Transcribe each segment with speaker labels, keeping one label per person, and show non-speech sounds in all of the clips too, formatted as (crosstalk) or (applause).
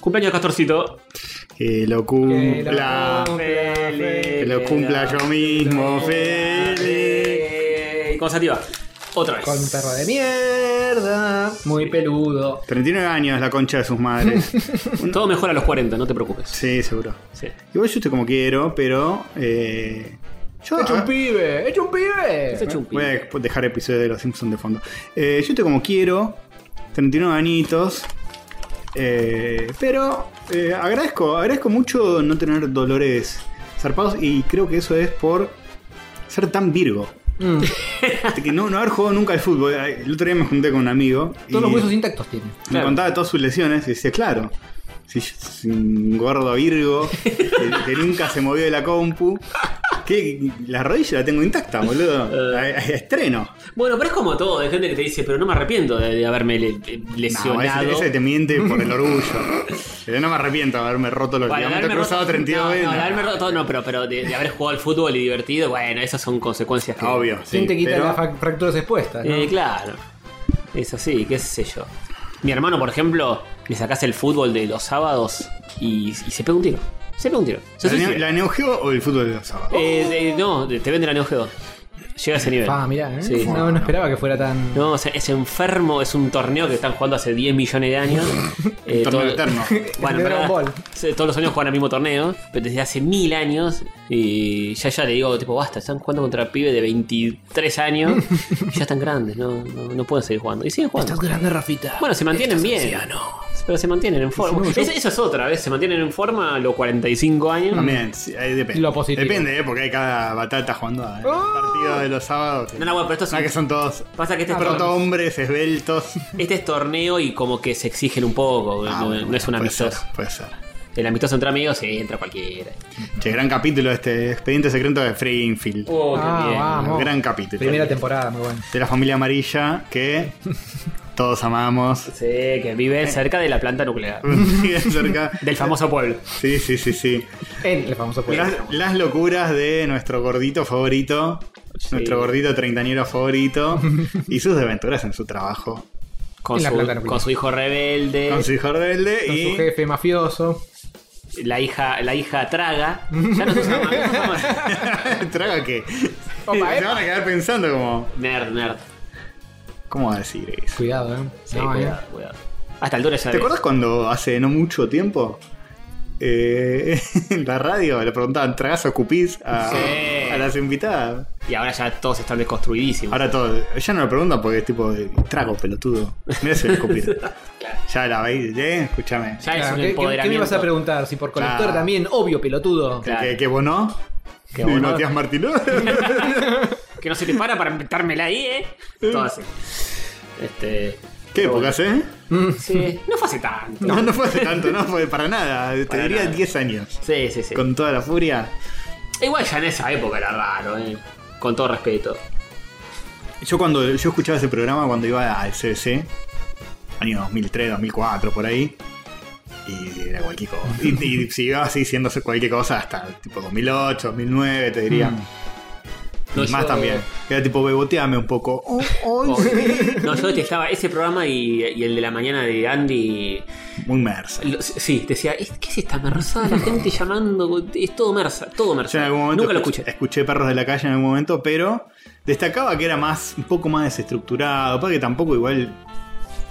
Speaker 1: Cumpleaños Castorcito.
Speaker 2: Que lo
Speaker 1: Mm,
Speaker 2: cumpla. Que lo cumpla yo mismo, Fede.
Speaker 1: Eh, Consativa. Otra vez.
Speaker 3: Con un perro de mierda. Muy peludo.
Speaker 2: 39 años la concha de sus (laughs) madres.
Speaker 1: Todo mejora a los 40, no te preocupes.
Speaker 2: Sí, seguro.
Speaker 1: Sí.
Speaker 2: Igual yo estoy como quiero, pero. Eh, yo
Speaker 3: ¡Echa un
Speaker 2: ah,
Speaker 3: pibe! ¡Echa un
Speaker 1: Se
Speaker 3: pibe!
Speaker 1: echa un
Speaker 2: voy
Speaker 1: pibe.
Speaker 2: a dejar episodio de Los Simpsons de fondo. Eh, yo estoy como quiero, 39 añitos. eh, pero eh, agradezco, agradezco mucho no tener dolores zarpados y creo que eso es por ser tan virgo.
Speaker 1: (laughs)
Speaker 3: Mm.
Speaker 2: De que no, no haber jugado nunca al fútbol. El otro día me junté con un amigo.
Speaker 3: Todos los
Speaker 2: y-
Speaker 3: huesos intactos tiene.
Speaker 2: Me
Speaker 1: Claro.
Speaker 2: contaba todas sus lesiones y decía, claro, si yo soy un gordo virgo que, que nunca se movió de la compu, que la rodilla la tengo intacta, boludo. A, a- a estreno.
Speaker 1: Bueno, pero es como todo. Hay gente que te dice, pero no me arrepiento de, de haberme le-
Speaker 2: No,
Speaker 1: lesionado.
Speaker 2: ese, ese te miente por el orgullo. Pero no me arrepiento de haberme roto los
Speaker 1: Bueno, de
Speaker 2: ligamentos
Speaker 1: haberme
Speaker 2: cruzados
Speaker 1: roto-
Speaker 2: 32
Speaker 1: no,
Speaker 2: veces.
Speaker 1: No, de haberme roto, no, pero, pero de, de haber jugado al fútbol y divertido, bueno, esas son consecuencias que.
Speaker 2: Obvio. sí,
Speaker 3: ¿Quién te quita
Speaker 2: pero-
Speaker 3: las fac- fracturas expuestas? no?
Speaker 1: Eh, claro. Es así, qué sé yo. Mi hermano, por ejemplo, le sacás el fútbol de los sábados y, y se pega un tiro. Se pega un tiro. Se
Speaker 2: ¿La, neo-
Speaker 1: suicida.
Speaker 2: la Neo Geo o el fútbol de los sábados?
Speaker 1: Eh, de- no, de- te vende la Neo Geo. Llega a ese nivel.
Speaker 3: Oh. Ah, mirá, ¿eh?
Speaker 1: Sí.
Speaker 3: No, no esperaba que fuera tan.
Speaker 1: No, o sea, es enfermo, es un torneo que están jugando hace 10 millones de
Speaker 3: (laughs)
Speaker 1: años. Eh,
Speaker 2: torneo eterno.
Speaker 1: (laughs) Bueno,
Speaker 3: El
Speaker 1: pero
Speaker 3: Dragon Ball.
Speaker 1: se- todos los años juegan el mismo torneo, pero desde hace mil años. Y ya ya le digo, tipo, basta, están jugando contra pibe de 23
Speaker 3: (laughs)
Speaker 1: años. y ya están grandes, no, no, no pueden seguir jugando. Y siguen jugando.
Speaker 3: grande, Rafita.
Speaker 1: Bueno, se mantienen bien. Pero se mantienen en forma.
Speaker 3: no, yo-
Speaker 1: Es- Eso es otra, ¿ves? Se mantienen en forma a los 45 años.
Speaker 2: También, sí, ahí depende.
Speaker 3: Mm. Lo positivo.
Speaker 2: Depende, eh, porque hay cada batata jugando a
Speaker 3: ¡Oh!
Speaker 2: partido de los sábados.
Speaker 1: No, no, bueno, pero esto es
Speaker 2: No,
Speaker 1: un-
Speaker 2: Ah, que son Ah, todos
Speaker 1: Pasa que este es,
Speaker 2: Pronto
Speaker 1: torneo,
Speaker 2: hombres esbeltos.
Speaker 1: este es torneo y como que se exigen un poco.
Speaker 2: Ah,
Speaker 1: no,
Speaker 2: bueno,
Speaker 1: no es un
Speaker 2: puede
Speaker 1: amistoso.
Speaker 2: ser, Puede ser.
Speaker 1: El amistoso entre amigos sí, entra cualquiera.
Speaker 2: Che, gran capítulo este Expediente Secreto de Free Infield.
Speaker 1: Oh,
Speaker 3: qué Ah, bien. vamos.
Speaker 2: Gran capítulo.
Speaker 3: Primera temporada, muy bueno.
Speaker 2: De la familia amarilla
Speaker 3: (laughs)
Speaker 2: que todos amamos.
Speaker 1: Sí, que
Speaker 2: Eh.
Speaker 1: vive cerca de la planta nuclear.
Speaker 2: Bien cerca.
Speaker 1: Del famoso pueblo.
Speaker 2: Sí, sí, sí, sí.
Speaker 3: En el famoso pueblo.
Speaker 2: Las, las locuras de nuestro gordito favorito.
Speaker 1: Sí.
Speaker 2: Nuestro gordito treintañero
Speaker 3: (laughs)
Speaker 2: favorito. y sus aventuras en su trabajo.
Speaker 1: Con,
Speaker 3: En la
Speaker 1: su,
Speaker 3: planta nuclear.
Speaker 1: con su hijo rebelde.
Speaker 2: Con su hijo rebelde
Speaker 3: Con
Speaker 2: y.
Speaker 3: su jefe mafioso.
Speaker 1: La hija, la hija traga. Ya no se usa más, no se usa
Speaker 2: (laughs)
Speaker 1: más.
Speaker 2: (laughs) Traga que.
Speaker 3: Opa,
Speaker 2: Se
Speaker 3: epa.
Speaker 2: van a quedar pensando como.
Speaker 1: Nerd, nerd.
Speaker 2: ¿Cómo va a decir eso?
Speaker 3: Cuidado, eh.
Speaker 1: Sí,
Speaker 3: No, eh.
Speaker 1: cuidado, cuidado. Hasta el duro ya
Speaker 2: ¿Te
Speaker 1: ves.
Speaker 2: acuerdas cuando hace no mucho tiempo? eh, (laughs) en la radio le preguntaban, ¿tragás o cupís a,
Speaker 1: Sí.
Speaker 2: a las invitadas?
Speaker 1: Y ahora ya todos están desconstruidísimos.
Speaker 2: Ahora todo, ya no lo preguntan porque es tipo, de, trago pelotudo. Mira si voy
Speaker 1: (laughs)
Speaker 2: a cupir. Ya la veis, ¿eh? Escúchame.
Speaker 1: ya es un
Speaker 3: Claro, ¿qué- ¿qué, qué, me
Speaker 1: empoderamiento.
Speaker 3: vas a preguntar? Si por colector
Speaker 2: Claro.
Speaker 3: también, obvio, pelotudo.
Speaker 1: Claro.
Speaker 2: Que, que Bonó
Speaker 1: Que
Speaker 2: y
Speaker 1: Bonó.
Speaker 2: Matías Martino.
Speaker 1: (laughs) Que no se te para para metérmela ahí, ¿eh? Todo así. Este.
Speaker 2: ¿Qué épocas, eh?
Speaker 1: Sí, no fue hace tanto.
Speaker 2: No, no fue hace tanto, no fue para nada. Te
Speaker 1: Para
Speaker 2: diría
Speaker 1: nada.
Speaker 2: 10 años.
Speaker 1: Sí, sí, sí.
Speaker 2: Con toda la furia.
Speaker 1: Igual ya en esa época era raro, ¿eh? Con todo respeto.
Speaker 2: Yo cuando yo escuchaba ese programa cuando iba al CDC, año 2003, 2004, por ahí, y era cualquier cosa. Y, y siguió así siendo cualquier cosa hasta tipo 2008, 2009, te diría.
Speaker 1: Mm. No,
Speaker 2: y más
Speaker 1: yo-
Speaker 2: también. Era tipo, beboteame un poco. Oh, oh,
Speaker 1: Oh,
Speaker 2: sí.
Speaker 1: No, yo detestaba ese programa y, y el de la mañana de Andy.
Speaker 2: Muy mersa.
Speaker 1: Lo- Sí, decía, "Es- ¿qué es esta merza? La gente llamando. Es todo merza, todo merza.
Speaker 2: Yo en algún momento
Speaker 1: Nunca lo escuché.
Speaker 2: escuché Perros de la Calle en algún momento, pero destacaba que era más un poco más desestructurado, porque tampoco igual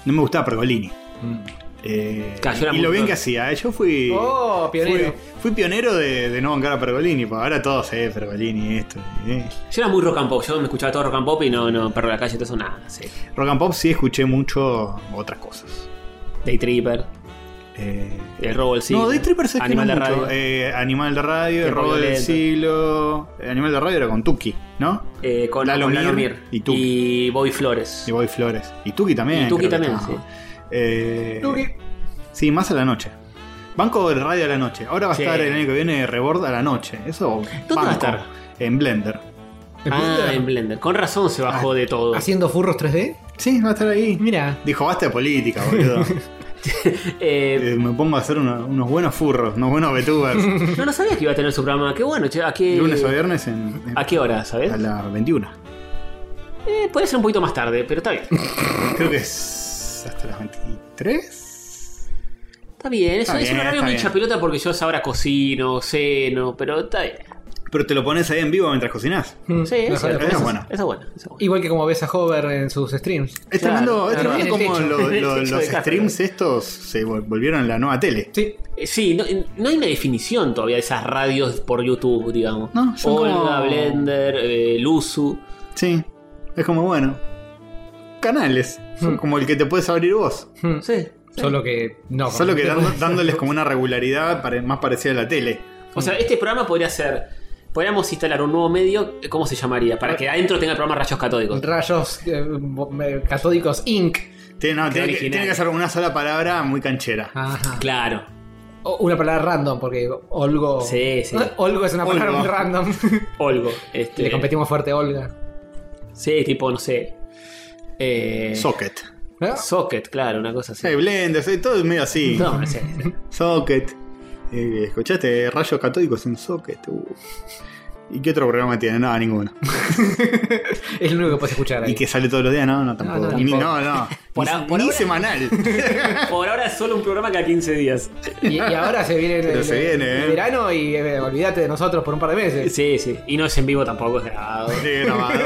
Speaker 2: no me gustaba Pergolini.
Speaker 3: Mm.
Speaker 2: Eh,
Speaker 1: Claro, yo era
Speaker 2: y lo
Speaker 1: muy-
Speaker 2: bien que hacía, eh, yo fui
Speaker 3: Oh, pionero.
Speaker 2: fui, fui pionero de, de no bancar a Pergolini, porque ahora todos eh, Pergolini esto. eh.
Speaker 1: Yo era muy rock and pop, yo me escuchaba todo rock and pop y no, no, perro de la calle, todo eso nada, sí.
Speaker 2: Rock and Pop sí escuché mucho otras cosas.
Speaker 1: Day Tripper,
Speaker 2: Eh,
Speaker 1: el robo del siglo.
Speaker 2: no, de Tripper se
Speaker 1: Animal de
Speaker 2: escuchó
Speaker 1: radio.
Speaker 2: mucho. Eh, Animal de Radio, El
Speaker 1: Tiempo
Speaker 2: Robo del
Speaker 1: Violento.
Speaker 2: Siglo. Eh, Animal de Radio era con Tuki, ¿no?
Speaker 1: Eh, con
Speaker 2: Lalomir
Speaker 1: con Lalomir
Speaker 2: y
Speaker 1: y,
Speaker 2: Tuki.
Speaker 1: Bobby Flores.
Speaker 2: Y Boy Flores. Y Tuki también.
Speaker 1: Y Tuki
Speaker 2: creo que
Speaker 1: también,
Speaker 2: estaba.
Speaker 1: sí.
Speaker 2: Eh,
Speaker 3: Tuki.
Speaker 2: Sí, más a la noche. Banco de radio a la noche. Ahora va a
Speaker 1: Sí.
Speaker 2: estar el año que viene Rebord a la noche. Eso. ¿Dónde
Speaker 1: va a estar?
Speaker 2: En Blender.
Speaker 1: ah, en Blender. Con razón se
Speaker 2: Ah,
Speaker 1: bajó de todo.
Speaker 3: ¿Haciendo furros 3D?
Speaker 2: Sí, va a estar ahí.
Speaker 3: Mira.
Speaker 2: Dijo, basta de política, boludo.
Speaker 1: (laughs) Eh,
Speaker 2: Eh, me pongo a hacer uno- unos buenos furros, unos
Speaker 1: (laughs)
Speaker 2: buenos vetubers.
Speaker 1: no, no sabía que iba a tener su programa. Qué bueno, che, ¿a qué,
Speaker 2: Lunes a viernes en, en-
Speaker 1: Eh, ¿a qué hora, sabes?
Speaker 2: a las 21.
Speaker 1: Eh, puede ser un poquito más tarde, pero está bien.
Speaker 2: Creo que es hasta las 23.
Speaker 1: Está Está bien, eso es
Speaker 2: Está
Speaker 1: un
Speaker 2: bien,
Speaker 1: horario
Speaker 2: está
Speaker 1: muy
Speaker 2: bien.
Speaker 1: chapelota porque yo ahora cocino, ceno, pero está bien.
Speaker 2: Pero te lo pones ahí en vivo mientras cocinás.
Speaker 3: Mm,
Speaker 1: Sí, eso,
Speaker 3: mejor
Speaker 1: eso,
Speaker 2: Esa
Speaker 3: de-
Speaker 2: es
Speaker 1: eso-
Speaker 2: buena.
Speaker 1: eso es bueno. Eso es bueno.
Speaker 3: Igual que como ves a Hover en sus streams.
Speaker 1: Claro,
Speaker 2: Es tremendo, es
Speaker 1: claro.
Speaker 2: tremendo
Speaker 3: En el
Speaker 1: (laughs)
Speaker 2: como
Speaker 1: en
Speaker 2: lo-
Speaker 3: techo,
Speaker 1: el
Speaker 2: lo-
Speaker 1: techo
Speaker 2: los
Speaker 1: de casa.
Speaker 2: streams estos se vol- volvieron la nueva tele.
Speaker 3: Sí.
Speaker 1: Eh, Sí, no, no hay una definición todavía de esas radios por YouTube, digamos.
Speaker 2: No, son
Speaker 1: Olga,
Speaker 2: como-
Speaker 1: Blender, eh, Luzu.
Speaker 2: Sí. Es como, bueno. Canales. Son
Speaker 1: Mm.
Speaker 3: Hmm.
Speaker 2: Como el que te puedes abrir vos.
Speaker 3: Mm.
Speaker 1: Sí.
Speaker 3: Solo que no.
Speaker 2: Solo que dando-
Speaker 1: (laughs)
Speaker 2: dándoles como una regularidad pare- más parecida a la tele.
Speaker 1: O sea, este programa podría ser. Podríamos instalar un nuevo medio, ¿cómo se llamaría? Para que adentro tenga el programa Rayos Catódicos.
Speaker 3: Rayos eh, bo- me- catódicos Inc.
Speaker 2: Tiene, no,
Speaker 1: Qué
Speaker 2: tiene que,
Speaker 1: original. Ah,
Speaker 2: tiene que ser una sola palabra muy canchera.
Speaker 3: Ajá.
Speaker 1: Claro.
Speaker 3: O- una palabra random, porque Olgo.
Speaker 1: Sí, sí.
Speaker 3: (laughs) Olgo es una palabra
Speaker 2: Olgo. (laughs)
Speaker 3: muy random.
Speaker 1: Olgo. Este,
Speaker 3: Le competimos fuerte a Olga.
Speaker 1: Sí, tipo, no sé. Eh,
Speaker 2: Socket. Eh,
Speaker 3: ¿Eh?
Speaker 1: socket, claro, una cosa así.
Speaker 2: Sí, Blender, sí, todo es medio así.
Speaker 1: No, no
Speaker 2: (laughs)
Speaker 1: sé.
Speaker 2: Socket. Eh, ¿Escuchaste? Rayos catódicos en Socket. Uh. ¿Y qué otro programa tiene? No, ninguno.
Speaker 3: Es lo único que puedes escuchar ahí.
Speaker 2: ¿Y que sale todos los días? No, no, tampoco.
Speaker 3: no,
Speaker 2: Ni-
Speaker 3: tampoco.
Speaker 2: no,
Speaker 3: (laughs)
Speaker 2: no.
Speaker 1: Por
Speaker 2: Ni-
Speaker 1: a- por
Speaker 2: ni
Speaker 1: ahora-
Speaker 2: semanal.
Speaker 1: Por ahora es solo un programa cada 15 días.
Speaker 3: Y, y ahora se viene
Speaker 2: (laughs)
Speaker 3: el,
Speaker 2: Pero se
Speaker 3: el-
Speaker 2: viene,
Speaker 3: el
Speaker 2: ¿eh?
Speaker 3: verano y eh, olvídate de nosotros por un par de meses.
Speaker 1: Sí, sí. Y no es en vivo tampoco, es grabado.
Speaker 2: Sí, grabado.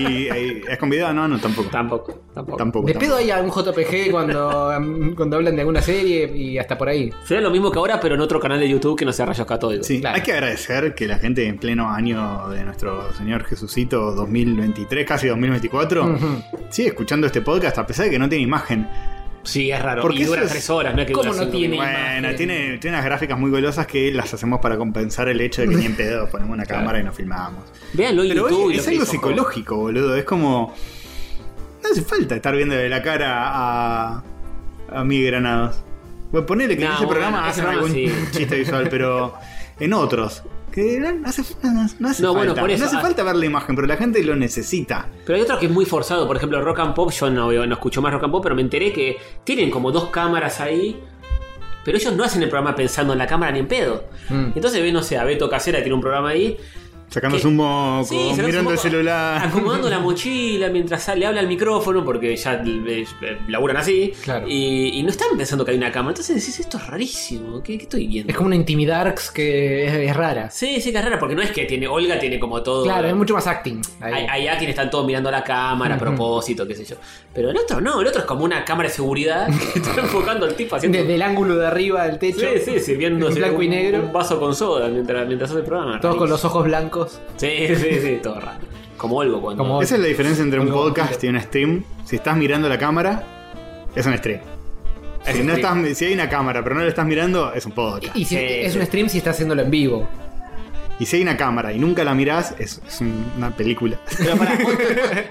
Speaker 2: Y, y- ¿Es con video? No, no, tampoco.
Speaker 1: Tampoco, tampoco.
Speaker 2: Tampoco.
Speaker 3: De
Speaker 2: tampoco.
Speaker 3: pedo hay algún JPG cuando,
Speaker 2: (laughs)
Speaker 3: em, cuando hablan de alguna serie y hasta por ahí.
Speaker 1: Sería lo mismo que ahora, pero en otro canal de YouTube que no sea Rayos Catódicos.
Speaker 2: Sí,
Speaker 3: Claro.
Speaker 2: hay que agradecer que la gente en pleno año de nuestro Señor Jesucito 2023, casi 2024,
Speaker 3: Ujú.
Speaker 2: sigue escuchando este podcast a pesar de que no tiene imagen.
Speaker 1: Sí, es raro.
Speaker 2: Porque
Speaker 1: Y dura
Speaker 2: eso es-
Speaker 1: tres horas, no es que
Speaker 3: ¿Cómo
Speaker 1: dura
Speaker 3: no
Speaker 1: cinco
Speaker 3: tiene?
Speaker 1: minutos.
Speaker 2: Bueno,
Speaker 3: imagen.
Speaker 2: tiene, tiene unas gráficas muy golosas que las hacemos para compensar el hecho de que ni en pedo ponemos una
Speaker 1: (laughs) Claro.
Speaker 2: cámara y nos filmamos.
Speaker 1: Véanlo en
Speaker 2: Pero
Speaker 1: YouTube.
Speaker 2: oye,
Speaker 1: y lo
Speaker 2: es
Speaker 1: que
Speaker 2: algo
Speaker 1: hizo,
Speaker 2: psicológico, boludo. Es como. No hace falta estar viendo de la cara a. a mi granados. Bueno, ponele que en
Speaker 1: No,
Speaker 2: ese
Speaker 1: bueno,
Speaker 2: programa
Speaker 1: ese
Speaker 2: hacen
Speaker 1: programa
Speaker 2: algún
Speaker 1: sí.
Speaker 2: (laughs) chiste visual, pero en otros. Que no hace, no hace
Speaker 1: No,
Speaker 2: falta.
Speaker 1: bueno, por eso,
Speaker 2: no hace
Speaker 1: ah.
Speaker 2: falta ver la imagen, pero la gente lo necesita.
Speaker 1: Pero hay otro que es muy forzado, por ejemplo, Rock and Pop, yo no veo, no escucho más Rock and Pop, pero me enteré que tienen como dos cámaras ahí, pero ellos no hacen el programa pensando en la cámara ni en pedo.
Speaker 3: Mm.
Speaker 1: Entonces ve, no sé, a Beto Casera tiene un programa ahí,
Speaker 2: Sacándose
Speaker 1: ¿Qué?
Speaker 2: un moco,
Speaker 1: Sí, sacándose un
Speaker 2: mirando
Speaker 1: moco.
Speaker 2: el celular.
Speaker 1: acomodando la mochila mientras sale, habla al micrófono, porque ya eh, laburan así,
Speaker 3: Claro.
Speaker 1: y, y no están pensando que hay una cámara. Entonces decís, esto es rarísimo, ¿qué, qué estoy viendo?
Speaker 3: Es como una intimidad que es, es rara.
Speaker 1: Sí, sí, que es rara, porque no es que tiene, Olga tiene como todo...
Speaker 3: Claro, es mucho más acting. ahí.
Speaker 1: Hay, hay a quienes están todos mirando la cámara a
Speaker 3: Ujú.
Speaker 1: propósito, qué sé yo. Pero el otro no, el otro es como una cámara de seguridad (laughs) que está enfocando al tipo haciendo.
Speaker 3: Desde el ángulo de arriba del techo.
Speaker 1: Sí, sí, sirviéndose
Speaker 3: En blanco
Speaker 1: un,
Speaker 3: y negro.
Speaker 1: un vaso con soda mientras, mientras hace el programa.
Speaker 3: Todos con los
Speaker 1: Rarísimo.
Speaker 3: ojos blancos.
Speaker 1: Sí, sí, sí, todo raro. Como algo cuando.
Speaker 3: Como-
Speaker 2: Esa es la diferencia entre un
Speaker 3: Algo-
Speaker 2: podcast y un stream. Si estás mirando la cámara, es un stream.
Speaker 1: Es
Speaker 2: Si,
Speaker 1: un
Speaker 2: no
Speaker 1: stream.
Speaker 2: estás- si hay una cámara, pero no la estás mirando, es un podcast.
Speaker 3: Y
Speaker 1: Sí,
Speaker 3: si-
Speaker 2: Eh,
Speaker 3: es
Speaker 1: sí.
Speaker 3: un stream si está haciéndolo en vivo.
Speaker 2: Y si hay una cámara y nunca la mirás, es, es un- una película.
Speaker 1: (laughs)
Speaker 2: (laughs)
Speaker 1: Pero pará,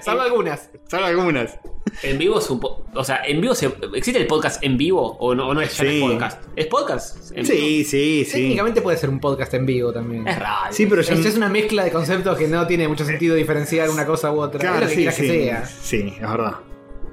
Speaker 3: (laughs) Salvo
Speaker 2: Eh,
Speaker 3: algunas.
Speaker 2: Solo algunas.
Speaker 1: en vivo es un. po- O sea, en vivo se- ¿Existe el podcast en vivo o no, o no es, ya no es
Speaker 2: Sí.
Speaker 1: podcast? ¿Es podcast? en vivo?
Speaker 2: Sí, sí, sí.
Speaker 3: Técnicamente puede ser un podcast en vivo también.
Speaker 1: Es raro.
Speaker 2: Sí, pero ya.
Speaker 3: Esto es una mezcla de conceptos que no tiene mucho sentido diferenciar una cosa u otra.
Speaker 2: Claro,
Speaker 3: es lo que
Speaker 2: sí,
Speaker 3: quieras
Speaker 2: sí.
Speaker 3: que sea.
Speaker 2: Sí, es verdad.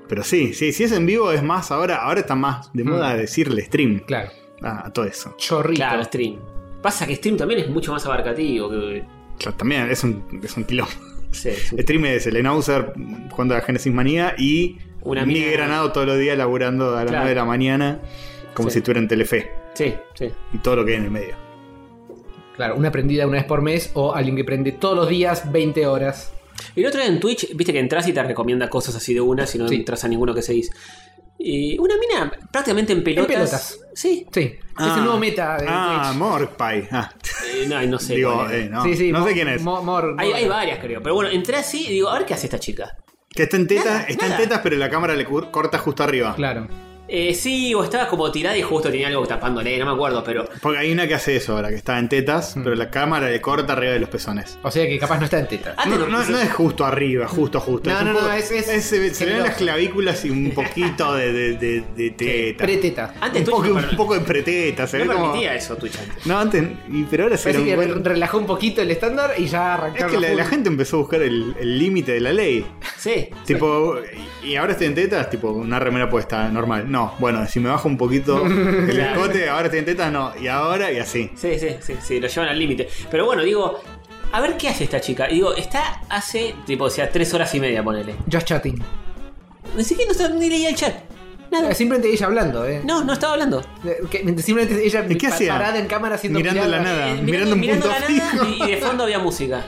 Speaker 2: Pero sí, sí, si es en vivo es más ahora, ahora está más de moda decirle stream
Speaker 3: Hmm. Claro.
Speaker 2: a, a todo eso.
Speaker 3: Chorrito.
Speaker 1: Claro, stream. Pasa que stream también es mucho más abarcativo que.
Speaker 2: Claro, también es un, es un quilombo.
Speaker 1: Sí, es un-
Speaker 2: Stream es el Enauser jugando a Genesis Manía y
Speaker 1: Una
Speaker 2: mi
Speaker 1: mina-
Speaker 2: granado todos los días laburando a las
Speaker 1: Claro.
Speaker 2: 9 de la mañana como
Speaker 1: Sí.
Speaker 2: si estuviera en Telefe
Speaker 1: sí, sí.
Speaker 2: y todo lo que hay en el medio.
Speaker 3: Claro, una prendida una vez por mes o alguien que prende todos los días 20 horas.
Speaker 1: El otro día en Twitch, viste que entras y te recomienda cosas así de una, si no
Speaker 3: Sí.
Speaker 1: entras a ninguno que seguís. Y una mina prácticamente en pelotas.
Speaker 3: pelotas.
Speaker 1: Sí.
Speaker 3: Sí, es
Speaker 2: Ah.
Speaker 3: el nuevo meta de
Speaker 2: Ah,
Speaker 3: Twitch.
Speaker 2: Morpie. Ah,
Speaker 1: Eh, no, ay, no sé.
Speaker 2: digo,
Speaker 1: cuál era.
Speaker 2: eh, no,
Speaker 3: Sí, sí,
Speaker 2: no sé
Speaker 3: Mo-
Speaker 2: quién es.
Speaker 3: Mo- Mor-
Speaker 1: hay,
Speaker 3: Mor-
Speaker 1: hay varias, creo. Pero bueno, entré así y digo, a ver qué hace esta chica.
Speaker 2: Que está en tetas,
Speaker 1: Nada,
Speaker 2: está
Speaker 1: nada.
Speaker 2: en tetas, pero la cámara le cur- corta justo arriba.
Speaker 3: Claro.
Speaker 1: Eh, sí, o estaba como tirada y justo tenía algo tapándole, no me acuerdo, pero.
Speaker 2: Porque hay una que hace eso ahora, que está en tetas,
Speaker 3: Mm.
Speaker 2: pero la cámara le corta arriba de los pezones.
Speaker 3: O sea que capaz no está en teta.
Speaker 1: Antes
Speaker 2: No, no, no es justo arriba, justo, justo.
Speaker 3: No,
Speaker 2: un
Speaker 3: no, no,
Speaker 2: poco-
Speaker 3: es- es-
Speaker 2: se, se le ven
Speaker 3: generoso.
Speaker 2: las clavículas y un poquito de, de, de-
Speaker 3: (laughs)
Speaker 2: de teta.
Speaker 3: Preteta.
Speaker 1: Antes
Speaker 2: un,
Speaker 1: Twitch
Speaker 2: poco,
Speaker 1: no,
Speaker 2: un
Speaker 1: per-
Speaker 2: poco de preteta, se
Speaker 1: no
Speaker 2: ve como.
Speaker 1: permitía eso, Twitch antes.
Speaker 2: No, antes. y- pero ahora se
Speaker 3: Parece
Speaker 2: lo
Speaker 3: que
Speaker 2: encuentra-
Speaker 3: relajó un poquito el estándar y ya
Speaker 2: Es
Speaker 3: arrancaron.
Speaker 2: que la,
Speaker 3: a
Speaker 2: la
Speaker 3: full.
Speaker 2: gente empezó a buscar el el límite de la ley.
Speaker 1: Sí.
Speaker 2: Tipo, y ahora estoy en tetas, tipo, una remera puesta, normal. No, bueno, si me bajo
Speaker 1: (laughs)
Speaker 2: un poquito el escote, ahora estoy en tetas, no. Y ahora, y así.
Speaker 1: Sí, sí, sí, sí, lo llevan al límite. Pero bueno, digo, a ver qué hace esta chica. Y digo, está hace, tipo, o sea, tres horas y media, ponele.
Speaker 3: Just chatting.
Speaker 1: Ni siquiera no está- ni leía el chat. Nada.
Speaker 3: Simplemente ella hablando, ¿eh?
Speaker 1: No, no estaba hablando.
Speaker 3: Que- simplemente ella
Speaker 2: ¿Y qué
Speaker 3: pa-
Speaker 2: hacía?
Speaker 3: parada en cámara haciendo
Speaker 2: Mirando la
Speaker 3: miradas.
Speaker 2: nada.
Speaker 1: Eh,
Speaker 2: mirando un punto
Speaker 1: la nada,
Speaker 2: fijo.
Speaker 1: Y, y de fondo había música.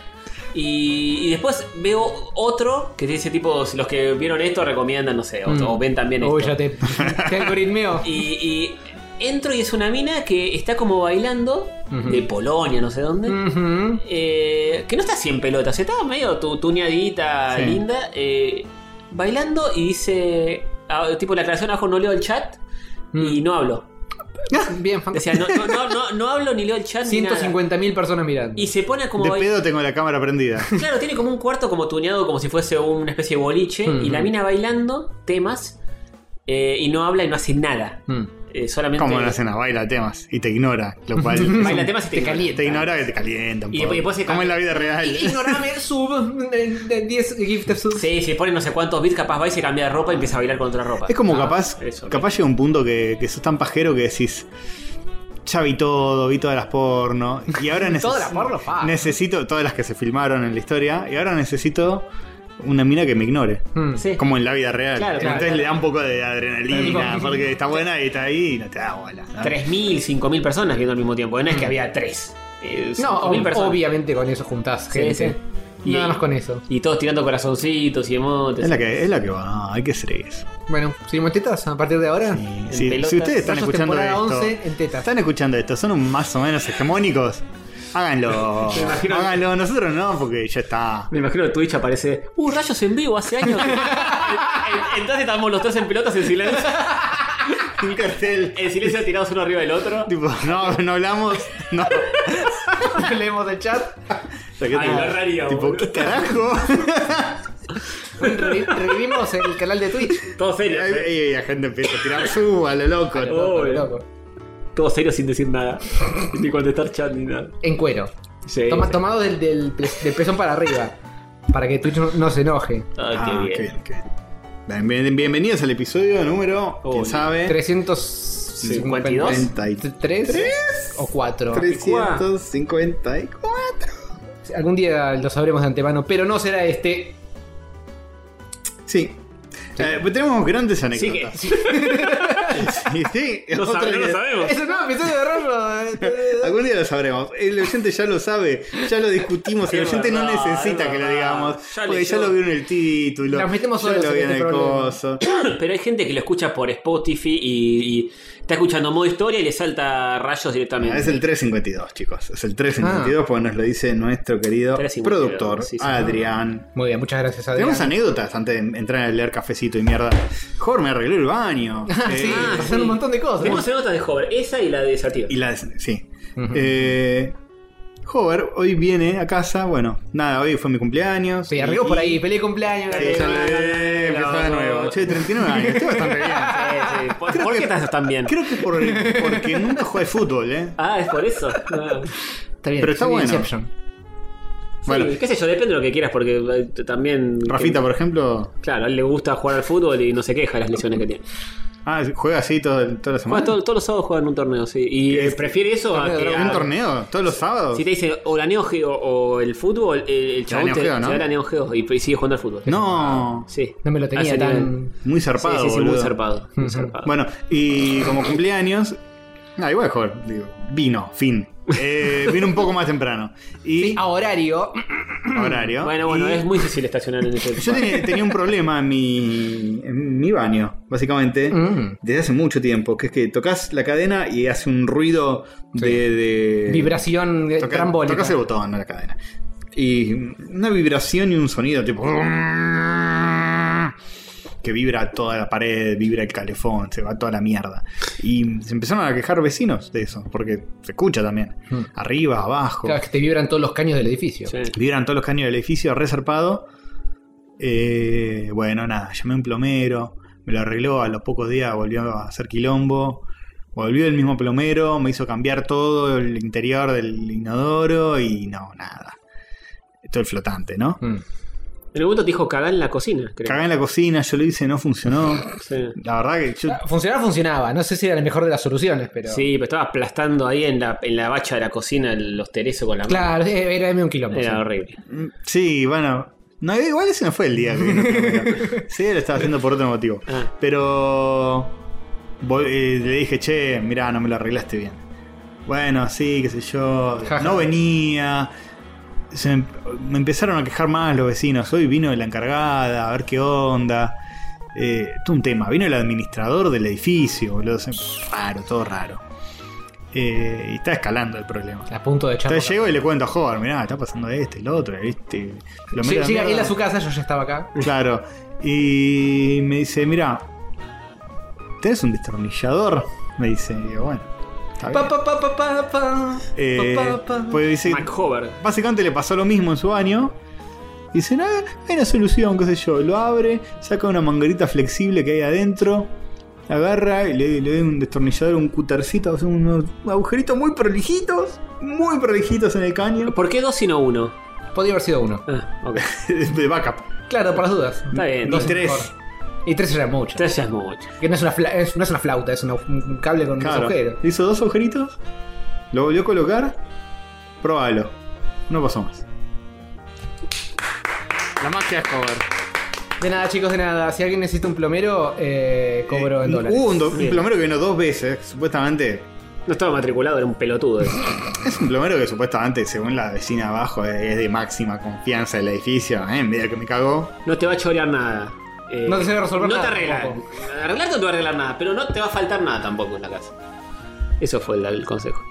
Speaker 1: Y, y después veo otro que dice tipo, si los que vieron esto recomiendan, no sé, o,
Speaker 3: Mm.
Speaker 1: o ven también
Speaker 3: Uy,
Speaker 1: esto.
Speaker 2: (laughs)
Speaker 3: ya te, te algoritmeo.
Speaker 1: Y, y entro y es una mina que está como bailando,
Speaker 3: Ujú. Mm.
Speaker 1: de Polonia, no sé dónde.
Speaker 2: (laughs)
Speaker 3: Ujú.
Speaker 1: eh, que no está así en pelotas, está medio tu, tuneadita,
Speaker 2: Sí.
Speaker 1: linda, eh, bailando y dice, ah, tipo la aclaración abajo, no leo el chat y no hablo.
Speaker 3: Bien, fan.
Speaker 1: Decía, no, no, no, no, no hablo ni leo el chat ni nada.
Speaker 3: 150.000 personas mirando.
Speaker 1: Y se pone como
Speaker 2: De
Speaker 1: bail-
Speaker 2: pedo tengo la cámara prendida.
Speaker 1: Claro, tiene como un cuarto como tuneado, como si fuese una especie de boliche,
Speaker 3: Ujú.
Speaker 1: y la mina bailando temas, eh, y no habla y no hace nada.
Speaker 3: Mm.
Speaker 1: Eh, solamente
Speaker 2: Como en las cenas, baila temas y te ignora.
Speaker 1: (laughs)
Speaker 2: Lo cual.
Speaker 1: baila temas y te,
Speaker 3: Te
Speaker 1: ignora.
Speaker 3: calienta.
Speaker 2: Te ignora que te calienta un
Speaker 1: Y
Speaker 2: poco.
Speaker 1: después se
Speaker 2: Como en la vida
Speaker 3: I-
Speaker 2: real.
Speaker 3: Ignorame, sub, de- de 10 gift subs.
Speaker 1: Sí, se pone no sé cuántos bits, capaz va y se cambia de ropa y empieza a bailar con otra ropa.
Speaker 2: Es como
Speaker 1: Ah,
Speaker 2: capaz.
Speaker 1: eso,
Speaker 2: capaz llega un punto que, que sos tan pajero que decís. Ya vi todo, vi todas las porno. Y ahora neces-
Speaker 3: Todas las porno, pa.
Speaker 2: necesito. Todas las que se filmaron en la historia. Y ahora necesito una mina que me ignore.
Speaker 3: Mm.
Speaker 1: Sí.
Speaker 2: Como en la vida real.
Speaker 1: Claro, claro,
Speaker 2: Entonces
Speaker 1: claro.
Speaker 2: le da un poco de adrenalina.
Speaker 3: Claro.
Speaker 2: Porque está buena y está ahí y no te da bola. ¿no?
Speaker 1: 3.000, 5.000 personas viendo al mismo tiempo. No es
Speaker 2: Mm.
Speaker 1: que había 3.
Speaker 3: No, ob-
Speaker 1: personas.
Speaker 3: obviamente con eso juntás
Speaker 1: Sí,
Speaker 3: gente.
Speaker 1: sí.
Speaker 3: Nada
Speaker 1: Y-
Speaker 3: más con eso.
Speaker 1: Y todos tirando corazoncitos y emotes.
Speaker 2: Es la, que, es la que va, no, hay que ser eso.
Speaker 3: Bueno, seguimos en tetas a partir de
Speaker 2: Y
Speaker 3: ahora. (laughs)
Speaker 1: En
Speaker 2: si- Si,
Speaker 1: pelotas,
Speaker 2: ustedes están
Speaker 3: Rayos
Speaker 2: escuchando
Speaker 3: temporada
Speaker 2: esto,
Speaker 3: 11 en tetas.
Speaker 2: están escuchando esto, son un más o menos hegemónicos, háganlo.
Speaker 1: imagino-
Speaker 2: háganlo, nosotros no, porque ya está.
Speaker 1: Me imagino que Twitch aparece. Uh, rayos en vivo hace años. que-". En-
Speaker 2: (laughs)
Speaker 1: en- Entonces estábamos los tres en pelotas en silencio.
Speaker 2: Un cartel.
Speaker 1: En silencio tirados uno arriba del otro.
Speaker 2: Tipo, no, no hablamos. No.
Speaker 3: Leemos el chat.
Speaker 2: O sea, que
Speaker 1: Ay,
Speaker 2: tipo,
Speaker 1: lo haría,
Speaker 2: tipo,
Speaker 1: boludo.
Speaker 2: ¿qué carajo?
Speaker 3: Revi- Revivimos el canal de Twitch.
Speaker 1: Todos
Speaker 2: Y
Speaker 1: serios.
Speaker 2: ahí-
Speaker 1: ¿eh?
Speaker 2: y la gente empieza a tirar su a lo loco.
Speaker 1: lo loco. Obvio.
Speaker 3: Loco.
Speaker 1: Todos serios sin decir nada. ni contestar chat ni nada.
Speaker 3: En cuero.
Speaker 1: Sí.
Speaker 3: Toma-
Speaker 1: sí.
Speaker 3: tomado del, del, pez- del pezón para arriba. Para que Twitch no, no se enoje.
Speaker 1: Ay,
Speaker 2: Ah,
Speaker 1: qué bien.
Speaker 2: qué bien, qué bien. Bien, bien- Bienvenidos al episodio número,
Speaker 1: Oh,
Speaker 2: quién sabe,
Speaker 3: 352.
Speaker 2: 353.
Speaker 3: ¿Tres? ¿O 4?
Speaker 2: 354.
Speaker 3: Algún día lo sabremos de antemano, pero no será este.
Speaker 2: Sí. Eh, pues tenemos grandes
Speaker 1: Sí que-
Speaker 2: anécdotas. (laughs) Sí, sí.
Speaker 1: No,
Speaker 2: Otra
Speaker 1: sabe- no (laughs)
Speaker 2: que-
Speaker 1: lo sabemos.
Speaker 3: Es el nuevo episodio de Rollo.
Speaker 2: Algún día lo sabremos. El oyente ya lo sabe. Ya lo discutimos. El
Speaker 1: Es
Speaker 2: oyente no
Speaker 1: verdad,
Speaker 2: necesita
Speaker 1: es
Speaker 2: que lo
Speaker 1: verdad.
Speaker 2: digamos.
Speaker 1: Ya
Speaker 2: porque
Speaker 1: leyó.
Speaker 2: ya lo vio en el título.
Speaker 3: Nos metemos
Speaker 2: ya
Speaker 3: solos
Speaker 2: lo
Speaker 3: en
Speaker 2: vio en
Speaker 3: este
Speaker 2: el
Speaker 3: problema.
Speaker 2: coso.
Speaker 1: (coughs) Pero hay gente que lo escucha por Spotify y, y está escuchando modo historia y le salta rayos directamente.
Speaker 2: Ah, Es el 352, chicos. Es el 352
Speaker 3: Ah.
Speaker 2: porque nos lo dice nuestro querido
Speaker 1: 352,
Speaker 2: productor
Speaker 1: sí, sí.
Speaker 2: Adrián.
Speaker 3: Muy bien, muchas gracias, Adrián.
Speaker 2: Tenemos anécdotas antes de entrar a leer cafecito y mierda. Jorge me arregló el baño.
Speaker 3: (laughs) Ah,
Speaker 2: Eh,
Speaker 3: (laughs) sí,
Speaker 1: Ah,
Speaker 3: pasaron
Speaker 1: sí.
Speaker 3: un montón de cosas.
Speaker 1: Tenemos notas de Hover, esa y la de Sativa.
Speaker 2: Y la des- sí.
Speaker 3: Ujú.
Speaker 2: Eh, Hover hoy viene a casa. Bueno, nada, hoy fue mi cumpleaños.
Speaker 3: Sí, arregló
Speaker 2: Y-
Speaker 3: por ahí, peleé cumpleaños.
Speaker 2: Sí,
Speaker 3: eh,
Speaker 2: ya le- empezó de nuevo. Che, 39 años, estoy bastante bien.
Speaker 1: (laughs) Sí, sí. ¿Por, por qué estás tan bien?
Speaker 2: Creo que por- porque nunca jugué
Speaker 1: (laughs)
Speaker 2: fútbol, ¿eh?
Speaker 1: Ah, es por
Speaker 2: (laughs)
Speaker 1: eso. Ah.
Speaker 3: Está bien,
Speaker 2: Pero está
Speaker 3: soy
Speaker 2: bueno.
Speaker 3: Inception.
Speaker 1: Sí,
Speaker 2: Bueno.
Speaker 1: qué sé yo, depende de lo que quieras, porque eh, t- también.
Speaker 2: Rafita,
Speaker 1: que-
Speaker 2: por ejemplo,
Speaker 1: Claro, a él le gusta jugar al fútbol y no se queja de las lesiones que tiene.
Speaker 2: ah, juega así todo, toda la
Speaker 1: Juega
Speaker 2: semana.
Speaker 1: todo- todos los sábados juegan un torneo, sí. Y
Speaker 2: ¿Qué
Speaker 1: eh,
Speaker 2: es?
Speaker 1: prefiere eso a
Speaker 3: ¿Torneo de
Speaker 1: que.
Speaker 3: Dragon?
Speaker 1: a-
Speaker 2: ¿Un torneo? ¿Todos los sábados?
Speaker 1: Si te dice o la Neo Geo o el fútbol, el, el chabón
Speaker 2: Neo
Speaker 1: te,
Speaker 2: Geo,
Speaker 1: te
Speaker 2: ¿no?
Speaker 1: da la Neo Geo y, y sigue jugando al fútbol.
Speaker 2: No,
Speaker 1: Sí.
Speaker 3: No me lo
Speaker 1: A
Speaker 3: tenía
Speaker 1: ese
Speaker 3: tan.
Speaker 1: nivel.
Speaker 2: muy
Speaker 1: Sí,
Speaker 2: zarpado.
Speaker 1: sí, sí, muy
Speaker 2: boludo.
Speaker 1: zarpado. muy zarpado.
Speaker 2: Bueno, y como cumpleaños. Ah, igual, joder, digo, vino, fin. Eh, vino un poco más temprano. Y
Speaker 3: A horario.
Speaker 2: horario.
Speaker 1: Bueno, bueno,
Speaker 2: Y
Speaker 1: es muy difícil estacionar en ese
Speaker 2: Yo tenía, tenía un problema en mi, en mi baño, básicamente,
Speaker 3: Mm.
Speaker 2: desde hace mucho tiempo, que es que tocas la cadena y hace un ruido de, de-
Speaker 3: Vibración de
Speaker 2: Toca-
Speaker 3: trambólica.
Speaker 2: Tocas el botón de la cadena. Y una vibración y un sonido tipo. Que vibra toda la pared, vibra el calefón, se va toda la mierda. Y se empezaron a quejar vecinos de eso, porque se escucha también.
Speaker 3: Hmm.
Speaker 2: Arriba, abajo.
Speaker 3: Claro, es que te vibran todos los caños del edificio.
Speaker 1: Sí.
Speaker 2: Vibran todos los caños del edificio, resarpado. Eh, bueno, nada, llamé a un plomero, me lo arregló, a los pocos días volvió a hacer quilombo. Volvió el mismo plomero, me hizo cambiar todo el interior del inodoro y no, nada. Todo el flotante, ¿no?
Speaker 3: Mm.
Speaker 1: En algún momento te dijo cagá en la cocina, creo.
Speaker 2: Cagué en la cocina, yo lo hice, no funcionó.
Speaker 1: Sí.
Speaker 2: La verdad que yo
Speaker 3: Funcionaba, funcionaba. No sé si era la mejor de las soluciones, pero.
Speaker 1: Sí, pero estaba aplastando ahí en la, en la bacha de la cocina los teresos con la mano.
Speaker 3: Claro, eh, era de un quilombo.
Speaker 1: Era
Speaker 3: sí.
Speaker 1: horrible.
Speaker 2: Mm, Sí, bueno. No, igual ese no fue el día que vino
Speaker 3: (laughs)
Speaker 2: Cameron. Sí, lo estaba haciendo por otro motivo.
Speaker 1: Ah.
Speaker 2: Pero vol- eh, le dije, che, mirá, no me lo arreglaste bien. Bueno, sí, qué sé yo.
Speaker 3: Ja, ja.
Speaker 2: No venía. Se me, me empezaron a quejar más los vecinos. Hoy vino la encargada, a ver qué onda. Eh, esto un tema. Vino el administrador del edificio, boludo. Se- Raro, todo raro. Eh, y está escalando el problema.
Speaker 3: A punto de echar.
Speaker 2: Entonces llego y le cuento a Howard, mirá, está pasando este, el otro, ¿viste? Lo meto
Speaker 3: Llega
Speaker 2: la
Speaker 3: él
Speaker 2: mierda.
Speaker 3: a su casa, yo ya estaba acá.
Speaker 2: Claro. Y me dice, mirá, ¿tenés un destornillador? Me dice, y digo, bueno. Está bien.
Speaker 3: Pa, pa, pa, pa, pa, pa.
Speaker 2: Eh,
Speaker 3: Pa, pa, pa.
Speaker 2: pues dice,
Speaker 1: McHover.
Speaker 2: básicamente le pasó lo mismo en su baño. Dice, no, hay una solución, qué sé yo. Lo abre, saca una manguerita flexible que hay adentro. Agarra y le, le da un destornillador, un cutercito, hace unos agujeritos muy prolijitos, muy prolijitos en el caño. (laughs)
Speaker 1: ¿Por qué dos y no uno?
Speaker 3: Podría haber sido uno.
Speaker 1: Ah, ok.
Speaker 2: De backup.
Speaker 3: Claro, por las dudas.
Speaker 1: Está bien.
Speaker 2: Dos,
Speaker 1: Dos,
Speaker 2: tres.
Speaker 3: Mejor. Y tres era mucho.
Speaker 1: tres ya es mucho.
Speaker 3: Que no es, una fla- es- no es una flauta, es una- un cable con
Speaker 2: Claro.
Speaker 3: dos agujeros.
Speaker 2: Hizo dos agujeritos, lo volvió a colocar, probalo. No pasó más.
Speaker 4: La magia es cover.
Speaker 3: De nada, chicos, de nada. Si alguien necesita un plomero, eh, cobro
Speaker 2: Eh,
Speaker 3: en dólares.
Speaker 2: Hubo un, do- un
Speaker 1: Bien.
Speaker 2: plomero que vino dos veces, supuestamente.
Speaker 1: No estaba matriculado, era un pelotudo.
Speaker 2: Es un plomero que supuestamente, según la vecina abajo, eh, es de máxima confianza del edificio. Eh, medio que me cagó.
Speaker 1: No te va a chorear nada. Eh,
Speaker 3: No te sabe resolver
Speaker 1: no
Speaker 3: nada,
Speaker 1: te arregla.
Speaker 3: tampoco.
Speaker 1: Arreglarte no te va a arreglar nada, pero no te va a faltar nada tampoco en la casa. Eso fue el, el consejo.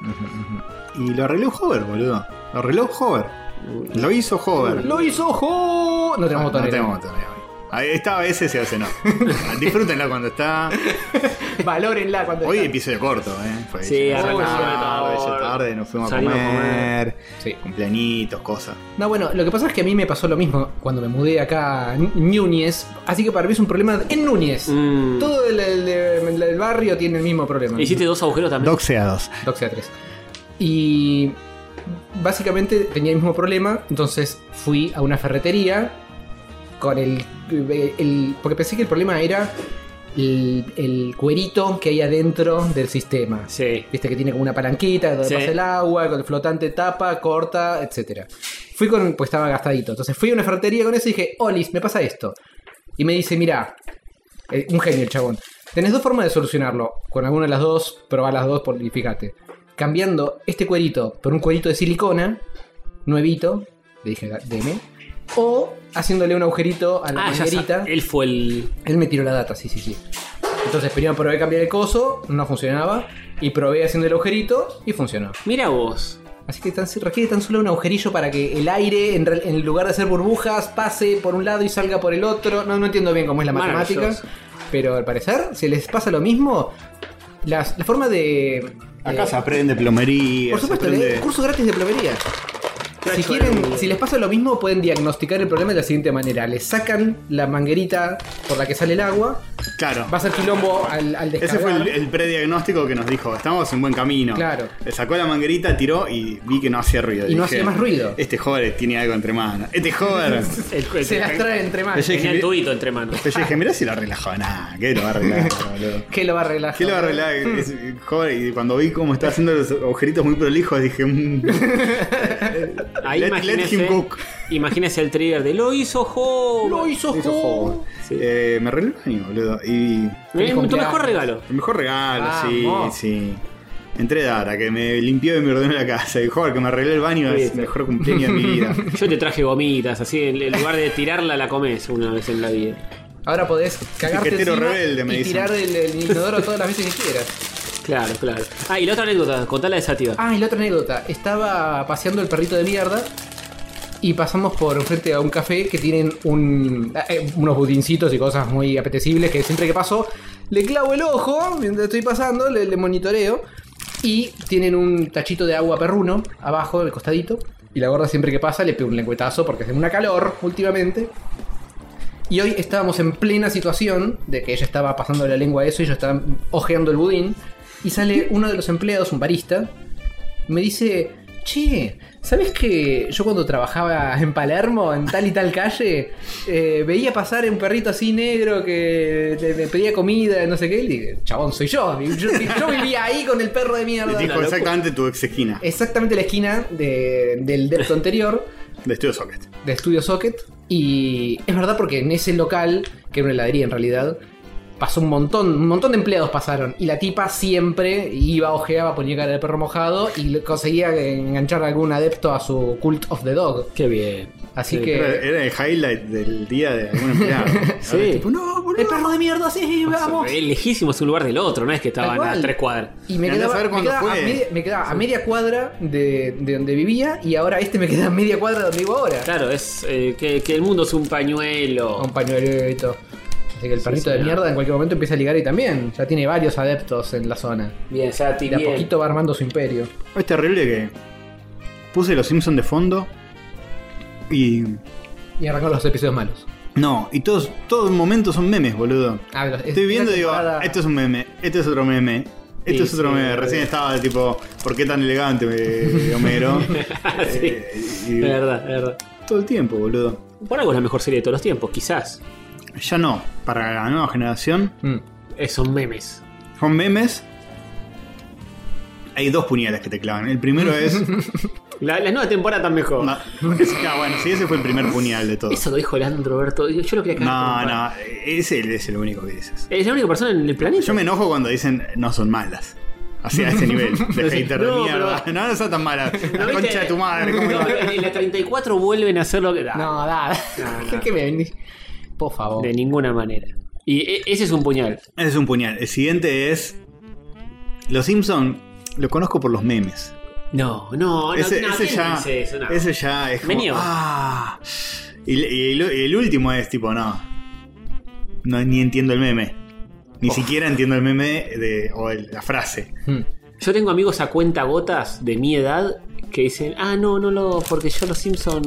Speaker 2: Y lo arregló Hover, boludo. Lo arregló Hover. Lo hizo Hover.
Speaker 3: ¡Lo hizo Jo! No tenemos
Speaker 2: Ah, no
Speaker 3: botones.
Speaker 2: tenemos botonera. Ahí está a veces y a veces no. (laughs) Disfrútenla cuando está.
Speaker 3: (laughs) Valórenla cuando.
Speaker 2: Hoy
Speaker 3: está.
Speaker 2: episodio corto, ¿eh? Fue
Speaker 1: Sí,
Speaker 2: ya
Speaker 1: arrancó
Speaker 2: tarde,
Speaker 1: tarde.
Speaker 2: ya tarde, nos fuimos a
Speaker 1: Salimos a comer.
Speaker 2: comer.
Speaker 3: Sí.
Speaker 2: Cumpleañitos, cosas.
Speaker 3: No, bueno, lo que pasa es que a mí me pasó lo mismo cuando me mudé acá a Ñu- Núñez. Así que para mí es un problema en Núñez.
Speaker 1: Mm.
Speaker 3: Todo el, el- el- el barrio tiene el mismo problema.
Speaker 1: Hiciste dos agujeros también.
Speaker 2: Doxeados.
Speaker 3: Doxia 3. Y básicamente tenía el mismo problema, entonces fui a una ferretería con el... el- porque pensé que el problema era el, el cuerito que hay adentro del sistema.
Speaker 1: Sí.
Speaker 3: Viste que tiene como una palanquita donde
Speaker 1: Sí.
Speaker 3: pasa el agua, con el flotante tapa, corta, etcétera. Fui con, pues estaba gastadito. Entonces fui a una ferretería con eso y dije, Olis, me pasa esto. Y me dice, mirá, eh, un genio el chabón. Tenés dos formas de solucionarlo. Con alguna de las dos, probá las dos por- y fíjate. Cambiando este cuerito por un cuerito de silicona, nuevito, le dije, deme. O haciéndole un agujerito a la
Speaker 1: Ah, ya
Speaker 3: manguerita.
Speaker 1: sa- Él fue el.
Speaker 3: Él me tiró la data, sí, sí, sí. Entonces primero probé cambiar el coso, no funcionaba. Y probé haciendo el agujerito y funcionó.
Speaker 1: Mira vos.
Speaker 3: Así que tan, requiere tan solo un agujerillo para que el aire, en, re- en lugar de hacer burbujas, pase por un lado y salga por el otro. No, no entiendo bien cómo es la matemática.
Speaker 1: Maravilloso.
Speaker 3: Pero al parecer, si les pasa lo mismo, las- la forma de...
Speaker 2: Acá
Speaker 3: de-
Speaker 2: se aprende plomería.
Speaker 3: Por supuesto,
Speaker 2: se aprende-
Speaker 3: un curso gratis de plomería. Si
Speaker 1: Nacho,
Speaker 3: quieren,
Speaker 1: el-
Speaker 3: si les pasa lo mismo, pueden diagnosticar el problema de la siguiente manera. Les sacan la manguerita por la que sale el agua,
Speaker 2: Claro.
Speaker 3: va a ser quilombo al, al descargar.
Speaker 2: Ese fue el, el prediagnóstico que nos dijo, estamos en buen camino.
Speaker 3: Claro.
Speaker 2: Le sacó la manguerita, tiró y vi que no hacía ruido.
Speaker 3: Y no
Speaker 2: Dije,
Speaker 3: hacía más ruido.
Speaker 2: Este joven tiene algo entre manos. Este
Speaker 3: (laughs)
Speaker 2: joven.
Speaker 1: el- el-
Speaker 3: Se las trae entre manos.
Speaker 2: Ese-
Speaker 1: Tenía el tubito entre
Speaker 3: (laughs)
Speaker 1: manos.
Speaker 2: Entonces yo dije, mirá si lo arregló. Nah, ¿qué lo va a arreglar, boludo?
Speaker 3: ¿Qué lo va a arreglar?
Speaker 2: ¿Qué lo va a arreglar?
Speaker 3: Mm.
Speaker 2: Es- joven, y cuando vi cómo está haciendo los agujeritos muy prolijos, dije, "Mm".
Speaker 1: Ahí
Speaker 2: Let-
Speaker 1: imagínese,
Speaker 2: let him cook.
Speaker 1: imagínese el trigger de lo hizo Jo.
Speaker 3: Lo hizo, (laughs)
Speaker 2: Hizo
Speaker 3: Jo.
Speaker 2: joven. Eh, me arregló el baño, boludo. Y
Speaker 1: Eh,
Speaker 3: Feliz
Speaker 1: tu
Speaker 3: cumpleaños.
Speaker 1: mejor regalo.
Speaker 2: el mejor regalo,
Speaker 3: Vamos.
Speaker 2: sí, sí. Entré Dara, que me limpió y me ordenó la casa. Y joder, que me arregló el baño es el
Speaker 1: Viste.
Speaker 2: mejor cumpleaños de mi vida.
Speaker 1: Yo te traje gomitas, así en, en lugar de tirarla la comes una vez en la vida.
Speaker 3: Ahora podés cagarte
Speaker 2: Piquetero
Speaker 3: encima
Speaker 2: rebelde, me
Speaker 3: y
Speaker 2: dicen.
Speaker 3: tirar el, el inodoro todas las veces que quieras.
Speaker 1: Claro, claro. Ah, y la otra anécdota, contala de Sativa.
Speaker 3: Ah, y la otra anécdota. Estaba paseando el perrito de mierda y pasamos por frente a un café que tienen un, eh, unos budincitos y cosas muy apetecibles que siempre que paso le clavo el ojo mientras estoy pasando, le, le monitoreo y tienen un tachito de agua perruno abajo del costadito y la gorda siempre que pasa le pega un lengüetazo porque hace una calor últimamente. Y hoy estábamos en plena situación de que ella estaba pasando la lengua a eso y yo estaba ojeando el budín. Y sale uno de los empleados, un barista, y me dice: Che, ¿sabes que yo cuando trabajaba en Palermo, en tal y tal calle, eh, veía pasar un perrito así negro que te- me pedía comida, no sé qué? Y le dije: Chabón, soy yo. Yo, yo vivía ahí con el perro de mierda.
Speaker 2: Le dijo
Speaker 1: locura.
Speaker 2: exactamente tu ex esquina
Speaker 3: Eh. Exactamente la esquina de- del depto anterior
Speaker 2: de Estudio Socket.
Speaker 3: de Studio Socket. Y es verdad porque en ese local, que era una heladería en realidad, pasó un montón, un montón de empleados pasaron. Y la tipa siempre iba, ojeaba, ponía cara de perro mojado y le- conseguía enganchar a algún adepto a su Cult of the Dog.
Speaker 1: Qué bien.
Speaker 3: Así
Speaker 1: Sí,
Speaker 3: que...
Speaker 2: Era, era el highlight del día de algún empleado.
Speaker 1: Sí.
Speaker 2: Ahora es tipo, no,
Speaker 3: El
Speaker 2: boludo.
Speaker 3: perro de mierda, sí, vamos.
Speaker 1: Es lejísimo es un lugar del otro, no es que estaban
Speaker 3: Tal
Speaker 1: a
Speaker 3: cual.
Speaker 1: tres cuadras.
Speaker 3: Y me
Speaker 2: Andá a
Speaker 3: quedaba,
Speaker 2: saber
Speaker 3: me
Speaker 2: cuándo
Speaker 3: quedaba a,
Speaker 2: fue.
Speaker 3: media, me quedaba a media cuadra de, de donde vivía y ahora este me queda a media cuadra de donde vivo ahora.
Speaker 1: Claro, es eh, que, que el mundo es un pañuelo.
Speaker 3: Un pañuelito. Así que el perrito de
Speaker 1: señor.
Speaker 3: mierda en cualquier momento empieza a ligar y también. Ya tiene varios adeptos en la zona.
Speaker 1: Bien, Sati,
Speaker 3: Y de a
Speaker 1: bien.
Speaker 3: poquito va armando su imperio.
Speaker 2: Es terrible que puse los Simpsons de fondo y.
Speaker 3: Y arrancó los episodios malos.
Speaker 2: No, y todos, todos momentos son memes, boludo.
Speaker 3: Ah, los- es-
Speaker 2: Estoy viendo
Speaker 3: una
Speaker 2: y digo,
Speaker 3: temporada-
Speaker 2: esto es un meme, esto es otro meme, esto
Speaker 1: Sí,
Speaker 2: es otro
Speaker 1: sí,
Speaker 2: meme.
Speaker 1: sí.
Speaker 2: Recién estaba tipo, ¿por qué tan elegante, eh,
Speaker 1: (laughs)
Speaker 2: Homero? Eh, y-
Speaker 1: Es verdad, es verdad.
Speaker 2: todo el tiempo, boludo.
Speaker 1: Por algo es la mejor serie de todos los tiempos, quizás.
Speaker 2: Ya no, para la nueva generación
Speaker 3: Mm.
Speaker 1: Eh, son memes.
Speaker 2: son memes. Hay dos puñales que te clavan. El primero
Speaker 1: (laughs)
Speaker 2: es.
Speaker 1: La, la nueva temporada tan mejor.
Speaker 2: No, es- ah, bueno, sí, ese fue el primer puñal de todo.
Speaker 1: Eso lo dijo Leandro Berto. Yo yo lo quería cagar
Speaker 2: No,
Speaker 1: con-
Speaker 2: no, ese es el único que dices.
Speaker 1: Es la única persona en el planeta.
Speaker 2: Yo me enojo cuando dicen no son malas. Así a
Speaker 1: (laughs)
Speaker 2: ese nivel de hater de
Speaker 1: No,
Speaker 2: mierda. No, no son tan malas. La
Speaker 1: ¿No viste?
Speaker 2: concha de tu madre.
Speaker 1: (laughs)
Speaker 2: ¿cómo
Speaker 1: No,
Speaker 2: iba?
Speaker 1: en la 34 vuelven a hacer lo que. No,
Speaker 3: No, da.
Speaker 1: (laughs)
Speaker 3: ¿Qué- qué me venís? Por favor.
Speaker 1: de ninguna manera. Y e- ese es un puñal.
Speaker 2: Ese es un puñal. El siguiente es. Los Simpson lo conozco por los memes.
Speaker 1: No, no, no.
Speaker 2: ese,
Speaker 1: no,
Speaker 2: ese
Speaker 1: ¿quién
Speaker 2: ya,
Speaker 1: dice eso? No.
Speaker 2: ese ya es como,
Speaker 1: Me niego.
Speaker 2: ah. y, y el- y el último es tipo, no. No ni entiendo el meme. Ni
Speaker 1: Oh.
Speaker 2: siquiera entiendo el meme de, o el- la frase.
Speaker 3: Mm.
Speaker 1: Yo tengo amigos a cuenta gotas de mi edad que dicen, ah, no, no lo. Porque yo los Simpson.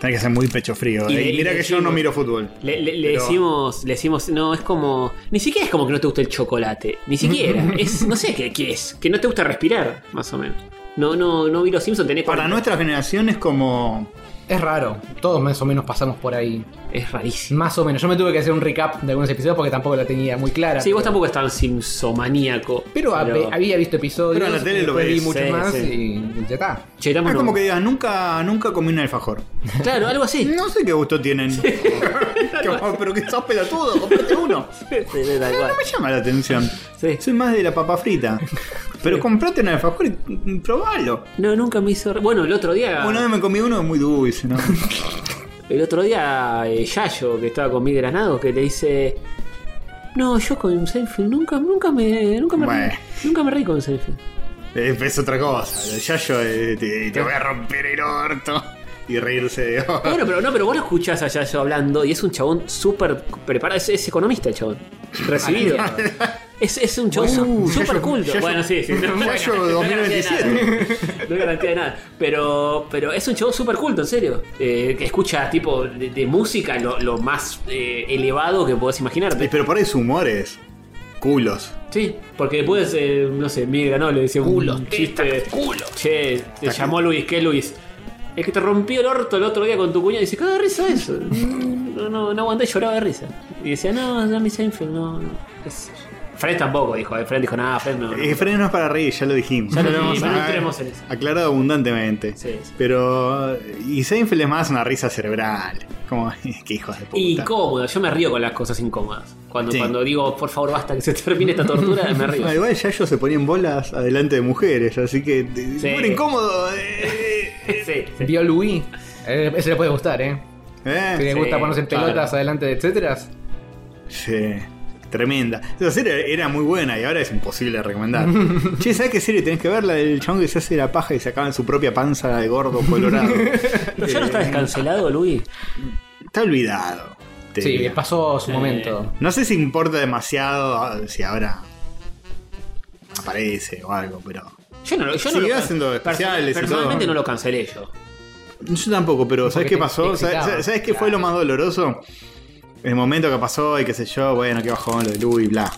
Speaker 2: Tiene que ser muy pecho frío.
Speaker 1: Y
Speaker 2: eh.
Speaker 1: le-
Speaker 2: Y mira
Speaker 1: y
Speaker 2: que
Speaker 1: le
Speaker 2: yo no
Speaker 1: decimos-
Speaker 2: miro fútbol.
Speaker 1: Le, le- le
Speaker 2: Pero-
Speaker 1: decimos, le decimos, no, es como. Ni siquiera es como que no te gusta el chocolate. Ni
Speaker 2: (laughs)
Speaker 1: siquiera. es, no sé qué, qué es. Que no te gusta respirar, más o menos. No, no, no vi los Simpson, tenés
Speaker 2: Para
Speaker 1: como-
Speaker 2: nuestra generación es como.
Speaker 3: Es raro. Todos más o menos pasamos por ahí.
Speaker 1: Es rarísimo.
Speaker 3: Más o menos. Yo me tuve que hacer un recap de algunos episodios porque tampoco la tenía muy clara.
Speaker 1: Sí, vos
Speaker 3: pero-
Speaker 1: tampoco estás tan simpsomaníaco.
Speaker 3: Pero, habe- había visto episodios.
Speaker 2: Pero en la tele lo
Speaker 3: y después
Speaker 2: ves,
Speaker 3: vi muchos
Speaker 1: sí,
Speaker 3: más
Speaker 1: sí.
Speaker 3: y ya está.
Speaker 1: Che, estamos
Speaker 2: Es Ah, como
Speaker 1: no-
Speaker 2: que digas, nunca, nunca comí un alfajor.
Speaker 1: (laughs) Claro, algo
Speaker 2: (laughs)
Speaker 1: así.
Speaker 2: No sé qué gusto tienen. (laughs) Como, Pero que sos pelotudo, comprate uno.
Speaker 1: Sí, tal cual.
Speaker 2: No me llama la atención.
Speaker 1: Sí.
Speaker 2: Soy más de la
Speaker 1: (laughs)
Speaker 2: papa frita. Pero comprate un alfajor y mm, probalo.
Speaker 1: No, nunca me hizo. re- Bueno, el otro día.
Speaker 2: Una vez me comí uno muy
Speaker 1: (laughs)
Speaker 2: dulce, ¿no?
Speaker 1: El otro día, eh, Yayo, que estaba con mi granado, que le dice. No, yo con Seinfeld nunca, nunca me. Nunca me reí.
Speaker 2: Bueno.
Speaker 1: Nunca me reí con Seinfeld.
Speaker 2: Eh, es otra cosa. Ya yo eh, te, te voy a romper el orto y reírse de vos.
Speaker 1: Bueno, pero no, pero vos lo escuchás a Yayo hablando y es un chabón súper preparado. Es, es economista el chabón. Recibido. es, es un chabón súper
Speaker 2: Yayo-
Speaker 1: culto.
Speaker 2: Yayo-
Speaker 1: bueno, sí, sí. No,
Speaker 2: Yayo
Speaker 1: no garantía de
Speaker 2: 2027.
Speaker 1: nada. No garantía de nada. Pero, pero es un chabón súper culto, en serio. Eh, que escucha tipo de, de música lo, lo más eh, elevado que podés
Speaker 2: Eh,
Speaker 1: imaginarte.
Speaker 2: Pero por ahí su humor es culos.
Speaker 1: Sí, porque después, eh, no sé, mi no le decía
Speaker 3: Culos,
Speaker 1: un chiste. Culo. Che, te
Speaker 2: Taca.
Speaker 1: llamó Luis, ¿qué Luis? Es que te rompió el orto el otro día con tu cuñado. Y dice, ¿qué de risa eso? No, no, no aguanté, lloraba de risa. Y decía, no, no, mi Seinfeld, no, no. qué sé yo". Fred tampoco dijo, eh, Fred dijo, nada, Fred no. no".
Speaker 2: Eh, Fren no es para reír, ya lo dijimos.
Speaker 1: Ya lo dijimos,
Speaker 2: hemos
Speaker 1: no
Speaker 2: a-
Speaker 1: entremos en eso.
Speaker 2: Aclarado abundantemente.
Speaker 1: Sí, sí.
Speaker 2: Pero. Y Seinfeld es más una risa cerebral. Como, (laughs) qué hijos de puta.
Speaker 1: Incómodo, yo me río con las cosas incómodas. Cuando,
Speaker 2: Sí.
Speaker 1: cuando digo, por favor, basta que se termine esta
Speaker 2: (laughs)
Speaker 1: tortura, me río.
Speaker 2: Ah, igual Yayo se ponía en bolas adelante de mujeres, así que eh,
Speaker 1: Sí.
Speaker 2: era incómodo. eh,
Speaker 1: (laughs)
Speaker 2: eh,
Speaker 1: Sí, sí.
Speaker 3: Vio Louis. Eh, ese le puede gustar, ¿eh?
Speaker 2: eh.
Speaker 3: Si le
Speaker 1: Sí,
Speaker 3: gusta ponerse en
Speaker 1: claro.
Speaker 3: pelotas adelante de etcétera.
Speaker 2: Sí, tremenda. Esa serie era muy buena y ahora es imposible de recomendar. che, ¿sabes qué serie tenés que ver? La del chabón que se hace la paja y se acaba en su propia panza de gordo colorado. Eh,
Speaker 1: Pero ya no está descancelado, Luis.
Speaker 2: Está olvidado. te
Speaker 3: Sí,
Speaker 2: diría.
Speaker 3: pasó su
Speaker 1: Eh,
Speaker 3: momento.
Speaker 2: No sé si importa demasiado ah, si ahora aparece o algo, pero.
Speaker 1: Yo no lo. Yo no lo
Speaker 2: Siguió
Speaker 1: can-
Speaker 2: haciendo especiales y todo.
Speaker 1: Personalmente no lo cancelé yo.
Speaker 2: Yo tampoco, pero ¿sabes
Speaker 3: Porque
Speaker 2: qué
Speaker 3: te-
Speaker 2: pasó?
Speaker 3: te
Speaker 2: ¿Sabes,
Speaker 3: excitaba.
Speaker 2: sabes qué fue lo más doloroso? El momento que pasó y qué sé yo, bueno, qué bajón lo de Lu y bla.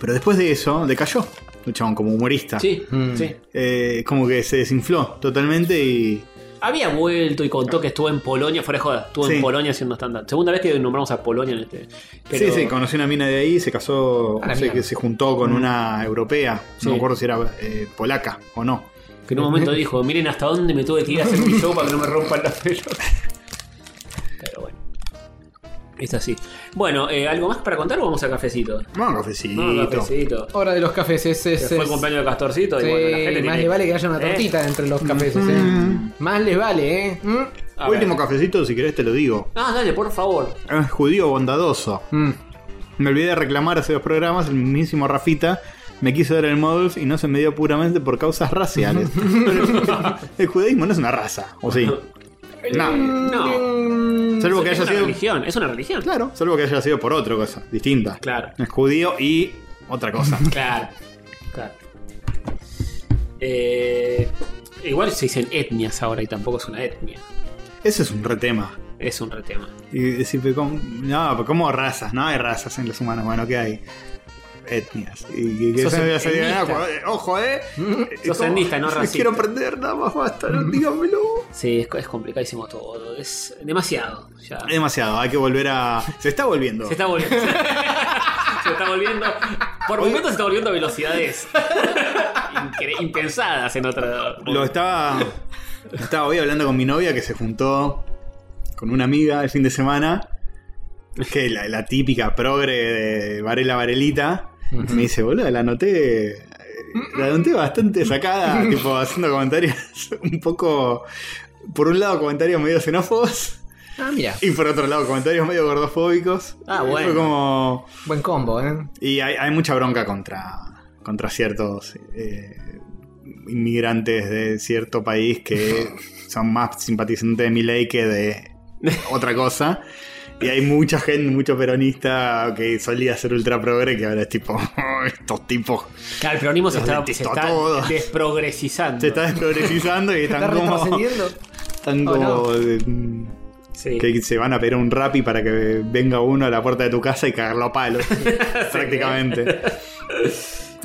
Speaker 2: Pero después de eso, decayó el chabón como humorista.
Speaker 1: Sí,
Speaker 3: Mm.
Speaker 1: sí.
Speaker 2: Eh, como que se desinfló totalmente y.
Speaker 1: Había vuelto y contó que estuvo en Polonia, fuera de joda, estuvo
Speaker 2: Sí.
Speaker 1: en Polonia haciendo stand-up. Segunda vez que nombramos a Polonia en este. pero-
Speaker 2: Sí, sí, conoció una mina de ahí, se casó,
Speaker 3: A la
Speaker 2: no sé,
Speaker 3: mierda.
Speaker 2: que se juntó con una europea,
Speaker 1: Mm. Sí.
Speaker 2: no me acuerdo si era eh, polaca o no.
Speaker 1: Que en un momento dijo, miren hasta dónde me tuve que ir a hacer mi show para que no me rompan las pelotas. Es así. Bueno, eh, ¿algo más para contar o vamos a cafecito?
Speaker 2: Vamos, cafecito.
Speaker 1: No, Ah, cafecito.
Speaker 3: Hora de los cafés es. es-
Speaker 1: Fue el
Speaker 3: es-
Speaker 1: cumpleaños de Castorcito
Speaker 3: Sí,
Speaker 1: y bueno, la gente
Speaker 3: más
Speaker 1: tiene-
Speaker 3: les vale que haya una
Speaker 1: ¿Eh?
Speaker 3: tortita entre los cafés. eh.
Speaker 2: Mm.
Speaker 3: Más les vale, ¿eh? Mm.
Speaker 1: A
Speaker 2: Último
Speaker 1: ver.
Speaker 2: cafecito, si querés te lo digo.
Speaker 1: Ah, dale, por favor.
Speaker 2: Es judío bondadoso.
Speaker 3: Mm.
Speaker 2: Me olvidé de reclamar hace dos programas, el mismísimo Rafita me quiso dar el Models y no se me dio puramente por
Speaker 1: (laughs)
Speaker 2: causas raciales. el judaísmo no es una raza, ¿o sí? No.
Speaker 1: No.
Speaker 3: Mm.
Speaker 2: Salvo que
Speaker 1: Mm, es
Speaker 2: haya
Speaker 1: una
Speaker 2: sido...
Speaker 1: religión, es una religión.
Speaker 2: Claro, salvo que haya sido por otra cosa, distinta.
Speaker 1: Claro.
Speaker 2: Es judío y
Speaker 1: (laughs)
Speaker 2: otra cosa.
Speaker 1: Claro. claro. Eh, igual se dicen etnias ahora y tampoco es una etnia.
Speaker 2: Ese es un retema.
Speaker 1: Es un retema.
Speaker 2: Y decir, pero ¿cómo? No, pero ¿cómo razas? No hay razas en los humanos, bueno, ¿qué hay? Etnias. Y, y- que
Speaker 1: Sos
Speaker 2: se me
Speaker 1: etnista.
Speaker 2: salga, "Ah, ojo, eh, ojo, eh.
Speaker 1: (laughs) Sos
Speaker 2: ¿Cómo?
Speaker 1: etnista, no racista.
Speaker 2: (laughs) Quiero aprender nada más, basta, no, dígamelo.
Speaker 1: Sí, es, es complicadísimo todo. Es demasiado. Ya.
Speaker 2: Demasiado, hay que volver a. Se está volviendo.
Speaker 1: Se está
Speaker 2: (laughs)
Speaker 1: volviendo. se está volviendo. Por momentos se está volviendo a velocidades incre- impensadas en otra.
Speaker 2: Lo estaba. lo estaba hoy hablando con mi novia que se juntó con una amiga el fin de semana. Es que la, la típica progre de Varela Varelita. y Me dice, boludo, la noté. eh, La noté bastante sacada,
Speaker 1: (laughs)
Speaker 2: tipo haciendo comentarios un poco. Por un lado, comentarios medio xenófobos.
Speaker 3: Ah, mira.
Speaker 2: Y por otro lado, comentarios medio gordofóbicos.
Speaker 1: Ah,
Speaker 2: Y fue
Speaker 1: bueno.
Speaker 2: como.
Speaker 3: Buen combo, ¿eh?
Speaker 2: Y hay, hay mucha bronca contra, contra ciertos eh, inmigrantes de cierto país
Speaker 3: (laughs)
Speaker 2: que son más simpatizantes de mi ley que de otra cosa. Y hay mucha gente, mucho peronista que solía ser ultra progre que ahora es tipo, (laughs) estos tipos
Speaker 1: Claro, el peronismo se
Speaker 2: Los
Speaker 1: está, se
Speaker 2: detesto a
Speaker 1: está
Speaker 2: todos.
Speaker 1: desprogresizando.
Speaker 2: se están progresizando y
Speaker 3: ¿Está
Speaker 2: están como, (laughs)
Speaker 3: retrocediendo?
Speaker 2: están
Speaker 3: Oh, no.
Speaker 2: como, eh,
Speaker 1: Sí.
Speaker 2: que se van a pedir un rapi para que venga uno a la puerta de tu casa y cagarlo
Speaker 1: (laughs)
Speaker 2: a palos, prácticamente.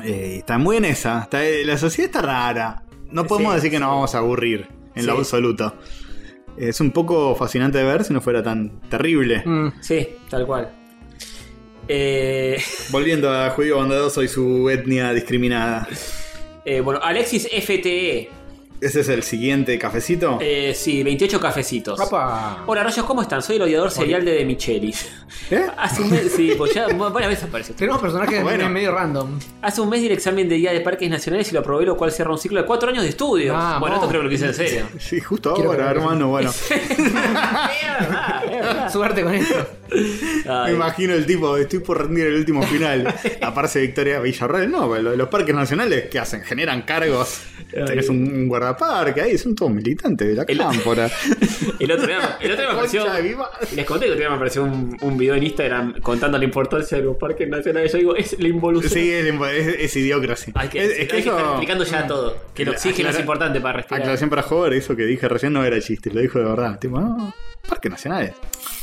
Speaker 2: Eh, está muy en esa. está- eh, la sociedad está rara. No podemos
Speaker 1: Sí,
Speaker 2: decir que nos
Speaker 1: sí.
Speaker 2: vamos a aburrir en lo
Speaker 1: Sí.
Speaker 2: absoluto. Es un poco fascinante de ver si no fuera tan terrible.
Speaker 3: Mm.
Speaker 1: Sí, tal cual. Eh,
Speaker 2: Volviendo a Judío Bondadoso y su etnia discriminada.
Speaker 1: eh, bueno, Alexis E. FTE.
Speaker 2: Ese es el siguiente cafecito.
Speaker 1: Eh, sí, 28 cafecitos.
Speaker 3: Apa.
Speaker 1: Hola, rayos, ¿cómo están? Soy el odiador serial de De Michelis.
Speaker 2: ¿Eh?
Speaker 1: (laughs) Hace un mes, sí, pues ya varias veces aparece.
Speaker 3: Tenemos personajes
Speaker 2: Bueno.
Speaker 3: medio random.
Speaker 1: Hace un mes di el examen de guía de parques nacionales y lo aprobé, lo cual cierra un ciclo de cuatro años de estudio.
Speaker 3: Vamos.
Speaker 1: Bueno, esto creo que lo hice en
Speaker 2: (laughs)
Speaker 1: serio.
Speaker 2: Sí, justo
Speaker 3: Quiero
Speaker 2: ahora,
Speaker 3: ver-
Speaker 2: hermano.
Speaker 1: (laughs)
Speaker 2: Bueno,
Speaker 3: Suerte con esto.
Speaker 2: me
Speaker 1: Ay,
Speaker 2: imagino el tipo, estoy por rendir el último final.
Speaker 1: (laughs)
Speaker 2: Aparte Victoria Villarreal, no, pero lo de los parques nacionales, ¿qué hacen? Generan cargos. Tenés un, un guardaparque ahí, son todos militantes de la
Speaker 1: El-
Speaker 2: cámpora.
Speaker 1: el otro día, (laughs) el otro día me apareció.
Speaker 2: Concha de mi madre.
Speaker 1: Les conté que el otro día me apareció un, un video en Instagram contando la importancia de los parques nacionales. Yo digo, es la involución.
Speaker 2: Sí, es, es, es idiocracy.
Speaker 1: Hay que,
Speaker 2: es,
Speaker 1: hay
Speaker 2: es
Speaker 1: que estar explicando ya todo. Que el oxígeno
Speaker 2: Aclara-
Speaker 1: es importante para respirar.
Speaker 2: Aclaración para joder, eso que dije recién no era chiste, lo dijo de verdad. Tipo, no, parques nacionales.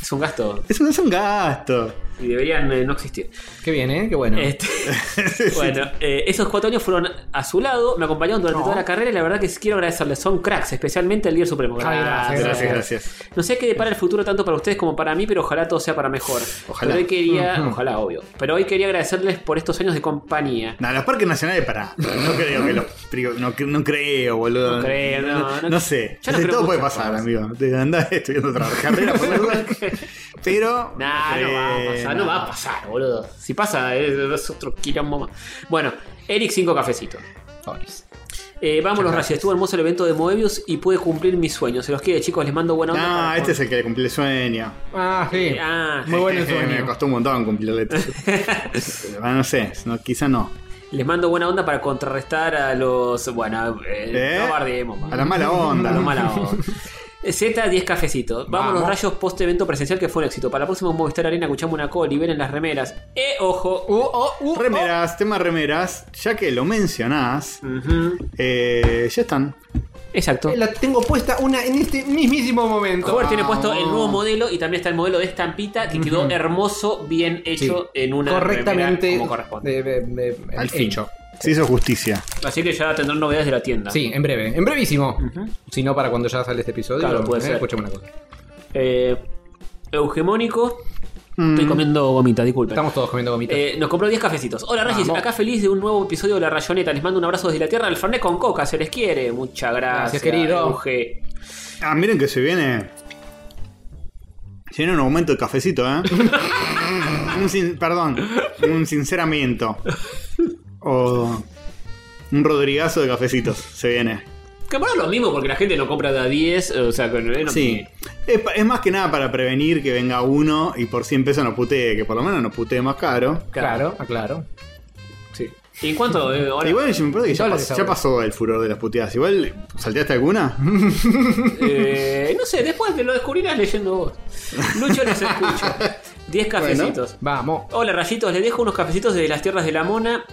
Speaker 1: Es un gasto.
Speaker 2: Eso no es un gasto. (laughs)
Speaker 1: Y deberían eh, no existir.
Speaker 3: Qué bien, ¿eh? Qué bueno.
Speaker 1: Este, bueno, eh, esos cuatro años fueron a su lado, me acompañaron durante
Speaker 3: No.
Speaker 1: toda la carrera y la verdad que quiero agradecerles. Son cracks, especialmente al líder supremo.
Speaker 3: Ay, gracias,
Speaker 2: Gracias, gracias.
Speaker 1: No sé qué depara el futuro tanto para ustedes como para mí, pero ojalá todo sea para mejor.
Speaker 2: Ojalá.
Speaker 1: Pero hoy quería,
Speaker 3: Ujú.
Speaker 1: ojalá, obvio. Pero hoy quería agradecerles por estos años de compañía.
Speaker 2: No, los parques nacionales para. No creo que los. pri- No, cre- no creo, boludo.
Speaker 1: No creo, no, no-
Speaker 2: sé.
Speaker 1: Yo no
Speaker 2: De
Speaker 1: creo
Speaker 2: todo
Speaker 1: mucho,
Speaker 2: puede pasar,
Speaker 1: capaz.
Speaker 2: amigo. Te andás (laughs) estudiando otra carrera por
Speaker 1: (laughs)
Speaker 2: las dudas. Pero.
Speaker 1: Nah, no va a
Speaker 2: eh,
Speaker 1: pasar, no
Speaker 2: nah.
Speaker 1: va a pasar, boludo. Si pasa, es, es otro quilombo más. Bueno, Eric, cinco cafecitos. Eh, vámonos, Raya. Estuvo hermoso el evento de Moebius y pude cumplir mis sueños. Se los quiere, chicos. Les mando buena onda.
Speaker 2: Nah,
Speaker 1: para-
Speaker 2: este es el que le cumplí el sueño.
Speaker 3: Ah, sí.
Speaker 1: Ah,
Speaker 3: Muy bueno
Speaker 2: (laughs)
Speaker 3: el
Speaker 2: Me
Speaker 3: sueño.
Speaker 2: costó un montón cumplirle. todo.
Speaker 1: (laughs)
Speaker 2: Pero, no sé, no, quizá no.
Speaker 1: les mando buena onda para contrarrestar a los. Bueno, eh,
Speaker 2: ¿Eh?
Speaker 1: no bardeemos.
Speaker 2: A la mala onda.
Speaker 1: Lo mala onda. Eh, Z, 10 cafecitos. Vámonos,
Speaker 3: Vamos.
Speaker 1: rayos post evento presencial que fue un éxito. Para la próxima Movistar Arena escuchamos una call y ven en las remeras. ¡Eh, ojo!
Speaker 3: Uh, oh, uh, oh.
Speaker 2: Remeras, tema remeras. Ya que lo mencionás,
Speaker 1: Ujú.
Speaker 2: eh, ya están.
Speaker 1: Exacto.
Speaker 3: La tengo puesta una en este mismísimo momento.
Speaker 1: Robert tiene puesto el nuevo
Speaker 3: Vamos.
Speaker 1: modelo y también está el modelo de estampita que quedó hermoso, bien hecho en una remera
Speaker 3: Ah, correctamente
Speaker 1: como corresponde.
Speaker 3: de- de- de-
Speaker 2: Al fin.
Speaker 3: hecho.
Speaker 2: Se hizo justicia.
Speaker 1: Así que ya tendrán novedades de la tienda.
Speaker 3: Sí, en breve, en brevísimo.
Speaker 1: Ujú.
Speaker 3: Si no, para cuando ya sale este episodio,
Speaker 1: Claro, puede
Speaker 3: eh,
Speaker 1: ser.
Speaker 3: escuchemos una cosa.
Speaker 1: Eh, eugemónico.
Speaker 2: Mm.
Speaker 1: Estoy comiendo gomita, disculpen.
Speaker 3: Estamos todos comiendo gomitas.
Speaker 1: Eh, nos compró 10 cafecitos. Hola Reyes,
Speaker 3: Vamos.
Speaker 1: acá feliz de un nuevo episodio de La Rayoneta. Les mando un abrazo desde la tierra del Fernet con Coca, se les quiere. Muchas gracias.
Speaker 3: Gracias, querido.
Speaker 1: Euge.
Speaker 2: Ah, miren que se viene. Tiene un aumento de cafecito, ¿eh? un sin- perdón, un sinceramiento. O un rodrigazo de cafecitos se viene.
Speaker 1: Que bueno, es lo mismo porque la gente no compra de a 10, o sea, con eh, no-
Speaker 2: Sí. Es, pa- es más que nada para prevenir que venga uno y por 100 pesos no putee, que por lo menos no putee más caro.
Speaker 3: Claro, aclaro.
Speaker 1: Sí. ¿Y en cuánto?
Speaker 2: (laughs)
Speaker 1: eh, ahora,
Speaker 2: Igual yo me parece que ya,
Speaker 3: Dólares
Speaker 2: pas- ya
Speaker 3: ahora.
Speaker 2: pasó el furor de las puteadas. Igual, ¿salteaste alguna?
Speaker 1: eh, no sé, después te lo descubrirás leyendo vos. Lucho los
Speaker 2: (laughs)
Speaker 1: escucho. 10 cafecitos.
Speaker 3: Vamos.
Speaker 1: Hola, rayitos, les dejo unos cafecitos de las tierras de la mona.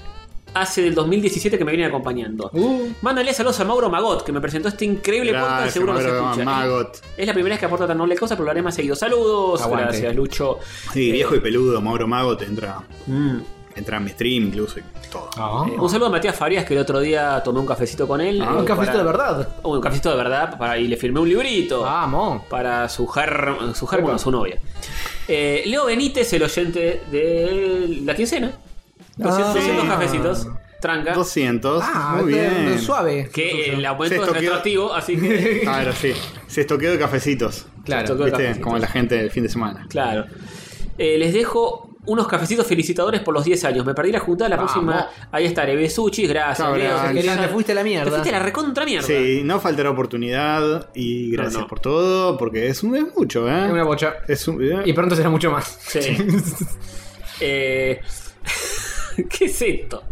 Speaker 1: Hace del 2017 que me vienen acompañando.
Speaker 3: Uh,
Speaker 1: Mándale saludos a Mauro Magot, que me presentó este increíble podcast.
Speaker 2: Gracias,
Speaker 1: Seguro que se
Speaker 2: Magro-
Speaker 1: escucha.
Speaker 2: Magot.
Speaker 1: Es la primera vez que aporta tan noble cosa, pero lo haré más seguido. Saludos.
Speaker 3: Aguante.
Speaker 1: Gracias, Lucho.
Speaker 2: Sí, viejo y peludo, Mauro Magot entra,
Speaker 1: Mm.
Speaker 2: entra a mi stream incluso y todo.
Speaker 3: ah.
Speaker 1: Eh, Un saludo a Matías Farías, que el otro día tomé un cafecito con él.
Speaker 3: Ah, un
Speaker 1: eh,
Speaker 3: cafecito
Speaker 1: para- Oh,
Speaker 3: de verdad. Ah,
Speaker 1: Un cafecito de verdad para- y le firmé un librito.
Speaker 3: Vamos.
Speaker 1: Para su germ, su germo,
Speaker 3: Epa.
Speaker 1: no, su novia. Eh, Leo Benítez, el oyente de la quincena. 200,
Speaker 3: Ah.
Speaker 1: 200
Speaker 2: Sí.
Speaker 1: cafecitos. Tranca.
Speaker 2: 200.
Speaker 3: Ah,
Speaker 2: muy
Speaker 3: este,
Speaker 2: bien.
Speaker 3: suave.
Speaker 1: Que eh, el
Speaker 2: Se
Speaker 1: aumento es
Speaker 2: estoqueó.
Speaker 1: retroactivo, así
Speaker 3: (laughs)
Speaker 1: que.
Speaker 2: Claro, Ah, sí. Se estoqueó de cafecitos.
Speaker 1: Se
Speaker 3: Claro.
Speaker 1: tocó-
Speaker 2: ¿Viste?
Speaker 1: cafecitos.
Speaker 2: Como la gente del fin de semana.
Speaker 1: Claro. Eh, les dejo unos cafecitos felicitadores por los 10 años. Me perdí la juntada, la
Speaker 3: Vamos.
Speaker 1: próxima. Ahí estaré. Besuchis, gracias.
Speaker 2: Cabra.
Speaker 1: Leo.
Speaker 2: Ah,
Speaker 3: Que
Speaker 1: ya-
Speaker 3: te fuiste a la
Speaker 1: Te
Speaker 3: mierda.
Speaker 1: fuiste a la recontra mierda.
Speaker 2: Sí, no faltará oportunidad y gracias
Speaker 1: no.
Speaker 2: por todo, porque es, un, es mucho,
Speaker 3: Es una
Speaker 2: ¿eh?
Speaker 3: bocha.
Speaker 2: Es un, eh,
Speaker 3: Y pronto será mucho más. (laughs)
Speaker 1: Sí. Eh, (laughs) ¿Qué es esto?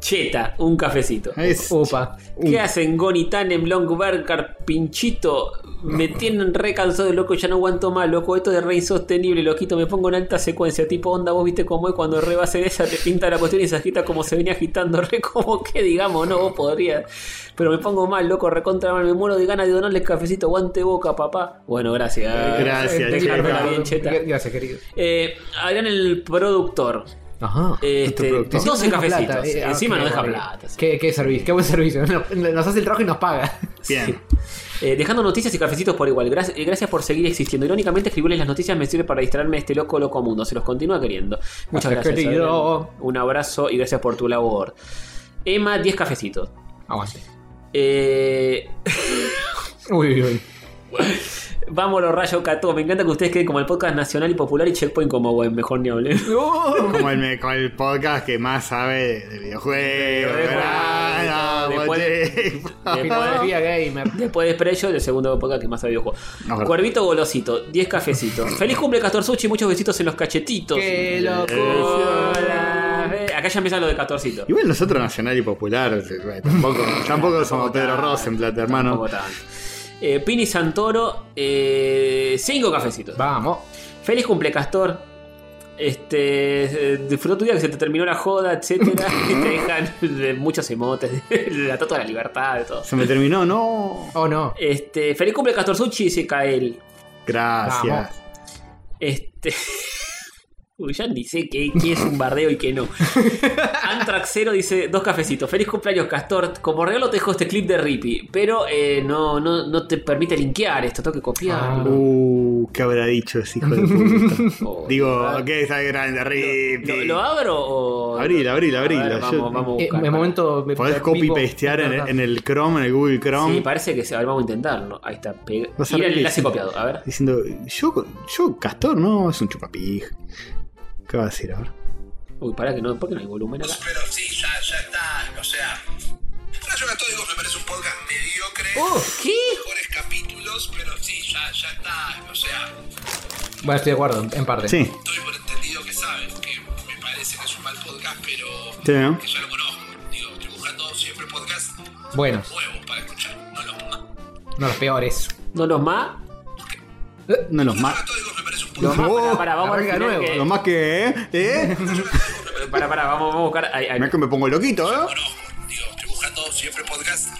Speaker 1: Cheta, un cafecito.
Speaker 2: es
Speaker 3: Opa.
Speaker 2: un-
Speaker 1: ¿Qué hacen Goni Tanem, Longbar, Carpinchito? Me tienen re cansado, loco, ya no aguanto más, loco. Esto es re insostenible, loquito. Me pongo en alta secuencia, tipo onda. Vos viste cómo es cuando re va a hacer esa, te pinta la cuestión y se agita como se venía agitando, re como que digamos, no, vos podrías. Pero me pongo mal, loco, re contra mal. Me muero de ganas de donarles cafecito, guante boca, papá. Bueno, gracias.
Speaker 3: Eh,
Speaker 2: Gracias,
Speaker 3: Este
Speaker 1: Dejármela
Speaker 2: Cheta.
Speaker 1: bien, cheta.
Speaker 3: Gracias, querido.
Speaker 1: Eh, Adrián, el productor.
Speaker 3: Ajá.
Speaker 1: Este,
Speaker 2: productor.
Speaker 1: 12
Speaker 3: Encima
Speaker 1: cafecitos.
Speaker 3: plata, eh, ah,
Speaker 1: Encima
Speaker 3: ok,
Speaker 1: nos deja
Speaker 3: ok.
Speaker 1: plata. sí.
Speaker 3: Qué, qué servicio, qué buen servicio. Nos, nos hace el trabajo y nos paga.
Speaker 2: Bien.
Speaker 1: Eh, dejando noticias y cafecitos por igual. Gracias, eh, gracias por seguir existiendo. Irónicamente, escribirles las noticias me sirve para distraerme de este loco loco mundo. Se los continúa queriendo. Muchas gracias.
Speaker 3: Gracias, querido.
Speaker 1: Adrián. Un abrazo y gracias por tu labor. Emma, 10 cafecitos.
Speaker 3: Aguante.
Speaker 1: Eh,
Speaker 3: Uy, uy, uy.
Speaker 1: vámonos, Rayo Cató. Me encanta que ustedes queden como el podcast nacional y popular y Checkpoint como bueno, mejor ni
Speaker 3: (laughs)
Speaker 1: hablé. Oh.
Speaker 2: Como el, me- como el podcast que más sabe de, de videojuegos.
Speaker 1: De videojuegos,
Speaker 2: Ah, (laughs) no,
Speaker 1: después-
Speaker 2: boche.
Speaker 1: Eh,
Speaker 3: Filmografía gamer.
Speaker 1: Después de Sprecho, el segundo podcast que más había jugado.
Speaker 2: No, verdad.
Speaker 1: Cuervito Golosito, 10 cafecitos. Feliz cumple, Castor Suchi. Muchos besitos en los cachetitos.
Speaker 3: Qué loco.
Speaker 1: Hola, ve- Acá ya empiezan los de Castorcito.
Speaker 2: Igual nosotros nacional y popular, eh, tampoco, tampoco somos Pedro Rosenblatt, hermano.
Speaker 1: Tampoco tanto. Eh, Pini Santoro, eh, cinco cafecitos.
Speaker 3: Vamos.
Speaker 1: Feliz cumple, Castor. Este, eh, disfrutó tu día que se te terminó la joda, etcétera. y te dejan de muchos emotes, de la tata de la libertad, de todo.
Speaker 2: Se me terminó, no.
Speaker 3: Oh, no.
Speaker 1: Este, feliz cumple, Castor Suchi, dice Kael.
Speaker 2: Gracias.
Speaker 1: Este. (laughs) Uy, ya ni sé qué, qué es un bardeo y qué no. Antraxero dice: Dos cafecitos. Feliz cumpleaños, Castor. Como regalo te dejo este clip de Rippy, pero eh, no, no, no te permite linkear esto, tengo que copiarlo.
Speaker 2: Uh, ¿qué habrá dicho ese hijo de
Speaker 1: (laughs)
Speaker 2: puta?
Speaker 1: Oh,
Speaker 2: (laughs) Digo,
Speaker 1: ¿verdad?
Speaker 2: ¿qué es el grande Ripi?
Speaker 1: ¿Lo, lo abro o.?
Speaker 2: Abril, abril,
Speaker 1: A
Speaker 2: abril.
Speaker 1: ver,
Speaker 2: Yo-
Speaker 1: vamos, vamos a
Speaker 3: Eh,
Speaker 1: buscar.
Speaker 3: en momento me
Speaker 2: Podés copy pastear en, en el Chrome, en el Google Chrome.
Speaker 1: Sí, parece que sí. A ver, vamos a intentarlo. Ahí está. Pega.
Speaker 2: Vas a
Speaker 1: Y
Speaker 2: ver
Speaker 1: el
Speaker 2: que
Speaker 1: enlace
Speaker 2: sí.
Speaker 1: copiado. A ver.
Speaker 2: diciendo, yo, yo, Castor, no, es un chupapija. ¿Qué va a decir ahora?
Speaker 1: Uy, pará que no. ¿Por qué no hay volumen acá?
Speaker 4: Pero sí, ya, ya está, o sea. Rayo Católico me parece un podcast mediocre.
Speaker 3: Uh.
Speaker 1: ¡Oh! ¿Qué?
Speaker 4: Mejores capítulos, pero sí, ya, ya está, o sea.
Speaker 3: Bueno, estoy de acuerdo, en parte.
Speaker 2: Sí,
Speaker 4: Doy por entendido que saben que me parece que es un mal podcast, pero.
Speaker 2: sí, ¿no?
Speaker 4: que ya lo conozco. Digo, estoy buscando siempre podcasts
Speaker 3: Bueno,
Speaker 4: nuevos para escuchar, no los más.
Speaker 3: no los peores.
Speaker 1: ¿No los más?
Speaker 2: No los
Speaker 4: Rayo
Speaker 2: más.
Speaker 4: Católico me parece un
Speaker 1: Los
Speaker 4: podcast.
Speaker 1: más.
Speaker 2: Oh,
Speaker 1: Pará, pará, vamos a
Speaker 3: arranca de
Speaker 1: tener
Speaker 3: nuevo,
Speaker 1: que-
Speaker 2: Lo más que, ¿eh?
Speaker 1: Pará, pará, vamos, vamos a buscar. Ahí, ahí.
Speaker 2: Mirá que me pongo loquito, ¿eh?
Speaker 4: conozco. Digo, estoy buscando siempre podcasts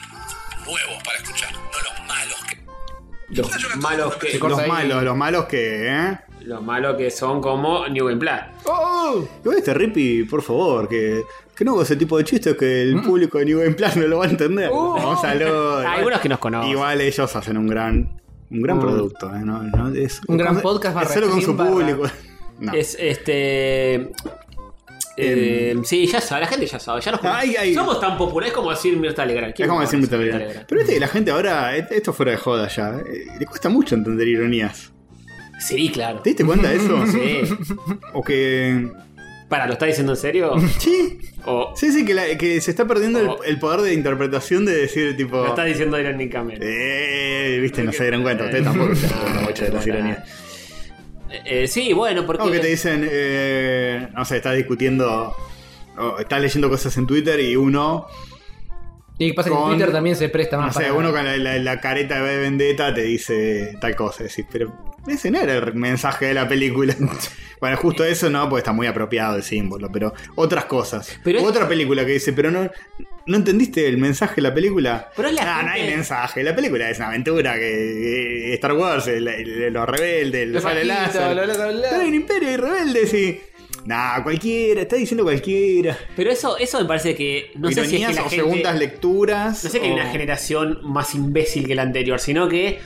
Speaker 4: nuevos para escuchar, no los malos que.
Speaker 1: Los malos que.
Speaker 3: corta
Speaker 2: Los
Speaker 3: ahí.
Speaker 2: malos, los malos que, ¿eh?
Speaker 1: Los malos que son como New Game Plus.
Speaker 2: ¡Oh! Igual este Rippy, por favor, que, que no haga ese tipo de chistes que
Speaker 1: ¿Mm?
Speaker 2: el público de New Game Plus no lo va a entender. Vamos a lo-
Speaker 1: Hay Oh. (laughs) algunos que nos conocen.
Speaker 2: Igual ellos hacen un gran, un gran producto, ¿eh? No- no, es-
Speaker 3: Un gran
Speaker 2: es-
Speaker 3: podcast barra
Speaker 2: Es solo con su
Speaker 3: stream barra-
Speaker 2: público. No.
Speaker 1: Es este. eh, sí, ya sabe, la gente ya sabe, ya nos conoce.
Speaker 2: Em. Ay, ay.
Speaker 1: Somos tan populares como decir Mirta Legrand.
Speaker 2: Es
Speaker 1: ¿Quién
Speaker 2: como
Speaker 1: conoce
Speaker 2: decir
Speaker 1: a
Speaker 2: e, Mirta Legrand. Pero viste que la gente ahora, et- esto fuera de joda ya, eh, le cuesta mucho entender ironías.
Speaker 1: Sí, claro.
Speaker 2: ¿Te diste cuenta de eso?
Speaker 1: (laughs) Sí.
Speaker 2: O que.
Speaker 1: Para, ¿lo está diciendo en
Speaker 2: (laughs)
Speaker 1: serio?
Speaker 2: Sí.
Speaker 1: ¿O
Speaker 2: Sí, sí, que, la- que se está perdiendo el-
Speaker 1: Oh.
Speaker 2: el, poder de interpretación de decir, tipo.
Speaker 1: lo está diciendo irónicamente?
Speaker 2: Eh, viste, no
Speaker 1: (laughs)
Speaker 2: se dieron cuenta. Ustedes tampoco se dieron cuenta mucho de las ironías.
Speaker 1: Eh, eh, sí, bueno, porque.
Speaker 2: No, que te dicen, eh, no sé, estás discutiendo, o estás leyendo cosas en Twitter y uno,
Speaker 3: Y pasa que en
Speaker 2: Con-
Speaker 3: Twitter también se presta
Speaker 2: no
Speaker 3: más.
Speaker 2: sé,
Speaker 3: para-
Speaker 2: uno con la, la- la careta de vendetta te dice tal cosa. Decís, pero ese no era el mensaje de la película.
Speaker 1: (laughs)
Speaker 2: bueno, justo eso no, porque está muy apropiado el símbolo, pero otras cosas.
Speaker 1: Pero es-
Speaker 2: Otra película que dice, pero no, no entendiste el mensaje de la película.
Speaker 1: Pero es la
Speaker 2: Ah, no
Speaker 1: gente-
Speaker 2: hay mensaje. La película es una aventura que, que Star Wars, el- el- los rebeldes,
Speaker 3: Los
Speaker 2: los sale
Speaker 3: bajitos,
Speaker 2: láser.
Speaker 3: bla, bla, bla, bla.
Speaker 2: Pero hay un imperio y rebeldes y. Nah, cualquiera, está diciendo cualquiera.
Speaker 1: Pero eso, eso me parece que. No sé si es que
Speaker 2: Ironías
Speaker 1: la
Speaker 2: o
Speaker 1: gente.
Speaker 2: segundas lecturas.
Speaker 1: No sé que hay
Speaker 2: o-
Speaker 1: una generación más imbécil que la anterior, sino que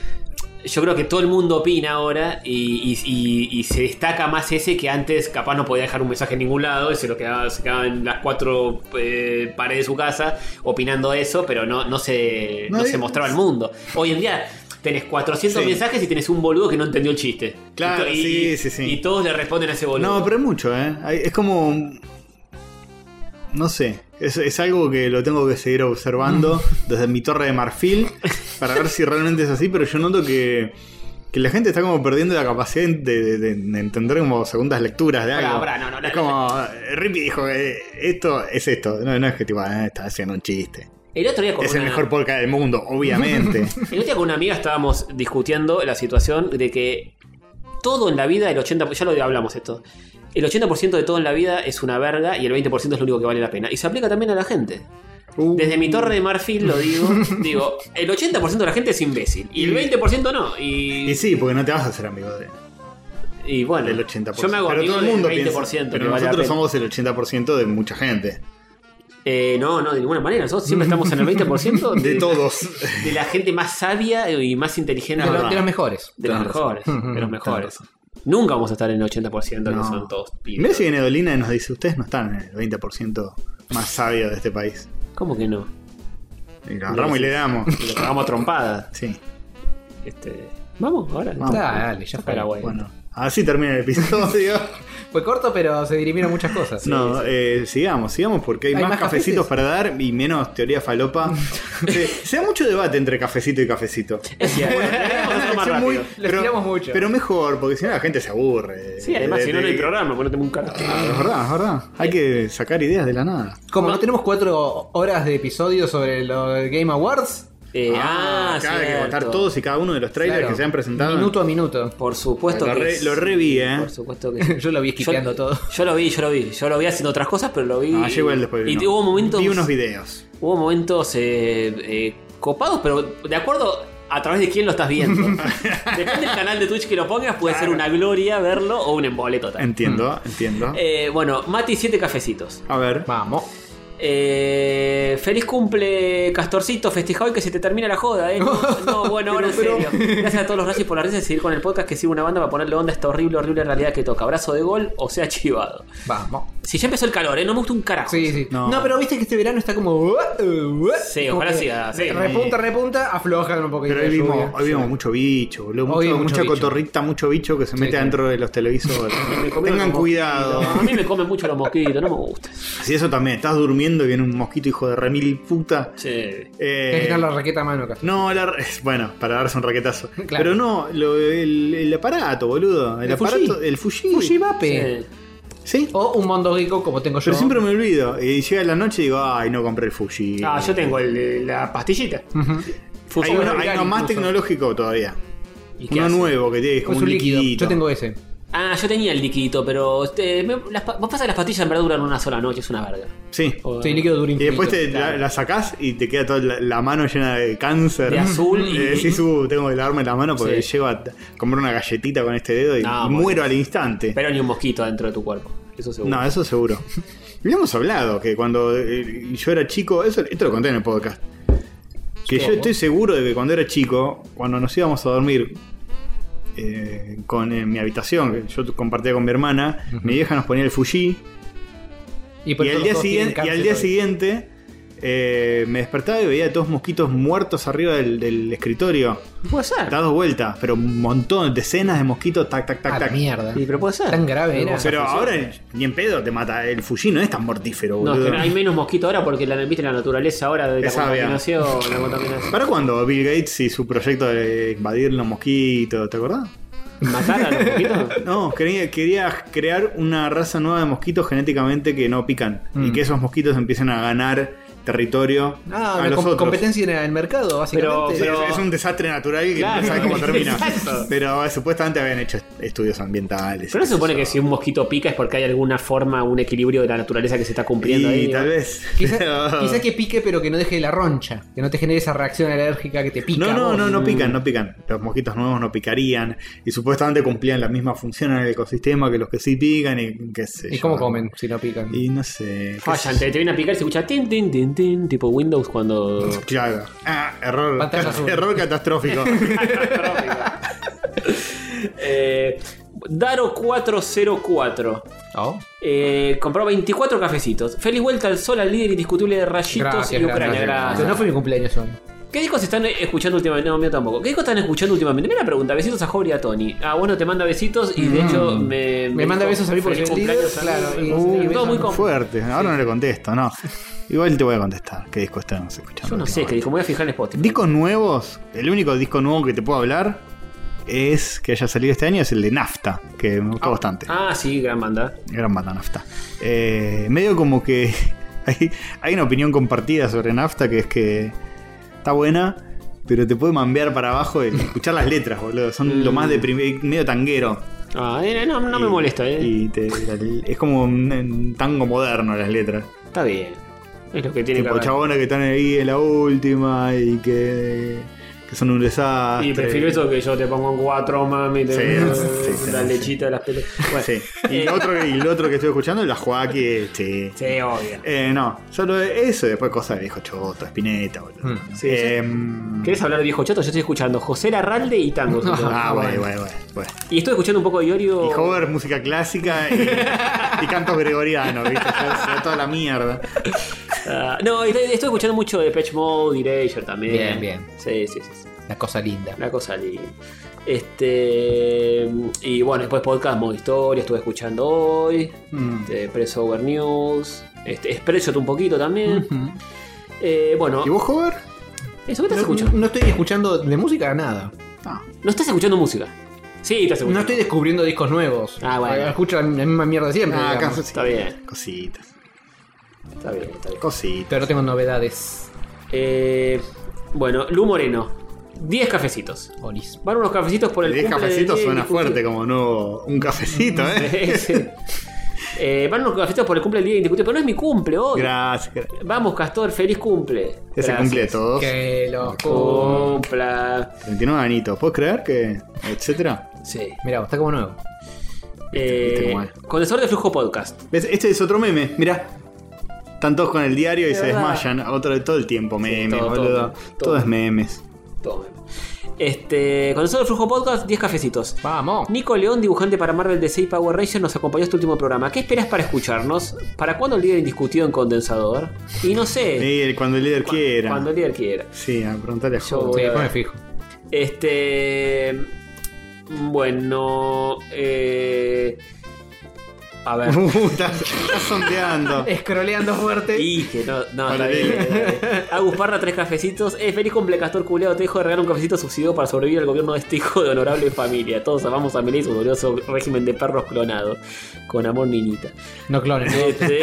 Speaker 1: yo creo que todo el mundo opina ahora y, y- y- y se destaca más ese que antes capaz no podía dejar un mensaje en ningún lado y se lo quedaba, se quedaba en las cuatro eh, paredes de su casa opinando eso, pero no, no, se, no,
Speaker 2: No,
Speaker 1: se
Speaker 2: eh,
Speaker 1: mostraba al mundo. Hoy en día tenés 400
Speaker 2: Sí.
Speaker 1: mensajes y tenés un boludo que no entendió el chiste.
Speaker 2: Claro,
Speaker 1: Y to- y,
Speaker 2: sí, sí, sí.
Speaker 1: Y todos le responden a ese boludo.
Speaker 2: No, pero es mucho, ¿eh? Hay- Es como. No sé. Es, es algo que lo tengo que
Speaker 1: (laughs)
Speaker 2: seguir observando desde mi torre de marfil para ver si realmente es así, pero yo noto que. Que la gente está como perdiendo la capacidad de, de- de- de entender como segundas lecturas de
Speaker 1: Pará,
Speaker 2: algo.
Speaker 1: pará, no, no, no,
Speaker 2: es como, eh, Rippy dijo, eh, esto es esto. No, no es que tipo, ah, está haciendo un chiste.
Speaker 1: el otro día con
Speaker 2: Es el
Speaker 1: una-
Speaker 2: mejor podcast del mundo,
Speaker 1: (laughs)
Speaker 2: obviamente.
Speaker 1: El otro día con una amiga estábamos discutiendo la situación de que todo en la vida, el 80%, ya lo hablamos esto, el 80% de todo en la vida es una verga y el 20% es lo único que vale la pena. Y se aplica también a la gente.
Speaker 2: Uh.
Speaker 1: Desde mi torre de marfil lo
Speaker 2: (laughs)
Speaker 1: digo, digo, el 80% de la gente es imbécil y el 20% no. Y,
Speaker 2: Y sí, porque no te vas a hacer amigo de,
Speaker 1: y bueno,
Speaker 2: del 80%.
Speaker 1: yo me hago
Speaker 2: pero
Speaker 1: amigo
Speaker 2: todo el mundo
Speaker 1: del 20%
Speaker 2: piensa-
Speaker 1: que
Speaker 2: Pero
Speaker 1: vale la
Speaker 2: nosotros
Speaker 1: pena.
Speaker 2: somos el 80% de mucha gente.
Speaker 1: Eh, no, no, de ninguna manera. Nosotros siempre estamos en el 20%
Speaker 2: (laughs)
Speaker 1: (laughs)
Speaker 2: De todos.
Speaker 1: De la gente más sabia y más inteligente
Speaker 3: de,
Speaker 1: del
Speaker 3: lo-
Speaker 2: Ah.
Speaker 3: de los mejores.
Speaker 1: De los
Speaker 2: Tenés
Speaker 1: mejores,
Speaker 3: Ujú,
Speaker 1: de los
Speaker 3: tenés
Speaker 1: mejores. Nunca vamos a estar en el 80% que
Speaker 2: No.
Speaker 1: son todos
Speaker 2: Mira
Speaker 1: pibes.
Speaker 2: si viene Dolina y nos dice, ustedes no están en el 20% más sabio de este país.
Speaker 1: ¿Cómo que no?
Speaker 2: Y lo agarramos y le
Speaker 1: (laughs)
Speaker 2: damos.
Speaker 1: Y Lo pagamos a trompadas.
Speaker 2: Sí,
Speaker 1: Este, vamos, ahora.
Speaker 2: Vamos.
Speaker 3: Ah, dale, ya fue.
Speaker 1: Para bueno.
Speaker 2: bueno. Así termina el episodio.
Speaker 3: Fue corto, pero se dirimieron muchas
Speaker 2: (laughs)
Speaker 3: cosas.
Speaker 1: (laughs)
Speaker 2: no,
Speaker 1: sí.
Speaker 2: eh, sigamos, sigamos porque hay,
Speaker 3: ¿Hay
Speaker 2: más,
Speaker 3: más
Speaker 2: cafecitos
Speaker 3: cafeces?
Speaker 2: para dar y menos teoría falopa. se, se da mucho debate entre cafecito y cafecito.
Speaker 1: Es cierto, lo queremos hacer más
Speaker 2: Son muy-
Speaker 1: rápido.
Speaker 3: Lo estiramos mucho.
Speaker 2: Pero mejor, porque si no la gente se aburre.
Speaker 1: Sí, además,
Speaker 2: De-
Speaker 1: si no, no
Speaker 2: de-
Speaker 1: hay programa, ponete un carajo.
Speaker 2: Ah, Es verdad, es verdad. Hay que sacar ideas de la nada.
Speaker 3: Como no tenemos cuatro horas de episodio sobre los Game Awards,
Speaker 1: Eh, ah,
Speaker 2: claro, hay que
Speaker 1: cierto.
Speaker 2: contar todos y cada uno de los trailers
Speaker 3: claro,
Speaker 2: que se han presentado.
Speaker 3: Minuto a minuto. (laughs)
Speaker 1: Por supuesto
Speaker 2: lo,
Speaker 1: que
Speaker 2: re,
Speaker 1: sí.
Speaker 2: lo reví, ¿eh?
Speaker 1: Por supuesto que sí.
Speaker 3: Yo lo vi esquipeando todo.
Speaker 1: Yo lo vi, yo lo vi. Yo lo vi haciendo otras cosas, pero lo vi.
Speaker 2: No, llegó el después.
Speaker 1: Y
Speaker 2: no.
Speaker 1: hubo momentos.
Speaker 2: Vi unos videos.
Speaker 1: Hubo momentos eh, eh, copados, pero de acuerdo a través de quién lo estás viendo. Depende del canal de Twitch que lo pongas, puede ser una gloria verlo o un embole total.
Speaker 2: Entiendo, entiendo.
Speaker 1: Eh, bueno, Mati, siete cafecitos.
Speaker 2: A ver.
Speaker 3: Vamos.
Speaker 1: Eh, feliz cumple, Castorcito. Festeja hoy que se te termina la joda, ¿eh? No, no, bueno, ahora en serio. Gracias a todos los gracias por la risa y seguir con el podcast que sirve una banda para ponerle onda a esta horrible, horrible realidad que toca. Abrazo de gol o sea chivado.
Speaker 3: Vamos.
Speaker 1: Si ya empezó el calor, ¿eh? No me gusta un carajo.
Speaker 3: Sí, sí.
Speaker 2: No.
Speaker 3: No. pero viste que este verano está como. uh,
Speaker 1: Sí,
Speaker 3: Como
Speaker 1: ojalá
Speaker 3: que
Speaker 1: siga, sí.
Speaker 3: Repunta, repunta, aflojan un poquito.
Speaker 2: Pero hoy
Speaker 3: de lluvia.
Speaker 2: vimos, hoy vimos mucho bicho, boludo.
Speaker 3: Hoy
Speaker 2: Mucho-
Speaker 3: mucho
Speaker 2: mucha
Speaker 3: bicho.
Speaker 2: cotorrita, mucho bicho que se mete
Speaker 3: claro.
Speaker 2: dentro de
Speaker 1: (laughs)
Speaker 2: los televisores.
Speaker 1: comieron
Speaker 2: Tengan
Speaker 1: los
Speaker 2: cuidado.
Speaker 1: mosquitos. A mí me comen mucho los mosquitos, no me gusta.
Speaker 2: Si eso también, estás durmiendo y viene un mosquito hijo de remil puta.
Speaker 1: Sí.
Speaker 2: Eh,
Speaker 3: Tenés que quitar la raqueta a mano, Castro.
Speaker 2: No, la re- (laughs) bueno, para darse un raquetazo.
Speaker 3: Claro.
Speaker 2: Pero no, lo- el, el aparato, boludo. El,
Speaker 3: El
Speaker 2: aparato,
Speaker 3: Fuji.
Speaker 2: el Fuji.
Speaker 3: Fuji Oh. Vape.
Speaker 1: Sí.
Speaker 2: Sí.
Speaker 3: O un Mondo Gecko como tengo yo.
Speaker 2: Pero siempre me olvido. Y llega la noche y digo, ay, no compré el Fuji.
Speaker 1: Ah, yo tengo el- la pastillita.
Speaker 3: Ujú.
Speaker 1: Fuso-
Speaker 2: hay uno, hay
Speaker 3: Orgánico
Speaker 2: uno más
Speaker 3: incluso.
Speaker 2: tecnológico todavía.
Speaker 1: ¿Y qué
Speaker 2: Uno
Speaker 1: hace?
Speaker 2: nuevo que tiene como
Speaker 3: Es
Speaker 2: un
Speaker 3: un líquido.
Speaker 2: liquidito.
Speaker 3: Yo tengo ese.
Speaker 1: Ah, yo tenía el liquidito, pero este, me- las, pa- vos pasás que las pastillas en verdad duran una sola noche, es una verga.
Speaker 2: Sí.
Speaker 1: O-
Speaker 3: Sí, líquido duro
Speaker 2: Y después
Speaker 3: infinito.
Speaker 2: te la, la sacás y te queda toda la, la mano llena de cáncer.
Speaker 1: De
Speaker 2: (laughs)
Speaker 1: azul y-
Speaker 2: Y decís, "Uh, tengo que lavarme la mano porque
Speaker 1: Sí.
Speaker 2: llego a t- comer una galletita con este dedo y,
Speaker 1: No,
Speaker 2: y
Speaker 1: bueno.
Speaker 2: muero al instante.
Speaker 1: Pero ni un mosquito dentro de tu cuerpo. Eso seguro.
Speaker 2: No, eso seguro. (laughs) Lo hemos hablado, que cuando eh, yo era chico, eso esto lo conté en el podcast. Que yo
Speaker 3: Supongo.
Speaker 2: estoy seguro de que cuando era chico, cuando nos íbamos a dormir eh, con, en mi habitación, que yo compartía con mi hermana, mi vieja nos ponía el Fuji.
Speaker 3: Y, por
Speaker 2: Y
Speaker 3: eso
Speaker 2: al día
Speaker 3: todos tienen
Speaker 2: siguiente, y
Speaker 3: cáncer
Speaker 2: al día
Speaker 3: hoy.
Speaker 2: siguiente eh, me despertaba y veía todos mosquitos muertos arriba del, del escritorio.
Speaker 1: Puede ser.
Speaker 2: Dados vueltas, pero un montón, decenas de mosquitos, tac, tac, tac,
Speaker 3: A Ah, la
Speaker 2: tac.
Speaker 3: mierda.
Speaker 1: Sí, pero puede ser.
Speaker 3: Tan grave era.
Speaker 2: Pero ahora ni en pedo te mata. El Fuji no es tan mortífero,
Speaker 1: No, es
Speaker 2: boludo.
Speaker 1: que hay menos mosquito ahora porque la, viste la naturaleza ahora de la
Speaker 2: Es sabia.
Speaker 1: contaminación.
Speaker 2: (laughs)
Speaker 1: La contaminación.
Speaker 2: ¿Para cuándo Bill Gates y su proyecto de invadir los mosquitos? ¿Te acordás?
Speaker 1: ¿Matar a los
Speaker 2: (laughs)
Speaker 1: mosquitos?
Speaker 2: No, quería, quería crear una raza nueva de mosquitos genéticamente que no pican. Y
Speaker 3: Mm.
Speaker 2: que esos mosquitos empiecen a ganar territorio
Speaker 3: Ah,
Speaker 2: a
Speaker 3: una
Speaker 2: los
Speaker 3: com-
Speaker 2: otros.
Speaker 3: competencia en el mercado, básicamente.
Speaker 2: Sí, es- es un desastre natural que
Speaker 1: Claro,
Speaker 2: no sabes cómo termina.
Speaker 1: exacto.
Speaker 2: Pero eh, supuestamente habían hecho est- estudios ambientales.
Speaker 1: Pero no se supone que
Speaker 2: Eso.
Speaker 1: si un mosquito pica es porque hay alguna forma, un equilibrio de la naturaleza que se está cumpliendo
Speaker 2: Y
Speaker 1: ahí. ¿eh? ¿no?
Speaker 2: tal vez.
Speaker 3: Quizá,
Speaker 2: (laughs) pero-
Speaker 3: quizá que pique, pero que no deje la roncha. Que no te genere esa reacción alérgica que te pica.
Speaker 2: No, no,
Speaker 3: vos.
Speaker 2: no, no pican, no pican. Los mosquitos nuevos no picarían y supuestamente cumplían la misma función en el ecosistema que los que sí pican y qué sé
Speaker 3: ¿Y
Speaker 2: yo.
Speaker 3: cómo comen si no pican?
Speaker 2: Y no sé. qué
Speaker 1: Fallan,
Speaker 2: sé
Speaker 1: te, te viene a picar y se escucha tin, tin, tin, tin, tipo Windows cuando.
Speaker 2: (laughs) yo. Claro. Ah, error.
Speaker 3: Pantalla azul.
Speaker 1: (laughs)
Speaker 2: Error catastrófico.
Speaker 1: Eh, Daro 404.
Speaker 3: Oh.
Speaker 1: Eh, compró 24 cafecitos. Feliz vuelta al sol al líder indiscutible de rayitos
Speaker 3: Gracias,
Speaker 1: y Ucrania.
Speaker 3: gracias.
Speaker 1: Gracias.
Speaker 3: No fue mi cumpleaños hoy.
Speaker 1: ¿Qué discos están escuchando últimamente? No, mío tampoco. ¿Qué discos están escuchando últimamente? Mira la pregunta. Besitos a Jorge y a Tony. Ah, bueno, te manda besitos y de
Speaker 3: Mm.
Speaker 1: hecho me.
Speaker 3: Me manda
Speaker 1: dijo,
Speaker 3: besos a mí porque
Speaker 1: "Feliz
Speaker 3: soy el
Speaker 1: cumpleaños
Speaker 3: líder",
Speaker 1: a mí.
Speaker 3: claro, y-
Speaker 1: Uh,
Speaker 3: y
Speaker 1: todo
Speaker 3: besos
Speaker 1: muy
Speaker 3: a-
Speaker 1: com-
Speaker 2: Fuerte. Ahora no le contesto, no. Igual te voy a contestar. ¿Qué disco estamos
Speaker 1: Yo
Speaker 2: escuchando?
Speaker 1: no sé qué disco, me voy a fijar en Spotify.
Speaker 2: Discos nuevos. El único disco nuevo que te puedo hablar es que haya salido este año es el de Nafta, que me gustó bastante.
Speaker 1: Ah, sí, gran banda.
Speaker 2: Gran banda nafta. Eh, medio como que (laughs) hay, hay una opinión compartida sobre nafta que es que está buena, pero te puede mambear para abajo el escuchar las letras, boludo. Son lo más deprimido, medio tanguero.
Speaker 1: Ah, eh, no, Mm. no me
Speaker 2: Y-
Speaker 1: molesta, eh.
Speaker 2: y te- es como un, un tango moderno las letras.
Speaker 1: Está bien. Es lo que tiene que
Speaker 2: Tipo
Speaker 1: haber.
Speaker 2: chabones que están ahí en la última y que, que son un desastre.
Speaker 1: Y prefiero eso que yo te pongo en cuatro, mami. Te
Speaker 2: Ah, Sí, sí,
Speaker 1: la
Speaker 2: sí,
Speaker 1: lechita de las pelotas. Bueno,
Speaker 2: Sí. Y, lo otro, y lo otro que estoy escuchando es la Joaquín. Sí.
Speaker 1: Sí, obvio.
Speaker 2: Eh, no, solo eso y después cosas de viejo choto, espineta, boludo.
Speaker 3: Mm.
Speaker 1: Sí,
Speaker 2: Eh,
Speaker 1: ¿Querés hablar de viejo chato? Yo estoy escuchando José Larralde y Tango. (laughs) estoy escuchando.
Speaker 2: Ah, bueno,
Speaker 3: bueno.
Speaker 2: bueno, bueno. bueno.
Speaker 1: Y estoy escuchando un poco de Iorio.
Speaker 2: Y cover, música
Speaker 1: (laughs)
Speaker 2: clásica y, y cantos gregorianos, ¿viste? O sea, toda la mierda.
Speaker 1: Ah, no, estoy, estoy escuchando mucho de Patch Mode, Erasure también.
Speaker 3: Bien, bien.
Speaker 1: Sí, sí, sí. sí.
Speaker 3: La cosa linda.
Speaker 1: La cosa linda. Este. Y bueno, después podcast modo historia, estuve escuchando hoy.
Speaker 2: Mm.
Speaker 1: Este, Press Over News. Este, Spreadshot un poquito también.
Speaker 3: Ujú.
Speaker 1: Eh, bueno,
Speaker 2: ¿Y vos, cover?
Speaker 1: eso, ¿qué estás
Speaker 3: No,
Speaker 1: escuchando?
Speaker 3: no estoy escuchando de música nada.
Speaker 2: No.
Speaker 1: No estás escuchando música. Sí, estás escuchando.
Speaker 3: No estoy descubriendo discos nuevos. Eh,
Speaker 1: Ah, bueno.
Speaker 3: Escucho la la misma mierda siempre.
Speaker 2: Ah,
Speaker 3: digamos.
Speaker 2: acaso sí.
Speaker 1: Está bien,
Speaker 2: Cositas,
Speaker 1: está bien, está bien.
Speaker 2: cositas.
Speaker 3: Pero no tengo novedades.
Speaker 1: Eh, bueno, Lu Moreno. 10 cafecitos.
Speaker 3: Olis.
Speaker 1: Van unos cafecitos por el
Speaker 2: 10
Speaker 1: cumple de
Speaker 2: cafecitos
Speaker 1: Diego
Speaker 2: suena
Speaker 1: y Cuchi-
Speaker 2: fuerte como nuevo. Un cafecito, ¿eh?
Speaker 1: Sí. (laughs) Eh, van unos cafecitos por el cumple del día indiscutible, pero no es mi cumple hoy.
Speaker 2: Gracias. gracias.
Speaker 1: Vamos, Castor, feliz cumple.
Speaker 2: Ese
Speaker 1: Gracias.
Speaker 2: cumple de todos.
Speaker 3: Que los cu-
Speaker 1: Cumpla.
Speaker 2: 39 anitos. ¿Puedes creer que.? etcétera?
Speaker 1: Sí.
Speaker 3: Mirá, está como nuevo.
Speaker 1: Eh,
Speaker 2: cómo Este es.
Speaker 1: Condensor de flujo podcast.
Speaker 2: ¿Ves? Este es otro meme, mirá. Están todos con el diario y
Speaker 1: Es
Speaker 2: se
Speaker 1: verdad.
Speaker 2: desmayan. Otro, todo el tiempo memes,
Speaker 1: todo, todo,
Speaker 2: boludo.
Speaker 1: todo.
Speaker 2: Todo, es memes.
Speaker 1: Tomen. Este, Condensor de flujo podcast, 10 cafecitos.
Speaker 3: Vamos.
Speaker 1: Nico León, dibujante para Marvel DC y Power Rangers, nos acompañó este último programa. ¿Qué esperas para escucharnos? ¿Para cuándo el líder indiscutido en condensador? Y no sé,
Speaker 2: Sí, el- cuando el líder quiera.
Speaker 1: Eh, cuando el líder quiera.
Speaker 2: Sí, a preguntarle a
Speaker 1: Yo-
Speaker 2: Joe.
Speaker 1: voy
Speaker 3: Sí,
Speaker 1: a
Speaker 3: después
Speaker 1: ver.
Speaker 3: me fijo.
Speaker 1: Este. Bueno. eh, a
Speaker 2: (laughs)
Speaker 1: ver.
Speaker 2: Uh, está, está
Speaker 1: (laughs)
Speaker 2: sondeando.
Speaker 3: Escroleando fuerte.
Speaker 1: Y que no, no, está
Speaker 2: Para
Speaker 1: bien,
Speaker 2: ti.
Speaker 1: está bien. Agus Parra, tres cafecitos. Eh, feliz cumple, Castor Culeado. Te dejo de regalar un cafecito subsidiado para sobrevivir al gobierno de este hijo de honorable familia. Todos amamos a Milei y su glorioso régimen de perros clonados. Con amor, niñita.
Speaker 3: No clones. (laughs) ¿no?
Speaker 1: Este,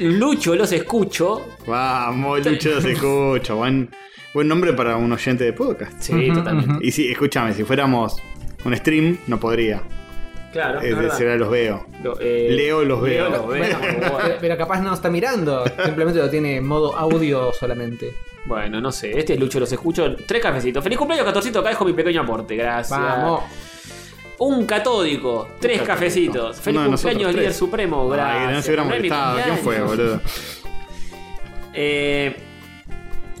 Speaker 1: Lucho, los escucho.
Speaker 2: Vamos, Lucho, se escucha. Buen, buen nombre para un oyente de podcast.
Speaker 1: Sí,
Speaker 3: Ujú,
Speaker 1: totalmente.
Speaker 3: ujú.
Speaker 2: Y sí, escúchame, si fuéramos un stream, no podría.
Speaker 1: Claro,
Speaker 2: Es
Speaker 1: es
Speaker 2: decir,
Speaker 1: verdad.
Speaker 2: los veo.
Speaker 1: Lo- eh,
Speaker 2: Leo los veo.
Speaker 1: Leo los veo.
Speaker 3: (laughs) Pero- Pero capaz no está mirando. Simplemente lo tiene en modo audio solamente.
Speaker 1: Bueno, no sé, este es Lucho, los escucho. Tres cafecitos. Feliz cumpleaños, 14. Acá dejo mi pequeño aporte, gracias.
Speaker 3: Vamos.
Speaker 1: Un catódico, tres
Speaker 2: catódico.
Speaker 1: cafecitos. Feliz
Speaker 2: Uno de nosotros,
Speaker 1: cumpleaños,
Speaker 2: tres.
Speaker 1: líder supremo, Oh, gracias.
Speaker 2: Ay, que no se hubiera
Speaker 1: No es mi
Speaker 2: molestado. ¿Quién fue,
Speaker 1: cumpleaños.
Speaker 2: boludo?
Speaker 1: Eh,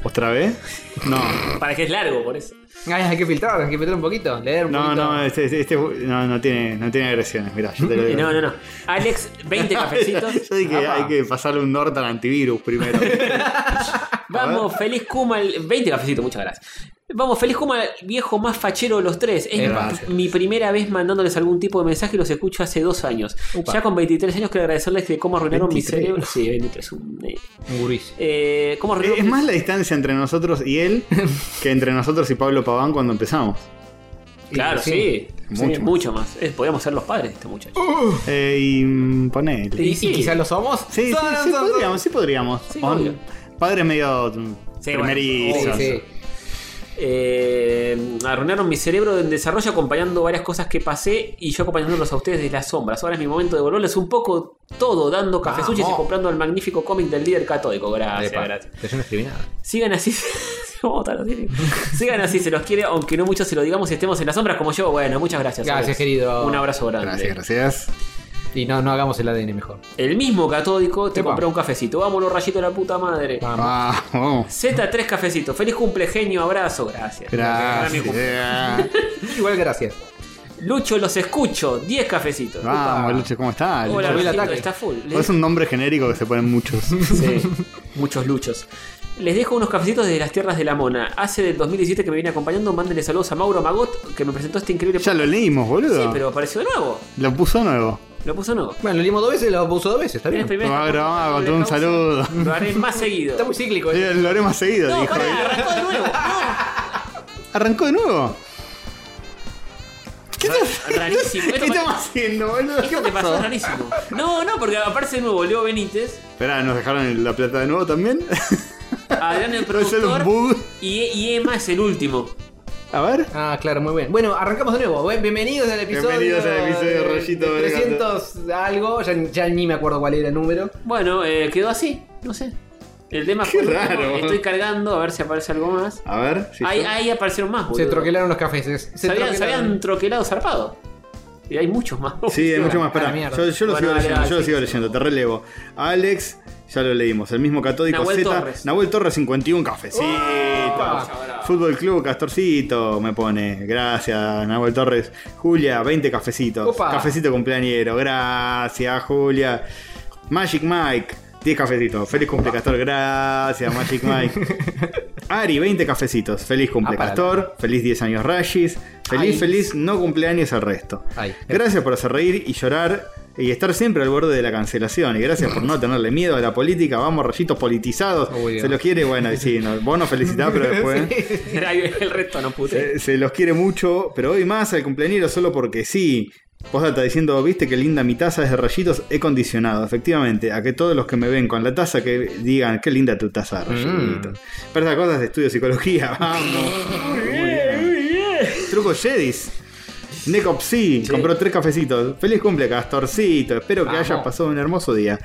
Speaker 2: ¿Otra vez? No.
Speaker 1: (laughs) para que es largo, por eso.
Speaker 3: Ay, hay que filtrar, hay que filtrar un poquito, leer un
Speaker 2: No,
Speaker 3: poquito.
Speaker 2: no, este, este- este- no, no tiene, no tiene agresiones, mirá, yo
Speaker 1: (laughs)
Speaker 2: te lo digo.
Speaker 1: Eh, No, no, no. Alex,
Speaker 2: (laughs)
Speaker 1: 20 cafecitos.
Speaker 2: Yo dije,
Speaker 1: Apa.
Speaker 2: hay que pasarle un Norton antivirus
Speaker 1: (laughs)
Speaker 2: primero.
Speaker 1: Vamos, feliz Kuma. al- 20 cafecitos, muchas gracias. Vamos, feliz Kuma, el viejo más fachero de los tres. Es
Speaker 3: Gracias.
Speaker 1: mi, mi primera vez mandándoles algún tipo de mensaje y los escucho hace dos años.
Speaker 3: Upa.
Speaker 1: Ya con 23 años quiero agradecerles de cómo arruinaron mi
Speaker 2: 23.
Speaker 1: cerebro. Sí, 23. un- eh,
Speaker 3: Un gurís.
Speaker 1: eh, ¿Cómo arruinaron
Speaker 2: es
Speaker 1: mi-
Speaker 2: más la distancia entre nosotros y él que entre nosotros y Pablo Paván cuando empezamos.
Speaker 1: Claro, sí.
Speaker 3: Sí,
Speaker 1: Sí,
Speaker 2: Mucho más.
Speaker 1: Mucho más. Eh, podríamos ser los padres de este muchacho.
Speaker 2: Eh, y mm, ponele.
Speaker 3: ¿Y,
Speaker 1: sí.
Speaker 3: quizás lo somos?
Speaker 2: Sí, sí,
Speaker 3: Son,
Speaker 2: sí,
Speaker 3: son,
Speaker 2: podríamos, sí podríamos.
Speaker 1: Sí,
Speaker 2: Pon-
Speaker 1: obvio.
Speaker 2: Padres medio mm,
Speaker 1: Sí,
Speaker 3: son.
Speaker 2: primerizos.
Speaker 1: bueno,
Speaker 3: Sí,
Speaker 1: Eh, arruinaron mi cerebro en desarrollo acompañando varias cosas que pasé y yo acompañándolos a ustedes desde las sombras. Ahora es mi momento de volverles un poco todo, dando café
Speaker 3: Vamos.
Speaker 1: sushi y comprando el magnífico cómic del líder católico. Gracias,
Speaker 3: Epa,
Speaker 1: gracias.
Speaker 3: pero yo no escribí nada.
Speaker 1: Sigan así. (laughs) Vamos a botar los diarios. Sigan así, se los quiere, aunque no muchos se lo digamos y estemos en las sombras como yo. Bueno, muchas gracias.
Speaker 3: Gracias,
Speaker 1: Alex.
Speaker 3: querido.
Speaker 1: Un abrazo grande.
Speaker 2: Gracias, gracias.
Speaker 3: Y no, no hagamos el ADN mejor.
Speaker 1: El mismo catódico te
Speaker 3: Epa.
Speaker 1: compró un cafecito. Vámonos, rayito de la puta madre.
Speaker 3: Vamos.
Speaker 2: Vamos.
Speaker 1: Z3 cafecitos. Feliz cumple, genio. Abrazo. Gracias.
Speaker 2: Gracias.
Speaker 3: Igual gracias.
Speaker 1: Lucho, los escucho. 10 cafecitos.
Speaker 2: Vamos, Lucho, ¿cómo estás?
Speaker 1: Hola,
Speaker 3: Lucho,
Speaker 1: Luchito,
Speaker 3: el ataque.
Speaker 1: está full.
Speaker 2: Es un nombre genérico que se ponen muchos.
Speaker 1: (laughs)
Speaker 2: (laughs)
Speaker 1: Sí, muchos luchos. Les dejo unos cafecitos desde las tierras de la mona. Hace del 2017 que me viene acompañando. Mándenle saludos a Mauro Magot, que me presentó este increíble.
Speaker 2: Ya lo leímos, boludo.
Speaker 1: Sí, pero apareció de nuevo.
Speaker 2: Lo puso nuevo.
Speaker 1: Lo puso nuevo.
Speaker 3: Bueno, lo dimos dos veces, lo puso dos veces, está
Speaker 1: Tenés
Speaker 3: bien.
Speaker 1: primera
Speaker 2: Mauro
Speaker 1: esta-
Speaker 2: Magot,
Speaker 1: doble
Speaker 2: un
Speaker 1: causa.
Speaker 2: saludo.
Speaker 1: Lo haré más seguido.
Speaker 3: Está muy cíclico. eh.
Speaker 2: Eh, (laughs) Lo haré más seguido,
Speaker 1: No,
Speaker 2: dijo.
Speaker 1: pará, arrancó de
Speaker 2: (laughs)
Speaker 1: nuevo.
Speaker 2: ¿Arrancó de nuevo?
Speaker 1: No, rarísimo.
Speaker 2: ¿Qué
Speaker 1: Esto,
Speaker 2: estamos haciendo, boludo? ¿Qué
Speaker 1: esto te pasó
Speaker 2: pasó?
Speaker 1: rarísimo. No, no, porque aparece de nuevo Leo Benítez,
Speaker 2: Esperá, ¿nos dejaron la plata de nuevo también?
Speaker 1: (laughs) Adrián el
Speaker 2: ¿Puede ser un
Speaker 1: productor
Speaker 2: bug?
Speaker 1: y, E- y Emma es el último.
Speaker 2: A ver.
Speaker 3: Ah, claro, muy bien. Bueno, arrancamos de nuevo. Bien- Bienvenidos al episodio.
Speaker 2: Bienvenidos al episodio de Rollito Verga.
Speaker 3: 300 algo, ya, ya ni me acuerdo cuál era el número.
Speaker 1: Bueno, eh, quedó así, no sé. El tema
Speaker 2: Qué
Speaker 1: fue-
Speaker 2: raro.
Speaker 1: Estoy cargando a ver si aparece algo más.
Speaker 2: A ver. si
Speaker 1: ahí,
Speaker 2: yo-
Speaker 1: ahí aparecieron más, boludo.
Speaker 3: Se troquelaron los cafés. Se, se
Speaker 1: Se habían, se habían
Speaker 3: troquelaron.
Speaker 1: troquelado zarpado. Y hay muchos más. (laughs)
Speaker 2: Sí, hay mucho más.
Speaker 3: Ah,
Speaker 2: Pará.
Speaker 3: mierda.
Speaker 2: Yo, yo lo
Speaker 1: Bueno,
Speaker 2: sigo
Speaker 1: dale,
Speaker 2: leyendo,
Speaker 1: dale,
Speaker 2: yo lo
Speaker 1: sí,
Speaker 2: sigo
Speaker 1: sí.
Speaker 2: leyendo, te relevo. Alex, ya lo leímos. El mismo catódico
Speaker 1: Nahuel
Speaker 2: Z.
Speaker 1: Torres. Oh,
Speaker 2: Nahuel Torres 51 cafecito.
Speaker 1: bravo.
Speaker 2: Fútbol Club Castorcito me pone. Gracias, Nahuel Torres. Julia, 20 cafecitos.
Speaker 3: Opa.
Speaker 2: Cafecito cumpleañero. Gracias, Julia. Magic Mike. 10 cafecitos. Feliz cumple, Castor. Gracias,
Speaker 1: (laughs)
Speaker 2: Magic Mike. Ari, 20 cafecitos. Feliz cumple,
Speaker 3: Ah, para.
Speaker 2: Castor. Feliz 10 años, Rashis. Feliz,
Speaker 3: Ay.
Speaker 2: feliz no cumpleaños al resto.
Speaker 3: Ay.
Speaker 2: Gracias por hacer reír y llorar y estar siempre al borde de la cancelación. Y gracias por no tenerle miedo a la política. Vamos, rayitos politizados.
Speaker 3: Uy, Dios.
Speaker 2: se los quiere, bueno, y sí, no, vos no felicitás, pero después.
Speaker 1: El resto no pude.
Speaker 2: Eh, se los quiere mucho, pero hoy más al cumpleañero solo porque sí. Postdata diciendo, viste que linda mi taza es de rayitos, he condicionado, efectivamente, a que todos los que me ven con la taza que digan, qué linda tu taza
Speaker 3: Mm.
Speaker 2: de rayitos. Pero esas cosas de estudio psicología, (laughs) vamos. Truco Jedis. Necopsi compró tres cafecitos. Feliz cumple, Castorcito. Espero que
Speaker 3: Vamos.
Speaker 2: hayas pasado un hermoso día.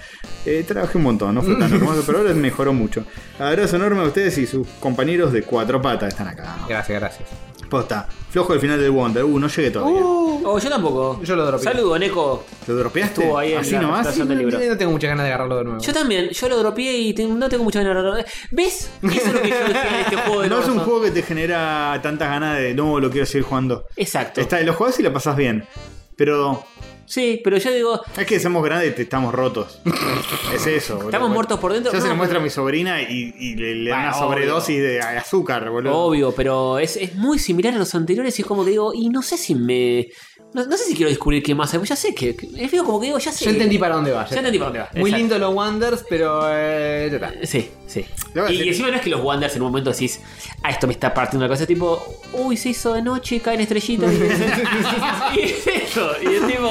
Speaker 2: Eh, trabajé un montón, no fue
Speaker 3: (laughs)
Speaker 2: tan hermoso, pero ahora mejoró mucho. Abrazo enorme a ustedes y sus compañeros de cuatro patas están acá.
Speaker 3: Gracias, gracias.
Speaker 2: Posta, flojo el final del Wonder. Uh, no llegué todavía.
Speaker 1: Oh, yo tampoco.
Speaker 3: Yo lo dropeé.
Speaker 1: Saludo, Neko.
Speaker 2: ¿Lo dropeaste?
Speaker 1: Estuvo ahí en
Speaker 2: ¿Así
Speaker 1: la
Speaker 2: nomás?
Speaker 1: presentación. Son del libro.
Speaker 3: No tengo muchas ganas de agarrarlo de nuevo.
Speaker 1: Yo también, yo lo dropeé y te- no tengo mucha ganas de hablar. ¿Ves? Eso es lo que yo decía de este juego de
Speaker 2: No es un
Speaker 1: orto.
Speaker 2: juego que te genera tantas ganas de no, lo quiero seguir jugando.
Speaker 1: Exacto.
Speaker 2: Está, lo jugás y la pasás bien. Pero
Speaker 1: Sí, pero yo digo,
Speaker 2: es que somos grandes y
Speaker 1: (laughs)
Speaker 2: estamos rotos. es eso, boludo.
Speaker 1: Estamos muertos por dentro.
Speaker 2: Yo se
Speaker 1: No,
Speaker 2: lo muestro a mi sobrina y, y le, le da
Speaker 3: Bueno,
Speaker 2: una
Speaker 3: obvio.
Speaker 2: sobredosis de azúcar, boludo.
Speaker 1: Obvio, pero es, es muy similar a los anteriores y es como que digo, y no sé si me... No, no sé si quiero descubrir qué más hay, pues ya sé que... que- Es digo, como que digo, ya sé...
Speaker 3: Ya entendí para dónde va.
Speaker 1: Ya entendí para dónde va.
Speaker 3: Muy
Speaker 1: Exacto.
Speaker 3: lindo los Wonders, pero eh, ya está.
Speaker 1: Sí, sí.
Speaker 2: Lo voy a
Speaker 1: Y,
Speaker 2: hacer.
Speaker 1: y encima no es que los Wanders en un momento decís, ah, esto me está partiendo la cosa, tipo, uy, se hizo de noche, caen
Speaker 3: (laughs)
Speaker 1: estrellitas. y es eso, y es tipo,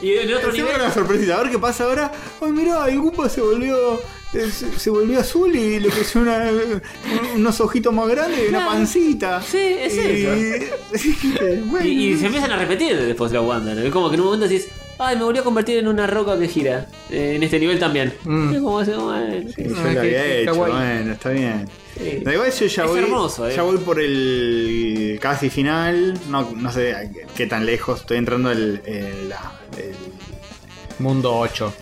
Speaker 1: y en otro
Speaker 2: Encima
Speaker 1: nivel...
Speaker 2: era una sorpresita. A ver qué pasa ahora. Ay, mirá, el Goomba se volvió. eh, Se, se volvió azul y le creció una- unos ojitos más grandes y una
Speaker 1: Claro.
Speaker 2: pancita.
Speaker 1: Sí, es
Speaker 2: (laughs) eso.
Speaker 1: Y, y se empiezan a repetir después los Wanderers. Es como que en un momento decís, ay, me volví a convertir en una roca que gira. Eh, en este nivel también.
Speaker 3: Mm.
Speaker 1: Es como, bueno,
Speaker 2: Sí, yo
Speaker 3: Ah,
Speaker 2: lo
Speaker 3: qué-
Speaker 2: había
Speaker 3: qué
Speaker 2: hecho,
Speaker 3: kawaii.
Speaker 2: bueno, está bien.
Speaker 1: sí.
Speaker 2: Da igual, yo ya
Speaker 1: Es
Speaker 2: voy.
Speaker 1: hermoso, eh.
Speaker 2: Ya voy por el casi final. No, no sé a qué- qué tan lejos. Estoy entrando el. el- la- el-
Speaker 3: Mundo 8.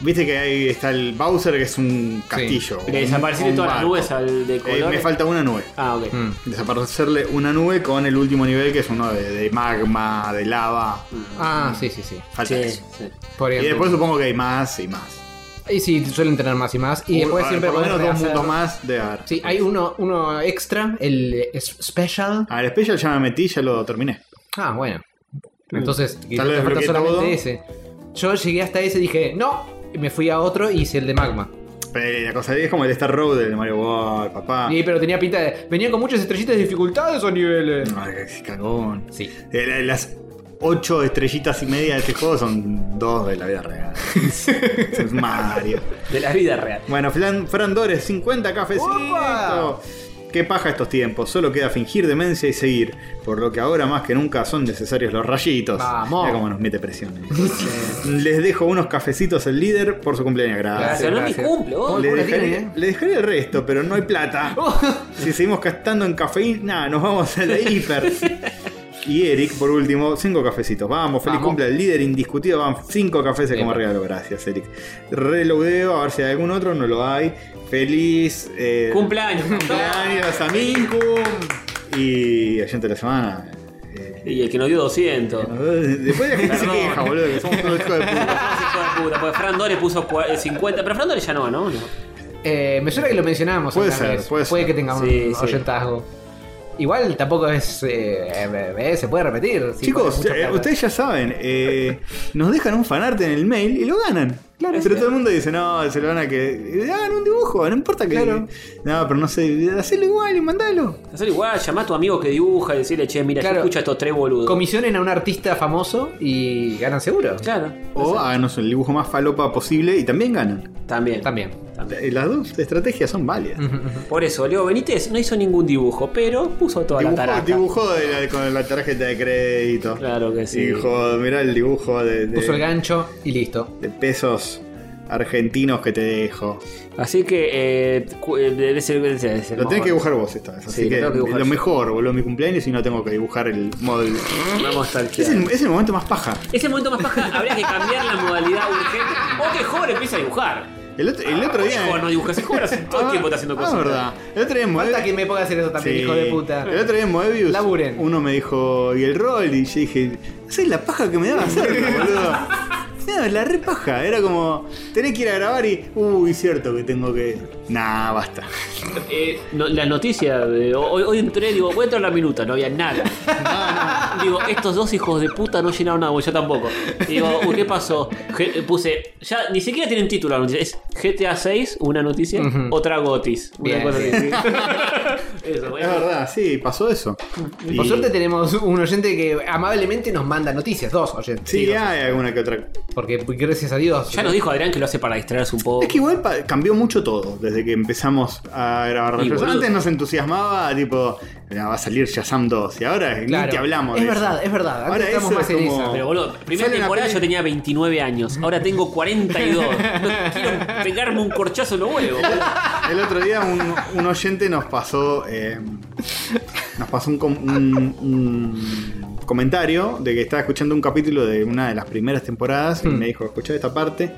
Speaker 2: Viste que ahí está el Bowser, que es un castillo.
Speaker 1: Le desapareciste
Speaker 2: un
Speaker 1: todas las
Speaker 2: barco.
Speaker 1: nubes al de
Speaker 2: Eh,
Speaker 1: color.
Speaker 2: me falta una nube.
Speaker 1: Ah, ok.
Speaker 3: Mm.
Speaker 2: Desaparecerle una nube con el último nivel, que es uno de, de magma, de lava.
Speaker 3: Ah, sí, sí, sí.
Speaker 2: Falta
Speaker 1: Sí,
Speaker 2: eso.
Speaker 1: sí.
Speaker 3: Podría
Speaker 2: Y después
Speaker 3: ser.
Speaker 2: supongo que hay más y más.
Speaker 3: Y sí, suelen tener más y más. Y después
Speaker 2: Por-
Speaker 3: siempre
Speaker 2: por lo menos
Speaker 3: podés
Speaker 2: dos
Speaker 3: rehacer-
Speaker 2: mundos más de haber.
Speaker 3: Sí, hay uno, uno extra, el eh, es- Special.
Speaker 2: Al Special ya me metí, ya lo terminé.
Speaker 3: Ah, bueno. Entonces, quizás
Speaker 2: Mm. vez
Speaker 3: te falta
Speaker 2: bloqueé
Speaker 3: solamente
Speaker 2: todo.
Speaker 3: ese. Yo llegué hasta ese y dije, no, y me fui a otro y hice el de Magma.
Speaker 2: Pero la cosa es como el Star Road del Mario World, papá.
Speaker 3: Y, pero tenía pinta de. Venía con muchas estrellitas de dificultad esos niveles.
Speaker 2: Ay, qué cagón.
Speaker 3: Sí.
Speaker 2: Eh, la- Las ocho estrellitas y media de este juego son dos de la vida
Speaker 3: (laughs)
Speaker 2: real. es Mario.
Speaker 1: De la vida real.
Speaker 2: Bueno, Fran, Fran Dores, 50 cafecitos.
Speaker 3: ¡Opa!
Speaker 2: Qué paja estos tiempos, solo queda fingir demencia y seguir, por lo que ahora más que nunca son necesarios los rayitos.
Speaker 3: Vamos.
Speaker 2: Mira cómo nos mete presión. Les dejo unos cafecitos el líder por su cumpleaños, gracias.
Speaker 1: Gracias, no ni
Speaker 3: gracias.
Speaker 1: cumple, vos.
Speaker 2: Ah. Le
Speaker 3: ¿Cómo la
Speaker 2: dejaré,
Speaker 3: tienen, eh?
Speaker 2: le dejaré el resto, pero no hay plata.
Speaker 3: (laughs)
Speaker 2: Si seguimos gastando en cafeína, nos vamos (laughs) a la hiper. Y Eric, por último, cinco cafecitos. Vamos, feliz
Speaker 3: Vamos.
Speaker 2: cumple al líder indiscutido. Van cinco cafés como
Speaker 3: Epa.
Speaker 2: regalo. Gracias, Eric. Reloadeo, a ver si hay algún otro, no lo hay. Feliz eh, (laughs)
Speaker 1: Cumpleaños.
Speaker 2: cumpleaños a Minkum. Y oyente de la semana. eh,
Speaker 1: Y el que nos dio
Speaker 2: (laughs)
Speaker 1: 200. Hijo
Speaker 2: Después la gente se
Speaker 1: Perdón.
Speaker 2: queja, boludo, que somos unos hijos de puta.
Speaker 1: de puta, porque Fran Dore puso cua- eh, 50. Pero Fran Dore ya no, ¿no? No.
Speaker 3: Eh, me suena que lo mencionamos.
Speaker 2: Puede
Speaker 3: alguna
Speaker 2: ser,
Speaker 3: vez.
Speaker 2: puede
Speaker 3: puede
Speaker 2: ser.
Speaker 3: que tenga un
Speaker 1: Sí, sí.
Speaker 3: oyentazgo. Igual tampoco es. eh, eh, eh, se puede repetir. si pones
Speaker 2: Chicos,
Speaker 3: mucha
Speaker 2: eh,
Speaker 3: plata.
Speaker 2: ustedes ya saben, eh, nos dejan un fanart en el mail y lo ganan. Claro, pero todo el mundo dice, no, se lo van a que. Hagan un dibujo, no importa que.
Speaker 3: Claro.
Speaker 2: No, pero no sé, hacelo igual y mandalo.
Speaker 1: Hacer igual, llamá a tu amigo que dibuja y decirle, che, mira,
Speaker 3: Claro.
Speaker 1: yo escucho a estos tres boludos.
Speaker 3: Comisionen a un artista famoso y ganan seguro.
Speaker 1: Claro.
Speaker 2: O háganos el dibujo más falopa posible y también ganan.
Speaker 1: También.
Speaker 2: (laughs)
Speaker 3: También.
Speaker 1: También. Mm.
Speaker 2: Eh, Las dos estrategias son válidas.
Speaker 3: Ujú, ujú.
Speaker 1: Por eso, Leo Benítez no hizo ningún dibujo, pero puso toda la
Speaker 2: Dibujó,
Speaker 1: tarata.
Speaker 2: dibujó de la- con la tarjeta de crédito.
Speaker 1: Claro que sí.
Speaker 2: Hijo, mirá el dibujo de, de-
Speaker 3: Puso el gancho y listo.
Speaker 2: de pesos argentinos que te dejo.
Speaker 1: Así que, eh, cu- eh, de- de- de- de- de- de-
Speaker 2: Lo tenés que dibujar vos esta vez. Así
Speaker 1: Sí, lo
Speaker 2: que,
Speaker 1: tengo que dibujar
Speaker 2: lo
Speaker 1: yo.
Speaker 2: mejor, boludo, mi cumpleaños y no tengo que dibujar el modelo.
Speaker 1: Vamos a estar
Speaker 2: Es el, es el momento más paja.
Speaker 1: Ese momento más paja, habría que cambiar la modalidad urgente. O que Jorge empiece a dibujar.
Speaker 2: El otro, el otro día.
Speaker 1: Jorge Ah, no dibuja, ese Jorge hace todo el
Speaker 2: Ah,
Speaker 1: tiempo está haciendo
Speaker 2: ah,
Speaker 1: cosas.
Speaker 2: verdad. El otro día en
Speaker 3: Falta
Speaker 2: Moebius.
Speaker 3: que me ponga a hacer eso también,
Speaker 2: Sí.
Speaker 3: hijo de puta.
Speaker 2: El otro día en Moebius.
Speaker 3: Laburen.
Speaker 2: Uno me dijo, ¿y el rol? Y yo dije, ¿sabes la paja que me daba
Speaker 1: (laughs)
Speaker 2: hacerlo, boludo? No, la re paja. Era como, tenés que ir a grabar y. Uy, cierto que tengo que. Nah, basta.
Speaker 1: Eh, no, la noticia, de- hoy, hoy entré, digo, voy a entrar a la minuta, no había
Speaker 2: (laughs)
Speaker 1: nada. Digo, estos dos hijos de puta no llenaron nada, yo tampoco. Digo, uy, ¿qué pasó? G- eh, puse, ya ni siquiera tienen título la noticia, es GTA 6, una noticia,
Speaker 3: Ujú.
Speaker 1: otra Gotis. Una
Speaker 3: Bien,
Speaker 1: cosa así.
Speaker 3: bien.
Speaker 2: (laughs)
Speaker 1: Eso,
Speaker 2: Es
Speaker 1: bueno.
Speaker 2: verdad, sí, pasó eso.
Speaker 3: Por
Speaker 2: Y-
Speaker 3: suerte tenemos un oyente que amablemente nos manda noticias, dos oyentes.
Speaker 2: Sí, ah.
Speaker 3: digo,
Speaker 2: hay alguna que otra
Speaker 3: Porque gracias a Dios.
Speaker 1: Ya nos dijo Adrián que lo hace para distraerse un poco.
Speaker 2: Es que igual pa- cambió mucho todo desde que empezamos a grabar
Speaker 1: Y
Speaker 2: rayos.
Speaker 1: boludo.
Speaker 2: Antes nos entusiasmaba, tipo, "Ah, va a salir Shazam 2. Y ahora
Speaker 3: Claro.
Speaker 2: ni te hablamos.
Speaker 3: Es
Speaker 2: de
Speaker 3: verdad,
Speaker 2: eso.
Speaker 3: es verdad. Antes
Speaker 2: Ahora
Speaker 3: estábamos
Speaker 2: eso
Speaker 3: más
Speaker 2: es
Speaker 3: en
Speaker 2: como-
Speaker 3: esa.
Speaker 1: Pero boludo, primera
Speaker 2: Sale una
Speaker 1: temporada
Speaker 2: peli-
Speaker 1: yo tenía 29 años, ahora tengo 42. No quiero pegarme un corchazo en los huevos. boludo.
Speaker 2: El otro día un, un oyente nos pasó. eh, nos pasó un, com- un- un comentario de que estaba escuchando un capítulo de una de las primeras temporadas y
Speaker 3: Hmm.
Speaker 2: me dijo, escuchá esta parte.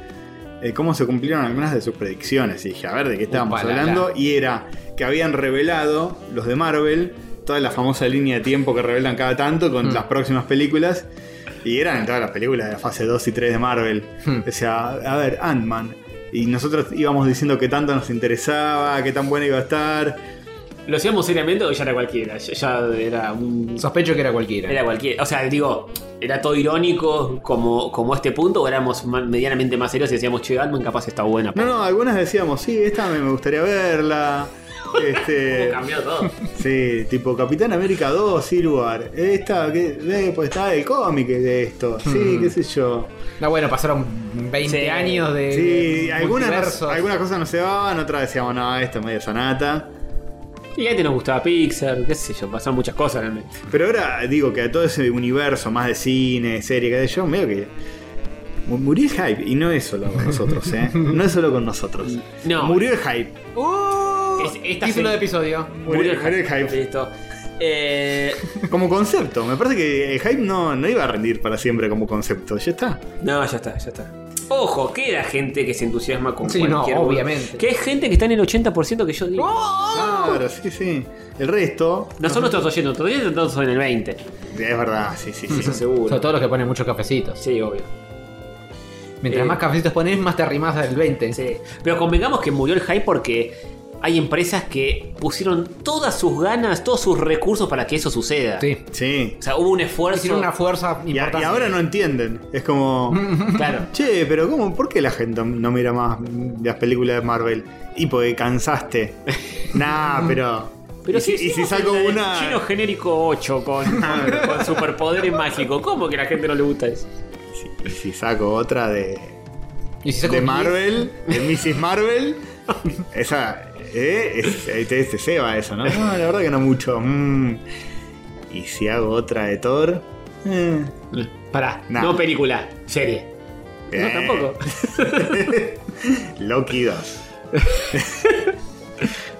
Speaker 2: eh, cómo se cumplieron algunas de sus predicciones. Y dije, a ver, ¿de qué estábamos
Speaker 3: Upa, la,
Speaker 2: hablando?
Speaker 3: la.
Speaker 2: Y era que habían revelado los de Marvel, toda la famosa línea de tiempo que revelan cada tanto con
Speaker 3: Hmm.
Speaker 2: las próximas películas. Y eran todas las películas de la fase 2 y 3 de Marvel.
Speaker 3: Hmm.
Speaker 2: O sea, a ver, Ant-Man. Y nosotros íbamos diciendo que tanto nos interesaba, qué tan buena iba a estar.
Speaker 1: ¿Lo hacíamos seriamente o ya era cualquiera? Ya, ya era un.
Speaker 3: Sospecho que era cualquiera.
Speaker 1: Era cualquiera. O sea, digo, ¿era todo irónico como, como este punto o éramos ma- medianamente más serios y decíamos, che, Batman capaz está buena?
Speaker 2: No, no, algunas decíamos, sí, esta me me gustaría verla. Este,
Speaker 1: (laughs) Cambió todo.
Speaker 2: sí, tipo Capitán América 2, Silver. Esta, que, eh, pues está el cómic de esto. Sí,
Speaker 3: Hmm.
Speaker 2: qué sé yo.
Speaker 3: No, bueno, pasaron 20
Speaker 1: Sí.
Speaker 3: años de.
Speaker 2: Sí,
Speaker 3: de
Speaker 2: algunas, nos-
Speaker 3: multiversos.
Speaker 2: algunas cosas nos cebaban, otras decíamos, no, esto es medio sanata.
Speaker 1: Y antes nos gustaba Pixar, qué sé yo, pasaron muchas cosas realmente.
Speaker 2: Pero ahora digo que a todo ese universo más de cine, serie, qué sé yo, medio que. mu- Murió el hype, y no es solo con nosotros, ¿eh? No es solo con nosotros.
Speaker 1: No.
Speaker 2: Murió el hype.
Speaker 3: ¡Uh!
Speaker 1: Es- esta
Speaker 3: Título
Speaker 1: se-
Speaker 3: de episodio.
Speaker 2: Murió, murió el hype.
Speaker 1: Listo. Eh,
Speaker 2: Como concepto, me parece que el hype no, no iba a rendir para siempre como concepto, ya está.
Speaker 1: no, ya está, ya está. Ojo, queda gente que se entusiasma con
Speaker 3: Sí, no,
Speaker 1: cualquier. boludo.
Speaker 3: obviamente.
Speaker 1: Que es gente que está en el 80% que yo digo.
Speaker 2: Claro, sí, sí. El resto.
Speaker 1: No son nuestros oyentes, nuestros oyentes todos son en el 20.
Speaker 2: Es verdad, sí,
Speaker 1: (laughs)
Speaker 2: sí, sí.
Speaker 1: Eso seguro.
Speaker 3: Sobre todo los que ponen muchos cafecitos.
Speaker 1: Sí, obvio.
Speaker 3: Mientras
Speaker 1: Eh.
Speaker 3: más cafecitos pones, más te arrimas al 20.
Speaker 1: Sí. Pero convengamos que murió el hype porque hay empresas que pusieron todas sus ganas, todos sus recursos para que eso suceda.
Speaker 3: Sí.
Speaker 2: Sí.
Speaker 1: O sea, hubo un esfuerzo.
Speaker 3: Hicieron una fuerza
Speaker 2: Y, a-
Speaker 3: importante.
Speaker 2: y ahora no entienden. Es como.
Speaker 1: Mm. Claro.
Speaker 2: Che, pero ¿cómo? ¿Por qué la gente no mira más las películas de Marvel? Y porque
Speaker 1: (laughs)
Speaker 2: cansaste. nah, pero.
Speaker 1: Pero
Speaker 2: y, si-
Speaker 1: sí,
Speaker 2: y si
Speaker 1: hicimos
Speaker 2: saco
Speaker 1: la de
Speaker 2: una.
Speaker 1: Chino genérico 8
Speaker 2: (laughs)
Speaker 1: con, con superpoderes mágicos. ¿Cómo que a la gente no le gusta eso?
Speaker 2: Y si saco otra de.
Speaker 3: Y si se
Speaker 2: de
Speaker 3: consigue-
Speaker 2: Marvel, de Mrs. Marvel. Esa. Eh, es- ahí te, te ceba eso, ¿no? No, la verdad que no mucho. Mm. Y si hago otra de Thor. Eh,
Speaker 1: Pará,
Speaker 2: Nah.
Speaker 1: no película, serie. No,
Speaker 2: eh,
Speaker 1: tampoco.
Speaker 2: Loki 2.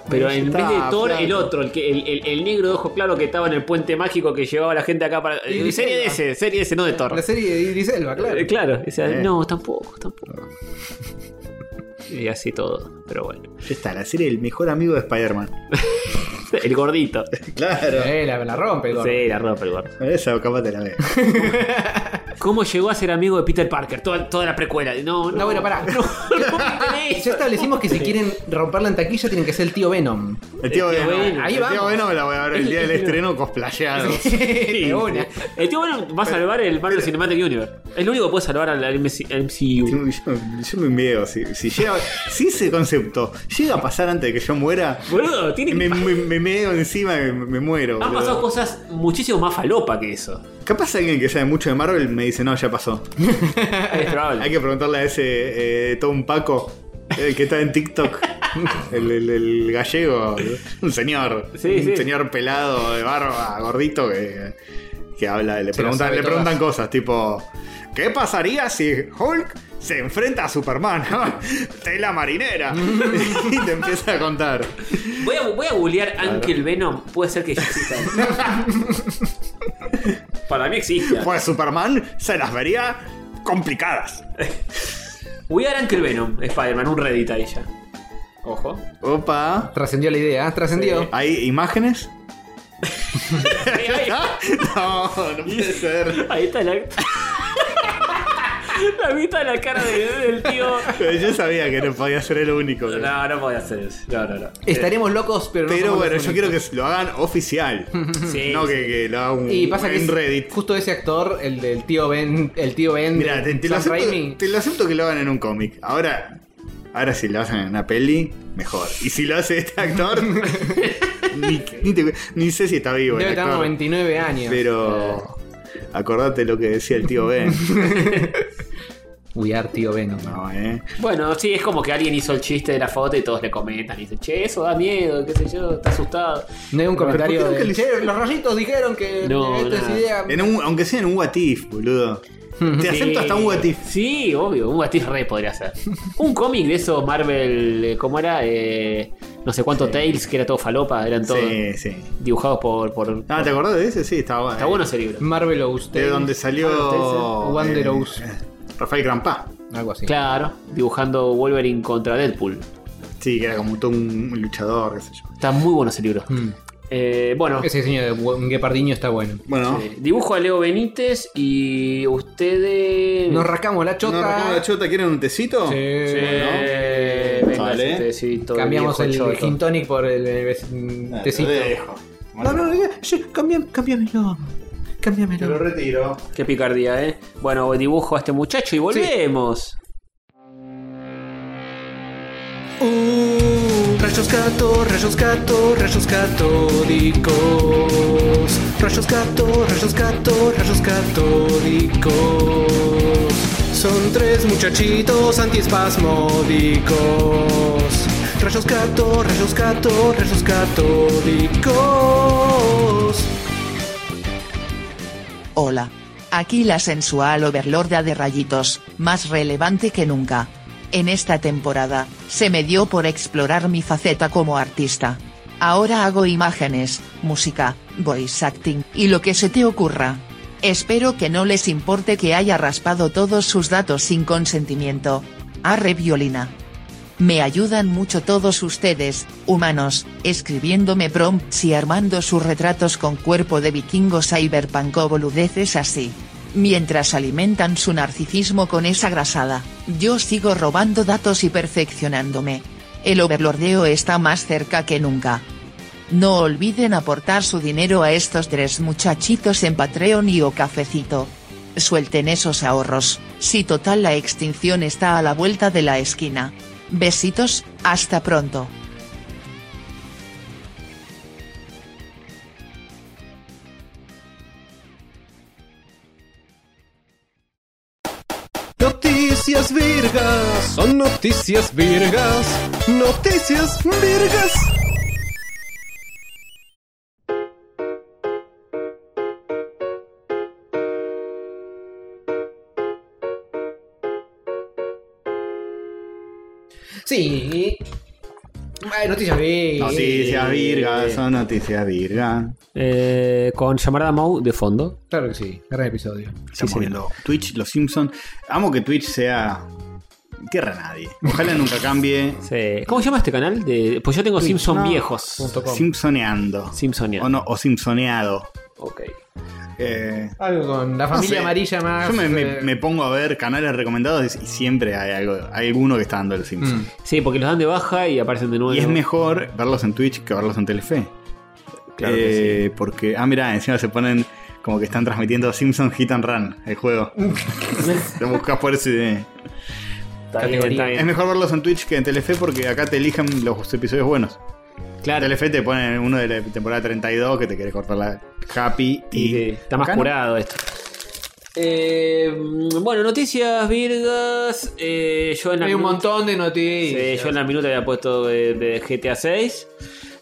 Speaker 1: Pero
Speaker 2: Ya
Speaker 1: en vez
Speaker 2: está,
Speaker 1: de Thor,
Speaker 2: flaco.
Speaker 1: el otro, el, que, el, el- el negro de ojo claro que estaba en el puente mágico que llevaba a la gente acá para.
Speaker 3: Y
Speaker 1: serie de
Speaker 3: Griselda.
Speaker 1: ese, serie de ese, no de Thor.
Speaker 3: La serie de Idris Elba, claro.
Speaker 1: Eh, Claro, o sea,
Speaker 2: Eh.
Speaker 1: no, tampoco, tampoco. Y así todo, pero bueno.
Speaker 2: Ya está, la serie El mejor amigo de Spider-Man.
Speaker 1: El gordito.
Speaker 2: Claro.
Speaker 3: Eh, la, la rompe, gordo.
Speaker 1: Sí, la ropa el gordo.
Speaker 2: Esa capaz te la
Speaker 3: (laughs)
Speaker 2: ve.
Speaker 1: ¿Cómo llegó a ser amigo de Peter Parker? Toda, toda la precuela. No, no,
Speaker 3: No, bueno, pará.
Speaker 1: (laughs) No, no me
Speaker 3: Ya
Speaker 1: interesa.
Speaker 3: establecimos que
Speaker 1: (laughs)
Speaker 3: si quieren romperla en taquilla tienen que ser el tío Venom.
Speaker 2: El tío
Speaker 1: El tío
Speaker 2: Venom.
Speaker 1: Venom.
Speaker 3: Ahí
Speaker 2: el tío
Speaker 3: vamos.
Speaker 2: Venom la voy a ver el día
Speaker 3: (laughs)
Speaker 2: del estreno cosplayado.
Speaker 3: De una.
Speaker 1: El tío bueno va a salvar el Marvel Cinematic Universe. Es lo único que puede salvar al al MCU.
Speaker 2: Yo, yo me envidio. Si, si llega- si ese concepto llega a pasar antes de que yo muera,
Speaker 1: Boludo, tiene que
Speaker 2: me, me, me meo encima y me, me muero.
Speaker 1: Han
Speaker 2: boludo.
Speaker 1: pasado cosas muchísimo más falopa que eso.
Speaker 2: Capaz alguien que sabe mucho de Marvel me dice, no, ya pasó.
Speaker 1: Es
Speaker 2: Hay
Speaker 3: (laughs)
Speaker 1: probable.
Speaker 2: que preguntarle a ese eh, Tom Paco, el que está en TikTok. El, el- el gallego, un señor,
Speaker 1: Sí,
Speaker 2: un
Speaker 1: sí.
Speaker 2: señor pelado de barba, gordito, que, que habla, le
Speaker 3: Se la
Speaker 2: preguntan,
Speaker 3: sabe
Speaker 2: le preguntan
Speaker 3: todas.
Speaker 2: cosas tipo: ¿Qué pasaría si Hulk se enfrenta a Superman? (laughs) Tela marinera. (laughs) y te empieza a contar.
Speaker 1: Voy a, voy a googlear Uncle Venom. Puede ser que ya exista. (laughs) Para mí existe.
Speaker 2: Pues Superman se las vería complicadas.
Speaker 1: We are Uncle Venom, Spider-Man, un Reddit ahí ya. Ojo.
Speaker 2: Opa.
Speaker 3: Trascendió la idea, ¿eh? trascendió.
Speaker 2: ¿Hay imágenes?
Speaker 1: Eh, Ahí, ahí.
Speaker 2: No, no puede ser.
Speaker 1: Ahí está la. (laughs) la mitad de la cara de- del tío.
Speaker 2: Yo sabía que no podía ser el único. que-
Speaker 1: No, no podía hacer eso. No, Eh, no, no.
Speaker 3: Estaremos locos, pero no
Speaker 2: Pero
Speaker 3: somos
Speaker 2: bueno,
Speaker 3: los
Speaker 2: yo
Speaker 3: únicos.
Speaker 2: quiero que lo hagan oficial.
Speaker 1: Sí,
Speaker 2: no
Speaker 1: sí.
Speaker 2: que, que lo haga un,
Speaker 3: Y pasa que
Speaker 2: en
Speaker 3: es
Speaker 2: Reddit.
Speaker 3: justo ese actor, el del tío Ben, el tío Ben
Speaker 2: Mira,
Speaker 3: de
Speaker 2: te, te lo
Speaker 3: Sam
Speaker 2: acepto,
Speaker 3: Raimi.
Speaker 2: te lo acepto que lo hagan en un cómic. Ahora, ahora si lo hacen en una peli, mejor. Y si lo hace este
Speaker 3: (laughs)
Speaker 2: actor, ni, ni te- ni sé si está vivo. el
Speaker 3: Debe tener
Speaker 2: actor.
Speaker 3: 99 años.
Speaker 2: Pero acordate lo que decía el tío
Speaker 3: (laughs)
Speaker 2: Ben.
Speaker 3: We are tío Venom.
Speaker 2: No, eh.
Speaker 1: Bueno, sí, es como que alguien hizo el chiste de la foto y todos le comentan. Y dicen, che, eso da miedo, qué sé yo, está asustado.
Speaker 3: No hay un
Speaker 2: Pero,
Speaker 3: comentario
Speaker 2: ¿por qué nunca
Speaker 3: de,
Speaker 2: le hicieron?
Speaker 3: "Che, los rayitos dijeron que
Speaker 1: No,
Speaker 3: esta es
Speaker 1: nada.
Speaker 3: idea.
Speaker 2: En un- aunque sea en un what if,
Speaker 3: (laughs)
Speaker 2: boludo. Te
Speaker 1: Sí.
Speaker 2: acepto hasta un what if.
Speaker 1: Sí, obvio, un What If re podría ser. un cómic de eso, Marvel, eh, ¿cómo era? Eh, no sé cuánto Tales, que era todo falopa, eran todos
Speaker 2: Sí, sí.
Speaker 1: dibujados por. por-
Speaker 2: Ah, ¿te acordás de ese? Sí, estaba bueno.
Speaker 1: Está bueno ese libro.
Speaker 3: Marvel o
Speaker 2: De
Speaker 3: usted.
Speaker 2: donde
Speaker 3: este,
Speaker 2: salió. eh,
Speaker 3: Wanderous.
Speaker 2: Rafael Grampá.
Speaker 3: Algo así.
Speaker 1: Claro, dibujando Wolverine contra Deadpool.
Speaker 2: Sí, que era como todo un, un luchador, qué sé yo.
Speaker 1: Está muy bueno ese libro.
Speaker 3: Mm.
Speaker 1: Eh, bueno,
Speaker 3: Ese diseño de Gu- Guepardiño está bueno.
Speaker 2: Bueno,
Speaker 1: eh, dibujo a Leo Benítez y ustedes.
Speaker 3: Nos rascamos la
Speaker 2: ¿no
Speaker 3: chota.
Speaker 2: arrancamos la chota? ¿Quieren un tecito?
Speaker 1: Sí,
Speaker 3: Sí.
Speaker 1: venga,
Speaker 2: Vale.
Speaker 1: ese tecito de
Speaker 3: Cambiamos el
Speaker 1: viejo choto.
Speaker 3: gin tonic por el eh, mm,
Speaker 2: Ah, te
Speaker 3: tecito.
Speaker 2: lo dejo.
Speaker 3: No, no, no, cambiamelo. Cambiamelo.
Speaker 2: Te lo retiro.
Speaker 1: Qué picardía, ¿eh? Bueno, dibujo a este muchacho y volvemos.
Speaker 5: Uh, rayos gato, rayos gato, rayos catódicos. Rayos gato, rayos gato, rayos catódicos. Son tres muchachitos antiespasmódicos. Rayos gato, rayos gato, rayos catódicos.
Speaker 6: Hola. Aquí la sensual overlorda de rayitos, más relevante que nunca. En esta temporada, se me dio por explorar mi faceta como artista. Ahora hago imágenes, música, voice acting, y lo que se te ocurra. Espero que no les importe que haya raspado todos sus datos sin consentimiento. Arre violina. Me ayudan mucho todos ustedes, humanos, escribiéndome prompts y armando sus retratos con cuerpo de vikingo cyberpunk o boludeces así. Mientras alimentan su narcisismo con esa grasada, yo sigo robando datos y perfeccionándome. El overlordeo está más cerca que nunca. No olviden aportar su dinero a estos tres muchachitos en Patreon y o cafecito. Suelten esos ahorros, si total la extinción está a la vuelta de la esquina. Besitos, hasta pronto.
Speaker 5: Noticias virgas. Son noticias virgas. Noticias virgas.
Speaker 3: Sí. Ay, noticias bien.
Speaker 2: Noticias virgas, son noticias virgas.
Speaker 1: Eh, con Llamarada Mou de fondo.
Speaker 3: Claro que sí, gran episodio.
Speaker 2: Estamos viendo Twitch, los Simpsons. Amo que Twitch sea. Tierra a nadie. Ojalá nunca cambie.
Speaker 1: Sí. ¿Cómo se llama este canal? De... Pues yo tengo Simpson
Speaker 2: no.
Speaker 1: viejos.
Speaker 3: Punto com.
Speaker 2: Simpsoneando.
Speaker 1: Simpsonia.
Speaker 2: O, no, o Simpsoneado.
Speaker 1: Ok.
Speaker 2: Eh,
Speaker 3: Algo con la familia
Speaker 2: sé.
Speaker 3: amarilla más.
Speaker 2: yo me, me-
Speaker 3: eh,
Speaker 2: me pongo a ver canales recomendados y siempre hay algo, hay alguno que está dando el Simpson.
Speaker 3: mm.
Speaker 1: Sí, porque los dan de baja y aparecen de nuevo.
Speaker 2: Y es mejor verlos en Twitch que verlos en Telefe.
Speaker 1: Claro que
Speaker 2: Eh, Porque, ah, mira, encima se ponen como que están transmitiendo Simpson Hit and Run, el juego.
Speaker 3: Uh.
Speaker 2: Lo buscas por ese.
Speaker 1: Está bien,
Speaker 3: Categoría.
Speaker 1: está
Speaker 2: Es
Speaker 1: bien.
Speaker 2: mejor verlos en Twitch que en Telefe porque acá te eligen los episodios buenos. En
Speaker 1: Claro.
Speaker 2: Telefe te ponen uno de la temporada 32 que te quieres cortar la happy
Speaker 1: Y
Speaker 2: y.
Speaker 1: que está más
Speaker 2: acá no.
Speaker 1: curado esto. Eh, bueno, noticias virgas. eh, yo en la
Speaker 3: Hay un
Speaker 1: minuta-
Speaker 3: montón de noticias.
Speaker 1: Sí, yo en la minuta había puesto de, de GTA 6.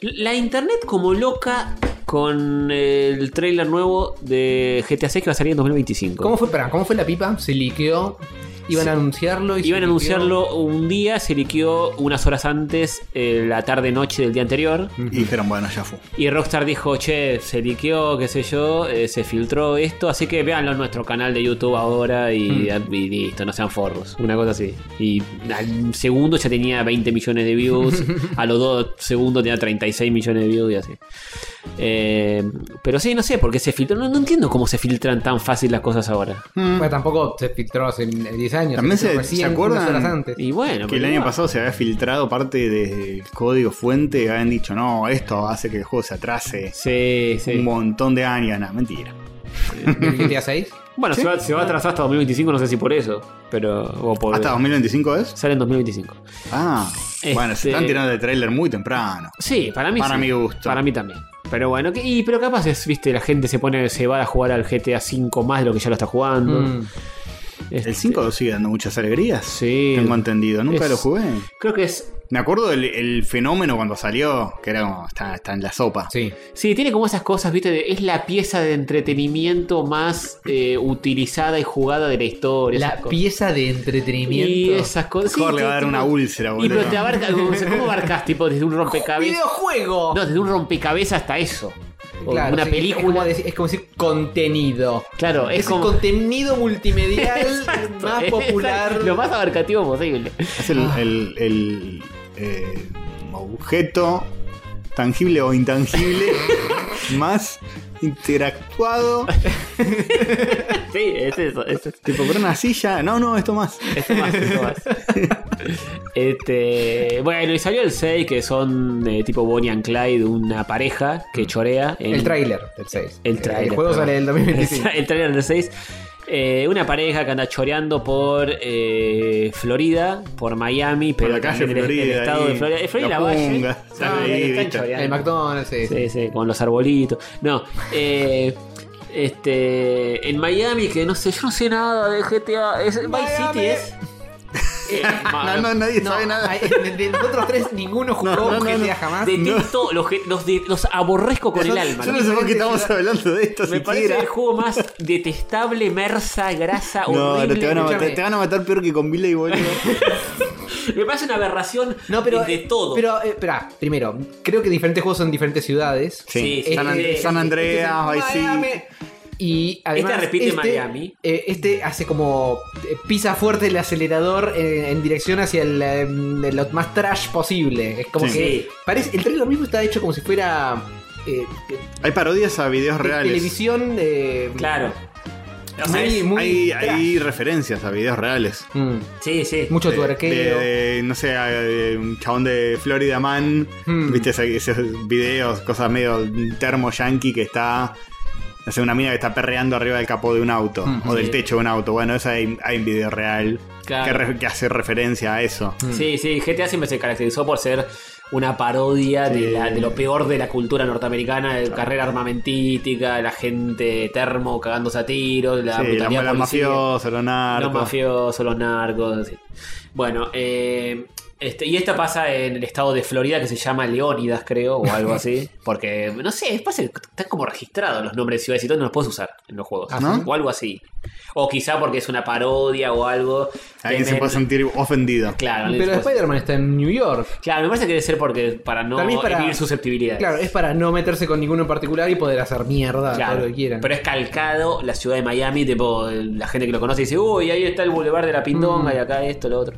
Speaker 1: La internet como loca con el trailer nuevo de GTA 6 que va a salir en 2025.
Speaker 3: ¿Cómo fue? Pará, ¿cómo fue la pipa? Se liqueó. Iban a anunciarlo y se
Speaker 1: Iban a
Speaker 3: liqueó.
Speaker 1: anunciarlo un día, se liqueó unas horas antes, eh, la tarde-noche del día anterior.
Speaker 2: Y dijeron, bueno, ya fue.
Speaker 1: Y Rockstar dijo, che, se liqueó, qué sé yo, eh, se filtró esto, así que véanlo en nuestro canal de YouTube ahora
Speaker 2: Mm.
Speaker 1: y, eh, y listo, no sean forros, una cosa así. Y al segundo ya tenía 20 millones de
Speaker 2: (laughs)
Speaker 1: views, a los dos segundos tenía 36 millones de views y así. Eh, pero sí, no sé, porque se filtró, no, no entiendo cómo se filtran tan fácil las cosas
Speaker 2: (laughs)
Speaker 1: ahora.
Speaker 3: Mm. Bueno, tampoco se filtró hace 10 años.
Speaker 2: También
Speaker 3: filtró
Speaker 2: se-
Speaker 3: recién,
Speaker 2: ¿se acuerdan?
Speaker 3: unas horas antes.
Speaker 1: Y bueno,
Speaker 2: Que el
Speaker 1: pero
Speaker 2: año
Speaker 1: igual.
Speaker 2: pasado se había filtrado parte del código fuente y habían dicho, no, esto hace que el juego se atrase
Speaker 1: Sí, sí.
Speaker 2: un montón de años. Nada, mentira.
Speaker 3: ¿El
Speaker 2: (laughs)
Speaker 3: GTA 6?
Speaker 1: Bueno, se, va, se va a atrasar hasta 2025, no sé si por eso, pero... O por,
Speaker 2: ¿Hasta 2025 es?
Speaker 1: Sale en 2025.
Speaker 2: Ah, bueno, se
Speaker 1: Este-
Speaker 2: están tirando de trailer muy temprano.
Speaker 1: Sí, para mí
Speaker 2: Para
Speaker 1: sí.
Speaker 2: mi gusto.
Speaker 1: Para mí también. Pero bueno, que- y, pero capaz es, viste, la gente se pone, se va a jugar al GTA V más de lo que ya lo está
Speaker 2: Mm.
Speaker 1: jugando.
Speaker 3: Mm.
Speaker 1: Este,
Speaker 2: El 5 sigue dando muchas alegrías.
Speaker 1: Sí.
Speaker 2: Tengo entendido. Nunca
Speaker 1: Es-
Speaker 2: lo jugué.
Speaker 1: Creo que es.
Speaker 2: Me acuerdo del el fenómeno cuando salió, que era como, está, está en la sopa.
Speaker 3: Sí.
Speaker 1: Sí, tiene como esas cosas, viste, de- es la pieza de entretenimiento más eh, utilizada y jugada de la historia.
Speaker 3: La
Speaker 1: esas cosas.
Speaker 3: pieza de entretenimiento.
Speaker 1: Y esas cosas. sí,
Speaker 2: Jorge le va a
Speaker 1: sí,
Speaker 2: dar una
Speaker 1: tipo-
Speaker 2: úlcera,
Speaker 1: Y
Speaker 2: boludo.
Speaker 1: pero te abarca,
Speaker 2: (laughs)
Speaker 1: ¿cómo abarcas tipo desde un rompecabezas?
Speaker 3: ¡Videojuego!
Speaker 1: No, desde un rompecabezas hasta eso. O
Speaker 3: Claro,
Speaker 1: una
Speaker 3: sí, Es como,
Speaker 1: película.
Speaker 3: decir, es como decir contenido.
Speaker 1: Claro, es
Speaker 3: Es,
Speaker 1: como-
Speaker 3: el contenido multimedial
Speaker 1: (laughs) Exacto,
Speaker 3: más
Speaker 1: es
Speaker 3: popular.
Speaker 1: Lo más abarcativo posible.
Speaker 2: Es el,
Speaker 1: Ah.
Speaker 2: el- el, eh, objeto tangible
Speaker 1: (laughs)
Speaker 2: o intangible más interactuado.
Speaker 1: Sí, es eso, es eso.
Speaker 2: Tipo, por una silla. No, no, esto más.
Speaker 1: Esto más, esto más. (laughs) este, bueno, y salió el 6, que son eh, tipo Bonnie and Clyde, una pareja que chorea. en-
Speaker 3: Mm. El tráiler del 6.
Speaker 1: El tráiler,
Speaker 3: El juego
Speaker 1: perdón.
Speaker 3: sale del 2025.
Speaker 1: (laughs) el trailer del 6. eh, una pareja que anda choreando por eh, Florida, por Miami, pero
Speaker 2: Por la calle
Speaker 1: también en el- en el
Speaker 2: Florida.
Speaker 1: estado
Speaker 2: ahí,
Speaker 1: de Florida. Es Florida
Speaker 2: la
Speaker 1: la Valle.
Speaker 2: punga,
Speaker 1: Ah,
Speaker 2: sale ahí,
Speaker 1: ahí están
Speaker 2: ¿viste?
Speaker 1: choreando.
Speaker 3: El McDonald's, sí.
Speaker 1: Sí, sí, con los arbolitos. No, eh, este, en Miami, que no sé, yo no sé nada de GTA. Es, Vice
Speaker 3: Miami.
Speaker 1: City es.
Speaker 2: (laughs)
Speaker 1: Eh,
Speaker 2: No, no, nadie sabe nada.
Speaker 3: ay, de, de nosotros tres ninguno jugó
Speaker 2: No, no, no,
Speaker 3: GTA
Speaker 2: no.
Speaker 3: jamás.
Speaker 1: Detesto, los, ge- los, de- los aborrezco con el
Speaker 2: Yo-
Speaker 1: alma.
Speaker 2: Yo no sé por qué estamos
Speaker 3: ciudad-
Speaker 2: hablando de esto
Speaker 1: Me parece
Speaker 2: siquiera.
Speaker 1: el juego más detestable, mersa, grasa,
Speaker 2: No, no,
Speaker 1: horrible.
Speaker 2: te van, a matar,
Speaker 3: escúchame.
Speaker 2: te van a matar peor que con Billy boludo.
Speaker 1: Me parece una aberración
Speaker 3: No, pero.
Speaker 1: de todo.
Speaker 3: Pero, eh, espera, primero, creo que diferentes juegos son diferentes ciudades.
Speaker 1: Sí,
Speaker 2: Sí,
Speaker 1: sí,
Speaker 2: San,
Speaker 1: sí.
Speaker 2: Andreas, San Andreas,
Speaker 3: Este es el
Speaker 2: Vice City.
Speaker 3: Miami. Y además,
Speaker 1: Este repite Miami.
Speaker 3: eh, este hace como eh, pisa fuerte el acelerador en, en dirección hacia el, eh, lo más trash posible. Es como
Speaker 2: Sí.
Speaker 1: Sí.
Speaker 3: que parece el trailer mismo está hecho como si fuera eh,
Speaker 2: Hay parodias a videos reales.
Speaker 3: televisión eh,
Speaker 1: Claro. O sea,
Speaker 3: muy,
Speaker 1: es-
Speaker 3: muy
Speaker 2: Hay,
Speaker 3: trash.
Speaker 2: hay referencias a videos reales.
Speaker 3: Mm,
Speaker 1: sí, sí.
Speaker 3: mucho
Speaker 2: De-
Speaker 3: tuerqueo.
Speaker 2: de- no sé, a- de un chabón de Florida Man.
Speaker 3: Hmm.
Speaker 2: Viste ese- esos videos, cosas medio termo yankee que está. No sé, una mina que está perreando arriba del capó de un auto.
Speaker 3: Hmm,
Speaker 2: o del
Speaker 1: sí.
Speaker 2: techo de un auto. Bueno, esa hay, hay un video real
Speaker 1: Claro.
Speaker 2: que, re- que hace referencia a eso.
Speaker 1: Sí, sí, GTA siempre se caracterizó por ser una parodia de,
Speaker 2: Sí.
Speaker 1: la- de lo peor de la cultura norteamericana, de carrera armamentística, la gente termo cagándose a tiros, la
Speaker 2: Sí, la,
Speaker 1: brutalidad policía,
Speaker 2: los mafiosos, los narcos.
Speaker 1: los mafiosos, los narcos. sí. Bueno, eh, este, y esta pasa en el estado de Florida que se llama Leónidas, creo, o algo
Speaker 2: (laughs)
Speaker 1: así, porque no sé, pasa que están como registrados los nombres de ciudades y todo, no los puedes usar en los juegos,
Speaker 3: ¿Ah,
Speaker 2: sí?
Speaker 1: o algo así. O quizá porque es una parodia o algo.
Speaker 2: Alguien se
Speaker 1: Temen-
Speaker 2: puede sentir ofendido.
Speaker 1: Claro,
Speaker 3: Pero
Speaker 1: después-
Speaker 3: Spider-Man está en New York.
Speaker 1: Claro, me parece que debe ser porque para pues. no
Speaker 3: También para-
Speaker 1: herir susceptibilidades.
Speaker 3: Claro, es para no meterse con ninguno en particular y poder hacer mierda
Speaker 1: Claro,
Speaker 3: todo lo que quieran.
Speaker 1: Pero es calcado la ciudad de Miami, tipo, la gente que lo conoce dice, uy, ahí está el boulevard de la Pindonga
Speaker 3: Mm.
Speaker 1: y acá esto, lo otro.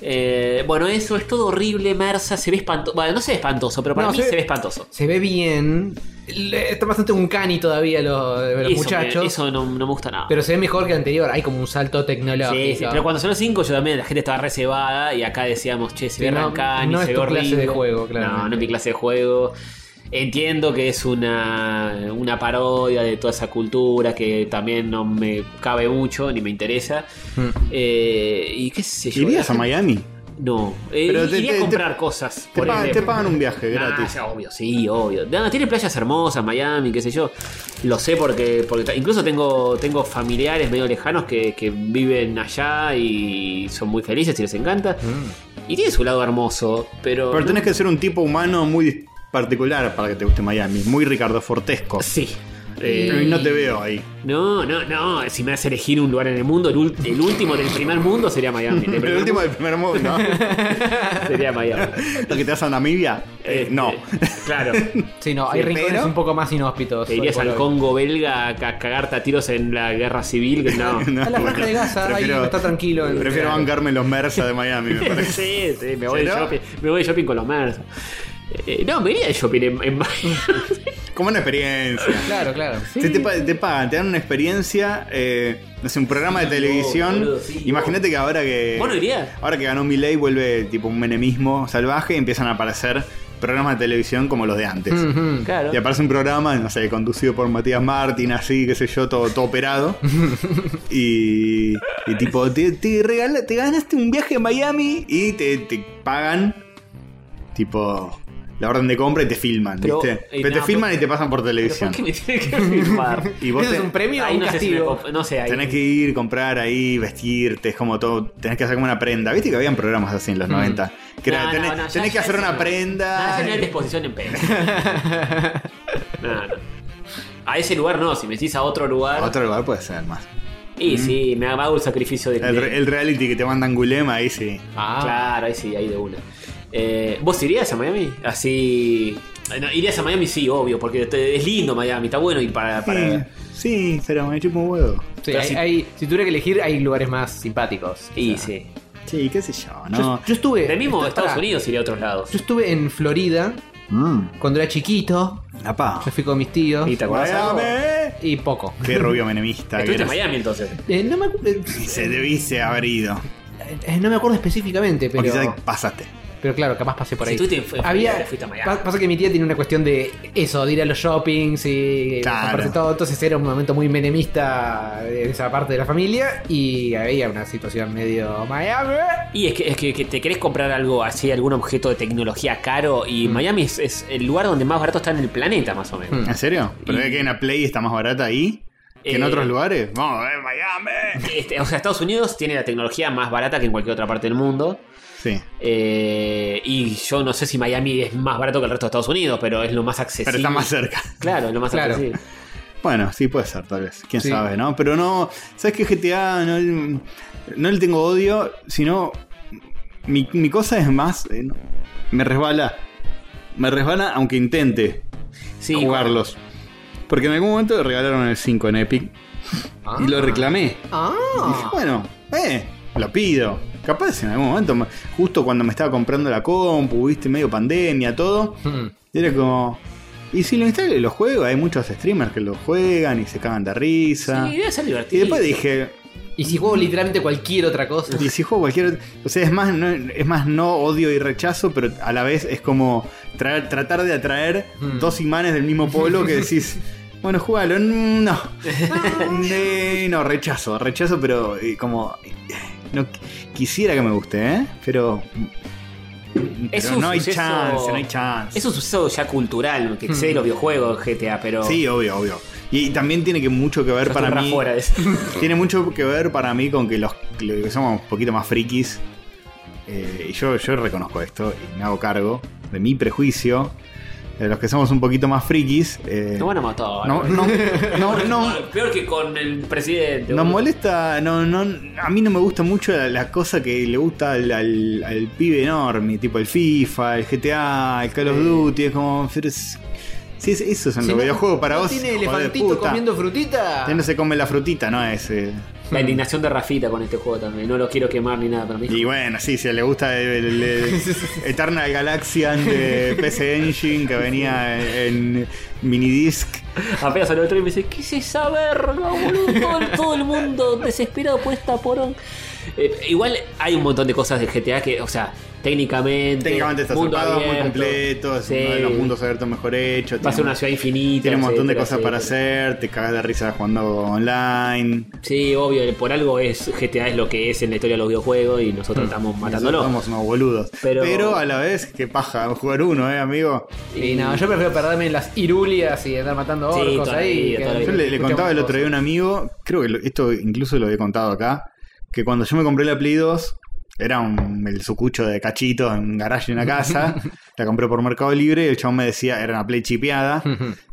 Speaker 1: Eh, bueno, eso es todo horrible, Mersa, se ve espantoso. Bueno, no se ve espantoso, pero para
Speaker 3: No,
Speaker 1: mí
Speaker 3: se
Speaker 1: se
Speaker 3: ve-
Speaker 1: ve, espantoso.
Speaker 3: Se ve bien. Le- Está bastante un cani todavía los, los
Speaker 1: eso
Speaker 3: muchachos.
Speaker 1: me- eso no, no me gusta nada.
Speaker 3: Pero se ve mejor que el anterior. Hay como un salto
Speaker 1: Sí,
Speaker 3: tecnológico.
Speaker 1: sí, pero cuando son los 5 yo también, la gente estaba reservada y acá decíamos, che, se
Speaker 3: Sí,
Speaker 1: ve
Speaker 3: no-
Speaker 1: arrancán
Speaker 3: no
Speaker 1: y
Speaker 3: es
Speaker 1: se ve
Speaker 3: tu clase
Speaker 1: horrible.
Speaker 3: de juego, claramente.
Speaker 1: No, no es mi clase de juego. Entiendo que es una, una parodia de toda esa cultura que también no me cabe mucho ni me interesa.
Speaker 3: Mm.
Speaker 1: Eh, y qué sé yo.
Speaker 2: ¿Irías
Speaker 1: la
Speaker 2: a
Speaker 1: gente-
Speaker 2: Miami?
Speaker 1: No, eh,
Speaker 2: Pero te-
Speaker 1: iría
Speaker 2: te-
Speaker 1: a comprar
Speaker 2: te-
Speaker 1: cosas.
Speaker 2: Te,
Speaker 1: por
Speaker 2: pagan-
Speaker 1: ejemplo.
Speaker 2: te pagan un viaje
Speaker 1: Nah,
Speaker 2: gratis.
Speaker 1: ya, obvio, sí, obvio. Nah, tiene playas hermosas, Miami, qué sé yo. Lo sé porque, porque ta- incluso tengo, tengo familiares medio lejanos que, que viven allá y son muy felices y les encanta. Y tiene su lado hermoso, pero.
Speaker 2: Mm. Pero tenés que ser un tipo humano muy particular para que te guste Miami. Muy Ricardo Fortesco.
Speaker 1: Sí.
Speaker 2: Y
Speaker 1: Eh,
Speaker 2: no te veo ahí.
Speaker 1: no, no, no. Si me hace elegir un lugar en el mundo, el, ul- el último del primer mundo sería
Speaker 2: (laughs)
Speaker 1: Miami. Del primer
Speaker 2: El último del primer mundo.
Speaker 1: (laughs) mundo
Speaker 2: (laughs)
Speaker 1: sería Miami.
Speaker 2: Lo que te vas a Namibia. eh,
Speaker 1: Este,
Speaker 2: no. (laughs)
Speaker 1: Claro.
Speaker 3: Sí, no, hay
Speaker 2: Sí,
Speaker 3: rincones
Speaker 2: pero-
Speaker 3: un poco más inhóspitos.
Speaker 1: Te irías
Speaker 3: hoy por
Speaker 1: al
Speaker 3: hoy.
Speaker 1: Congo belga a ca- cagarte a tiros en la guerra civil. que
Speaker 2: (laughs)
Speaker 1: No.
Speaker 2: No,
Speaker 3: A la franja de Gaza, ahí está tranquilo.
Speaker 2: Prefiero
Speaker 3: Claro.
Speaker 2: bancarme los Mersa de Miami, me parece.
Speaker 1: (laughs) sí, sí, me voy,
Speaker 2: ¿Sí,
Speaker 1: de
Speaker 2: no?
Speaker 1: shopping, me voy de shopping con los Mers. Eh, no, me iría de shopping en, en
Speaker 2: (laughs) Como una experiencia.
Speaker 3: Claro, claro.
Speaker 2: Te, te pa- te pagan, te dan una experiencia, eh, no sé, un programa de
Speaker 1: Sí,
Speaker 2: televisión.
Speaker 1: boludo, sí,
Speaker 2: Imagínate que ahora que.
Speaker 1: ¿Vos no irías?
Speaker 2: Ahora que ganó Milei vuelve tipo un menemismo salvaje y empiezan a aparecer programas de televisión como los de antes.
Speaker 3: Ujú.
Speaker 1: Claro.
Speaker 2: Y aparece un programa, no sé, conducido por Matías Martín, así, qué sé yo, todo, todo operado. y, y tipo, te, te, regala- te ganaste un viaje a Miami y te, te pagan, tipo, la orden de compra y te filman,
Speaker 1: Pero,
Speaker 2: ¿viste?
Speaker 1: eh,
Speaker 2: Pero te
Speaker 1: no,
Speaker 2: filman
Speaker 1: pero-
Speaker 2: y te pasan
Speaker 1: ¿Pero
Speaker 2: por
Speaker 1: ¿Por
Speaker 2: televisión.
Speaker 1: qué me tiene que (laughs) filmar?
Speaker 2: Y vos
Speaker 3: ¿Eso
Speaker 2: te-
Speaker 3: es un premio o
Speaker 1: Ahí
Speaker 3: un
Speaker 1: no sé, si me
Speaker 3: castigo?
Speaker 1: comp- no sé, ahí.
Speaker 2: tenés que ir, comprar ahí, vestirte, es como todo, tenés que hacer como una prenda. ¿Viste que habían programas así en los 90? Que era,
Speaker 1: No, no,
Speaker 2: tenés,
Speaker 1: no, ya-
Speaker 2: tenés que
Speaker 1: ya
Speaker 2: hacer
Speaker 1: eso
Speaker 2: una
Speaker 1: no.
Speaker 2: prenda.
Speaker 1: Ah, no hay disposición en pedo. no, no. A ese lugar no, si me decís a otro lugar.
Speaker 2: Otro lugar puede ser más.
Speaker 1: Y sí, me hago el sacrificio de.
Speaker 2: El,
Speaker 1: de-
Speaker 2: re- el reality que te mandan Gulema, ahí sí.
Speaker 3: Ah.
Speaker 1: Claro, ahí sí, ahí de una. Eh, ¿Vos irías a Miami? Así. eh, no, irías a Miami, sí, obvio, porque te- es lindo Miami, está bueno ir para. para-
Speaker 2: Sí, pero me chupo un huevo.
Speaker 3: Sí,
Speaker 1: Pero
Speaker 3: hay-
Speaker 1: si-
Speaker 3: hay- si tuviera que elegir, hay lugares más simpáticos.
Speaker 1: Y
Speaker 3: quizá.
Speaker 1: sí.
Speaker 2: Sí, qué sé yo,
Speaker 3: Yo,
Speaker 2: ¿no?
Speaker 3: yo estuve.
Speaker 1: Del mismo
Speaker 3: esto-
Speaker 1: Estados
Speaker 3: Eh, pará.
Speaker 1: Unidos iría a otros lados.
Speaker 3: Yo estuve en Florida
Speaker 2: Mm,
Speaker 3: cuando era chiquito.
Speaker 2: apá.
Speaker 3: Me fui con mis tíos.
Speaker 1: ¿Y te acordás algo?
Speaker 2: Miami.
Speaker 3: Y poco.
Speaker 2: Qué rubio menemista que
Speaker 1: Estuviste en
Speaker 2: eras.
Speaker 1: Miami entonces.
Speaker 3: Eh, no, me, acu- eh,
Speaker 2: Se debiese haber ido.
Speaker 3: eh, no me acuerdo específicamente,
Speaker 2: O
Speaker 3: pero.
Speaker 2: quizás pasaste.
Speaker 3: Pero claro, capaz pasé por
Speaker 1: Si
Speaker 3: ahí.
Speaker 1: estuviste en- en
Speaker 3: Había,
Speaker 1: Florida, fuiste eh, a Miami.
Speaker 3: pa- pasa que mi tía tiene una cuestión de eso, de ir a los shoppings y
Speaker 2: Claro.
Speaker 3: zafarse todo. Entonces era un momento muy menemista de esa parte de la familia y había una situación medio Miami.
Speaker 1: Y es que, es que, que te querés comprar algo así, algún objeto de tecnología caro, y Miami es, es el lugar donde más barato está en el planeta, más o menos.
Speaker 3: Mm.
Speaker 2: ¿En serio? ¿Pero
Speaker 1: Y-
Speaker 2: es que una Play está más barata ahí que en
Speaker 1: Eh,
Speaker 2: otros lugares? Vamos a ver, Miami.
Speaker 1: Este, o sea, Estados Unidos tiene la tecnología más barata que en cualquier otra parte del mundo.
Speaker 2: Sí.
Speaker 1: Eh, y yo no sé si Miami es más barato que el resto de Estados Unidos, pero es lo más accesible.
Speaker 2: Pero está más cerca.
Speaker 1: Claro, es lo más
Speaker 3: Claro.
Speaker 1: accesible.
Speaker 2: Bueno, sí puede ser, tal vez. Quién
Speaker 3: Sí.
Speaker 2: sabe, ¿no? Pero no. ¿Sabes qué GTA? No, no le tengo odio, sino. Mi, mi cosa es más. eh, no- me resbala. Me resbala aunque intente
Speaker 1: Sí,
Speaker 2: jugarlos. Porque en algún momento le regalaron el 5 en Epic.
Speaker 1: Ah.
Speaker 2: Y lo reclamé. Y dije,
Speaker 3: Ah,
Speaker 2: bueno, eh, lo pido. Capaz en algún momento, me- justo cuando me estaba comprando la compu, viste, medio pandemia, todo.
Speaker 3: Hmm.
Speaker 2: Era como. Y si lo instalo y lo juego, hay muchos streamers que lo juegan y se cagan de risa.
Speaker 1: Sí, debe ser
Speaker 2: y
Speaker 1: divertido.
Speaker 2: después dije,
Speaker 3: Y si juego literalmente cualquier otra cosa.
Speaker 2: y si juego cualquier. O sea, es más, no, es más no odio y rechazo, pero a la vez es como tra- tratar de atraer
Speaker 3: Mm.
Speaker 2: dos imanes del mismo polo que decís. Bueno, jugalo. Mm,
Speaker 1: (laughs)
Speaker 2: No. Eh, no, rechazo, rechazo, pero eh, como. eh, No, qu- quisiera que me guste, ¿eh? Pero.
Speaker 1: Es
Speaker 2: pero
Speaker 1: un
Speaker 2: no hay
Speaker 1: suceso-
Speaker 2: chance, no hay chance.
Speaker 1: Es un suceso ya cultural que
Speaker 3: Mm.
Speaker 1: excede los videojuegos GTA, pero.
Speaker 2: Sí, obvio, obvio. Y también tiene que mucho que ver
Speaker 1: yo
Speaker 2: para
Speaker 1: estoy
Speaker 2: mí.
Speaker 1: fuera de eso.
Speaker 2: (laughs) Tiene mucho que ver para mí con que los los que somos un poquito más frikis. eh, y yo, yo reconozco esto y me hago cargo de mi prejuicio. de los que somos un poquito más frikis. eh,
Speaker 1: Nos van a matar. (laughs)
Speaker 2: no, no,
Speaker 3: (laughs)
Speaker 2: no, no,
Speaker 1: Peor que con el presidente.
Speaker 2: nos
Speaker 1: boludo.
Speaker 2: molesta. No, no, a mí no me gusta mucho la, la cosa que le gusta al, al- al pibe enorme, tipo el FIFA, el GTA, el Call of Duty. Es como. pero es- si es, eso son
Speaker 3: Si
Speaker 2: los
Speaker 3: no-
Speaker 2: videojuegos para
Speaker 3: ¿no
Speaker 2: vos.
Speaker 3: ¿Tiene
Speaker 2: hijo de
Speaker 3: elefantito
Speaker 2: puta.
Speaker 3: comiendo frutita?
Speaker 2: Ya no se come la frutita, ¿no? Es. eh,
Speaker 1: La indignación de Rafita con este juego también. No lo quiero quemar ni nada, pero mí.
Speaker 2: Y bueno, sí, si le gusta eh, el, el-
Speaker 1: (laughs)
Speaker 2: el Eternal Galaxian de PC Engine que venía en minidisc.
Speaker 1: Apenas salió el tren y me dice, quise saberlo, boludo. Todo, el- todo el mundo desesperado por esta porón. Eh, igual hay un montón de cosas de GTA que, o sea, técnicamente.
Speaker 2: Técnicamente está
Speaker 1: mundo
Speaker 2: zarpado, muy
Speaker 1: abierto,
Speaker 2: completo, es
Speaker 1: sí.
Speaker 2: uno de los mundos abiertos mejor hechos.
Speaker 1: Va a ser una
Speaker 2: Tiene,
Speaker 1: ciudad infinita.
Speaker 2: tiene un montón de cosas
Speaker 1: etcétera,
Speaker 2: para
Speaker 1: etcétera.
Speaker 2: hacer, te cagas de risa jugando online.
Speaker 1: Sí, obvio, por algo es GTA es lo que es en la historia de los videojuegos y nosotros
Speaker 2: Mm,
Speaker 1: estamos matándolo.
Speaker 2: Somos unos boludos. Pero,
Speaker 1: Pero-
Speaker 2: a la vez, qué paja jugar uno, ¿eh, amigo?
Speaker 3: Y no, yo prefiero perderme en las irulias y andar matando
Speaker 1: Sí,
Speaker 3: orcos
Speaker 1: toda la
Speaker 3: ahí.
Speaker 1: vida, toda la
Speaker 2: Yo le, le contaba el otro día a un amigo, creo que lo- esto incluso lo había contado acá, que cuando yo me compré la Play 2, era un, el sucucho de cachito en un garage de una casa, la compré por Mercado Libre y el chabón me decía, era una Play chipeada,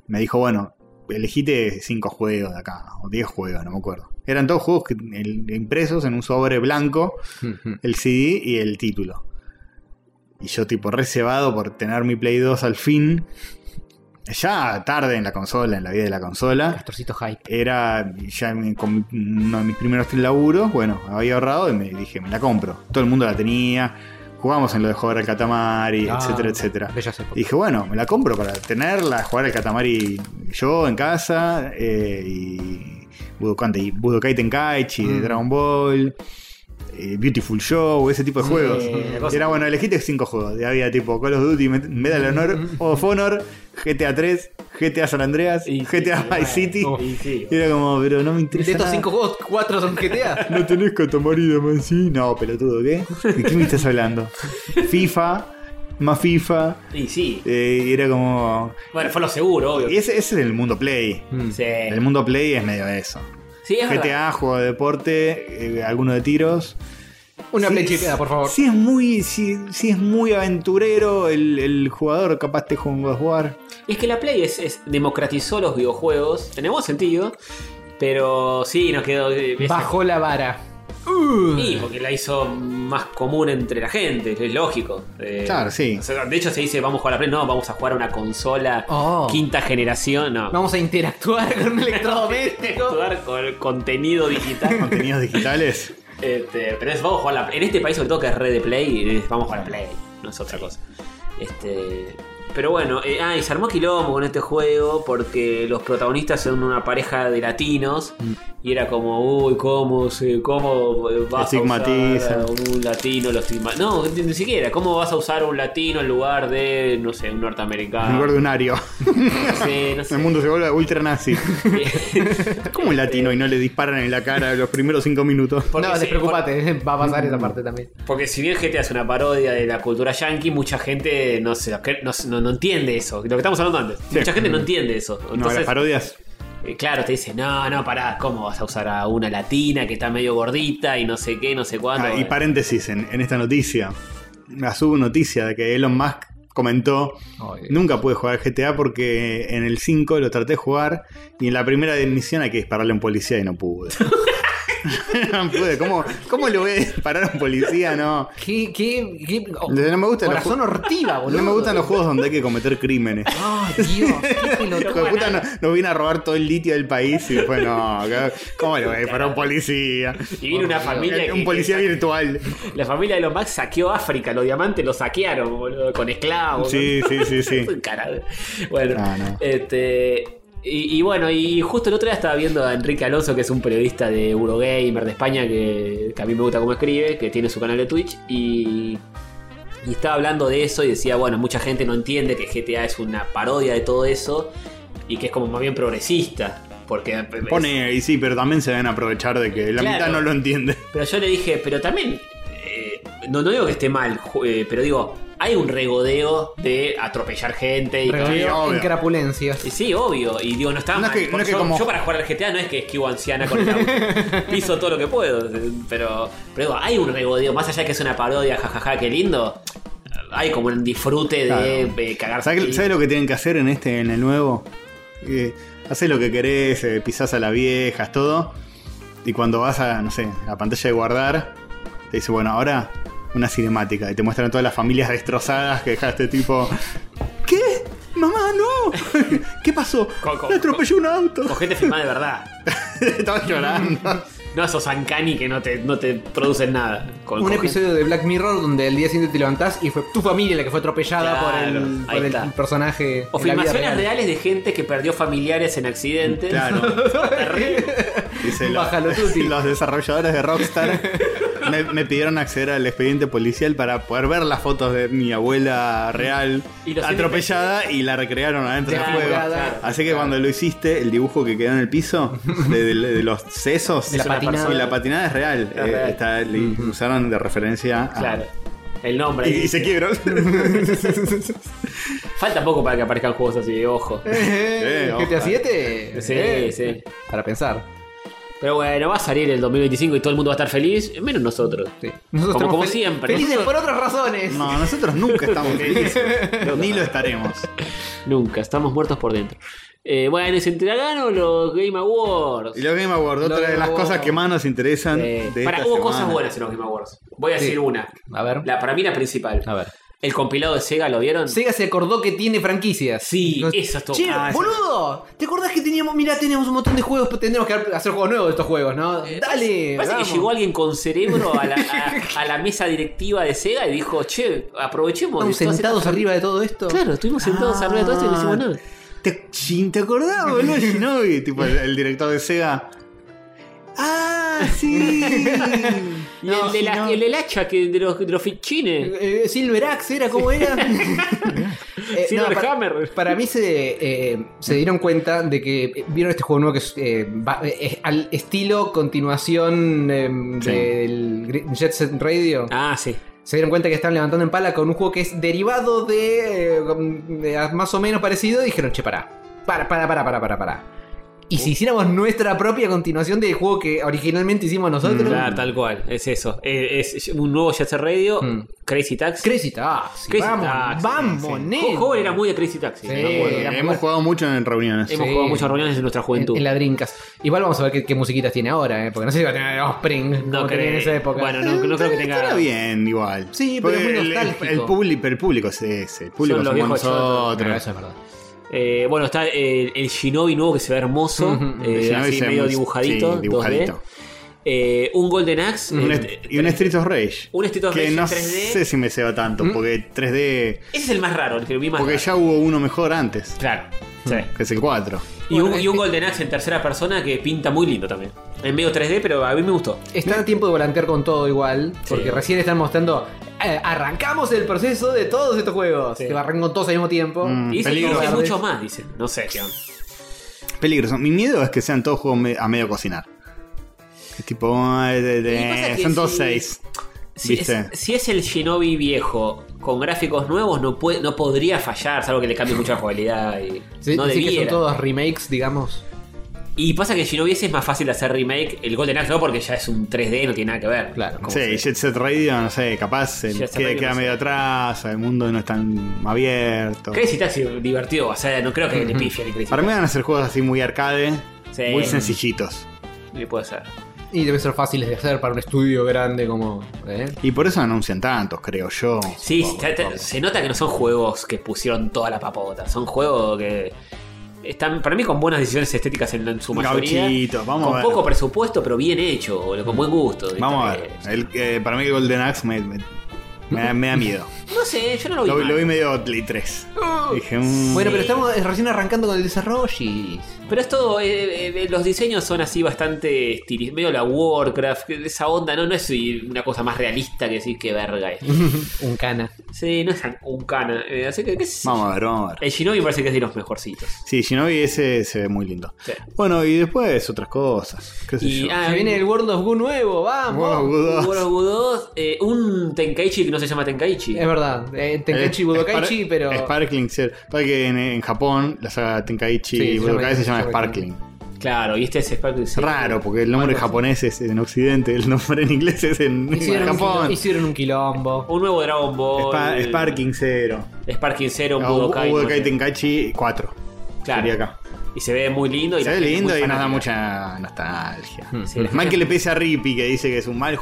Speaker 2: me dijo, bueno, elegite cinco juegos de acá, o 10 juegos, no me acuerdo. Eran todos juegos que- el- impresos en un sobre blanco, el CD y el título. Y yo tipo reservado por tener mi Play 2 al fin. Ya tarde en la consola, en la vida de la consola
Speaker 3: Castorcito hype.
Speaker 2: era ya en- con uno de mis primeros tres laburos, bueno, había ahorrado y me dije, me la compro. Todo el mundo la tenía, jugamos en lo de jugar al Catamari,
Speaker 3: Ah,
Speaker 2: etcétera, etcétera.
Speaker 3: bellas épocas.
Speaker 2: Y dije, bueno, me la compro para tenerla, jugar al Catamari yo en casa, eh, y Budokan Te- Budokai Tenkaichi, de Dragon Ball. eh, Beautiful Show, ese tipo de juegos.
Speaker 1: la cosa-
Speaker 2: Era bueno, elegiste cinco juegos. Y había tipo Call of Duty, Met- Medal of Honor, of Honor, GTA 3, GTA San Andreas,
Speaker 1: Y-
Speaker 2: GTA
Speaker 1: y-
Speaker 2: Vice City.
Speaker 1: Y sí.
Speaker 2: Era como, pero no me interesa.
Speaker 3: (laughs) De estos
Speaker 2: nada.
Speaker 3: cinco juegos, cuatro son
Speaker 2: (laughs)
Speaker 3: GTA.
Speaker 2: No tenés catamari de Mansi. No, pelotudo, ¿qué? ¿De qué me estás hablando? FIFA, más FIFA.
Speaker 1: Y sí.
Speaker 2: eh, y era como.
Speaker 1: Bueno, fue lo seguro, obvio.
Speaker 2: y ese, ese es el mundo play.
Speaker 3: Mm.
Speaker 1: Sí.
Speaker 2: El mundo play es medio eso.
Speaker 1: Sí, es verdad.
Speaker 2: GTA, juego de deporte, eh, alguno de tiros.
Speaker 3: Una
Speaker 2: Sí,
Speaker 3: play chipeada, por favor.
Speaker 2: Sí es muy, sí, sí es muy aventurero el, el jugador, capaz te juega un God of War.
Speaker 1: Es que la Play es, es- democratizó los videojuegos, en el buen sentido, pero sí nos quedó. eh, esa-
Speaker 3: Bajó la vara.
Speaker 1: Sí, porque la hizo más común entre la gente, es lógico. Eh,
Speaker 2: Claro, sí.
Speaker 1: o sea, de hecho, se dice vamos a jugar a la Play, no, vamos a jugar a una consola
Speaker 3: Oh.
Speaker 1: quinta generación, no.
Speaker 3: Vamos a interactuar con un
Speaker 1: (laughs)
Speaker 3: electrodoméstico.
Speaker 1: Jugar con el contenido
Speaker 3: (laughs)
Speaker 1: digital.
Speaker 2: Contenidos digitales.
Speaker 1: Este, pero es, vamos a jugar a la Play. En este país, sobre todo, que es red de Play, es, vamos a jugar a la Play, no es otra cosa. Este, pero bueno, eh, ah, y se armó quilombo con este juego porque los protagonistas son una pareja de latinos
Speaker 2: Mm.
Speaker 1: y era como, uy, ¿cómo, se- cómo eh, vas
Speaker 2: Estigmatiza.
Speaker 1: a usar a un latino? Lo estigma- No, ni, ni siquiera, ¿cómo vas a usar a un latino en lugar de, no sé, un norteamericano?
Speaker 3: Ah.
Speaker 2: En lugar de un
Speaker 3: (laughs)
Speaker 2: ario.
Speaker 1: (laughs) Sí, no sé.
Speaker 2: El mundo se vuelve ultra nazi. (laughs)
Speaker 1: (laughs)
Speaker 2: ¿Cómo un latino y no le disparan en la cara los primeros cinco minutos?
Speaker 1: Porque
Speaker 3: no,
Speaker 1: sí,
Speaker 3: despreocupate, (laughs) va a pasar
Speaker 1: Mm.
Speaker 3: esa parte también.
Speaker 1: Porque si bien GTA es una parodia de la cultura yankee, mucha gente no, se, no, no- no entiende eso. Lo que estamos hablando antes.
Speaker 2: Sí.
Speaker 1: Mucha gente no entiende eso.
Speaker 2: No, las
Speaker 1: Entonces,
Speaker 2: parodias.
Speaker 1: eh, claro, te dice, no, no, pará, ¿cómo vas a usar a una latina que está medio gordita y no sé qué, no eh. sé cuándo?
Speaker 2: Ah, y
Speaker 1: Bueno.
Speaker 2: paréntesis en, en esta noticia. La subo noticia de que Elon Musk comentó:
Speaker 3: Ay.
Speaker 2: Nunca pude jugar GTA porque en el 5 lo traté de jugar y en la primera misión hay que dispararle a un policía y no pude. (laughs) no pude. ¿Cómo, ¿Cómo lo ve parar a un policía? No.
Speaker 3: ¿Qué, qué, qué? oh,
Speaker 2: No me gustan los
Speaker 3: corazón
Speaker 2: ju-
Speaker 3: ortiva, boludo.
Speaker 2: (laughs) No me gustan los juegos donde hay que
Speaker 1: (laughs)
Speaker 2: cometer crímenes.
Speaker 3: Ay, Dios,
Speaker 2: (laughs)
Speaker 3: qué
Speaker 2: Hijo
Speaker 3: pelotudo.
Speaker 2: de puta, no- nos viene a robar todo el litio del país y fue, no, acá- ¿cómo lo ves? Para un policía.
Speaker 1: Y viene una familia.
Speaker 2: Oh, Un
Speaker 1: que-
Speaker 2: policía virtual.
Speaker 1: La familia de los Max saqueó África, los diamantes los saquearon, boludo, con esclavos.
Speaker 2: Sí,
Speaker 1: con-
Speaker 2: sí, sí,
Speaker 1: (laughs)
Speaker 2: sí.
Speaker 1: Cara de- Bueno,
Speaker 2: Ah, no.
Speaker 1: este. Y, y bueno, y justo el otro día estaba viendo a Enrique Alonso, que es un periodista de Eurogamer de España, que, que a mí me gusta cómo escribe, que tiene su canal de Twitch, y, y estaba hablando de eso y decía, bueno, mucha gente no entiende que GTA es una parodia de todo eso y que es como más bien progresista, porque
Speaker 2: Pone ahí, sí, pero también se deben aprovechar de que la
Speaker 1: Claro.
Speaker 2: mitad no lo entiende.
Speaker 1: Pero yo le dije, pero también, eh, no, no digo que esté mal, ju- eh, pero digo, hay un regodeo de atropellar gente. Y,
Speaker 2: Sí,
Speaker 3: Regodeo
Speaker 2: obvio.
Speaker 3: en crapulencias.
Speaker 1: y Eh, sí, obvio. Y digo, no está
Speaker 2: No
Speaker 1: mal.
Speaker 2: es que- no
Speaker 1: porque
Speaker 2: es que
Speaker 1: yo,
Speaker 2: como-
Speaker 1: yo para jugar al GTA no es que esquivo anciana con el auto.
Speaker 2: (laughs)
Speaker 1: Piso todo lo que puedo. eh, Pero, pero digo, hay un regodeo, más allá de que es una parodia, jajaja, qué lindo. Hay como un disfrute de
Speaker 2: Claro.
Speaker 1: eh, cagarse.
Speaker 2: ¿Sabes,
Speaker 1: a
Speaker 2: sabes lo que tienen que hacer en este, en el nuevo? Eh, haces lo que querés, eh, pisás a las viejas, todo. Y cuando vas a, no sé, a la pantalla de guardar, te dice, bueno, ahora una cinemática. Y te muestran todas las familias destrozadas que dejaste tipo. ¿Qué? ¡Mamá, no! (laughs) ¿Qué pasó?
Speaker 1: Co- co-
Speaker 2: Me atropelló un auto.
Speaker 1: Con gente filmada de verdad.
Speaker 2: (laughs) Estaba llorando.
Speaker 1: No esos Ancani que no te, no te producen nada. Con-
Speaker 3: Un
Speaker 1: con gente-
Speaker 3: episodio de Black Mirror donde el día siguiente te levantás y fue tu familia la que fue atropellada
Speaker 1: Claro,
Speaker 3: por el,
Speaker 1: ahí
Speaker 3: por el
Speaker 1: está.
Speaker 3: personaje.
Speaker 1: O
Speaker 3: en la vida
Speaker 1: filmaciones
Speaker 3: (laughs) real.
Speaker 1: reales de gente que perdió familiares en accidentes.
Speaker 2: Claro.
Speaker 1: (laughs) Terrible.
Speaker 3: (laughs)
Speaker 2: Dice, lo-
Speaker 3: Bájalo,
Speaker 2: (laughs)
Speaker 3: Tuti.
Speaker 2: los desarrolladores de Rockstar me, me pidieron acceder al expediente policial para poder ver las fotos de mi abuela real
Speaker 1: Y los
Speaker 2: atropellada y la recrearon adentro del
Speaker 3: Claro,
Speaker 2: fuego.
Speaker 3: claro,
Speaker 2: Así que cuando lo hiciste, el dibujo que quedó en el piso de, de- de los sesos
Speaker 3: De la
Speaker 2: es una
Speaker 3: patinada.
Speaker 2: persona. y la patinada es real.
Speaker 1: Es
Speaker 2: Eh,
Speaker 1: real.
Speaker 2: está- le usaron de referencia a-
Speaker 1: Claro. El nombre.
Speaker 2: Y, (laughs) y se
Speaker 3: (laughs)
Speaker 2: quiebró.
Speaker 1: Falta poco para que aparezcan juegos así, ojo.
Speaker 2: Eh,
Speaker 3: Eh, GTA
Speaker 2: ojalá.
Speaker 3: 7
Speaker 1: Sí, sí.
Speaker 3: Eh, Para pensar.
Speaker 1: Pero bueno, va a salir el 2025 y todo el mundo va a estar feliz, menos nosotros.
Speaker 3: Sí.
Speaker 1: como
Speaker 3: estamos
Speaker 1: como
Speaker 3: fel-
Speaker 1: siempre.
Speaker 3: Felices
Speaker 1: Nosotros-
Speaker 3: por otras razones.
Speaker 2: No, nosotros nunca estamos felices. Ni lo estaremos.
Speaker 1: Nunca, estamos muertos por dentro. Eh, bueno, y se entregaron los Game Awards.
Speaker 2: Y los Game Awards, otra
Speaker 3: Los
Speaker 2: de las
Speaker 3: Game
Speaker 2: cosas
Speaker 3: Awards.
Speaker 2: que más nos interesan.
Speaker 1: Eh,
Speaker 2: de
Speaker 1: para,
Speaker 2: esta
Speaker 1: hubo cosas
Speaker 2: semana.
Speaker 1: buenas en los Game Awards. Voy a
Speaker 3: Sí.
Speaker 1: decir una.
Speaker 3: A ver.
Speaker 1: La, para mí la principal.
Speaker 3: A ver.
Speaker 1: El compilado de Sega, ¿lo vieron?
Speaker 3: Sega se acordó que tiene franquicias.
Speaker 1: Sí,
Speaker 3: Nos-
Speaker 1: eso estuvo-
Speaker 3: Che,
Speaker 1: ah, eso-
Speaker 3: boludo, ¿te acordás que teníamos, mira, teníamos un montón de juegos, pero tendremos que hacer juegos nuevos de estos juegos, ¿no? Dale.
Speaker 1: Eh, Parece
Speaker 3: vamos.
Speaker 1: que llegó alguien con cerebro
Speaker 3: (laughs)
Speaker 1: a la, a- a la mesa directiva de Sega y dijo, che, aprovechemos.
Speaker 3: Estamos
Speaker 1: de todas
Speaker 3: sentados
Speaker 1: estas-
Speaker 3: arriba de todo esto.
Speaker 1: Claro, estuvimos sentados
Speaker 2: Ah.
Speaker 1: arriba de todo esto y no hicimos nada.
Speaker 2: ¿Te, chin, ¿te acordás, boludo?
Speaker 1: (laughs)
Speaker 2: Shinobi, tipo el, el director de Sega. ¡Ah,
Speaker 1: (laughs)
Speaker 2: sí! (laughs)
Speaker 1: Y
Speaker 2: Ah,
Speaker 1: el, de la- el del hacha que de los, de los fichines.
Speaker 3: Eh, Silver Axe era
Speaker 1: (laughs)
Speaker 3: como era. Eh,
Speaker 1: Silver
Speaker 3: para,
Speaker 1: Hammer.
Speaker 3: para mí se, eh, se dieron cuenta de que eh, vieron este juego nuevo que es, eh, va- eh, es al estilo continuación eh,
Speaker 2: Sí.
Speaker 3: del Gr- Jet Set Radio.
Speaker 1: Ah, sí.
Speaker 3: Se dieron cuenta que están levantando en pala con un juego que es derivado de, eh, de más o menos parecido. Y dijeron, che, pará. Para, para, para, para, para, para. Y
Speaker 1: Uh.
Speaker 3: si hiciéramos nuestra propia continuación del juego que originalmente hicimos nosotros.
Speaker 1: Mm, Claro, tal cual, es eso. Eh, Es, un nuevo Jet Set Radio,
Speaker 3: Mm.
Speaker 1: Crazy Taxi.
Speaker 3: Crazy Taxi.
Speaker 1: Crazy
Speaker 3: vamos,
Speaker 1: Taxi,
Speaker 3: vamos,
Speaker 2: sí.
Speaker 1: Jo-
Speaker 3: nene.
Speaker 1: Joven era muy de Crazy Taxi.
Speaker 3: Sí.
Speaker 1: me acuerdo.
Speaker 3: Era
Speaker 2: Hemos jugado mucho en reuniones.
Speaker 1: Hemos
Speaker 3: Sí.
Speaker 1: jugado muchas reuniones en nuestra
Speaker 3: en,
Speaker 1: juventud.
Speaker 3: en la Drinkas. Igual vamos a ver qué, qué musiquitas tiene ahora, ¿eh? porque no sé si va a tener Offspring
Speaker 1: No
Speaker 3: como tenía en
Speaker 1: creo.
Speaker 3: esa época. (laughs)
Speaker 1: Bueno, no, no creo que
Speaker 2: Estará
Speaker 1: tenga.
Speaker 2: bien, igual.
Speaker 3: Sí, pero es muy
Speaker 2: Porque el- el,
Speaker 3: nostálgico.
Speaker 2: el público, el público es ese. El público
Speaker 1: Son los
Speaker 2: somos
Speaker 1: viejos
Speaker 2: nosotros.
Speaker 3: No, eso es verdad.
Speaker 1: Eh, bueno, está el, el Shinobi nuevo que se ve hermoso,
Speaker 3: Ujú.
Speaker 1: eh,
Speaker 2: El Shinobi
Speaker 1: así
Speaker 2: se-
Speaker 1: medio
Speaker 2: sí,
Speaker 1: dibujadito,
Speaker 2: dibujadito.
Speaker 1: 2D. Eh, un Golden Axe.
Speaker 2: Un
Speaker 1: eh,
Speaker 2: est- y un Street of Rage.
Speaker 1: Un Street of
Speaker 2: que
Speaker 1: Rage en
Speaker 2: no
Speaker 1: 3D.
Speaker 2: sé si me ceba tanto,
Speaker 1: ¿Mm?
Speaker 2: porque 3D.
Speaker 1: Ese es el más raro, el que lo vi más
Speaker 2: Porque
Speaker 1: raro.
Speaker 2: ya hubo uno mejor antes,
Speaker 1: Claro. sí.
Speaker 2: que es el 4.
Speaker 1: Y, un,
Speaker 2: este-
Speaker 1: y un Golden Axe en tercera persona que pinta muy lindo también. En medio 3D, pero a mí me gustó.
Speaker 3: Están a tiempo de volantear con todo igual, porque
Speaker 1: Sí.
Speaker 3: recién están mostrando. eh, arrancamos el proceso de todos estos juegos.
Speaker 1: Sí.
Speaker 3: Que arrancan con todos al mismo tiempo.
Speaker 2: Mm.
Speaker 1: Y dicen que
Speaker 2: Peligro.
Speaker 1: hay muchos más, dicen. No sé, qué onda.
Speaker 2: Peligroso. Mi miedo es que sean todos juegos me- a medio cocinar. Es tipo. ah, de- de-
Speaker 1: Y pasa que
Speaker 2: son todos
Speaker 1: si-
Speaker 2: seis.
Speaker 1: Si es,
Speaker 2: ¿Viste?
Speaker 1: si es el Shinobi viejo con gráficos nuevos, no, puede, no podría fallar, salvo que le cambie mucha jugabilidad. Y,
Speaker 3: Sí,
Speaker 1: no
Speaker 3: sí que son
Speaker 1: debiera.
Speaker 3: todos remakes, digamos.
Speaker 1: Y pasa que el Shinobi ese es más fácil de hacer remake. El Golden Axe no, porque ya es un 3D, no tiene nada que ver.
Speaker 3: Claro, como
Speaker 2: Sí, Jet Set Radio, no sé, capaz se
Speaker 1: Jet Set
Speaker 2: queda,
Speaker 1: Radio
Speaker 2: queda
Speaker 1: no
Speaker 2: medio atrás, el mundo no es tan abierto.
Speaker 1: Crazy Taxi divertido, o sea, no creo que le pifie el Crazy
Speaker 2: Para mí van a ser juegos así muy arcade,
Speaker 1: Sí.
Speaker 2: muy sencillitos.
Speaker 1: Taxi. Y puede ser.
Speaker 3: Y deben ser fáciles de hacer para un estudio grande como. ¿eh?
Speaker 2: Y por eso anuncian tantos, creo yo.
Speaker 1: Sí, se- se- se nota que no son juegos que pusieron toda la papota. Son juegos que están, para mí, con buenas decisiones estéticas en, en su mayoría.
Speaker 2: Gauchitos, vamos a
Speaker 1: con
Speaker 2: ver.
Speaker 1: poco presupuesto, pero bien hecho, boludo, con buen gusto.
Speaker 2: Vamos a
Speaker 1: ¿viste?
Speaker 2: ver. El, eh, para mí el Golden Axe me, me- me da, me da miedo.
Speaker 1: No sé, yo no lo vi.
Speaker 2: lo,
Speaker 1: mal.
Speaker 2: lo vi medio Otley 3. Dije, mm,
Speaker 3: Bueno, pero estamos eh, recién arrancando con el desarrollo y.
Speaker 1: Pero es todo, eh, eh, los diseños son así bastante estilizados, medio la Warcraft, que esa onda, ¿no? No es una cosa más realista que decir que verga es.
Speaker 3: un cana.
Speaker 1: Sí, no es tan un cana. eh, así que, ¿qué es?
Speaker 2: Vamos a ver, vamos a ver.
Speaker 1: El Shinobi parece que es de los mejorcitos.
Speaker 2: Sí, Shinobi ese se ve muy lindo.
Speaker 1: Sí.
Speaker 2: Bueno, y después otras cosas. ¿Qué sé
Speaker 1: Y
Speaker 2: yo?
Speaker 1: ah,
Speaker 3: Se viene el World of Goo nuevo, vamos.
Speaker 2: Wow, Budos.
Speaker 1: World of Budos, eh, un Tenkaichi que no se llama Tenkaichi.
Speaker 3: Es verdad, eh, Tenkaichi
Speaker 2: Eh,
Speaker 3: Budokaichi,
Speaker 2: Spar-
Speaker 3: pero.
Speaker 2: Sparkling, sí. Para que en, en Japón la saga Tenkaichi
Speaker 3: Sí,
Speaker 2: y
Speaker 3: se
Speaker 2: Budokai
Speaker 3: llama-
Speaker 2: se llama
Speaker 3: se llama-
Speaker 2: Sparkling.
Speaker 1: Claro, y este es Sparkling
Speaker 2: Es raro, porque el nombre japonés es en Occidente, el nombre en inglés es en, en
Speaker 3: Hicieron un, quilombo,
Speaker 2: Japón.
Speaker 3: hicieron un quilombo.
Speaker 1: Un nuevo Dragon Ball. eh,
Speaker 2: Spa- Sparking 0.
Speaker 1: Sparking Zero, un Budokai.
Speaker 2: Budokai,
Speaker 1: no sé.
Speaker 2: Tenkaichi 4.
Speaker 1: Claro.
Speaker 2: Sería acá.
Speaker 1: Y se ve muy lindo. Y
Speaker 2: Se
Speaker 1: la
Speaker 2: ve
Speaker 1: gente
Speaker 2: lindo
Speaker 1: muy
Speaker 2: y nos da
Speaker 1: fanática.
Speaker 2: mucha nostalgia.
Speaker 1: Sí, la
Speaker 2: Mal
Speaker 1: gente- Oh.
Speaker 2: que le pese a Rippy que dice que es un mal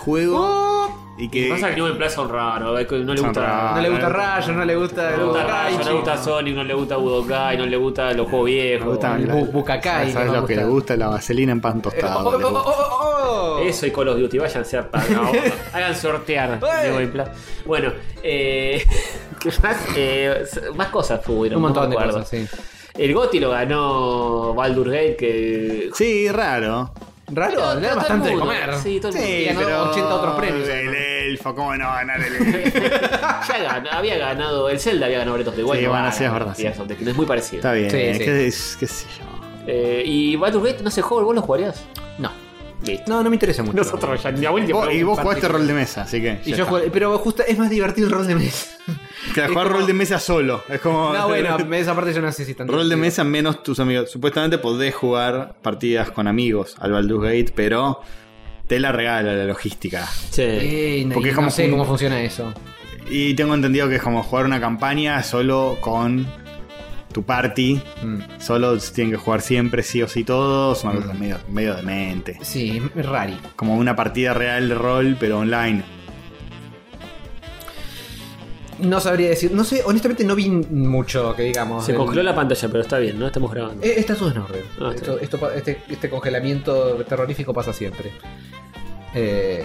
Speaker 2: juego y que.
Speaker 1: Pasa que New Plaza son raros, eh, que no le
Speaker 2: Son
Speaker 1: gusta.
Speaker 2: raros.
Speaker 3: Uh, No le gusta
Speaker 2: Ah,
Speaker 3: Rayo, no le gusta
Speaker 1: No
Speaker 3: el
Speaker 1: le gusta Rayo,
Speaker 3: Budokaichi.
Speaker 1: no le gusta Sonic, no le gusta Budokai, no le gusta los juegos viejos.
Speaker 2: nos gustan
Speaker 3: el
Speaker 2: la-
Speaker 3: bu- bucakai,
Speaker 2: ¿Sabes
Speaker 3: que
Speaker 2: lo
Speaker 3: nos
Speaker 2: que le
Speaker 3: gusta?
Speaker 2: gusta? La vaselina en pan
Speaker 3: Eh,
Speaker 2: tostado.
Speaker 3: oh, oh,
Speaker 2: le
Speaker 3: oh,
Speaker 2: gusta.
Speaker 3: oh, oh, oh.
Speaker 1: Eso y Call of Duty, váyanse a pagar.
Speaker 2: (laughs)
Speaker 1: Hagan sortear
Speaker 3: ¡Ey!
Speaker 1: de Game Plus. Bueno, eh, (laughs) ¿qué más, Eh, más cosas fueron.
Speaker 3: Un montón
Speaker 1: no me
Speaker 3: de
Speaker 1: acuerdo.
Speaker 3: cosas, sí.
Speaker 1: El Goti lo ganó Baldur Gate, que.
Speaker 3: oh.
Speaker 2: Sí, raro.
Speaker 3: Raro,
Speaker 1: Todo-
Speaker 3: le da
Speaker 1: todo
Speaker 3: bastante
Speaker 1: el
Speaker 3: de
Speaker 1: mundo.
Speaker 3: comer.
Speaker 1: Sí, todo el mundo.
Speaker 2: Sí,
Speaker 3: ganó
Speaker 2: pero
Speaker 3: 80 otros premios,
Speaker 2: El
Speaker 3: además.
Speaker 2: elfo, ¿cómo no va a ganar el elfo?
Speaker 1: eh, Ya gan- había ganado. El Zelda había ganado Breath of the Wild.
Speaker 2: Sí,
Speaker 1: no
Speaker 2: bueno,
Speaker 1: gana
Speaker 2: sí, es verdad,
Speaker 1: Tears
Speaker 2: sí.
Speaker 1: of the Kingdom, Es muy parecido.
Speaker 2: Está bien,
Speaker 3: Sí,
Speaker 2: ¿qué,
Speaker 3: sí.
Speaker 2: es- qué sé yo.
Speaker 1: Eh, y Baldur Gate no se juega, vos lo jugarías.
Speaker 3: No.
Speaker 1: Listo. (laughs)
Speaker 3: No, no me interesa mucho.
Speaker 1: Nosotros ya ni abuelo
Speaker 2: Vos- y vos jugaste rol de mesa, así que.
Speaker 3: Y
Speaker 2: ya
Speaker 3: yo
Speaker 2: está.
Speaker 3: jugué- pero justo es más divertido el rol
Speaker 2: (laughs)
Speaker 3: de mesa.
Speaker 2: Claro, jugar rol de mesa solo. Es como. (laughs)
Speaker 3: No, bueno, esa parte yo no sé si tanto.
Speaker 2: Rol de mesa menos tus amigos. Supuestamente podés jugar partidas con amigos al Baldur's Gate, pero te la regala la logística.
Speaker 3: Eh, no-
Speaker 2: Porque es
Speaker 3: no
Speaker 2: como
Speaker 3: sé
Speaker 2: un-
Speaker 3: cómo funciona eso.
Speaker 2: Y tengo entendido que es como jugar una campaña solo con tu party.
Speaker 3: Mm.
Speaker 2: Solo tienen que jugar siempre, sí o sí todos. Una cosa medio, medio demente.
Speaker 3: Sí, es rari.
Speaker 2: Como una partida real de rol, pero online.
Speaker 3: No sabría decir. No sé, honestamente no vi mucho que digamos.
Speaker 1: Se
Speaker 3: del-
Speaker 1: congeló la pantalla, pero está bien, ¿no? Estamos grabando.
Speaker 3: Eh, está todo en orden.
Speaker 1: Ah, está
Speaker 3: Esto- esto pa- este, este congelamiento terrorífico pasa siempre. Eh,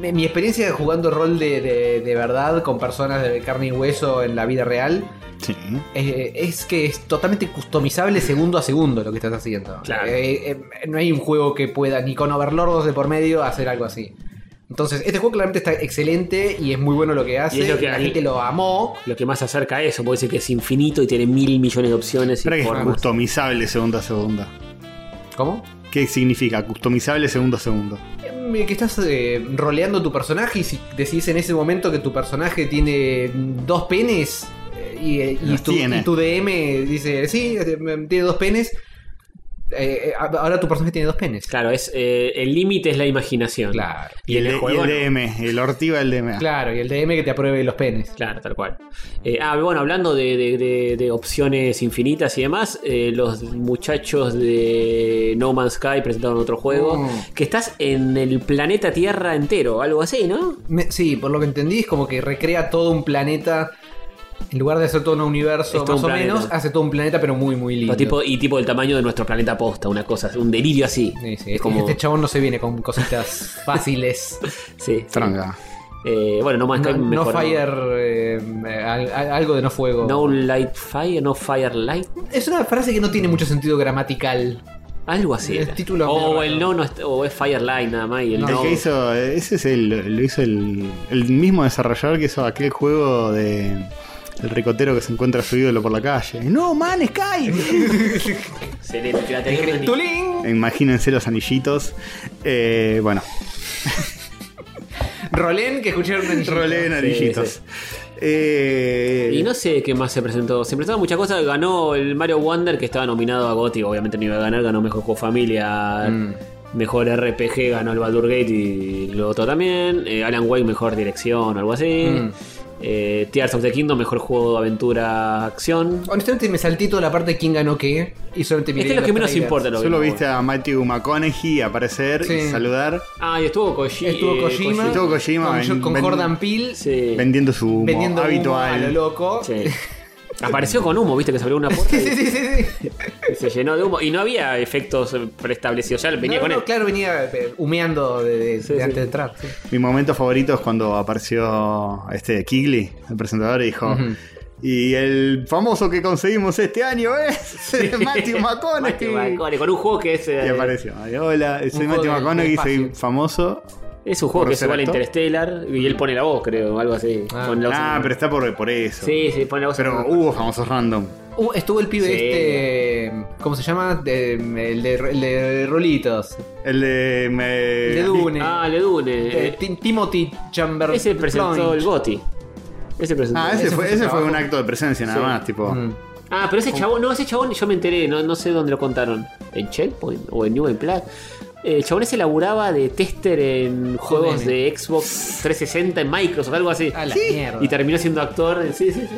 Speaker 3: mi mi experiencia jugando rol de, de- de verdad con personas de carne y hueso en la vida real
Speaker 2: Sí.
Speaker 3: eh, es que es totalmente customizable segundo a segundo lo que estás haciendo.
Speaker 1: Claro.
Speaker 3: Eh, eh, no hay un juego que pueda, ni con overlordos de por medio, hacer algo así. Entonces, este juego claramente está excelente y es muy bueno lo que hace.
Speaker 1: Y es lo que
Speaker 3: la
Speaker 1: hay.
Speaker 3: gente lo amó.
Speaker 1: Lo que más se acerca a eso, puede decir que es infinito y tiene mil millones de opciones.
Speaker 2: Espera
Speaker 1: Y
Speaker 2: que es
Speaker 1: formas.
Speaker 2: customizable segunda a segunda.
Speaker 3: ¿Cómo?
Speaker 2: ¿Qué significa customizable segundo a segundo?
Speaker 3: Eh, Que estás eh, roleando tu personaje y si decidís en ese momento que tu personaje tiene dos penes eh, y, eh, y
Speaker 2: Los
Speaker 3: tu,
Speaker 2: tiene.
Speaker 3: y tu DM dice, sí, eh, tiene dos penes, eh, eh, ahora tu personaje tiene dos penes.
Speaker 1: Claro, es, eh, el límite es la imaginación.
Speaker 3: Claro.
Speaker 1: Y, en el,
Speaker 2: de-
Speaker 1: juego. no.
Speaker 2: DM, el Ortiva el DM.
Speaker 3: Claro, y el DM que te apruebe los penes.
Speaker 1: Claro, tal cual. Eh, ah, bueno, hablando de, de- de- de opciones infinitas y demás, eh, los muchachos de No Man's Sky presentaron otro juego
Speaker 3: Mm.
Speaker 1: que estás en el planeta Tierra entero, algo así, ¿no?
Speaker 3: Me- sí, por lo que entendí, es como que recrea todo un planeta. En lugar de hacer todo un universo,
Speaker 1: Es todo
Speaker 3: más
Speaker 1: un
Speaker 3: o
Speaker 1: planeta.
Speaker 3: menos, hace todo un planeta, pero muy, muy lindo.
Speaker 1: O tipo, y tipo del tamaño de nuestro planeta posta, una cosa, un delirio así.
Speaker 3: Sí, sí,
Speaker 1: es como.
Speaker 3: Este chabón no se viene con
Speaker 1: (laughs)
Speaker 3: cositas fáciles.
Speaker 1: sí, sí.
Speaker 2: Tranca.
Speaker 1: Eh, bueno, No Man's
Speaker 3: No,
Speaker 1: Sky
Speaker 3: no
Speaker 1: mejoró.
Speaker 3: fire. eh, al- al- algo de no fuego.
Speaker 1: No light fire, no fire light.
Speaker 3: Es una frase que no tiene mucho sentido gramatical.
Speaker 1: Algo así.
Speaker 3: El
Speaker 1: era.
Speaker 3: título
Speaker 1: o
Speaker 3: medio
Speaker 1: el no,
Speaker 3: raro.
Speaker 1: no es, o es fire light nada más. Y el
Speaker 2: El
Speaker 1: no.
Speaker 2: que hizo, ese es el, lo hizo el, el mismo desarrollador que hizo aquel juego de el ricotero que se encuentra su ídolo por la calle. No, man,
Speaker 1: (laughs)
Speaker 2: Sky.
Speaker 1: Se le- la tenía en-
Speaker 3: Tulín.
Speaker 2: Imagínense los anillitos. Eh, bueno,
Speaker 3: Rolén, que escucharon en
Speaker 2: rolé en anillitos.
Speaker 1: sí.
Speaker 2: Eh,
Speaker 1: Y no sé qué más se presentó. Se presentaron muchas cosas. Ganó el Mario Wonder, que estaba nominado a GOTY. Obviamente no iba a ganar. Ganó Mejor Juego Familia.
Speaker 3: Mm.
Speaker 1: Mejor RPG. Ganó el Baldur Gate y lo otro también. Eh, Alan Wake, Mejor Dirección o algo así.
Speaker 3: Mm.
Speaker 1: Eh, Tears of the Kingdom, mejor juego de aventura, acción. Este
Speaker 3: Honestamente me salté toda la parte de quién ganó qué y solamente
Speaker 1: Es
Speaker 3: miré
Speaker 1: que es lo
Speaker 3: los
Speaker 1: que menos
Speaker 3: trailers.
Speaker 1: importa. Lo
Speaker 2: Solo
Speaker 1: que-
Speaker 2: viste a Matthew McConaughey aparecer y
Speaker 3: Sí.
Speaker 2: saludar
Speaker 1: Ah, y estuvo Koji-
Speaker 3: Estuvo
Speaker 1: eh,
Speaker 3: Kojima,
Speaker 2: Estuvo Kojima
Speaker 3: con,
Speaker 2: en-
Speaker 3: Jo- con
Speaker 2: ven-
Speaker 3: Jordan Peele
Speaker 1: Sí.
Speaker 2: vendiendo su humo
Speaker 3: vendiendo
Speaker 2: habitual.
Speaker 3: habitual. a lo loco.
Speaker 1: Sí. Apareció con humo, viste que se abrió una puerta
Speaker 3: (laughs) Sí, (laughs) sí, sí, sí.
Speaker 1: y se llenó de humo. Y no había efectos eh, preestablecidos. Ya venía
Speaker 3: No,
Speaker 1: con
Speaker 3: no,
Speaker 1: él.
Speaker 3: Claro, venía eh, humeando de, de-
Speaker 1: Sí,
Speaker 3: de
Speaker 1: sí.
Speaker 3: antes de entrar. sí.
Speaker 2: Mi momento favorito es cuando apareció este Kigley, el presentador, y dijo.
Speaker 3: Ujú.
Speaker 2: Y el famoso que conseguimos este año es (laughs)
Speaker 3: (laughs)
Speaker 2: Matthew
Speaker 1: Matthew
Speaker 2: McConaughey.
Speaker 1: McConaughey, con un juego que es. eh,
Speaker 2: Y apareció. Ay, Hola, soy
Speaker 3: Un
Speaker 2: Matthew
Speaker 3: juego de-
Speaker 2: McConaughey,
Speaker 3: de
Speaker 2: soy
Speaker 3: espacio.
Speaker 2: famoso.
Speaker 1: Es un juego
Speaker 2: ¿Por
Speaker 1: que se
Speaker 2: ser
Speaker 1: igual a
Speaker 2: actor?
Speaker 1: Interstellar y él pone la voz, creo, o algo así.
Speaker 3: Ah.
Speaker 1: con la
Speaker 2: Ah, pero está por, por eso.
Speaker 1: Sí, sí, pone la voz.
Speaker 2: Pero hubo famosos random.
Speaker 3: Uh, estuvo el pibe
Speaker 1: Sí.
Speaker 3: este. ¿Cómo se llama? De- el, de, el de Rolitos.
Speaker 2: El de. me-
Speaker 3: El de Dune.
Speaker 1: Ah, le Dune.
Speaker 3: Eh,
Speaker 1: eh,
Speaker 3: Tim- Timothy Chamber.
Speaker 1: ese presentó el Goti. Ese presentó.
Speaker 2: Ah, ese,
Speaker 3: Ese
Speaker 2: fue,
Speaker 3: fue su
Speaker 2: ese fue
Speaker 3: trabajo.
Speaker 2: un acto de presencia nada
Speaker 1: Sí.
Speaker 2: más, tipo.
Speaker 3: Mm.
Speaker 1: Ah, pero ese chabón, no, ese chabón yo me enteré, no, no sé dónde lo contaron. ¿En Checkpoint o en New Plat? El chabón ese laburaba de tester en juegos de Xbox 360 en Microsoft, algo así.
Speaker 3: A la
Speaker 1: Sí.
Speaker 3: mierda.
Speaker 1: Y terminó siendo actor. Sí, sí, sí.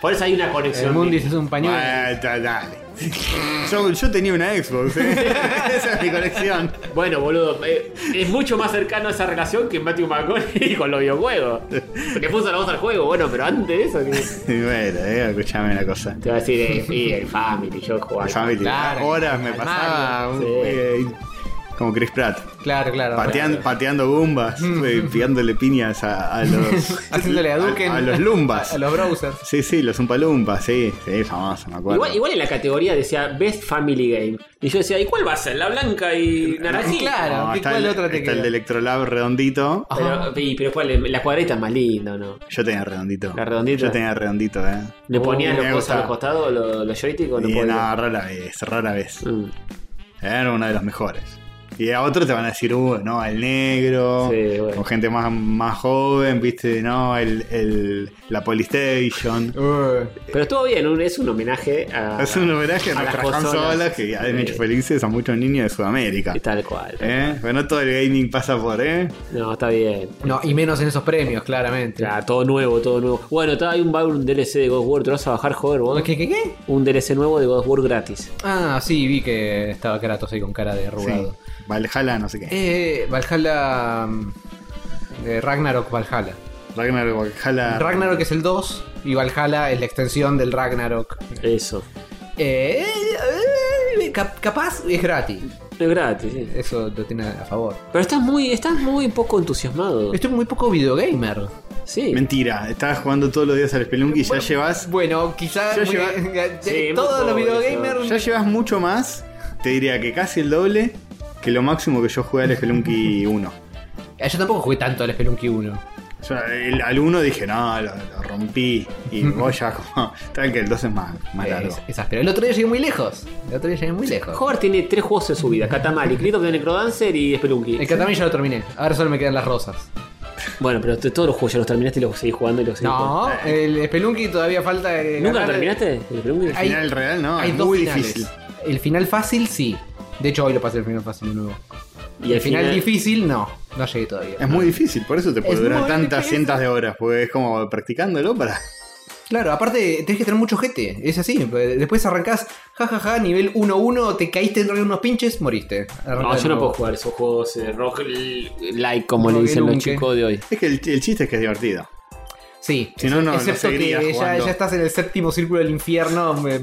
Speaker 1: Por eso hay una conexión.
Speaker 3: El mundo es un pañuelo.
Speaker 2: Ah, da- dale. (laughs) Yo, yo tenía una Xbox, ¿eh? (laughs) Esa es mi colección.
Speaker 1: Bueno, boludo, eh, es mucho más cercano a esa relación que Matthew McConaughey (laughs) con los videojuegos. Porque puso la voz al juego, bueno, pero antes de eso, ¿qué?
Speaker 2: Y bueno, eh, escuchame una cosa.
Speaker 1: Te va a decir, eh, sí, el Family, yo jugaba.
Speaker 2: El Family,
Speaker 3: claro,
Speaker 2: horas me
Speaker 3: al
Speaker 2: pasaba
Speaker 1: Mario,
Speaker 2: un-
Speaker 1: sí.
Speaker 2: eh, como Chris Pratt,
Speaker 3: Claro, claro.
Speaker 2: patean- pateando
Speaker 3: (laughs)
Speaker 2: gumbas, eh, pegándole piñas a, a los.
Speaker 3: Haciéndole a Duken.
Speaker 2: A, a los lumbas.
Speaker 3: (laughs) A, a los browsers.
Speaker 2: Sí, sí, los umpalumpas, sí, sí, famoso, me acuerdo.
Speaker 1: Igual, igual en la categoría decía Best Family Game. Y yo decía, ¿y cuál va a ser? ¿La blanca y naranjita?
Speaker 3: Claro.
Speaker 2: No,
Speaker 3: ¿qué-
Speaker 2: está
Speaker 3: cuál
Speaker 2: el,
Speaker 3: otra
Speaker 2: está
Speaker 3: te
Speaker 2: el
Speaker 3: queda? Ah.
Speaker 2: de Electrolab redondito.
Speaker 1: Pero, y- pero cuál, es? la cuadrita es más linda, ¿o ¿no?
Speaker 2: Yo tenía redondito.
Speaker 1: ¿La redondita?
Speaker 2: Yo tenía redondito, eh.
Speaker 1: ¿Le
Speaker 3: Oh,
Speaker 1: ponían los
Speaker 2: me
Speaker 1: cosas a los
Speaker 2: gustaba.
Speaker 1: costados, los, los joysticks o no
Speaker 2: Y
Speaker 1: podían?
Speaker 2: no, rara vez, rara vez.
Speaker 1: Mm,
Speaker 2: Era uno de los mejores. Y a otros te van a decir, uh, no, el negro.
Speaker 1: Sí, bueno.
Speaker 2: O gente más, más joven, viste, no, el, el, la Polystation.
Speaker 3: (laughs)
Speaker 2: (laughs)
Speaker 3: Uh,
Speaker 1: Pero estuvo bien, un- es un homenaje a.
Speaker 2: Es un homenaje a,
Speaker 1: a las
Speaker 2: nuestras
Speaker 1: consolas.
Speaker 2: consolas, que han
Speaker 1: Sí.
Speaker 2: hecho felices a muchos niños de Sudamérica.
Speaker 1: Tal cual.
Speaker 2: ¿Eh? Pero no todo el gaming pasa por, ¿eh?
Speaker 1: No, está bien.
Speaker 3: no, y menos en esos premios, claramente.
Speaker 1: Claro, todo nuevo, todo nuevo. Bueno, todavía hay un, va a haber un DLC de God of War, te lo vas a bajar, joder, vos.
Speaker 3: ¿Qué, qué, qué?
Speaker 1: Un DLC nuevo de God of War gratis.
Speaker 3: Ah, sí, vi que estaba Kratos ahí con cara de arrugado.
Speaker 2: Sí. Valhalla, no sé qué.
Speaker 3: Eh, Valhalla. mm, eh, Ragnarok Valhalla.
Speaker 2: Ragnarok, Valhalla.
Speaker 3: Ragnarok es el 2 y Valhalla es la extensión del Ragnarok.
Speaker 1: Eso.
Speaker 3: Eh, eh, cap- capaz es gratis.
Speaker 1: Es gratis, sí.
Speaker 3: Eso lo tiene a favor.
Speaker 1: Pero estás muy, estás muy poco entusiasmado.
Speaker 3: Estoy muy poco videogamer.
Speaker 1: Sí.
Speaker 2: Mentira, estabas jugando todos los días al Spelunky y ya llevas.
Speaker 3: Bueno, quizás
Speaker 2: Ya lleva-
Speaker 1: Sí,
Speaker 3: Eh, todos los
Speaker 1: muy poco
Speaker 3: videogamers.
Speaker 2: Ya llevas mucho más. Te diría que casi el doble que lo máximo que yo jugué al Spelunky 1.
Speaker 3: Ah, Yo tampoco jugué tanto al Spelunky 1.
Speaker 2: Yo el- al 1 dije, no, lo, lo rompí. Y vos ya como. (laughs) Tal que el 2 es más, más
Speaker 3: Eh,
Speaker 2: largo.
Speaker 3: es- es áspero. El otro día llegué muy lejos. El otro día llegué muy lejos.
Speaker 1: Howard tiene tres juegos en su vida: Katamari, Creed of the Necrodancer y Spelunky.
Speaker 3: El Katami ya lo terminé. Ahora solo me quedan las rosas.
Speaker 1: Bueno, pero t- todos los juegos ya los terminaste y los seguís jugando y los seguís jugando.
Speaker 3: No, el Spelunky todavía falta. eh,
Speaker 1: pues, eh. ¿Nunca lo
Speaker 3: ganar-
Speaker 1: terminaste? ¿El Spelunky?
Speaker 3: Hay-
Speaker 2: final real, no,
Speaker 3: Hay
Speaker 2: Ah, es
Speaker 3: dos
Speaker 2: muy
Speaker 3: finales.
Speaker 2: difícil.
Speaker 3: El final fácil, sí. De hecho, hoy lo pasé el final fácil de nuevo.
Speaker 1: Y
Speaker 3: el
Speaker 1: al
Speaker 3: final,
Speaker 1: final-
Speaker 3: difícil, no. No llegué todavía.
Speaker 2: Es muy difícil, por eso te puede
Speaker 3: Es
Speaker 2: durar
Speaker 3: muy
Speaker 2: tantas
Speaker 3: difícil.
Speaker 2: cientos de horas, porque es como practicándolo para. (laughs)
Speaker 3: Claro, aparte tenés que tener mucho gente, es así. Después arrancás, jajaja, nivel 1-1, te caíste dentro de unos pinches, moriste.
Speaker 1: No,
Speaker 3: Arrancás
Speaker 1: yo no
Speaker 3: de
Speaker 1: puedo
Speaker 3: nuevo.
Speaker 1: jugar esos juegos eh, rock like como le
Speaker 3: Rock
Speaker 1: dicen los
Speaker 3: Lunke.
Speaker 1: chicos de hoy.
Speaker 2: Es que el, el chiste es que es divertido.
Speaker 3: Sí.
Speaker 2: Si no, no- no
Speaker 3: Excepto que
Speaker 2: seguirías
Speaker 3: ya,
Speaker 2: jugando.
Speaker 3: ya estás en el séptimo círculo del infierno me-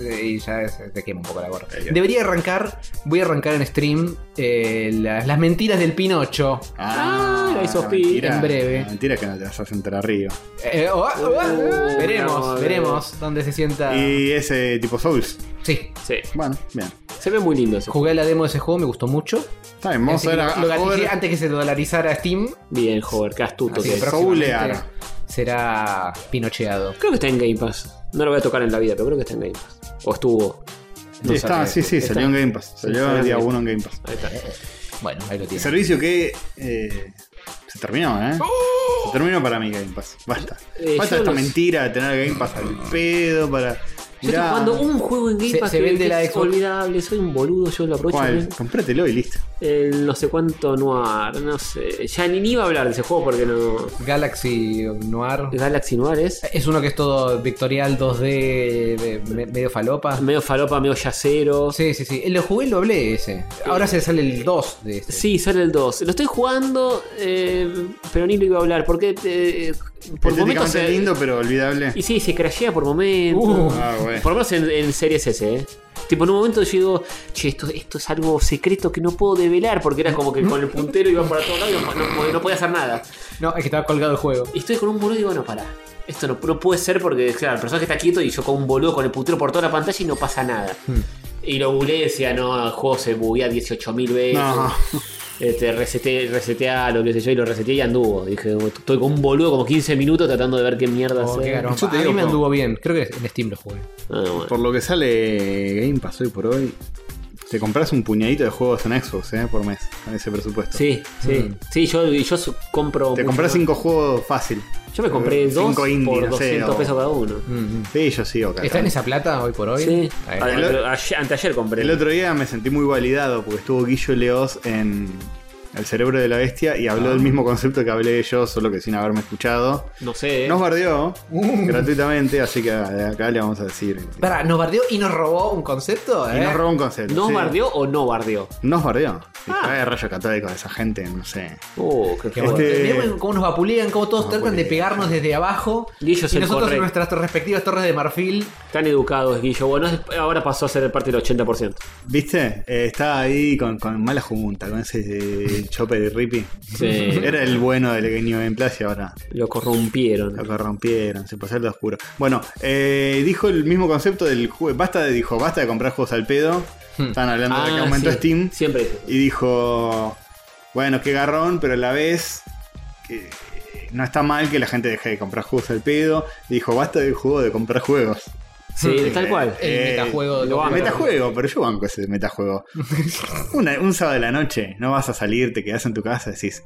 Speaker 3: y ya se te quema un poco la gorra.
Speaker 2: Ahí va.
Speaker 3: Debería arrancar, voy a arrancar en stream eh, las, las mentiras del Pinocho.
Speaker 1: Ah, la hizo
Speaker 2: la
Speaker 1: Pi,
Speaker 2: mentira-
Speaker 3: en breve.
Speaker 2: la Mentira es que no te vas a sentar arriba.
Speaker 3: Eh, oh, ah, oh, ah,
Speaker 1: Uh,
Speaker 3: veremos,
Speaker 1: no,
Speaker 3: veremos dónde se sienta.
Speaker 2: Y ese tipo Souls.
Speaker 3: Sí,
Speaker 1: Sí.
Speaker 2: Bueno, bien.
Speaker 1: Se ve muy lindo ese juego.
Speaker 3: jugué la demo de ese juego, me gustó mucho.
Speaker 2: Está bien, vamos
Speaker 3: Así
Speaker 2: a
Speaker 3: que
Speaker 2: ver a,
Speaker 3: lo, lo Ah,
Speaker 2: a
Speaker 3: garanticé
Speaker 2: Hover
Speaker 3: antes que se dolarizara Steam.
Speaker 1: Bien, Howard, qué astuto
Speaker 3: Así
Speaker 1: que
Speaker 3: que
Speaker 1: es.
Speaker 2: pro-
Speaker 3: próximamente
Speaker 2: Soulear.
Speaker 3: será pinocheado.
Speaker 1: Creo que está en Game Pass. No lo voy a tocar en la vida, pero creo que está en Game Pass. O estuvo.
Speaker 2: Sí, está,
Speaker 3: sabe.
Speaker 2: sí, sí,
Speaker 1: Está.
Speaker 2: salió en Game Pass. Salió
Speaker 1: salió
Speaker 2: el
Speaker 1: en
Speaker 2: día
Speaker 1: Game
Speaker 2: 1 en Game Pass.
Speaker 1: Ahí está.
Speaker 3: Bueno, ahí lo tiene.
Speaker 2: Servicio que eh, se terminó, ¿eh? Se terminó para mí Game Pass. Basta.
Speaker 1: ¡Oh! Eh,
Speaker 2: Basta
Speaker 1: yo
Speaker 2: esta
Speaker 1: los-
Speaker 2: mentira de tener Game Pass al pedo para.
Speaker 1: Yo
Speaker 2: Mirá.
Speaker 1: estoy jugando un juego en Game
Speaker 3: Se-
Speaker 1: Pass
Speaker 3: se
Speaker 1: que-
Speaker 3: vende
Speaker 1: que
Speaker 3: la
Speaker 1: es
Speaker 3: Xbox.
Speaker 1: olvidable, soy un boludo, yo lo aprovecho.
Speaker 2: ¿Cuál?
Speaker 1: bien.
Speaker 2: Comprátelo y listo.
Speaker 1: El no sé cuánto Noir, no sé. Ya ni, ni iba a hablar de ese juego porque no.
Speaker 3: Galaxy Noir.
Speaker 1: Galaxy Noir es.
Speaker 3: Es uno que es todo vectorial 2D, de- me- medio falopa.
Speaker 1: Medio falopa, medio yacero. Sí.
Speaker 3: Sí, sí, sí. Lo jugué y lo hablé ese. Ahora se sale el 2 de este. ese.
Speaker 1: sale el 2. Lo estoy jugando, eh, pero ni lo iba a hablar. Porque eh, por momentos.
Speaker 2: Estéticamente
Speaker 1: se-
Speaker 2: lindo, pero olvidable.
Speaker 1: Y sí, se crashea por momentos.
Speaker 3: Uh.
Speaker 2: Ah, bueno.
Speaker 1: Por lo menos en, en series S, ¿eh? Tipo, en un momento yo digo, che, esto, esto es algo secreto que no puedo develar, porque era como que con el puntero iba para todos lados y no, no- no podía hacer nada.
Speaker 3: No, es que estaba colgado el juego.
Speaker 1: Y estoy con un boludo y digo, no, pará. Esto no, no puede ser porque, claro, el personaje está quieto y yo con un boludo con el puntero por toda la pantalla y no pasa nada.
Speaker 3: Hmm.
Speaker 1: Y lo googleé y decía, no, el juego se buguea 18.000 veces.
Speaker 2: No.
Speaker 1: Este, reseté, resetea lo que sé yo y lo reseteé y anduvo. Dije, estoy con un boludo como 15 minutos tratando de ver qué mierda
Speaker 3: Oh, qué
Speaker 1: hacer.
Speaker 3: garompa.
Speaker 2: Yo te
Speaker 3: a
Speaker 2: digo,
Speaker 3: mí me
Speaker 2: po.
Speaker 3: anduvo bien. Creo que en Steam lo jugué.
Speaker 1: Ah, bueno.
Speaker 2: Por lo que sale Game Pass hoy por hoy, te compras un puñadito de juegos en Xbox eh, por mes con ese presupuesto.
Speaker 1: Sí, sí.
Speaker 3: Mm.
Speaker 1: Sí, yo, yo su- compro.
Speaker 2: Te
Speaker 1: mucho.
Speaker 2: compras cinco juegos fácil.
Speaker 1: Yo me compré dos
Speaker 2: cinco indie,
Speaker 1: por
Speaker 2: no sé,
Speaker 1: 200
Speaker 2: o-
Speaker 1: pesos cada uno.
Speaker 3: Mm, mm.
Speaker 2: Sí, yo sí, ok.
Speaker 3: ¿Está en esa plata hoy por hoy?
Speaker 1: Sí.
Speaker 3: Ahí.
Speaker 1: Ah,
Speaker 2: el
Speaker 1: pero
Speaker 2: otro-
Speaker 1: ayer- anteayer compré.
Speaker 2: El otro día me sentí muy validado porque estuvo Guillo Leoz en El cerebro de la bestia y habló del mismo concepto que hablé yo, solo que sin haberme escuchado.
Speaker 1: No sé. eh.
Speaker 2: Nos bardeó gratuitamente, así que de acá le vamos a decir.
Speaker 3: Pará, ¿nos bardeó y nos robó un concepto?
Speaker 2: Y
Speaker 3: ¿eh?
Speaker 2: nos robó un concepto.
Speaker 1: ¿No
Speaker 2: sí.
Speaker 1: bardeó o no bardeó?
Speaker 2: Nos bardeó. Y caga de rayo católico de esa gente, no sé.
Speaker 1: Oh, qué
Speaker 3: Qué
Speaker 1: joder.
Speaker 3: bueno.
Speaker 2: Este-
Speaker 3: Mirá cómo nos vapulean, cómo todos
Speaker 2: Nos
Speaker 3: tratan de
Speaker 2: vapulean.
Speaker 3: pegarnos desde abajo.
Speaker 1: Y ellos el
Speaker 3: nosotros
Speaker 1: correcto.
Speaker 3: en nuestras respectivas torres de marfil.
Speaker 1: Tan educados, Guillo. Bueno, es- ahora pasó a ser parte del 80%.
Speaker 2: ¿Viste? Eh, estaba ahí con, con mala junta, con ese eh, chopper y rippy.
Speaker 1: Sí.
Speaker 2: Era el bueno del que New Game Plus y ahora
Speaker 1: Lo corrompieron.
Speaker 2: lo corrompieron, se pasaron de oscuro. Bueno, eh, dijo el mismo concepto del juego. Basta de, dijo, basta de comprar juegos al pedo. Estaban hablando de que aumentó
Speaker 1: Hmm. Ah, sí.
Speaker 2: Steam.
Speaker 1: Siempre eso.
Speaker 2: Y dijo, bueno, qué garrón, pero a la vez que no está mal que la gente deje de comprar juegos al pedo. Y dijo, basta de juego de comprar juegos.
Speaker 1: Sí,
Speaker 2: Eh,
Speaker 1: tal cual.
Speaker 3: El metajuego
Speaker 1: lo
Speaker 3: de
Speaker 1: amo.
Speaker 2: Metajuego, pero yo banco ese
Speaker 1: (laughs)
Speaker 2: metajuego. Una- un sábado de la noche, no vas a salir, te quedás en tu casa, decís.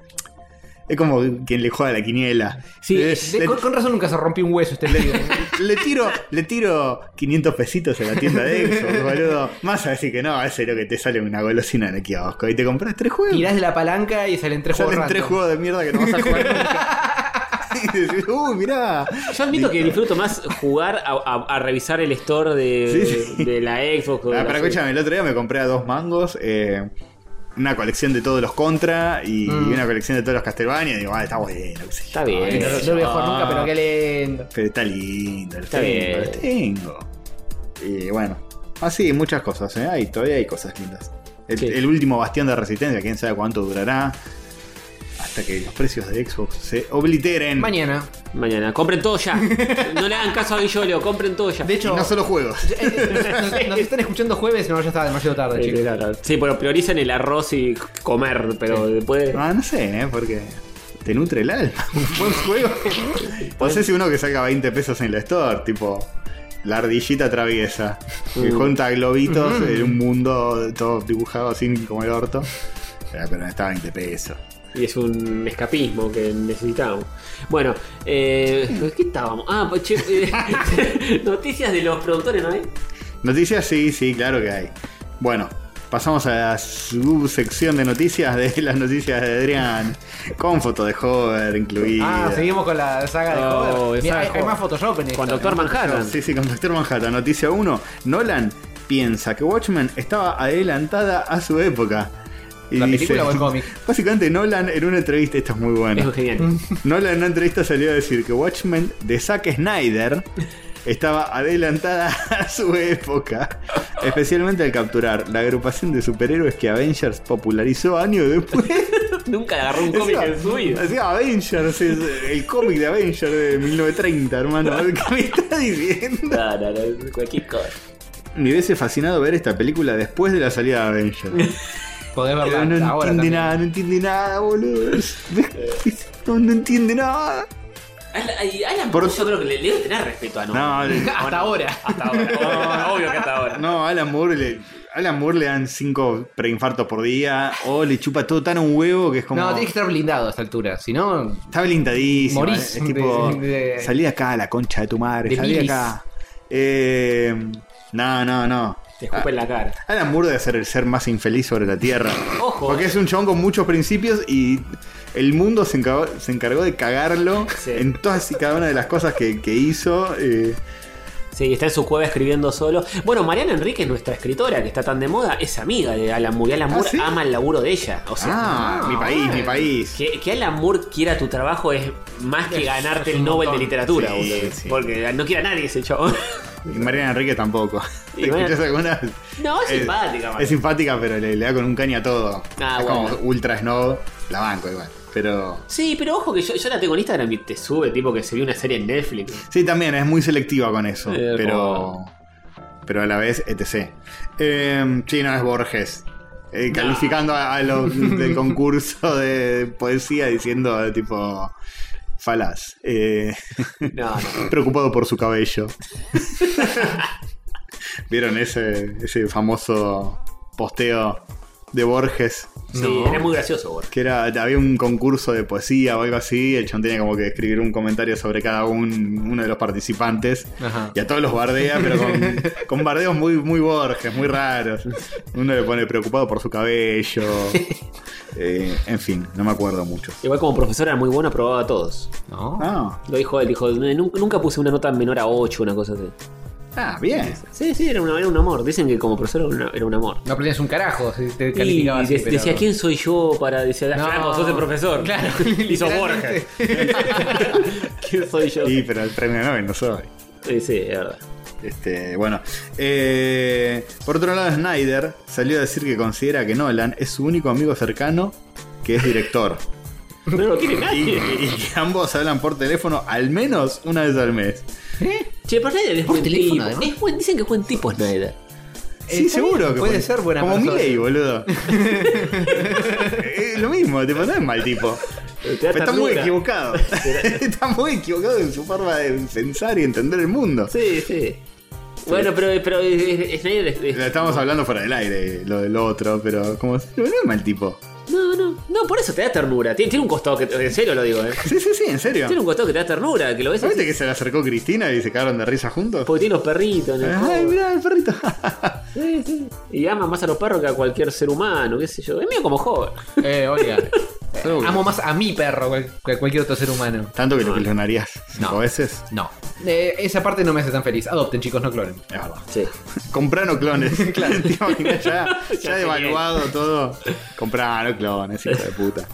Speaker 2: Es como quien le juega a la quiniela.
Speaker 1: Sí,
Speaker 2: Eh,
Speaker 3: De-
Speaker 2: le,
Speaker 3: con, con razón nunca se rompió un
Speaker 2: (laughs)
Speaker 3: hueso este tío.
Speaker 2: le tiro, le tiro 500 pesitos a la tienda de Xbox, boludo. Más a decir que no, ese es lo que te sale una golosina en el kiosco. Y te compras tres juegos.
Speaker 3: Tirás de la palanca y salen tres
Speaker 2: Salen
Speaker 3: juegos
Speaker 2: tres
Speaker 3: random.
Speaker 2: juegos de mierda que no vas a jugar
Speaker 1: (laughs)
Speaker 2: nunca. y decís, uy, mirá. Ah,
Speaker 1: Yo admito que disfruto más jugar a, a- a revisar el store de,
Speaker 2: Sí, sí.
Speaker 1: de la Xbox. o de
Speaker 2: Ah,
Speaker 1: la
Speaker 2: pero
Speaker 1: Switch.
Speaker 2: escúchame, el otro día me compré a dos mangos, eh, una colección de todos los contra y una colección de todos los Castlevania. Y digo, ah, está bueno. qué sé
Speaker 1: Mm. Está
Speaker 2: yo,
Speaker 1: bien.
Speaker 2: qué sé
Speaker 3: Eh, No, no lo voy a jugar
Speaker 2: yo.
Speaker 3: nunca, pero qué lindo.
Speaker 2: Pero está lindo, los
Speaker 1: Está
Speaker 2: tengo,
Speaker 1: bien.
Speaker 2: los tengo. Y bueno, así muchas cosas, ¿eh? Hay, todavía hay cosas lindas. El,
Speaker 1: Sí.
Speaker 2: el último bastión de resistencia, quién sabe cuánto durará. Hasta que los precios de Xbox se obliteren.
Speaker 3: Mañana.
Speaker 1: Mañana, compren todo ya. No le hagan caso a Guillolio, compren todo ya.
Speaker 3: De
Speaker 2: Y
Speaker 3: hecho,
Speaker 2: no solo juegos.
Speaker 3: eh, eh, (laughs) nos, nos están escuchando jueves, no, ya está demasiado tarde,
Speaker 1: Sí,
Speaker 3: chicos.
Speaker 1: claro. Sí, pero priorizan el arroz y comer, pero después.
Speaker 2: Ah, no sé, ¿eh? Porque te nutre el alma. Un buen juego. No sé si uno que saca 20 pesos en la store, tipo la ardillita traviesa, que
Speaker 1: Mm.
Speaker 2: junta globitos en un mundo todo dibujado así como el orto. Eh, Pero está 20 pesos.
Speaker 1: Y es un escapismo que necesitamos. Bueno, eh, ¿qué estábamos? Ah, pues, che, eh, (laughs) noticias de los productores, ¿no hay?
Speaker 2: Noticias, sí, sí, claro que hay. Bueno, pasamos a la subsección de noticias de (laughs) las noticias de Adrián, con foto de Hover incluida.
Speaker 3: Ah, seguimos con la saga de
Speaker 1: Oh,
Speaker 3: Joder.
Speaker 1: esa de
Speaker 3: Mirá, hay, hay
Speaker 1: Joder.
Speaker 3: más Photoshop en esto.
Speaker 1: Con Doctor Manhattan.
Speaker 2: Sí, sí, con Doctor Manhattan. Noticia 1. Nolan piensa que Watchmen estaba adelantada a su época. Y
Speaker 3: ¿La película o el cómic?
Speaker 2: (laughs) Básicamente Nolan en una entrevista, esto es muy bueno.
Speaker 1: Es genial.
Speaker 2: Nolan en una entrevista salió a decir que Watchmen de Zack Snyder estaba adelantada a su época. Especialmente al capturar la agrupación de superhéroes que Avengers popularizó años después.
Speaker 1: Nunca agarró un cómic en su
Speaker 2: (laughs)
Speaker 1: vida.
Speaker 2: Decía Avengers, es el cómic de Avengers de 1930, hermano. ¿Qué me está diciendo?
Speaker 1: No, no, no, cualquier cosa.
Speaker 2: Me hubiese fascinado ver esta película después de la salida de Avengers.
Speaker 3: Podés verla
Speaker 2: Pero no entiende
Speaker 3: ahora también.
Speaker 2: nada, no entiende nada, boludo. No, no entiende nada.
Speaker 1: Alan, y Alan
Speaker 2: Por-
Speaker 1: Moore, yo creo que le, le debe tener respeto a no.
Speaker 2: No, le-
Speaker 3: Hasta ahora.
Speaker 1: Hasta ahora. (laughs) Obvio que hasta ahora.
Speaker 2: no, Alan Moore le. Alan Moore le dan cinco preinfartos por día. O le chupa todo tan un huevo que es como.
Speaker 3: No, tienes que estar blindado a esta altura. Si no,
Speaker 2: Está blindadísimo.
Speaker 3: Morís
Speaker 2: es tipo.
Speaker 3: de- de-
Speaker 2: salí de acá, la concha de tu madre.
Speaker 3: de
Speaker 2: Salí de
Speaker 3: bilis.
Speaker 2: acá. Eh, no, no, no.
Speaker 1: Te escupe en la cara.
Speaker 2: Alan Moore debe ser el ser más infeliz sobre la Tierra.
Speaker 1: Ojo.
Speaker 2: Porque
Speaker 3: eh.
Speaker 2: es un chabón con muchos principios y el mundo se encargó, se encargó de cagarlo
Speaker 1: Sí.
Speaker 2: en todas y cada una de las cosas que, que hizo. eh.
Speaker 1: Sí, está en su cueva escribiendo solo. Bueno, Mariana Enríquez, nuestra escritora, que está tan de moda, es amiga de Alan Moore. Y Alan
Speaker 2: ¿Ah,
Speaker 1: Moore
Speaker 2: sí?
Speaker 1: ama el laburo de ella. O sea,
Speaker 2: ah, mi país, mi país.
Speaker 1: que, que Alan Moore quiera tu trabajo es más que
Speaker 3: Es-
Speaker 1: ganarte
Speaker 3: es
Speaker 1: el
Speaker 3: un
Speaker 1: Nobel de
Speaker 3: montón.
Speaker 1: literatura,
Speaker 2: Sí,
Speaker 1: boludo.
Speaker 2: sí.
Speaker 1: Porque no quiere a nadie ese
Speaker 2: (laughs)
Speaker 1: chabón.
Speaker 2: Y Mariana Enrique tampoco.
Speaker 1: Y
Speaker 2: ¿Te (laughs) escuchás
Speaker 1: bueno.
Speaker 2: alguna?
Speaker 1: No, es simpática, Mariana.
Speaker 2: Es simpática, pero le, le da con un caña a todo.
Speaker 1: Ah,
Speaker 2: es
Speaker 1: bueno.
Speaker 2: como ultra snob. La banco igual. Pero.
Speaker 1: Sí, pero ojo que yo, yo la tengo en Instagram y te sube, tipo que se vio una serie en Netflix.
Speaker 2: Sí, también es muy selectiva con eso.
Speaker 1: Eh,
Speaker 2: pero. Pero a la vez, etc. Eh, sí, no es Borges. Eh, calificando a,
Speaker 1: (laughs)
Speaker 2: a los del concurso de poesía diciendo eh, tipo. Falaz. Eh,
Speaker 1: No, no.
Speaker 2: (laughs) preocupado por su cabello.
Speaker 1: (laughs)
Speaker 2: ¿Vieron ese, ese famoso posteo de Borges?
Speaker 1: Sí, era muy gracioso, Borges.
Speaker 2: Que era, había un concurso de poesía o algo así, el chon tenía como que escribir un comentario sobre cada un- uno de los participantes.
Speaker 3: Ajá.
Speaker 2: Y a todos los bardea, pero con, con bardeos muy, muy Borges, muy raros. Uno le pone preocupado por su cabello. Eh, en fin, no me acuerdo mucho.
Speaker 1: Igual como profesora era muy bueno, aprobaba a todos.
Speaker 3: No.
Speaker 2: Ah,
Speaker 1: Lo dijo él, dijo, nunca, nunca puse una nota menor a 8, una cosa así.
Speaker 2: ah, bien.
Speaker 1: Sí, sí, era, una- era un amor. Dicen que como profesor era, una- era un amor.
Speaker 3: No aprendías un carajo si te
Speaker 1: Y
Speaker 3: calificabas así,
Speaker 1: de-
Speaker 3: pero-
Speaker 1: decía, ¿quién soy yo para decir,
Speaker 3: No.
Speaker 1: no, sos el profesor?
Speaker 3: (laughs) Claro,
Speaker 1: (laughs) y sos Borges.
Speaker 3: literalmente.
Speaker 1: (laughs) ¿Quién soy yo?
Speaker 2: Sí, pero el premio Nobel no soy.
Speaker 1: Sí, sí, es verdad.
Speaker 2: Este, bueno. Eh, por otro lado, Snyder salió a decir que considera que Nolan es su único amigo cercano que es director.
Speaker 1: No lo quiere
Speaker 2: y,
Speaker 1: nadie.
Speaker 2: y que ambos hablan por teléfono al menos una vez al mes.
Speaker 1: Che, pero Snyder es
Speaker 6: Por
Speaker 1: buen
Speaker 6: teléfono,
Speaker 1: tipo.
Speaker 6: además.
Speaker 1: Es buen- dicen que es buen tipo Snyder.
Speaker 2: Sí,
Speaker 3: está
Speaker 2: seguro
Speaker 3: bien,
Speaker 2: que
Speaker 3: puede
Speaker 2: fue-
Speaker 3: ser buena
Speaker 2: Como
Speaker 3: persona.
Speaker 2: Milei, boludo. (laughs) Eh, lo mismo, tipo, no es mal tipo.
Speaker 1: Te da
Speaker 2: Pero está muy
Speaker 1: ternura.
Speaker 2: equivocado. está muy equivocado en su forma de pensar y entender el mundo.
Speaker 1: Sí, sí. Bueno, pero, pero eh, eh, Snyder es- es-
Speaker 2: Lo Estamos hablando fuera del aire, lo del otro, pero como no es mal tipo.
Speaker 1: No, no. No, por eso te da ternura. Tiene, tiene un costado que. En serio lo digo, eh.
Speaker 2: Sí, sí, sí, en serio.
Speaker 1: Tiene un costado que te da ternura, que lo ves.
Speaker 2: ¿Sabiste
Speaker 1: así,
Speaker 2: que se le acercó Cristina y se cagaron de risa juntos?
Speaker 1: Porque tiene los perritos en el
Speaker 2: Ay,
Speaker 1: juego.
Speaker 2: mirá el perrito. (laughs)
Speaker 1: Sí, sí. Y ama más a los perros que a cualquier ser humano, qué sé yo. Es mío como joven.
Speaker 3: (laughs) Eh, oiga.
Speaker 2: Seguro.
Speaker 3: Amo más a mi perro que a cualquier otro ser humano.
Speaker 2: Tanto que lo clonarías cinco
Speaker 3: No.
Speaker 2: veces.
Speaker 3: No. Eh, esa parte no me hace tan feliz. Adopten, chicos, no clonen.
Speaker 2: Es verdad.
Speaker 1: Sí.
Speaker 2: Comprar no clones.
Speaker 3: (laughs)
Speaker 2: (laughs) claro. Te imaginas ya,
Speaker 1: Ya
Speaker 2: ya
Speaker 1: sé
Speaker 2: devaluado todo. Comprar no clones, hijo de puta.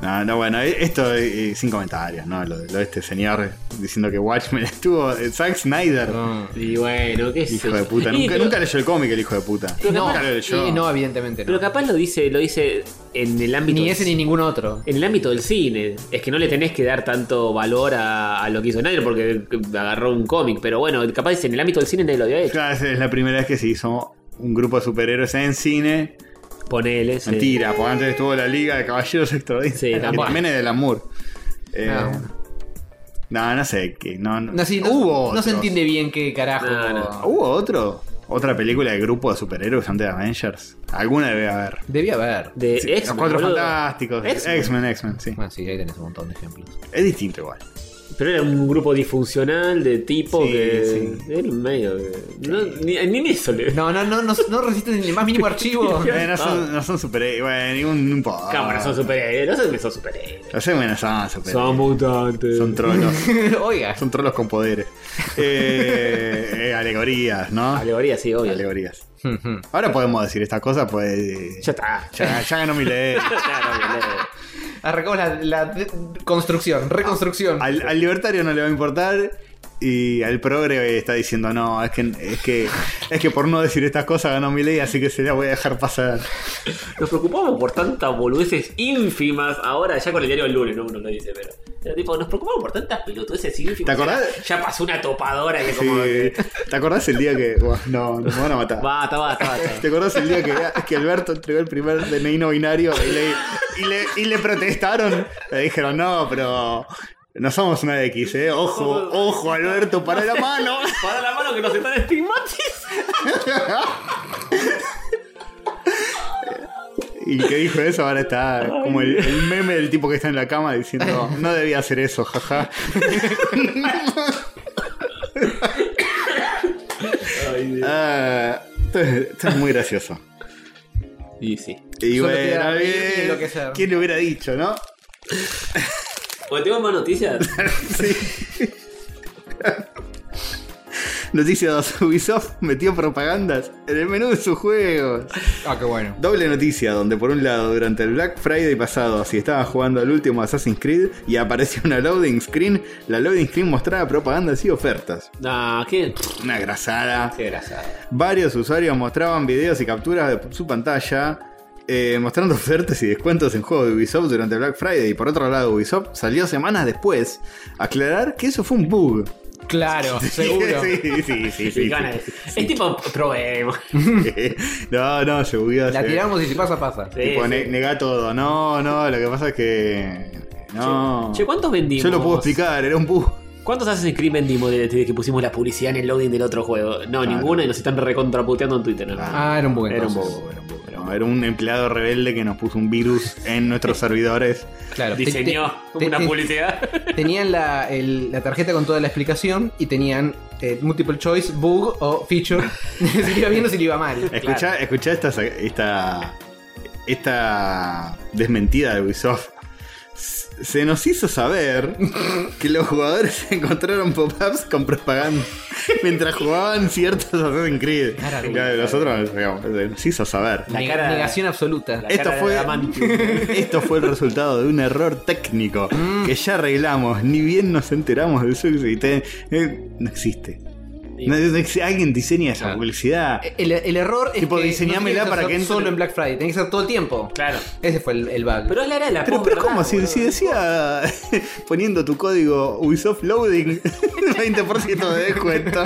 Speaker 2: No, no, bueno, eh, esto eh, sin comentarios, ¿no? Lo, de- lo de este señor diciendo que Watchmen (laughs) estuvo. eh, Zack Snyder,
Speaker 1: Y bueno, qué sé
Speaker 2: hijo
Speaker 1: yo. (laughs)
Speaker 2: de puta.
Speaker 1: Y
Speaker 2: Nunca,
Speaker 1: pero-
Speaker 2: nunca leyó el cómic el hijo de puta.
Speaker 3: No,
Speaker 2: nunca lo leyó.
Speaker 3: y no, evidentemente
Speaker 1: Pero
Speaker 3: no.
Speaker 1: capaz lo dice, lo dice en el ámbito.
Speaker 3: Ni
Speaker 1: del-
Speaker 3: ese ni ningún otro.
Speaker 1: En el ámbito del cine, es que no le tenés que dar tanto valor a, a lo que hizo Snyder porque agarró un cómic, pero bueno, capaz dice, en el ámbito del cine nadie lo había hecho.
Speaker 2: Claro, esa es la primera vez que se hizo un grupo de superhéroes en cine.
Speaker 1: Ponele. sí.
Speaker 2: Mentira, porque antes estuvo la Liga de Caballeros Extraordinarios.
Speaker 1: Sí,
Speaker 2: que
Speaker 1: también.
Speaker 2: también es del amor. Eh,
Speaker 3: Ah.
Speaker 2: No, no sé. Que no, no-
Speaker 3: No, sí, no-
Speaker 2: hubo
Speaker 3: no se
Speaker 2: otros.
Speaker 3: entiende bien qué carajo.
Speaker 1: No, no.
Speaker 2: Ah, ¿Hubo otro? ¿Otra película de grupo de superhéroes antes de Avengers? Alguna debe haber.
Speaker 3: Debía haber.
Speaker 1: De
Speaker 2: Sí,
Speaker 1: Eh, X-Men,
Speaker 2: los Cuatro
Speaker 1: boludo.
Speaker 2: Fantásticos.
Speaker 1: X-Men.
Speaker 2: X-Men, X-Men, sí.
Speaker 3: Bueno, sí, ahí tenés un montón de ejemplos.
Speaker 2: Es distinto igual.
Speaker 1: Pero era un grupo disfuncional de tipo
Speaker 2: Sí,
Speaker 1: que.
Speaker 2: sí.
Speaker 1: Era un medio. que- no, ni, ni en eso le.
Speaker 3: No, no, no, no, no resisten ni el más mínimo archivo.
Speaker 2: Eh, no, son, no son superhéroes. Bueno, ningún, no importa.
Speaker 1: Cámara, son superhéroes. No son, son superhéroes.
Speaker 2: Los X-Men no son superhéroes.
Speaker 1: Son mutantes. (laughs)
Speaker 2: Son trolos.
Speaker 3: Oiga.
Speaker 2: son trolos con poderes.
Speaker 1: (laughs)
Speaker 2: Eh, eh, alegorías, ¿no?
Speaker 1: Alegoría, sí, obvio.
Speaker 2: Alegorías.
Speaker 3: Ujú.
Speaker 2: Ahora podemos decir esta cosa, pues.
Speaker 1: Ya está.
Speaker 2: Ya, ya ganó mi ley.
Speaker 1: (laughs)
Speaker 3: Arrancamos la, la de- construcción, reconstrucción.
Speaker 2: Al, al libertario no le va a importar. Y al progre está diciendo, no, es que, es que, es que por no decir estas cosas ganó mi ley, así que se la voy a dejar pasar.
Speaker 1: Nos preocupamos por tantas boludeces ínfimas. Ahora, ya con el diario del lunes, no uno lo dice, pero. Pero tipo, nos preocupamos por tantas pelotudeces ínfimas.
Speaker 2: ¿Te acordás?
Speaker 1: O sea, Ya, pasó una topadora que
Speaker 2: Sí.
Speaker 1: como. que-
Speaker 2: ¿Te acordás el día que.? Buah, no, nos van a matar.
Speaker 1: Basta, basta, basta.
Speaker 2: ¿Te acordás el día que, que Alberto entregó el primer DNI no binario y le, y le, y le protestaron? Le dijeron, no, pero. No somos una X, ¿eh? Ojo, ojo, Alberto, para la mano.
Speaker 1: Para la mano que nos están estigmatizando.
Speaker 2: Y el que dijo eso ahora está como el, el meme del tipo que está en la cama diciendo, no debía hacer eso, jaja.
Speaker 1: Ay, Dios.
Speaker 2: Ah, esto, es, esto es muy gracioso.
Speaker 1: Y sí.
Speaker 2: Y
Speaker 3: Solo te
Speaker 2: bueno,
Speaker 3: da reír y
Speaker 2: bien,
Speaker 3: enloquecer.
Speaker 2: ¿quién lo hubiera dicho, no?
Speaker 1: Bueno, tengo más
Speaker 2: (laughs)
Speaker 1: noticias.
Speaker 2: Sí. Noticia 2. Ubisoft metió propagandas en el menú de sus juegos.
Speaker 3: Ah, qué bueno.
Speaker 2: Doble noticia, donde por un lado, durante el Black Friday pasado, si estabas jugando al último Assassin's Creed y apareció una loading screen, la loading screen mostraba propagandas y ofertas.
Speaker 1: Ah, qué.
Speaker 2: Una grasada.
Speaker 1: Qué grasa.
Speaker 2: Varios usuarios mostraban videos y capturas de su pantalla. eh, mostrando ofertas y descuentos en juegos de Ubisoft durante el Black Friday y por otro lado Ubisoft salió semanas después a aclarar que eso fue un bug.
Speaker 3: Claro,
Speaker 2: (laughs)
Speaker 3: seguro.
Speaker 2: Sí, sí, sí, sí, sí,
Speaker 1: Y ganas de decir, Es tipo, probemos.
Speaker 2: sí. (laughs) No, no, se bugueó.
Speaker 3: La
Speaker 2: se-
Speaker 3: tiramos y si pasa, pasa.
Speaker 1: Sí,
Speaker 2: tipo,
Speaker 1: sí.
Speaker 2: ne- negá todo. No, no, lo que pasa es que. No.
Speaker 1: Che, ¿cuántos vendimos?
Speaker 2: Yo lo puedo explicar, era un bug.
Speaker 1: ¿Cuántos Assassin's Creed vendimos desde desde que pusimos la publicidad en el loading del otro juego? No,
Speaker 2: Claro.
Speaker 1: ninguna y nos están recontraputeando en Twitter. ¿no?
Speaker 3: Ah, era un bug.
Speaker 1: Era un
Speaker 3: entonces.
Speaker 1: bobo, era un bobo.
Speaker 2: No, era un empleado rebelde que nos puso un virus en nuestros servidores.
Speaker 3: Claro, te-
Speaker 1: Diseñó
Speaker 3: te- te-
Speaker 1: una
Speaker 3: te-
Speaker 1: publicidad.
Speaker 3: (laughs) Tenían la, el- la tarjeta con toda la explicación y tenían eh, multiple choice, bug o feature. (laughs) si le iba bien o si le iba mal.
Speaker 2: Escuchá, escuchá esta, sa- esta, esta desmentida de Ubisoft. S- Se nos hizo saber que los jugadores encontraron pop-ups con propaganda mientras jugaban ciertos Assassin's Creed.
Speaker 3: Cara dura.
Speaker 2: Claro, Nosotros digamos, se nos hizo saber.
Speaker 1: La
Speaker 3: Neg-
Speaker 1: cara-
Speaker 3: Negación absoluta.
Speaker 1: La
Speaker 2: Esto
Speaker 1: cara de
Speaker 2: fue,
Speaker 1: Adamantium.
Speaker 2: (laughs) esto fue el resultado de un error técnico
Speaker 1: Mm.
Speaker 2: que ya arreglamos. Ni bien nos enteramos de su existencia. Eh, no existe.
Speaker 1: Sí. Eh,
Speaker 2: No- no exi- alguien diseña esa
Speaker 3: Claro.
Speaker 2: publicidad.
Speaker 3: El, el error es
Speaker 2: Tipo,
Speaker 3: que
Speaker 2: diseñámela
Speaker 3: tenés
Speaker 2: para
Speaker 3: hacer
Speaker 2: que entre-
Speaker 3: solo en Black Friday, tenés que hacer todo el tiempo.
Speaker 1: Claro.
Speaker 3: Ese fue el, el bug.
Speaker 1: Pero es la era de la
Speaker 2: Pero,
Speaker 1: post,
Speaker 2: pero ¿cómo?
Speaker 1: ¿verdad,
Speaker 2: Si,
Speaker 1: boludo?
Speaker 2: si decía (laughs) poniendo tu código Ubisoft Loading, (laughs) 20% de descuento.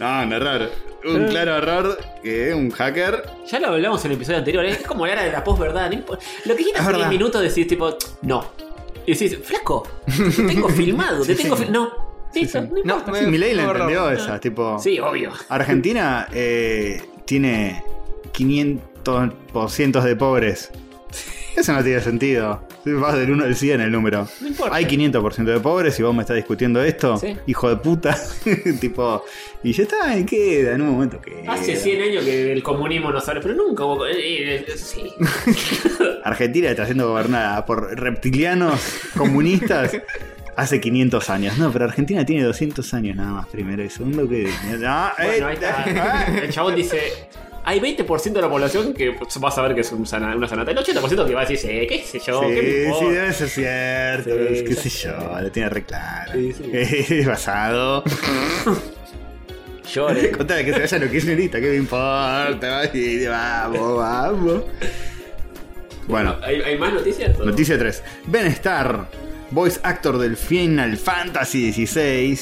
Speaker 2: No, un error.
Speaker 1: Eh.
Speaker 2: Un claro error que un hacker.
Speaker 1: Ya lo hablamos en el episodio anterior, ¿eh? es como la era de la post-verdad. no impo- Lo que dijiste
Speaker 2: Es
Speaker 1: hace 10
Speaker 2: verdad.
Speaker 1: minutos decís tipo, no. Y decís, flaco,
Speaker 2: (laughs)
Speaker 1: te tengo filmado, te
Speaker 2: Sí,
Speaker 1: tengo
Speaker 2: sí.
Speaker 1: filmado. No, listo,
Speaker 2: sí.
Speaker 1: no importa.
Speaker 2: Sí, Milei la
Speaker 3: fue un
Speaker 2: entendió
Speaker 3: error.
Speaker 2: esa, tipo.
Speaker 1: Eh, Sí, obvio.
Speaker 2: Argentina eh, tiene 500% de pobres. Eso no tiene sentido. Vas del 1 al 100 el número.
Speaker 1: No importa.
Speaker 2: Hay 500% de pobres y vos me estás discutiendo esto.
Speaker 1: Sí.
Speaker 2: Hijo de puta. (laughs) tipo, y ya está, y queda en un momento que.
Speaker 1: Hace 100 años que el comunismo no sale, pero nunca hubo... eh, eh, sí.
Speaker 2: Argentina está siendo gobernada por reptilianos comunistas
Speaker 1: (laughs)
Speaker 2: hace 500 años. No, pero Argentina tiene 200 años nada más, primero y segundo que... Ah, eh,
Speaker 1: Bueno, ahí está.
Speaker 2: ah,
Speaker 1: El chabón dice. Hay 20% de la población que pues, va a saber que es un sana- una sanata. El 80% que va a decir, "Eh, qué sé yo, qué me
Speaker 2: Sí, sí,
Speaker 1: importa".
Speaker 2: debe ser cierto.
Speaker 1: Sí,
Speaker 2: qué
Speaker 1: ya
Speaker 2: sé
Speaker 1: sé.
Speaker 2: yo, lo tiene re claro.
Speaker 1: Sí, sí.
Speaker 2: (laughs) Es basado.
Speaker 1: Llore.
Speaker 2: Contale que se vayan los kirchneristas, que me importa. Ay, Vamos, vamos. Bueno,
Speaker 1: ¿Hay, hay más noticias?
Speaker 2: Noticia 3. Ben Starr, voice actor del Final Fantasy XVI,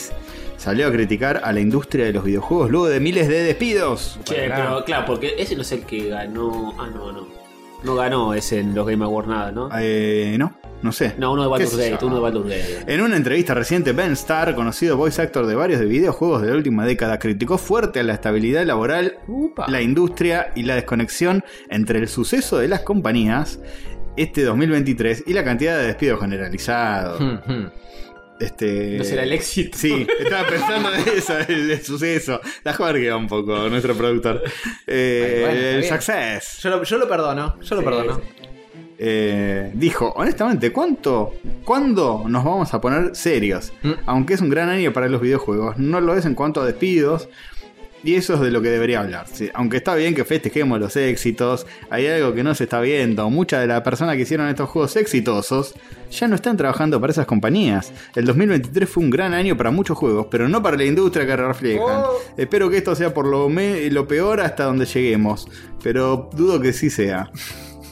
Speaker 2: salió a criticar a la industria de los videojuegos luego de miles de despidos.
Speaker 1: Che, pero claro, porque ese no es el que ganó. Ah, no, no. No ganó ese en los Game Awards nada, ¿no?
Speaker 2: Eh, no, no sé.
Speaker 1: No, uno de Baldur's
Speaker 2: ¿Qué sé
Speaker 1: Gate,
Speaker 2: yo?
Speaker 1: uno de Baldur's Gate.
Speaker 2: En una entrevista reciente, Ben Starr, conocido voice actor de varios de videojuegos de la última década, criticó fuerte a la estabilidad laboral,
Speaker 3: Upa.
Speaker 2: la industria y la desconexión entre el suceso de las compañías este 2023 y la cantidad de despidos generalizados.
Speaker 3: Hmm, hmm.
Speaker 2: Este...
Speaker 1: No será el éxito.
Speaker 2: Sí, estaba pensando en eso, el, el suceso. La juerga un poco, nuestro productor. Eh,
Speaker 3: Ay, bueno,
Speaker 2: el
Speaker 3: está bien.
Speaker 2: success.
Speaker 3: Yo, lo, yo lo perdono, yo lo
Speaker 1: Sí,
Speaker 3: perdono.
Speaker 2: Eh, dijo, honestamente, ¿cuánto, ¿cuándo nos vamos a poner serios?
Speaker 3: Mm.
Speaker 2: Aunque es un gran año para los videojuegos, no lo es en cuanto a despidos. Y eso es de lo que debería hablar. sí. Aunque está bien que festejemos los éxitos, hay algo que no se está viendo. Muchas de las personas que hicieron estos juegos exitosos ya no están trabajando para esas compañías. El 2023 fue un gran año para muchos juegos, pero no para la industria que reflejan.
Speaker 3: Oh.
Speaker 2: Espero que esto sea por lo, me- lo peor hasta donde lleguemos, pero dudo que sí sea.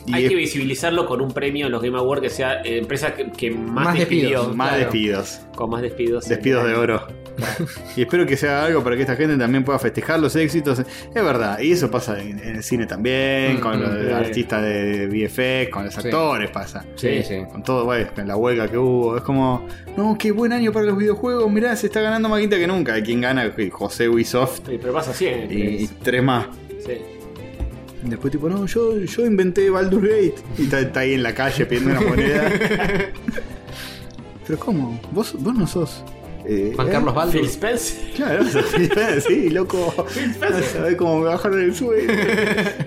Speaker 2: Y
Speaker 1: Hay
Speaker 2: es-
Speaker 1: que visibilizarlo con un premio en los Game Awards que sea eh, empresa que, que más,
Speaker 3: Más despidos.
Speaker 1: despidió.
Speaker 2: más
Speaker 3: claro.
Speaker 2: despidos.
Speaker 1: Con más despidos.
Speaker 2: Despidos
Speaker 1: (laughs)
Speaker 2: de oro. Y espero que sea algo para que esta gente también pueda festejar los éxitos. Es verdad, y eso pasa en, en el cine también,
Speaker 3: Mm,
Speaker 2: con los
Speaker 1: sí.
Speaker 2: artistas de VFX, con los
Speaker 3: Sí.
Speaker 2: actores pasa.
Speaker 1: Sí,
Speaker 3: Sí,
Speaker 1: sí.
Speaker 3: sí.
Speaker 2: Con todo, bueno, con la huelga que hubo. Es como, no, qué buen año para los videojuegos. Mirá, se está ganando más guita que nunca. ¿Quién gana? José Ubisoft
Speaker 1: Sí, pero pasa siempre.
Speaker 2: y tres más.
Speaker 1: Sí.
Speaker 2: Después tipo, no, yo, yo inventé Baldur's Gate. Y está, está ahí en
Speaker 3: (laughs)
Speaker 2: la calle pidiendo una moneda. Pero ¿cómo? ¿Vos, vos no sos Eh,
Speaker 3: Juan Carlos Baldo.
Speaker 1: Phil Spencer.
Speaker 2: Claro, (laughs) sí, loco. No sabés cómo me bajaron el sube.
Speaker 3: (laughs)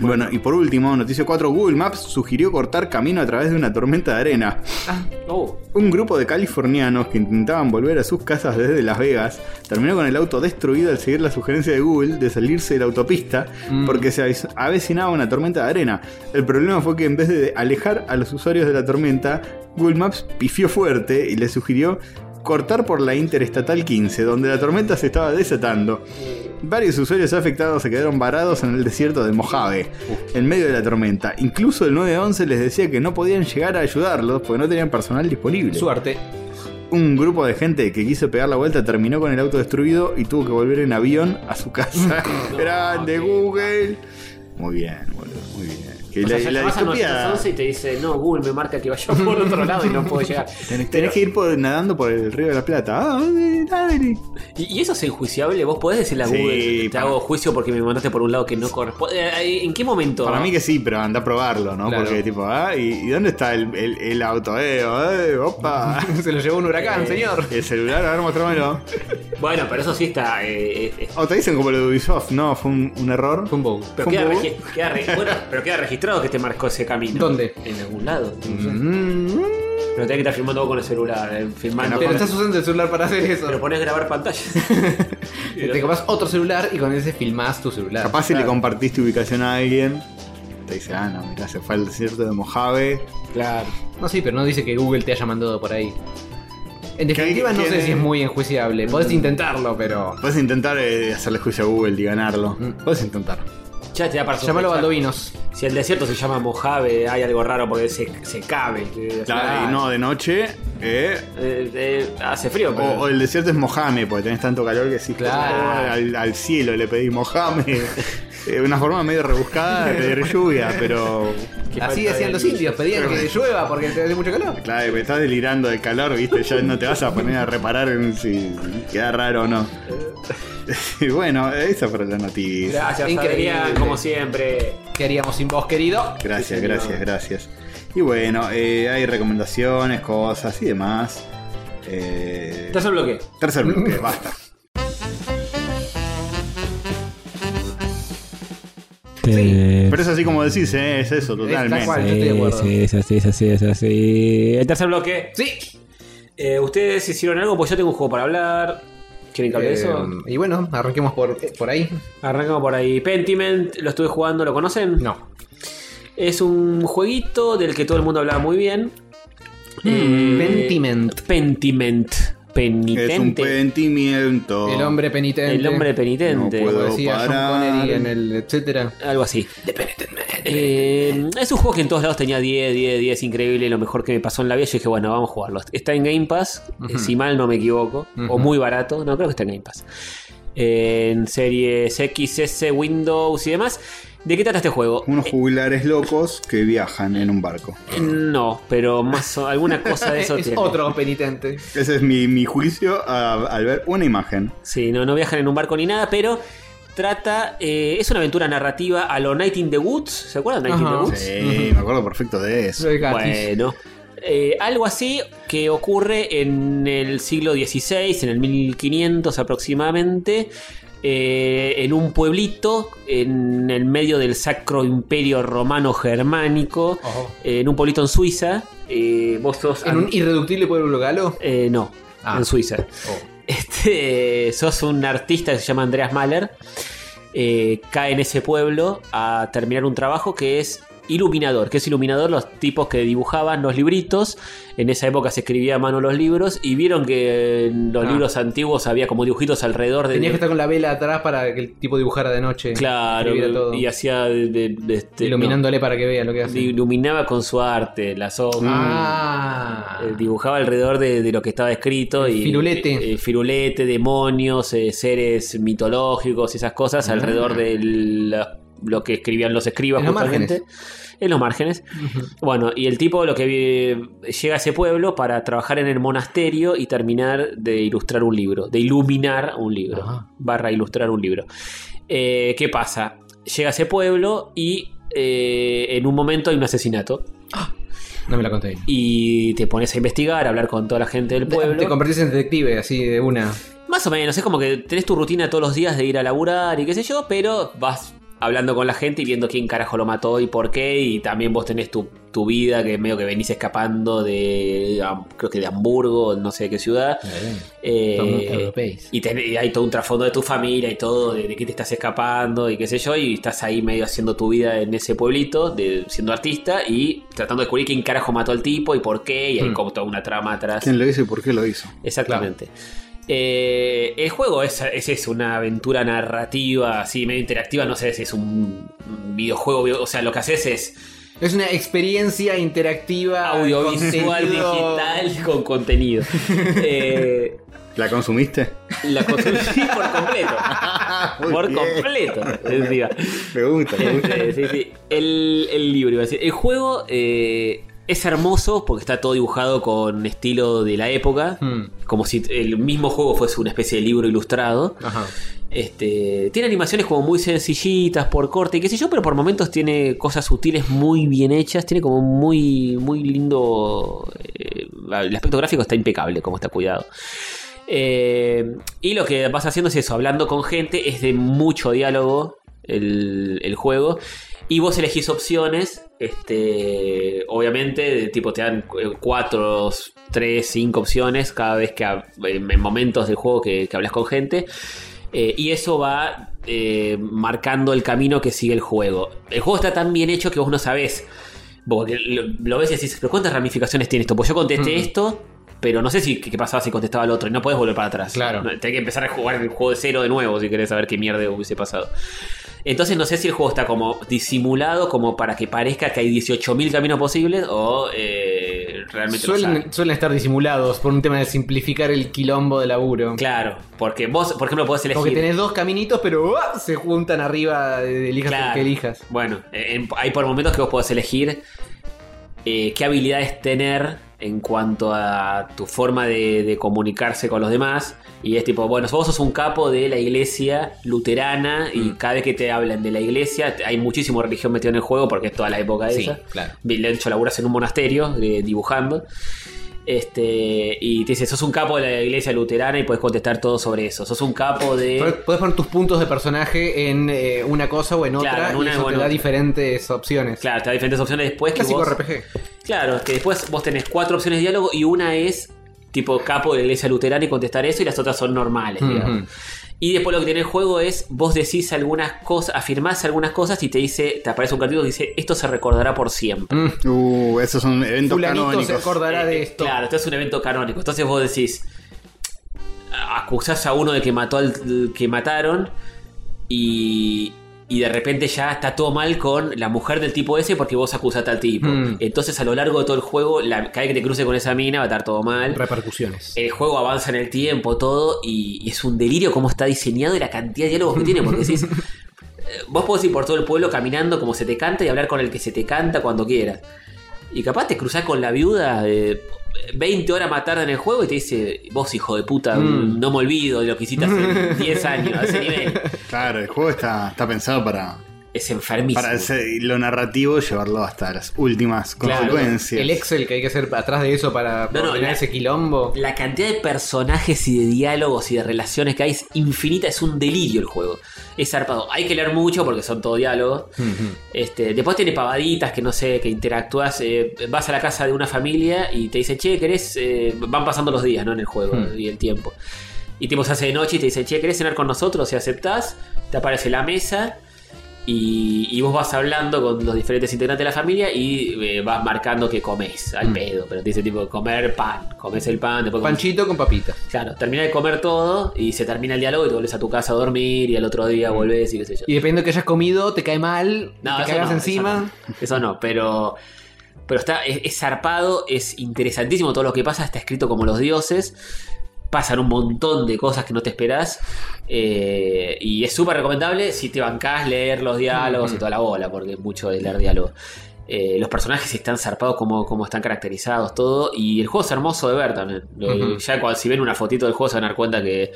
Speaker 2: Bueno, y por último, noticia 4, Google Maps sugirió cortar camino a través de una tormenta de arena.
Speaker 1: Oh,
Speaker 2: Un grupo de californianos que intentaban volver a sus casas desde Las Vegas terminó con el auto destruido al seguir la sugerencia de Google de salirse de la autopista porque se avis- avecinaba una tormenta de arena. El problema fue que en vez de alejar a los usuarios de la tormenta, Google Maps pifió fuerte y les sugirió cortar por la Interestatal 15, donde la tormenta se estaba desatando. Varios usuarios afectados se quedaron varados en el desierto de Mojave, en medio de la tormenta. Incluso el 911 les decía que no podían llegar a ayudarlos porque no tenían personal disponible.
Speaker 3: Suerte. (laughs)
Speaker 2: Un grupo de gente que quiso pegar la vuelta terminó con el auto destruido y tuvo que volver en avión a su
Speaker 1: (laughs)
Speaker 2: casa. Grande Google. Muy bien, boludo, muy bien. Que
Speaker 1: o sea,
Speaker 2: la,
Speaker 1: ya
Speaker 2: la
Speaker 1: llamás al
Speaker 2: distopía-
Speaker 1: 911 y te dice, no, Google me marca que vaya (laughs) por otro lado y no puedo llegar.
Speaker 2: Tenés, tenés que ir por, nadando por el río de la Plata. Ah, dale, dale.
Speaker 1: ¿Y, y eso es enjuiciable? ¿Vos podés decirle a
Speaker 2: Sí,
Speaker 1: Google, te
Speaker 2: para-
Speaker 1: hago juicio porque me mandaste por un lado que no corresponde? Eh, ¿En qué momento?
Speaker 2: Para mí que sí, pero anda a probarlo, ¿no?
Speaker 3: Claro.
Speaker 2: Porque tipo, ah, ¿y, y dónde está el, el- el auto? Eh, eh,
Speaker 3: (laughs)
Speaker 2: opa.
Speaker 3: Se lo llevó un huracán, señor.
Speaker 2: El celular, a ver, mostrámelo.
Speaker 1: Bueno, pero eso sí está... eh, eh, eh,
Speaker 2: O te dicen como lo de Ubisoft, no, fue un, un error.
Speaker 3: Fue un bug.
Speaker 1: pero,
Speaker 2: ¿Cómo
Speaker 1: queda
Speaker 2: vos?
Speaker 1: regi- queda re- bueno, pero queda registrado que te marcó ese camino.
Speaker 3: ¿Dónde?
Speaker 1: En algún lado.
Speaker 2: Mm-hmm.
Speaker 3: Mm.
Speaker 1: Pero tenés que estar filmando vos con el celular, eh, filmando.
Speaker 3: Pero
Speaker 1: con-
Speaker 3: estás usando el celular para hacer eso.
Speaker 1: Pero pones grabar
Speaker 3: (laughs)
Speaker 1: pantalla.
Speaker 3: Te compras otro celular y con ese filmás tu celular.
Speaker 2: Capaz si le compartiste ubicación a alguien, te dice, ah, no, mirá, se fue al desierto de Mojave.
Speaker 3: Claro. No, sí, pero no dice que Google te haya mandado por ahí. En definitiva, no
Speaker 2: tiene-
Speaker 3: sé si es muy enjuiciable. Podés intentarlo, pero.
Speaker 2: Puedes intentar eh, hacerle juicio a Google y ganarlo.
Speaker 3: Mm.
Speaker 2: Puedes intentar.
Speaker 1: ya te da para
Speaker 3: Llamalo
Speaker 1: sospechar.
Speaker 3: Baldovinos.
Speaker 1: Si el desierto se llama Mojave, hay algo raro porque se, se cabe. Eh,
Speaker 2: Claro, y no, de noche. eh,
Speaker 1: eh, eh, hace frío,
Speaker 2: o,
Speaker 1: pero.
Speaker 2: o el desierto es Mojame, porque tenés tanto calor que si
Speaker 3: Claro.
Speaker 2: al, al cielo le pedís Mojame. Eh, Una forma medio rebuscada de pedir lluvia, pero.
Speaker 3: Así
Speaker 1: falta
Speaker 3: decían
Speaker 1: de
Speaker 3: los indios, pedían
Speaker 2: Pero-
Speaker 3: que llueva porque te hace mucho calor.
Speaker 2: Claro, me estás delirando del calor, viste, ya no te vas a poner a reparar en si queda raro o no. (laughs) Y bueno, esa fue la noticia.
Speaker 1: Gracias,
Speaker 3: Increíble.
Speaker 1: Adrián, como siempre.
Speaker 3: ¿Qué haríamos sin vos, querido?
Speaker 2: Gracias, gracias, gracias. Y bueno, eh, hay recomendaciones, cosas y demás. Eh,
Speaker 1: Estás en bloque.
Speaker 2: tercer bloque, basta.
Speaker 7: Eh,
Speaker 2: Pero es así como decís, ¿eh? es eso,
Speaker 3: Tal cual.
Speaker 2: totalmente.
Speaker 3: yo estoy de acuerdo.
Speaker 7: sí, es así, es así, es así.
Speaker 1: El tercer bloque.
Speaker 3: Sí.
Speaker 1: Eh, Ustedes hicieron algo, pues yo tengo un juego para hablar. ¿Quieren que hable de eso?
Speaker 2: Em.
Speaker 3: Eh, y bueno, arranquemos por, eh, por ahí.
Speaker 1: Arrancamos por ahí. Pentiment, lo estuve jugando, ¿lo conocen?
Speaker 3: No.
Speaker 1: Es un jueguito del que todo el mundo hablaba muy bien. Eh,
Speaker 3: Pentiment.
Speaker 1: Pentiment. Penitente.
Speaker 2: Mm, Es un pentimiento.
Speaker 3: El hombre penitente.
Speaker 1: El hombre penitente.
Speaker 2: No
Speaker 3: Como
Speaker 2: puedo
Speaker 3: decía John
Speaker 2: parar.
Speaker 3: Connery en el etcétera.
Speaker 1: Algo así. Eh, es un juego que en todos lados tenía 10, 10, 10, increíble, lo mejor que me pasó en la vida. Yo dije, bueno, vamos a jugarlo. Está en Game Pass, eh,
Speaker 3: Ujú.
Speaker 1: si mal no me equivoco,
Speaker 3: Ujú.
Speaker 1: o muy barato, no creo que está en Game Pass. En series X, S, Windows y demás. ¿De qué trata este juego?
Speaker 2: Unos jugulares locos que viajan en un barco.
Speaker 1: No, pero más o- alguna
Speaker 3: (laughs)
Speaker 1: cosa de
Speaker 3: Es,
Speaker 1: eso
Speaker 3: es
Speaker 1: tiene.
Speaker 3: otro penitente.
Speaker 2: Ese es mi, mi juicio a- al ver una imagen.
Speaker 1: Sí, no, no viajan en un barco ni nada, pero trata. eh, es una aventura narrativa a lo Night in the Woods. ¿Se acuerdan de Night in
Speaker 3: Ajá.
Speaker 1: the Woods?
Speaker 2: Sí, me acuerdo perfecto de eso.
Speaker 3: Soy gatis.
Speaker 1: Bueno. Eh, algo así que ocurre en el siglo XVI, en el 1500 aproximadamente, eh, en un pueblito en el medio del Sacro Imperio Romano Germánico,
Speaker 3: Ojo.
Speaker 1: en un pueblito en Suiza. Eh, vos sos.
Speaker 3: En un irreductible pueblo galo.
Speaker 1: Eh, no,
Speaker 3: Ah.
Speaker 1: en Suiza. Este, sos un artista que se llama Andreas Mahler. eh, cae en ese pueblo a terminar un trabajo que es iluminador. que es iluminador? Los tipos que dibujaban los libritos. En esa época se escribía a mano los libros y vieron que en los
Speaker 3: Ah.
Speaker 1: libros antiguos había como dibujitos alrededor de...
Speaker 3: Tenías que estar con la vela atrás para que el tipo dibujara de noche. Escribiera
Speaker 1: Claro,
Speaker 3: todo.
Speaker 1: y hacía... de- de- de este-
Speaker 3: iluminándole para que vea lo que
Speaker 1: no,
Speaker 3: hace.
Speaker 1: iluminaba con su arte, la sombra.
Speaker 3: ah.
Speaker 1: Eh, dibujaba alrededor de, de lo que estaba escrito y
Speaker 3: Firulete.
Speaker 1: eh, firulete, demonios, eh, seres mitológicos y esas cosas alrededor de la- lo que escribían los escribas
Speaker 3: Ah. En los
Speaker 1: justamente. en los márgenes. Bueno, y el tipo lo que vi- llega a ese pueblo para trabajar en el monasterio y terminar de ilustrar un libro, de iluminar un libro,
Speaker 3: Ajá.
Speaker 1: barra ilustrar un libro. Eh, ¿Qué pasa? Llega a ese pueblo y eh, en un momento hay un asesinato.
Speaker 3: (laughs) No me la conté.
Speaker 1: Y te pones a investigar, a hablar con toda la gente del pueblo.
Speaker 3: Te convertís en detective, así de una.
Speaker 1: Más o menos, es como que tenés tu rutina todos los días de ir a laburar y qué sé yo, pero vas hablando con la gente y viendo quién carajo lo mató y por qué, y también vos tenés tu, tu vida que medio que venís escapando de, am- creo que de Hamburgo, no sé de qué ciudad. Eh,
Speaker 3: Somos europeos.
Speaker 1: y, ten- y hay todo un trasfondo de tu familia y todo, de, de qué te estás escapando y qué sé yo, y estás ahí medio haciendo tu vida en ese pueblito, de, siendo artista y tratando de descubrir quién carajo mató al tipo y por qué, y hay
Speaker 3: Hmm.
Speaker 1: como toda una trama atrás.
Speaker 8: ¿Quién lo hizo y por qué lo hizo?
Speaker 1: Exactamente. Eh, el juego es, es eso, una aventura narrativa, así medio interactiva, no sé si es un videojuego, vi- o sea, lo que haces es
Speaker 3: Es una experiencia interactiva.
Speaker 1: audiovisual,
Speaker 3: contenido-
Speaker 1: digital, con contenido. Eh,
Speaker 8: ¿La consumiste?
Speaker 1: la construí por completo.
Speaker 8: Muy
Speaker 1: por
Speaker 8: bien.
Speaker 1: completo, encima.
Speaker 8: Me gusta, me gusta.
Speaker 1: Este, sí, sí. El, el libro, iba a decir. El juego eh, es hermoso porque está todo dibujado con estilo de la época.
Speaker 3: Hmm,
Speaker 1: Como si el mismo juego fuese una especie de libro ilustrado.
Speaker 3: Ajá.
Speaker 1: Este, tiene animaciones como muy sencillitas por corte y qué sé yo, pero por momentos tiene cosas sutiles muy bien hechas, tiene como muy, muy lindo... eh, el aspecto gráfico está impecable como está cuidado. Eh, y lo que vas haciendo es eso, hablando con gente, es de mucho diálogo el, el juego. Y vos elegís opciones, este, obviamente, de tipo te dan eh, cuatro, tres, cinco opciones cada vez que hab- en en momentos del juego que, que hablas con gente. Eh, y eso va eh, marcando el camino que sigue el juego. El juego está tan bien hecho que vos no sabés. Porque lo, lo ves y decís, ¿pero cuántas ramificaciones tiene esto? Pues yo contesté
Speaker 3: Mm.
Speaker 1: esto, pero no sé si qué qué pasaba si contestaba el otro. Y no podés volver para atrás.
Speaker 3: Claro.
Speaker 1: No, Tenés que empezar a jugar el juego de cero de nuevo si querés saber qué mierda hubiese pasado. Entonces no sé si el juego está como disimulado como para que parezca que hay 18.000 caminos posibles o eh, realmente lo sabe.
Speaker 3: Suelen, suelen estar disimulados por un tema de simplificar el quilombo de laburo.
Speaker 1: Claro, porque vos, por ejemplo, podés elegir...
Speaker 3: Porque tenés dos caminitos, pero ¡ah! se juntan arriba, de- elijas el
Speaker 1: Claro.
Speaker 3: que elijas.
Speaker 1: Bueno, en- hay por momentos que vos podés elegir eh, qué habilidades tener en cuanto a tu forma de, de comunicarse con los demás. Y es tipo, bueno, vos sos un capo de la iglesia luterana y
Speaker 3: Mm.
Speaker 1: cada vez que te hablan de la iglesia, te- hay muchísimo religión metida en el juego porque es toda la época de esa.
Speaker 3: claro.
Speaker 1: De hecho, laburas en un monasterio eh, dibujando. Este, y te dice, sos un capo de la iglesia luterana y puedes contestar todo sobre eso. Sos un capo de...
Speaker 3: Puedes poner tus puntos de personaje en eh, una cosa o en otra,
Speaker 1: Claro, en una
Speaker 3: y
Speaker 1: o en
Speaker 3: eso te da
Speaker 1: otra.
Speaker 3: diferentes opciones.
Speaker 1: Claro, te da diferentes opciones después que
Speaker 3: Clásico
Speaker 1: vos...
Speaker 3: RPG.
Speaker 1: Claro, que después vos tenés cuatro opciones de diálogo y una es tipo capo de la iglesia luterana y contestar eso y las otras son normales, digamos.
Speaker 3: Ujú.
Speaker 1: Y después lo que tiene el juego es vos decís algunas cosas, afirmás algunas cosas y te dice, te aparece un cartito que dice, esto se recordará por siempre.
Speaker 3: Mm.
Speaker 8: Uh, esos son eventos
Speaker 3: Fulanito se
Speaker 8: canónicos.
Speaker 3: acordará de
Speaker 1: Eh,
Speaker 3: esto.
Speaker 1: Claro, esto es un evento canónico. Entonces vos decís, acusás a uno de que mató al que mataron y, y de repente ya está todo mal con la mujer del tipo ese porque vos acusaste al tipo.
Speaker 3: Mm.
Speaker 1: Entonces a lo largo de todo el juego, la, cada vez que te cruce con esa mina va a estar todo mal.
Speaker 3: Repercusiones.
Speaker 1: El juego avanza en el tiempo, todo, y, y es un delirio cómo está diseñado y la cantidad de diálogos que tiene, porque decís, eh, vos podés ir por todo el pueblo caminando como se te canta y hablar con el que se te canta cuando quieras. Y capaz te cruzás con la viuda eh, 20 horas más tarde en el juego y te dice, vos hijo de puta,
Speaker 3: Mm.
Speaker 1: no me olvido de lo que hiciste hace 10 años, a ese nivel.
Speaker 8: Claro, el juego está, está pensado para,
Speaker 1: Es enfermísimo.
Speaker 8: para ese- lo narrativo llevarlo hasta las últimas
Speaker 1: Claro,
Speaker 8: consecuencias.
Speaker 3: El Excel que hay que hacer atrás de eso para
Speaker 1: No, no,
Speaker 3: tener
Speaker 1: la-
Speaker 3: ese quilombo.
Speaker 1: La cantidad de personajes y de diálogos y de relaciones que hay es infinita, es un delirio el juego. Es zarpado. Hay que leer mucho porque son todo diálogos.
Speaker 3: Ujú.
Speaker 1: Este, después tiene pavaditas que no sé, que interactúas. eh, vas a la casa de una familia y te dice, che, ¿querés? eh, van pasando los días, ¿no? En el juego
Speaker 3: Hmm.
Speaker 1: y el tiempo. Y tipo se hace de noche y te dice, che, ¿querés cenar con nosotros? Si aceptás, te aparece la mesa. Y, y vos vas hablando con los diferentes integrantes de la familia y eh, vas marcando que comes al
Speaker 3: Hmm.
Speaker 1: pedo. Pero te dice tipo comer pan, comes el pan, después comes
Speaker 3: Panchito con papitas.
Speaker 1: Claro, termina de comer todo y se termina el diálogo y te volvés a tu casa a dormir y al otro día volvés y qué sé yo.
Speaker 3: Mm. Y dependiendo de que hayas comido, te cae mal,
Speaker 1: No,
Speaker 3: te
Speaker 1: eso
Speaker 3: cagas
Speaker 1: no,
Speaker 3: encima.
Speaker 1: Eso no, Eso no, pero. Pero está. Es, es zarpado, es interesantísimo todo lo que pasa, está escrito como los dioses. Pasan un montón de cosas que no te esperás. eh, y es súper recomendable si te bancás leer los diálogos y toda la bola, porque es mucho de leer diálogo. eh, los personajes están zarpados como, como están caracterizados, todo. Y el juego es hermoso de ver también. Lo-
Speaker 3: Ujú.
Speaker 1: Ya cuando, si ven una fotito del juego se van a dar cuenta que,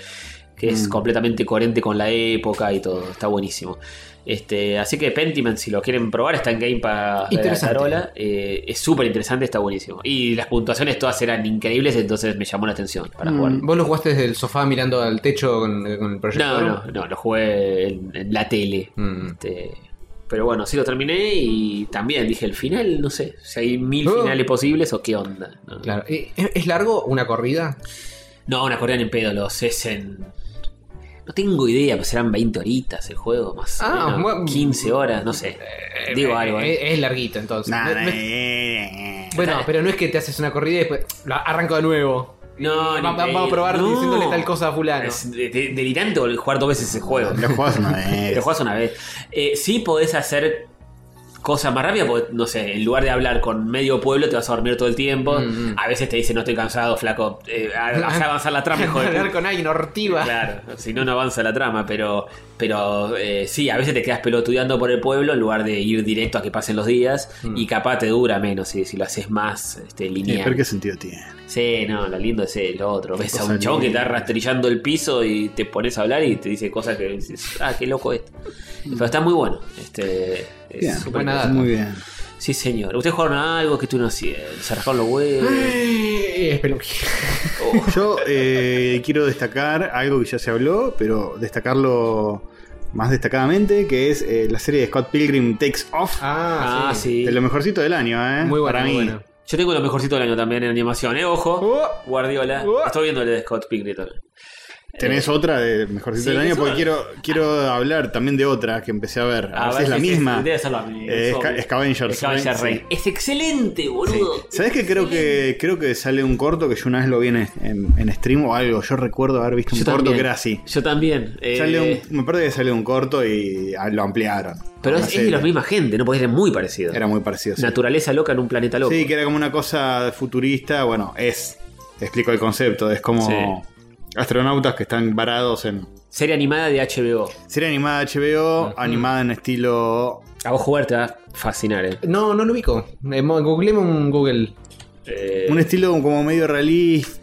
Speaker 1: que
Speaker 3: Mm.
Speaker 1: es completamente coherente con la época y todo. Está buenísimo. Este, así que Pentiment, si lo quieren probar, está en Game Pass de la
Speaker 3: Interesante.
Speaker 1: tarola. Eh, es súper interesante, está buenísimo. Y las puntuaciones todas eran increíbles, entonces me llamó la atención para jugar.
Speaker 3: Mm. ¿Vos lo jugaste desde el sofá mirando al techo con, con el
Speaker 1: No,
Speaker 3: proyector?
Speaker 1: no, no, lo jugué en, en la tele.
Speaker 3: Mm.
Speaker 1: Este, pero bueno, sí lo terminé y también dije el final, no sé, si hay mil
Speaker 3: Oh.
Speaker 1: finales posibles o qué onda. No,
Speaker 3: Claro. ¿Es, es largo una corrida?
Speaker 1: no una corrida en pedo, los es en... No tengo idea, pero serán 20 horitas el juego, más
Speaker 3: Ah,
Speaker 1: o menos,
Speaker 3: bueno.
Speaker 1: 15 horas, no sé. Digo algo. ¿eh?
Speaker 3: Es, es larguito, entonces.
Speaker 2: Nah,
Speaker 3: No- no es-
Speaker 2: eh, eh, eh.
Speaker 3: bueno, pero no es que te haces una corrida y después lo arranco de nuevo.
Speaker 1: No,
Speaker 3: Va-
Speaker 1: ni
Speaker 3: va-
Speaker 1: idea.
Speaker 3: vamos a probar
Speaker 1: No.
Speaker 3: diciéndole tal cosa a fulano.
Speaker 1: Es de- de- delirante volver a jugar dos veces ese juego.
Speaker 2: (laughs) Lo jugás una
Speaker 1: Lo
Speaker 2: vez.
Speaker 1: jugás una vez. Eh, sí podés hacer cosas más rápidas, porque, no sé, en lugar de hablar con medio pueblo, te vas a dormir todo el tiempo.
Speaker 3: Mm, mm.
Speaker 1: A veces te dicen, no estoy cansado, flaco, eh, haz avanzar la trama, hijo de
Speaker 3: (laughs) Hablar
Speaker 1: puta".
Speaker 3: con alguien ortiva.
Speaker 1: Claro, (laughs) si no, no avanza la trama, pero, pero eh, sí, a veces te quedas pelotudeando por el pueblo en lugar de ir directo a que pasen los días y capaz te dura menos si, si lo haces más este,
Speaker 2: Eh,
Speaker 1: lineal.
Speaker 2: Mm. Pero qué sentido tiene.
Speaker 1: Sí, no, lo lindo es el otro. Ves a
Speaker 2: cosa
Speaker 1: un chabón que
Speaker 2: linda.
Speaker 1: está rastrillando el piso y te pones a hablar y te dice cosas que dices, ah, qué loco esto. Pero está muy bueno. Este, es
Speaker 2: Mm. Bien,
Speaker 1: súper
Speaker 3: buena
Speaker 1: interesante.
Speaker 3: data.
Speaker 2: Muy bien.
Speaker 1: Sí, señor. Ustedes jugaron a algo que tú no hacías. Se rascaron los huevos.
Speaker 3: Eh, espeluquín.
Speaker 2: Yo eh, quiero destacar algo que ya se habló, pero destacarlo más destacadamente, que es eh, la serie de Scott Pilgrim Takes Off.
Speaker 3: Ah,
Speaker 1: Ah,
Speaker 3: sí.
Speaker 1: sí.
Speaker 2: De lo mejorcito del año, ¿eh?
Speaker 3: Muy bueno,
Speaker 2: Para
Speaker 3: muy
Speaker 2: mí.
Speaker 3: bueno.
Speaker 1: Yo tengo lo mejorcito del año también en animación, ¿eh? Ojo.
Speaker 2: Oh,
Speaker 1: Guardiola.
Speaker 2: Oh.
Speaker 1: Estoy viendo el de Scott Pigleton.
Speaker 2: Tenés otra de
Speaker 1: Eh,
Speaker 2: mejorcito
Speaker 1: sí,
Speaker 2: del año,
Speaker 1: eso-
Speaker 2: porque quiero, quiero hablar también de otra que empecé a ver. A, veces Ah, es la misma.
Speaker 1: Debe ser la misma.
Speaker 2: Eh,
Speaker 1: es
Speaker 2: Sca-
Speaker 1: obvio.
Speaker 2: Scavengers.
Speaker 1: Scavenger
Speaker 2: Sí.
Speaker 1: Raid. Es excelente, boludo.
Speaker 2: ¿Sabes que creo que creo que sale un corto que yo una vez lo vi en, en- en stream o algo? Yo recuerdo haber visto un
Speaker 1: Yo
Speaker 2: corto
Speaker 1: también.
Speaker 2: que era así.
Speaker 1: Yo también. Eh,
Speaker 2: Sale un- me parece que salió un corto y ah, lo ampliaron.
Speaker 1: Pero
Speaker 2: No
Speaker 1: es,
Speaker 2: sé,
Speaker 1: es de la misma gente, no puede ser muy parecido.
Speaker 2: Era muy parecido. sí.
Speaker 1: Naturaleza loca en un planeta loco.
Speaker 2: Sí, que era como una cosa futurista. Bueno, es. Te explico el concepto. Es como astronautas que están varados en.
Speaker 1: Serie animada de HBO.
Speaker 2: Serie animada HBO, animada en estilo.
Speaker 1: A vos jugar te va a fascinar, eh.
Speaker 3: No, no lo ubico. Eh, mo- Googleemos un Google.
Speaker 1: Eh,
Speaker 2: Un estilo como medio realista.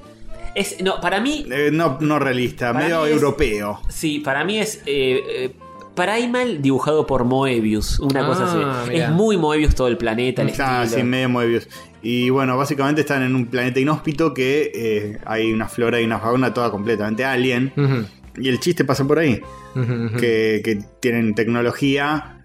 Speaker 1: es, no, para mí,
Speaker 2: eh, no, no realista,
Speaker 1: Para
Speaker 2: medio
Speaker 1: mí es-
Speaker 2: europeo.
Speaker 1: sí, para mí es eh, eh, Primal dibujado por Moebius. Una
Speaker 3: Ah,
Speaker 1: cosa así.
Speaker 3: mirá.
Speaker 1: Es muy Moebius todo el planeta, el
Speaker 2: Ah, sí,
Speaker 1: estilo.
Speaker 2: medio Moebius. Y bueno, básicamente están en un planeta inhóspito que eh, hay una flora y una fauna toda completamente alien.
Speaker 1: Mm.
Speaker 3: Ujú,
Speaker 2: Y el chiste pasa por ahí.
Speaker 3: ujú, ujú.
Speaker 2: que, que tienen tecnología,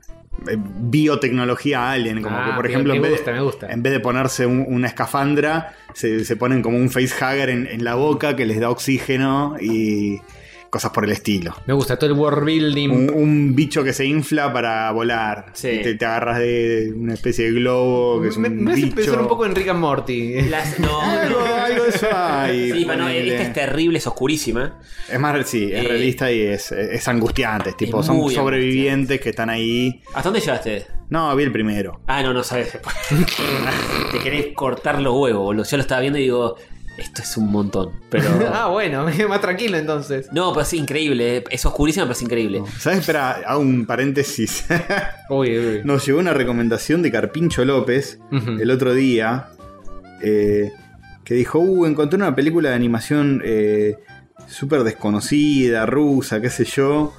Speaker 2: eh, biotecnología alien, como
Speaker 3: Ah,
Speaker 2: que por
Speaker 3: me-
Speaker 2: ejemplo
Speaker 3: me
Speaker 2: en vez,
Speaker 3: gusta,
Speaker 2: de,
Speaker 3: me gusta.
Speaker 2: en vez de ponerse un- una escafandra, se, se ponen como un facehugger en, en la boca que les da oxígeno y cosas por el estilo.
Speaker 3: Me gusta todo el world building.
Speaker 2: Un, un bicho que se infla para volar.
Speaker 1: Sí.
Speaker 2: Y Te, te agarras de una especie de globo que es
Speaker 3: me
Speaker 2: un
Speaker 3: me hace
Speaker 2: bicho.
Speaker 3: pensar un poco en Rick
Speaker 2: (laughs)
Speaker 3: and Morty.
Speaker 1: Las- no,
Speaker 2: Algo,
Speaker 1: no.
Speaker 2: algo
Speaker 3: (laughs)
Speaker 2: de eso hay,
Speaker 1: Sí, pero no,
Speaker 3: este
Speaker 2: ponele.
Speaker 1: esta es terrible, es oscurísima.
Speaker 2: Es más, sí, es
Speaker 1: Eh,
Speaker 2: realista y es, es angustiante. es tipo, son
Speaker 1: muy
Speaker 2: sobrevivientes que están ahí.
Speaker 1: ¿Hasta dónde llegaste?
Speaker 2: No, vi el primero.
Speaker 1: Ah, no, no sabes. (laughs) Te querés cortar los huevos, boludo. Yo lo estaba viendo y digo, esto es un montón.
Speaker 2: (laughs)
Speaker 1: Pero.
Speaker 3: ah, bueno, (laughs) más tranquilo entonces.
Speaker 1: No, pero es increíble. eh. Es oscurísima, pero es increíble.
Speaker 2: ¿Sabes? Espera, hago un paréntesis. (laughs)
Speaker 3: Uy, uy.
Speaker 2: Nos llegó una recomendación de Carpincho López
Speaker 3: Ujú.
Speaker 2: el otro día eh, que dijo: Uh, encontré una película de animación eh, súper desconocida, rusa, qué sé yo.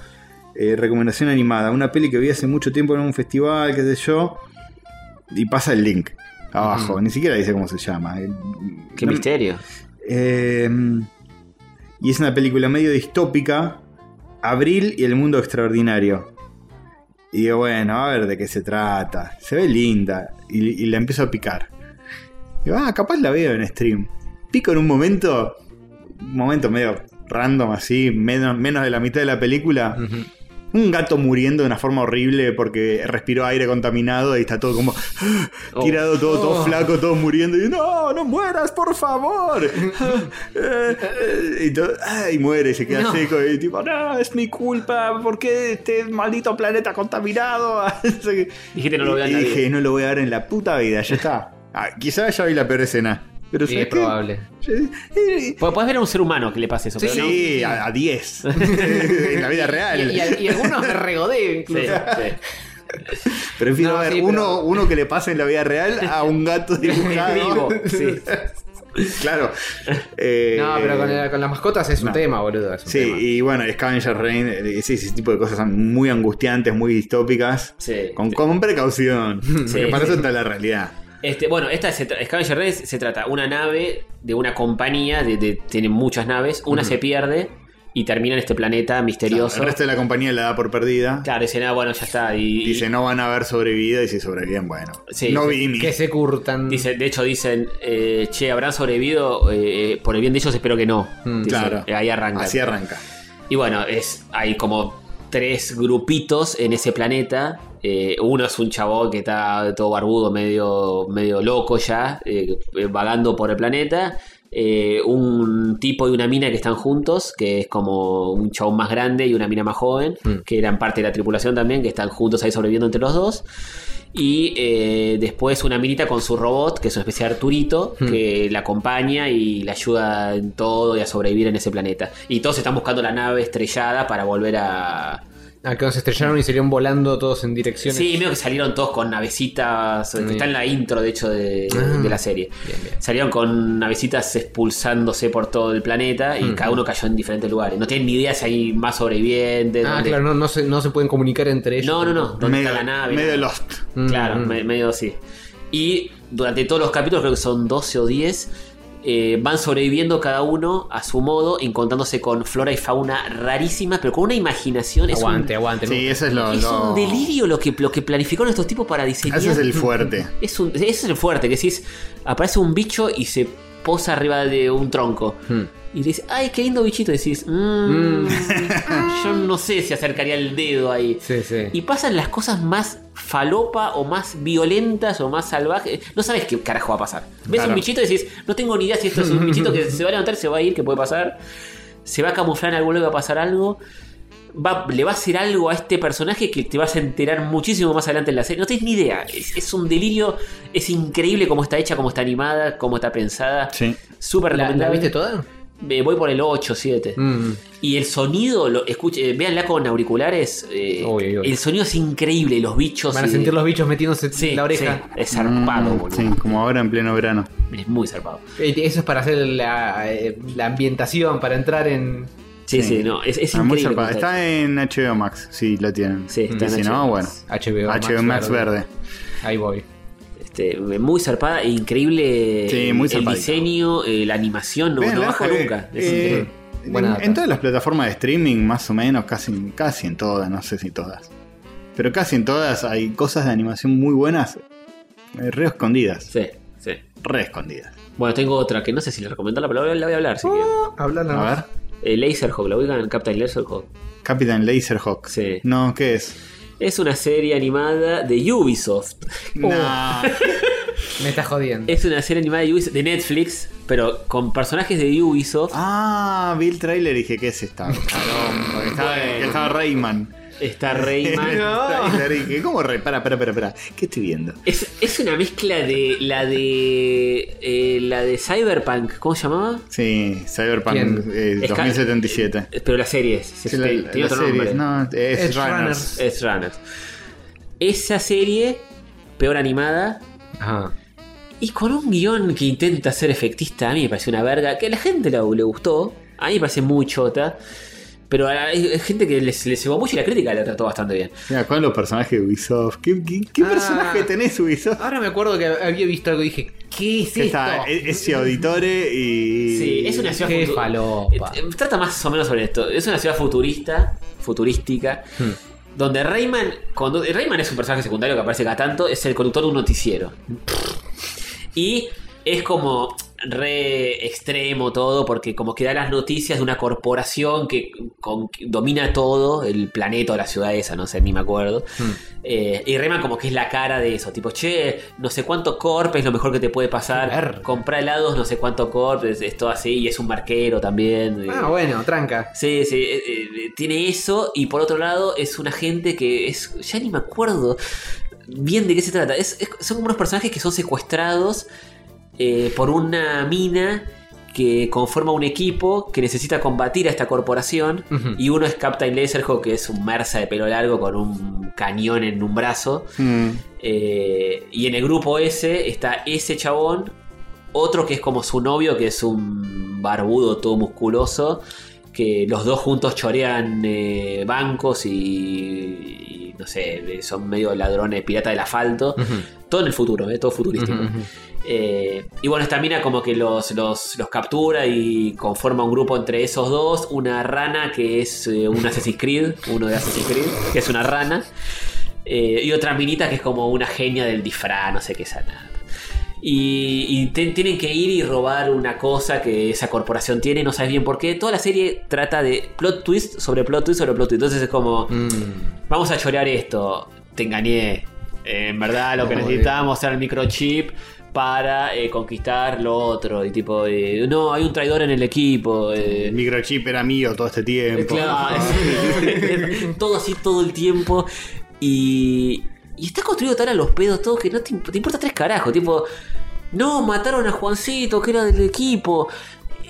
Speaker 2: Eh, recomendación animada, una peli que vi hace mucho tiempo en un festival, qué sé yo. Y pasa el link abajo, ni siquiera dice cómo se llama. Eh,
Speaker 1: Qué
Speaker 2: no-
Speaker 1: misterio.
Speaker 2: Eh, y es una película medio distópica. Abril y el mundo extraordinario. Y digo, bueno, a ver de qué se trata. Se ve linda. Y, y la empiezo a picar. Digo, ah, capaz la veo en stream. Pico en un momento. Un momento medio random así. Menos, menos de la mitad de la película.
Speaker 3: Ujú.
Speaker 2: Un gato muriendo de una forma horrible porque respiró aire contaminado y está todo como (gasps) tirado, todo, todo
Speaker 3: Oh.
Speaker 2: flaco, todo muriendo. Y no, no mueras, por
Speaker 3: (laughs)
Speaker 2: favor. Eh, eh, y, todo- ah, y muere, y se queda
Speaker 3: No.
Speaker 2: seco. Y tipo, no, es mi culpa, ¿por qué este maldito planeta
Speaker 3: (laughs)
Speaker 2: contaminado?
Speaker 1: Dijiste, "No lo voy a
Speaker 2: Y- y
Speaker 1: nadie".
Speaker 2: dije, no lo voy a ver en la puta vida, ya
Speaker 3: (laughs)
Speaker 2: está. Ah, quizás ya vi la peor escena. Pero
Speaker 3: Sí,
Speaker 2: ¿sabes
Speaker 3: es
Speaker 2: qué?
Speaker 3: probable.
Speaker 2: Eh,
Speaker 1: Pu- Podés Pues ver a un ser humano que le pase eso,
Speaker 2: Sí,
Speaker 1: pero no.
Speaker 2: a a
Speaker 3: (laughs)
Speaker 2: 10. en la vida
Speaker 3: Y,
Speaker 2: real. (laughs)
Speaker 3: y- y algunos me regodé incluso.
Speaker 1: Sí, sí.
Speaker 2: Prefiero
Speaker 3: No,
Speaker 2: ver
Speaker 3: sí,
Speaker 2: uno,
Speaker 3: pero-
Speaker 2: uno que le pase en la vida real a un
Speaker 3: (laughs)
Speaker 2: gato dibujado.
Speaker 1: Vivo, sí.
Speaker 2: claro. Eh,
Speaker 3: No, pero con, la- con las mascotas es un
Speaker 2: no.
Speaker 3: tema, boludo. es un
Speaker 2: Sí,
Speaker 3: tema.
Speaker 2: y bueno, Scavenger Rain, eh, sí, ese tipo de cosas son muy angustiantes, muy distópicas.
Speaker 1: Sí.
Speaker 2: Con, con precaución. porque
Speaker 1: sí.
Speaker 2: para eso está la realidad.
Speaker 1: Este, bueno, esta se tra- Scavenger Raid se trata una nave de una compañía, de, de- tienen muchas naves, una se pierde y termina en este planeta misterioso.
Speaker 2: El
Speaker 1: Claro,
Speaker 2: resto de la compañía la da por perdida.
Speaker 1: dice, ah, bueno, ya está. Y, y-
Speaker 2: Dice, no van a haber sobrevivido. Y si sobreviven, bueno.
Speaker 1: Sí,
Speaker 2: no
Speaker 1: sí.
Speaker 2: vi mi.
Speaker 3: Que se curtan.
Speaker 1: dice- de hecho dicen, eh, che, ¿habrán sobrevivido? Eh, eh, por el bien de ellos espero que no.
Speaker 3: Mm,
Speaker 1: Dice,
Speaker 2: Claro.
Speaker 1: eh, ahí arranca.
Speaker 2: Así arranca.
Speaker 1: Y bueno, es hay como tres grupitos en ese planeta. Eh, uno es un chabón que está todo barbudo, medio, medio loco ya, eh, eh, vagando por el planeta. Eh, un tipo y una mina que están juntos, que es como un chabón más grande y una mina más joven,
Speaker 3: Mm.
Speaker 1: que eran parte de la tripulación también, que están juntos ahí sobreviviendo entre los dos. Y eh, después una minita con su robot, que es una especie de Arturito,
Speaker 3: Hmm.
Speaker 1: que la acompaña y la ayuda en todo y a sobrevivir en ese planeta. Y todos están buscando la nave estrellada para volver a.
Speaker 3: Ah, que nos estrellaron y salieron volando todos en direcciones.
Speaker 1: Sí, medio que salieron todos con navecitas. eh,
Speaker 3: Bien.
Speaker 1: Está en la intro, de hecho, de,
Speaker 3: Ah.
Speaker 1: de la serie.
Speaker 3: Bien, bien.
Speaker 1: Salieron con navecitas expulsándose por todo el planeta y
Speaker 3: Hmm.
Speaker 1: cada uno cayó en diferentes lugares. No tienen ni idea si hay más sobrevivientes.
Speaker 3: Ah,
Speaker 1: dónde-
Speaker 3: claro, no, no, se, no se pueden comunicar entre ellos.
Speaker 1: no, no, no. ¿Dónde
Speaker 2: Medio,
Speaker 1: está la nave?
Speaker 2: medio
Speaker 1: Nada.
Speaker 2: Lost.
Speaker 3: Mm,
Speaker 1: Claro,
Speaker 3: mm.
Speaker 1: me- medio así. Y durante todos los capítulos, creo que son 12 o 10, eh, van sobreviviendo cada uno a su modo, encontrándose con flora y fauna rarísimas, pero con una imaginación. Es
Speaker 3: Aguante,
Speaker 1: un,
Speaker 3: aguante.
Speaker 2: Sí, eso es lo.
Speaker 1: es
Speaker 2: lo-
Speaker 1: un delirio lo que, lo que planificaron estos tipos para diseñar.
Speaker 2: Ese es el fuerte.
Speaker 1: Es un- ese es el fuerte, que decís, aparece un bicho y se posa arriba de un tronco.
Speaker 3: Mm.
Speaker 1: Y le dices, ay, qué lindo bichito. Y decís,
Speaker 3: Hmm.
Speaker 1: "Mm, (laughs) yo no sé si acercaría el dedo ahí.
Speaker 3: Sí, sí.
Speaker 1: Y pasan las cosas más falopa o más violentas o más salvajes. No sabes qué carajo va a pasar. Ves
Speaker 2: Claro.
Speaker 1: un bichito y decís, no tengo ni idea si esto es un bichito que se va a levantar, se va a ir, que puede pasar. Se va a camuflar en algún lugar, va a pasar algo. Va- le va a hacer algo a este personaje que te vas a enterar muchísimo más adelante en la serie. No tenés ni idea. Es, es un delirio. Es increíble cómo está hecha, cómo está animada, cómo está pensada. (laughs)
Speaker 2: Sí.
Speaker 1: Súper
Speaker 3: ¿La, la
Speaker 1: recomendable.
Speaker 3: viste toda?
Speaker 1: Me voy por el 8, 7.
Speaker 3: Mm.
Speaker 1: Y el sonido, lo, escuche, eh, véanla con auriculares. eh,
Speaker 3: Uy, uy, uy.
Speaker 1: El sonido es increíble, y los bichos.
Speaker 3: Van a
Speaker 1: y-
Speaker 3: sentir los bichos metiéndose en
Speaker 1: Sí,
Speaker 3: la oreja.
Speaker 1: sí, es zarpado,
Speaker 2: Mm,
Speaker 1: boludo.
Speaker 2: Sí, como ahora en pleno verano.
Speaker 1: Es muy zarpado.
Speaker 3: Eh, Eso es para hacer la, eh, la ambientación, para entrar en.
Speaker 1: Sí,
Speaker 2: Sí.
Speaker 1: sí, no, es, es
Speaker 2: Ah, muy
Speaker 1: increíble.
Speaker 2: zarpado.
Speaker 1: cómo
Speaker 2: Está en HBO Max, sí, lo tienen.
Speaker 1: Sí, está
Speaker 2: Y
Speaker 1: en
Speaker 2: si
Speaker 1: HBO
Speaker 2: no,
Speaker 1: Max.
Speaker 2: bueno.
Speaker 3: HBO, Max,
Speaker 2: HBO Max verde.
Speaker 3: Ahí voy.
Speaker 1: Este, muy zarpada e increíble. eh,
Speaker 2: Sí, muy
Speaker 1: el
Speaker 2: zarpadito.
Speaker 1: diseño, eh, la animación, no, no
Speaker 2: Véanla,
Speaker 1: baja
Speaker 2: porque,
Speaker 1: nunca. Es
Speaker 2: eh,
Speaker 1: increíble.
Speaker 2: en,
Speaker 3: Buena data.
Speaker 2: en todas las plataformas de streaming, más o menos, casi, casi en todas, no sé si todas. Pero casi en todas hay cosas de animación muy buenas, eh, re escondidas.
Speaker 1: Sí, sí.
Speaker 2: Re escondidas.
Speaker 1: Bueno, tengo otra que no sé si le recomiendo la palabra, la voy a hablar si quieren.
Speaker 3: Hablar
Speaker 2: A ver.
Speaker 1: Eh, Laserhawk, la ubican Captain Laserhawk.
Speaker 2: Captain Laserhawk.
Speaker 1: Sí.
Speaker 2: No, ¿qué es?
Speaker 1: Es una serie animada de Ubisoft. Oh.
Speaker 2: Nah.
Speaker 3: Me estás jodiendo.
Speaker 1: Es una serie animada de, Ubisoft- de Netflix, pero con personajes de Ubisoft.
Speaker 2: Ah, vi el trailer y dije, ¿qué
Speaker 1: (laughs)
Speaker 2: es esta? Caramba, que estaba, que estaba Rayman.
Speaker 1: Está
Speaker 2: (laughs)
Speaker 1: Rayman.
Speaker 2: Trailer y dije, ¿Cómo Rayman? Para, para, para, para. ¿Qué estoy viendo?
Speaker 1: Es, es una mezcla de la de eh, la de Cyberpunk, ¿cómo se llamaba?
Speaker 2: Sí, Cyberpunk
Speaker 3: ¿Quién?
Speaker 2: eh,
Speaker 1: Es ca-
Speaker 2: 2077.
Speaker 1: eh, Pero la serie es,
Speaker 2: Sí,
Speaker 1: es-
Speaker 2: la-
Speaker 1: tiene
Speaker 2: la
Speaker 1: otro nombre.
Speaker 2: serie, no, es
Speaker 3: Edge
Speaker 2: Runners.
Speaker 3: Runners.
Speaker 1: Es Runner. Esa serie, peor animada,
Speaker 3: Ajá.
Speaker 1: y con un guión que intenta ser efectista, a mí me parece una verga, que a la gente la- le gustó, a mí me parece muy chota, pero a- hay gente que les, les llevó mucho y la crítica la trató bastante bien.
Speaker 2: Mira, ¿cuáles los personajes de Ubisoft? ¿Qué, qué- qué
Speaker 3: Ah.
Speaker 2: personaje tenés Ubisoft?
Speaker 3: Ahora me acuerdo que había visto algo y dije, ¿qué es
Speaker 2: Está
Speaker 3: esto?
Speaker 2: e- ese auditore y.
Speaker 1: Sí, es una ciudad
Speaker 3: Qué
Speaker 1: futu-
Speaker 3: falopa.
Speaker 1: Eh, Trata más o menos sobre esto. Es una ciudad futurista, futurística,
Speaker 2: Hmm.
Speaker 1: donde Rayman, cuando Rayman es un personaje secundario que aparece cada tanto, es el conductor de un noticiero. Y es como re extremo todo, porque como que da las noticias de una corporación que, con- que domina todo, el planeta o la ciudad esa, no sé, ni me acuerdo. Eh, y Rayman como que es la cara de eso, tipo, che, no sé cuánto corp es lo mejor que te puede pasar,
Speaker 3: Verga.
Speaker 1: compra helados, no sé cuánto corp, es, es todo así, y es un marquero también. eh.
Speaker 3: Ah, bueno, tranca.
Speaker 1: Sí, sí, eh, eh, tiene eso y por otro lado es una gente que es, ya ni me acuerdo bien de qué se trata. Es, es- son como unos personajes que son secuestrados eh, por una mina que conforma un equipo que necesita combatir a esta corporación.
Speaker 3: Ujú.
Speaker 1: Y uno es Captain Laserhawk, que es un mersa de pelo largo con un cañón en un brazo.
Speaker 2: Mm.
Speaker 1: Eh, y en el grupo ese está ese chabón, otro que es como su novio, que es un barbudo todo musculoso, que los dos juntos chorean eh, bancos y, y, no sé, son medio ladrones, pirata del asfalto.
Speaker 3: Mm.
Speaker 1: Todo en el futuro, eh, todo futurístico. Eh, y bueno, esta mina como que los, los, los captura y conforma un grupo entre esos dos. Una rana que es eh, un Assassin's Creed, uno de Assassin's Creed, que es una rana. Eh, y otra minita que es como una genia del disfraz, no sé qué sana. Y, y te- tienen que ir y robar una cosa que esa corporación tiene, no sabes bien por qué. Toda la serie trata de plot twist sobre plot twist sobre plot twist. Entonces es como, vamos a chorear esto. Te engañé. Eh, en verdad lo que
Speaker 3: Muy bien.
Speaker 1: necesitábamos era el microchip para eh, conquistar lo otro. Y tipo, eh, no, hay un traidor en el equipo. eh,
Speaker 2: El microchip era mío todo este tiempo. (laughs)
Speaker 1: Claro, es- (laughs) todo así todo el tiempo. Y, y está construido tan a los pedos todo que no te, imp- te importa tres carajos. Tipo, no, mataron a Juancito, que era del equipo.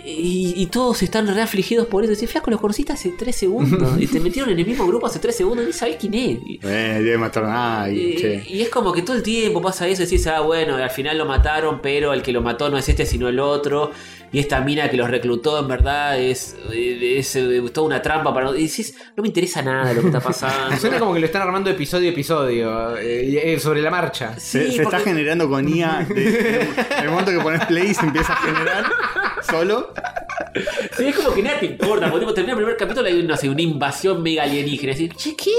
Speaker 1: Y, y todos están re afligidos por eso. Decís, flaco, los conociste hace tres segundos. y te metieron en el mismo grupo hace tres segundos. Ni sabés quién es. Y-
Speaker 2: Eh, debe matar a nadie,
Speaker 1: y,
Speaker 2: che.
Speaker 1: y es como que todo el tiempo pasa eso, decís, ah, bueno, al final lo mataron, pero el que lo mató no es este, sino el otro. Y esta mina que los reclutó, en verdad, es, es, eh, toda una trampa para... Y decís, no me interesa nada lo que está
Speaker 2: (laughs)
Speaker 3: Suena
Speaker 1: pasando.
Speaker 3: como que lo están armando episodio a episodio, eh, eh, sobre la marcha.
Speaker 1: Sí,
Speaker 2: Se, se está
Speaker 1: porque-
Speaker 2: generando con IA. de- de- el momento que pones play se empieza a generar solo.
Speaker 1: sí, es como que nada te importa, porque tipo, termina el primer capítulo y hay no sé, una invasión mega alienígena. Decís, che, ¿qué?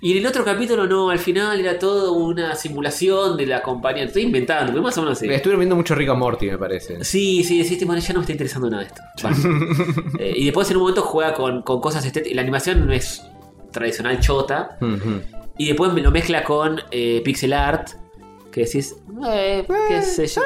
Speaker 1: Y en el otro capítulo no, al final era todo una simulación de la compañía. Estoy inventando, pero más o menos así.
Speaker 3: Estuvieron viendo mucho Rick and Morty, me parece.
Speaker 1: Sí, sí, decís, tipo, ya no me está interesando nada esto.
Speaker 3: (laughs)
Speaker 1: Basta. Eh, y después en un momento juega con, con cosas estéticas. La animación es tradicional chota.
Speaker 3: Ujú.
Speaker 1: Y después me lo mezcla con eh, pixel art. Que decís, eh, qué sé yo.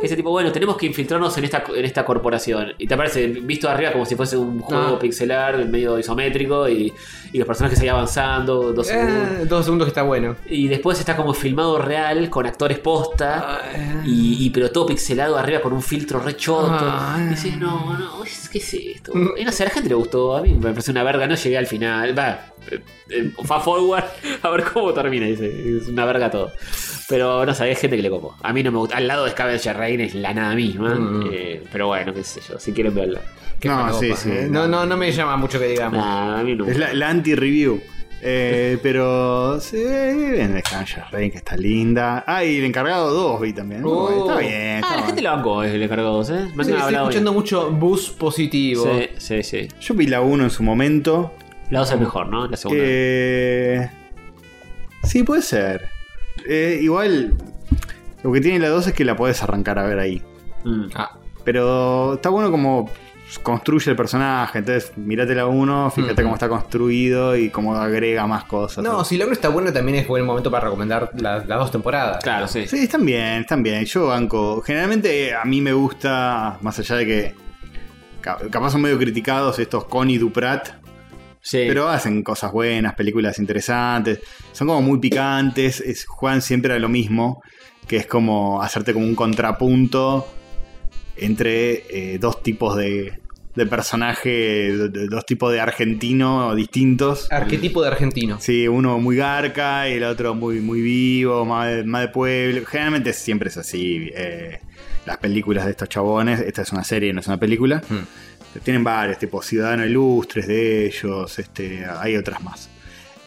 Speaker 1: Que ese tipo, bueno, tenemos que infiltrarnos en esta, en esta corporación. Y te aparece visto arriba como si fuese un juego
Speaker 3: Ah.
Speaker 1: pixel art medio isométrico y, y los personajes ahí avanzando, dos segundos.
Speaker 3: Eh, dos segundos que está bueno.
Speaker 1: Y después está como filmado real con actores posta.
Speaker 3: Ah,
Speaker 1: Y, y- pero todo pixelado arriba con un filtro re choto.
Speaker 3: Ah.
Speaker 1: Y dices, no, no, es- ¿qué es esto? Y no sé, a la gente le gustó, a mí me pareció una verga, no llegué al final. Va, eh, eh, fast forward, (laughs) a ver cómo termina, dice. Es una verga todo. Pero no sé, hay gente que le copó. A mí no me gusta. Al lado de Scavenger Reign es la nada misma.
Speaker 3: Mm.
Speaker 1: eh, pero bueno, qué sé yo, si quieren verla.
Speaker 3: qué
Speaker 2: No,
Speaker 3: falopa. eh.
Speaker 2: sí,
Speaker 1: eh.
Speaker 2: sí.
Speaker 3: No, no, no me llama mucho que digamos.
Speaker 1: Nah, a mí no. me
Speaker 2: Es
Speaker 1: gusta.
Speaker 2: la, la anti-review.
Speaker 3: (laughs)
Speaker 2: Eh, pero se ve bien de Scavenger Reign, que está linda. Ah, y el encargado 2 vi también.
Speaker 3: Oh.
Speaker 2: Está bien. está
Speaker 1: Ah, la
Speaker 2: bueno.
Speaker 1: gente lo bancó, es el encargado 2, ¿eh? Me
Speaker 3: Sí,
Speaker 1: han
Speaker 3: estoy
Speaker 1: hablado
Speaker 3: escuchando mucho bus positivo.
Speaker 1: bien. Sí, sí, sí.
Speaker 2: Yo vi la 1 en su momento.
Speaker 1: La 2 es mejor, ¿no? La segunda.
Speaker 2: Eh, sí, puede ser. Eh, igual, lo que tiene la 2 es que la podés arrancar a ver ahí.
Speaker 1: Mm.
Speaker 3: Ah,
Speaker 2: Pero está bueno como construye el personaje. Entonces, mirate la 1, fíjate
Speaker 3: Ujú.
Speaker 2: cómo está construido y cómo agrega más cosas.
Speaker 3: no, si la obra está buena también es buen momento para recomendar la- las dos temporadas.
Speaker 1: Claro, sí.
Speaker 2: Sí, están bien, están bien. Yo banco. Generalmente a mí me gusta, más allá de que ca- capaz son medio criticados estos Connie Duprat,
Speaker 1: Sí. (laughs)
Speaker 2: pero hacen cosas buenas, películas interesantes. Son como muy picantes, es- juegan siempre a lo mismo, que es como hacerte como un contrapunto entre eh, dos tipos de, de personaje, do- do- dos tipos de argentino distintos.
Speaker 3: Arquetipo de argentino.
Speaker 2: Sí, uno muy garca y el otro muy, muy vivo, más de, más de pueblo. Generalmente siempre es así. eh, las películas de estos chabones, esta es una serie, no es una película. Tienen varios, tipo Ciudadano Ilustres de ellos, este, hay otras más.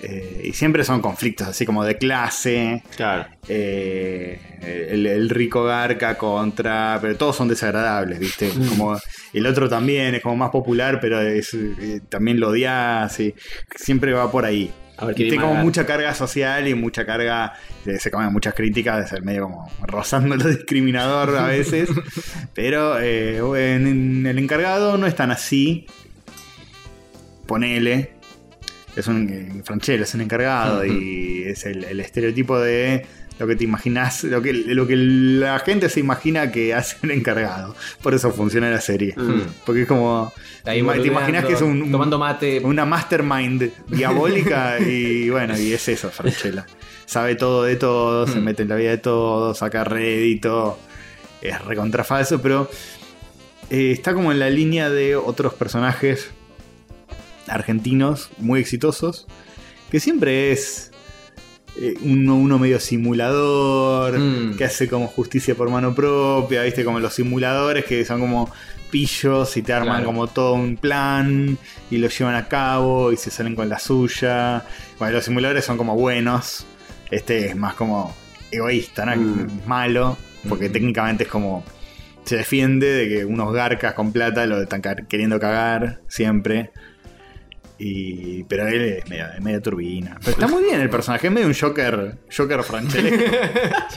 Speaker 2: Eh, y siempre son conflictos así como de clase,
Speaker 1: Claro.
Speaker 2: eh, el, el rico garca contra. Pero todos son desagradables, ¿viste? Como el otro también es como más popular, pero es, eh, también lo odias y siempre va por ahí.
Speaker 1: A ver,
Speaker 2: Y
Speaker 1: ¿quién
Speaker 2: tiene como
Speaker 1: dimaga?
Speaker 2: mucha carga social y mucha carga. eh, Se comen muchas críticas de ser medio como rozando lo discriminador a veces. pero eh, en, en el encargado no es tan así. Ponele. Es un eh, Franchella, es un encargado y es el, el estereotipo de lo que te imaginas, lo que, lo que la gente se imagina que hace un encargado. Por eso funciona la serie.
Speaker 3: Mm.
Speaker 2: Porque es como.
Speaker 3: Ahí
Speaker 2: Hmm. te imaginas
Speaker 3: boludeando,
Speaker 2: que es un- un
Speaker 3: Tomando mate.
Speaker 2: una mastermind diabólica y bueno, y es eso, Franchella. Sabe todo de todo, se mete en la vida de todo, saca rédito, es recontrafalso, pero eh, está como en la línea de otros personajes argentinos muy exitosos, que siempre es eh, uno, uno medio simulador,
Speaker 3: Mm.
Speaker 2: que hace como justicia por mano propia, viste, como los simuladores que son como pillos y te arman
Speaker 3: Claro.
Speaker 2: como todo un plan y lo llevan a cabo y se salen con la suya. Bueno, los simuladores son como buenos, este es más como egoísta, ¿no?
Speaker 1: Mm.
Speaker 2: Malo, porque
Speaker 3: Mm.
Speaker 2: técnicamente es como se defiende de que unos garcas con plata lo están ca- queriendo cagar siempre. Y, pero él es medio, es medio turbina. Pero está muy bien el personaje, es medio un Joker, Joker Franchella.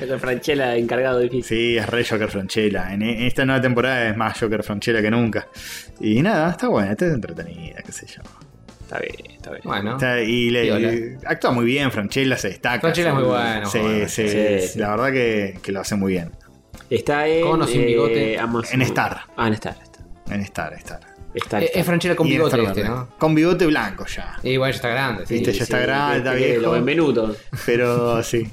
Speaker 1: Ya con Franchella encargado de difícil.
Speaker 2: sí, es re Joker Franchella. En, en esta nueva temporada es más Joker Franchella que nunca. Y nada, está buena, está entretenida, qué sé yo.
Speaker 1: Está bien, está bien.
Speaker 3: Bueno.
Speaker 2: Está- y le-
Speaker 3: Piola.
Speaker 2: y actúa muy bien, Franchella se destaca.
Speaker 3: Franchella es muy bueno,
Speaker 2: Sí,
Speaker 3: joder.
Speaker 2: sí,
Speaker 1: Sí,
Speaker 2: sí,
Speaker 1: sí.
Speaker 2: la verdad que, que lo hace muy bien.
Speaker 1: Está en. eh,
Speaker 3: Con o sin bigote.
Speaker 1: Amazon.
Speaker 2: En Star.
Speaker 1: Ah, en Star. Está,
Speaker 2: En Star, Star.
Speaker 1: está,
Speaker 3: Eh, Es, es Franchella con
Speaker 2: Y en
Speaker 3: bigote
Speaker 2: Star
Speaker 3: este,
Speaker 2: Verde.
Speaker 3: ¿no?
Speaker 2: Con bigote blanco ya.
Speaker 3: Y bueno, ya está grande, sí.
Speaker 2: Viste, ya está grande, está viejo.
Speaker 1: Los Benvenuto.
Speaker 3: (laughs)
Speaker 2: Pero sí,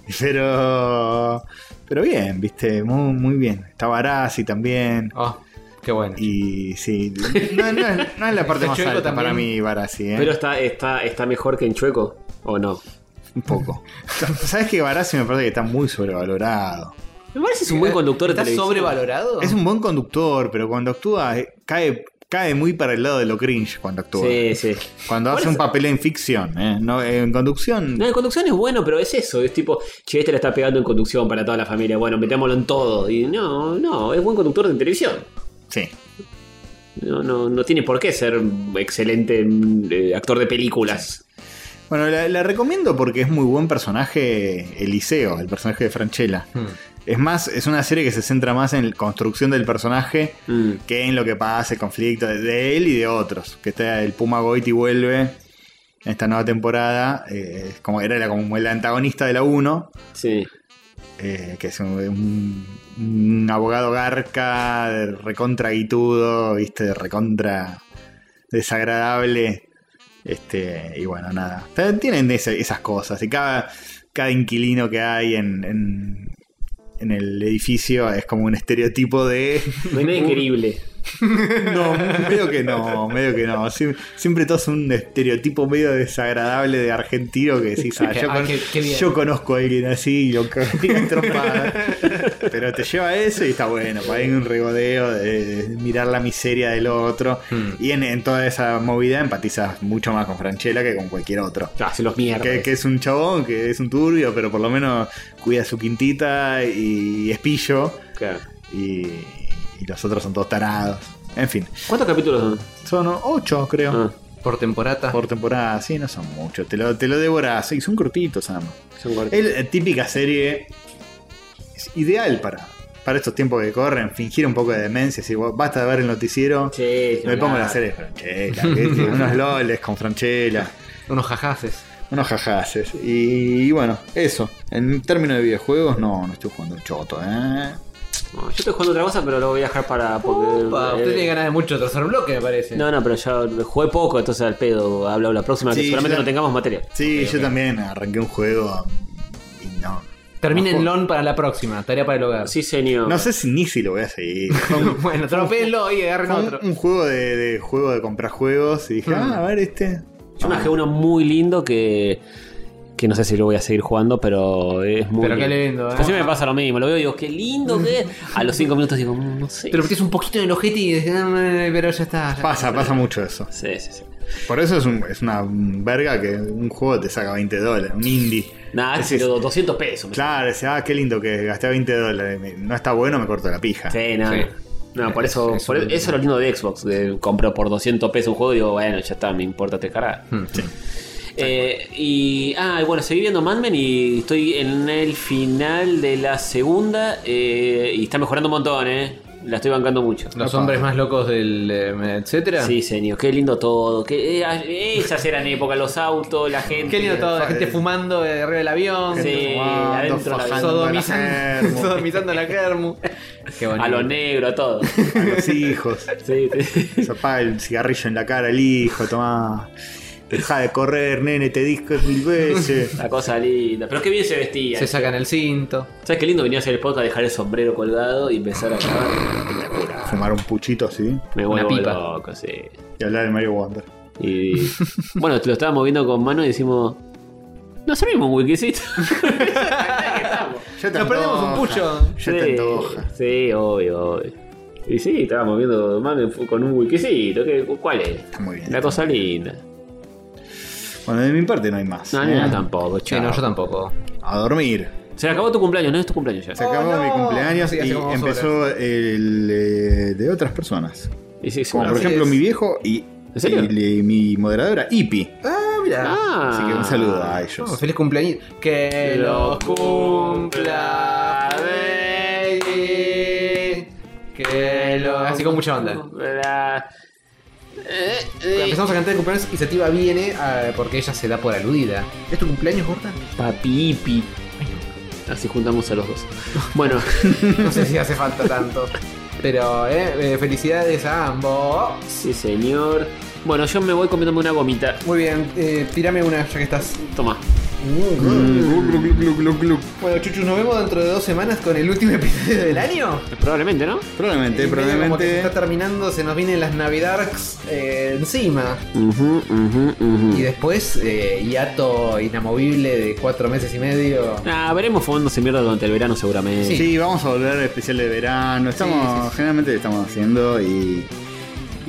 Speaker 2: pero. Pero bien, viste, muy, muy bien. Está Barassi también.
Speaker 3: Oh, qué bueno.
Speaker 2: Y sí, no, no es, no es la parte
Speaker 3: (laughs) Está
Speaker 2: más
Speaker 3: chueco
Speaker 2: alta
Speaker 3: también.
Speaker 2: para mí, Barassi, ¿eh?
Speaker 1: Pero está, está, está mejor que en Chueco, ¿o no?
Speaker 2: un poco. (laughs) ¿Sabes que Barassi me parece que está muy sobrevalorado?
Speaker 1: Me parece que es un buen conductor de
Speaker 3: Eh, ¿Está
Speaker 1: televisión.
Speaker 3: sobrevalorado?
Speaker 2: Es un buen conductor, pero cuando actúa eh, cae, cae muy para el lado de lo cringe cuando actúa.
Speaker 1: Sí, sí.
Speaker 2: Cuando hace un papel en ficción, ¿eh? No, en conducción.
Speaker 1: No, en conducción es bueno, pero es eso. Es tipo, che, este la está pegando en conducción para toda la familia. Bueno, metámoslo en todo. Y no, no, es buen conductor de televisión.
Speaker 2: Sí.
Speaker 1: No, no, no tiene por qué ser un excelente mm, eh, actor de películas.
Speaker 2: Bueno, la, la recomiendo porque es muy buen personaje Eliseo, el personaje de Franchella.
Speaker 3: Hmm.
Speaker 2: Es más, es una serie que se centra más en la construcción del personaje
Speaker 1: Mm.
Speaker 2: que en lo que pasa, el conflicto de- de él y de otros. Que está el Puma Goiti vuelve en esta nueva temporada. eh, es como era la- como el antagonista de la 1,
Speaker 1: Sí.
Speaker 2: eh, que es un, un- un abogado garca, de recontra guitudo, viste, de recontra desagradable. Este, y bueno, nada. T- Tienen ese- esas cosas. Y cada, cada inquilino que hay en, en- en el edificio es como un estereotipo de.
Speaker 1: No
Speaker 2: (laughs)
Speaker 1: hay nada querible.
Speaker 2: No, medio que no, medio que no. Sie- siempre todo es un estereotipo medio desagradable de argentino que decís,
Speaker 3: (laughs)
Speaker 2: ah, yo,
Speaker 3: Ah,
Speaker 2: con-
Speaker 3: qué- qué bien.
Speaker 2: yo conozco a alguien así y lo cagaría
Speaker 3: (laughs)
Speaker 2: a trompadas. Pero te lleva a eso y está bueno, para ir un regodeo de, de mirar la miseria del otro.
Speaker 3: Hmm.
Speaker 2: Y en, en toda esa movida empatizas mucho más con Franchella que con cualquier otro.
Speaker 1: Ah, se los mierda.
Speaker 2: Que, que es un chabón, que es un turbio, pero por lo menos cuida su quintita y es pillo.
Speaker 1: Claro.
Speaker 2: Y, y los otros son todos tarados. En fin.
Speaker 1: ¿Cuántos capítulos son?
Speaker 2: Son ocho, creo.
Speaker 1: Ah,
Speaker 3: Por temporada.
Speaker 2: Por temporada, sí, no son muchos. Te lo, te lo devoras. Y son cortitos, además.
Speaker 1: son cortos.
Speaker 2: Es la típica serie. Es ideal para, para estos tiempos que corren. Fingir un poco de demencia. Si basta de ver el noticiero.
Speaker 1: Sí,
Speaker 2: me pongo la serie de Franchella. ¿viste? unos loles con Franchella.
Speaker 3: Unos jajaces.
Speaker 2: Unos jajaces. Y, bueno, eso. En términos de videojuegos, no, no estoy jugando un choto, ¿eh?
Speaker 1: No, yo estoy jugando otra cosa, pero lo voy a dejar para. Porque,
Speaker 3: Opa,
Speaker 1: eh,
Speaker 3: usted tiene ganas de mucho tercer bloque, me parece.
Speaker 1: No, no, pero ya jugué poco, entonces al pedo. Hablo la próxima,
Speaker 2: Sí,
Speaker 1: que seguramente
Speaker 2: ya.
Speaker 1: no tengamos material.
Speaker 2: Sí, yo también arranqué un juego. Y no.
Speaker 3: Termine
Speaker 2: Ojo.
Speaker 3: en LON para la próxima, tarea para el hogar.
Speaker 1: Sí, señor.
Speaker 2: No sé si ni si lo voy a seguir. Fue un-
Speaker 3: bueno, tropéenlo y agarren
Speaker 2: Fue un-
Speaker 3: otro.
Speaker 2: Un, juego de, de juego de comprar juegos y dije,
Speaker 3: Mm.
Speaker 2: ah, a ver este.
Speaker 1: Yo me bajé uno muy lindo que. Que no sé si lo voy a seguir jugando, pero es muy.
Speaker 3: Pero qué lindo, ¿eh?
Speaker 1: Así me pasa lo mismo. Lo veo y digo, qué lindo que es. A los cinco minutos digo, "Mm, no sé.
Speaker 3: Pero metes un poquito en el ojete y dices, "Ah, pero ya está. ya".
Speaker 2: Pasa, pasa mucho eso.
Speaker 1: Sí, sí, sí.
Speaker 2: Por eso es, un- es una verga que un juego te saca 20 dólares, un indie.
Speaker 1: Nada,
Speaker 2: Es-
Speaker 1: es, 200 pesos. me
Speaker 2: Claro, decís, ah, qué lindo que gasté 20 dólares. me- No está bueno, me corto la pija.
Speaker 1: Sí, no.
Speaker 3: Sí.
Speaker 1: No, por eso,
Speaker 3: Es- es
Speaker 1: por
Speaker 3: un-
Speaker 1: eso es lo lindo de Xbox. que compro por 200 pesos un juego y digo, bueno, ya está, me importa te cargas.
Speaker 3: Hmm.
Speaker 1: Eh, y, ah, y bueno, seguí viendo Mad Men y estoy en el final de la segunda eh, y está mejorando un montón, ¿eh? La estoy bancando mucho.
Speaker 3: Los hombres más locos del. eh, etcétera.
Speaker 1: Sí, señor, qué lindo todo. Qué, eh, esas eran época, los autos, la gente.
Speaker 3: Qué lindo todo, la gente fumando de arriba del avión.
Speaker 1: Sí,
Speaker 2: eh, Gente fumando,
Speaker 1: adentro la-
Speaker 2: fajando a la
Speaker 3: Sodomizando,
Speaker 2: germo,
Speaker 3: (laughs) sodomizando la
Speaker 1: (laughs)
Speaker 3: Kermu. Qué bonito.
Speaker 1: A lo negro, a todo.
Speaker 2: a los hijos.
Speaker 1: Sí,
Speaker 3: (laughs)
Speaker 1: sí.
Speaker 2: Se apaga el cigarrillo en la cara el hijo, tomá. Deja de correr, nene, te disco
Speaker 1: (laughs)
Speaker 2: mil veces.
Speaker 1: La cosa linda. Pero qué bien se vestía.
Speaker 3: Se sacan el cinto.
Speaker 1: ¿Sabes qué lindo venía a hacer el podcast, dejar el sombrero colgado y empezar a grabar?
Speaker 2: fumar un puchito así
Speaker 1: Me vuelvo
Speaker 3: pipa.
Speaker 1: loco, sí.
Speaker 2: y hablar de Mario Wonder.
Speaker 1: Y bueno, te lo estábamos viendo con mano y decimos. Nos servimos un wikisito.
Speaker 8: Ya te
Speaker 3: Nos perdemos un
Speaker 8: antoja,
Speaker 3: pucho.
Speaker 8: (laughs) Ya te antoja.
Speaker 1: Sí, obvio, obvio. Y sí, estábamos viendo mano con un wikisito. ¿qué- ¿Cuál es?
Speaker 8: Está muy bien.
Speaker 1: La cosa linda.
Speaker 8: Bueno, de mi parte no hay más.
Speaker 1: No, no, tampoco,
Speaker 3: Che,
Speaker 1: chao.
Speaker 3: no, yo tampoco.
Speaker 8: A dormir.
Speaker 1: Se acabó tu cumpleaños, no es tu cumpleaños ya.
Speaker 8: Se acabó
Speaker 3: Oh, no.
Speaker 8: mi cumpleaños
Speaker 3: Sí,
Speaker 8: y
Speaker 3: hace como dos
Speaker 8: empezó el eh, de otras personas.
Speaker 1: Y sí, sí,
Speaker 8: Como por
Speaker 1: sí.
Speaker 3: Así
Speaker 8: ejemplo
Speaker 3: es.
Speaker 8: mi viejo y,
Speaker 1: ¿En serio?
Speaker 8: y le- mi moderadora, Ipi.
Speaker 3: Ah, mira.
Speaker 1: Ah.
Speaker 8: Así que un saludo a ellos.
Speaker 3: Oh, feliz cumpleaños. Que los cumpla feliz. Que los. Así con mucha onda.
Speaker 1: Hola. Eh, eh.
Speaker 3: Empezamos a cantar de cumpleaños y Sativa viene ah, porque ella se da por aludida. ¿Es tu cumpleaños, (laughs) gorda?
Speaker 1: Papipi. Así juntamos a los dos. (laughs) Bueno,
Speaker 3: No sé si hace falta tanto. Pero, eh, eh, felicidades a ambos.
Speaker 1: sí señor. Bueno, yo me voy comiéndome una gomita.
Speaker 3: Muy bien, eh, tirame una ya que estás.
Speaker 1: Toma.
Speaker 2: Mm.
Speaker 3: Bueno, chuchus, nos vemos dentro de dos semanas con el último episodio del año.
Speaker 1: Probablemente, ¿no?
Speaker 8: Probablemente,
Speaker 3: Y medio Como que se
Speaker 8: probablemente.
Speaker 3: está terminando, se nos vienen las Navidarks eh, encima.
Speaker 1: Ujú, ujú, ujú.
Speaker 3: Y después, eh, hiato inamovible de cuatro meses y medio.
Speaker 1: Ah, veremos fumándose mierda durante el verano seguramente.
Speaker 8: Sí.
Speaker 3: Sí.
Speaker 8: vamos a volver al especial de verano. Estamos,
Speaker 3: Sí, sí, sí.
Speaker 8: generalmente lo estamos haciendo y,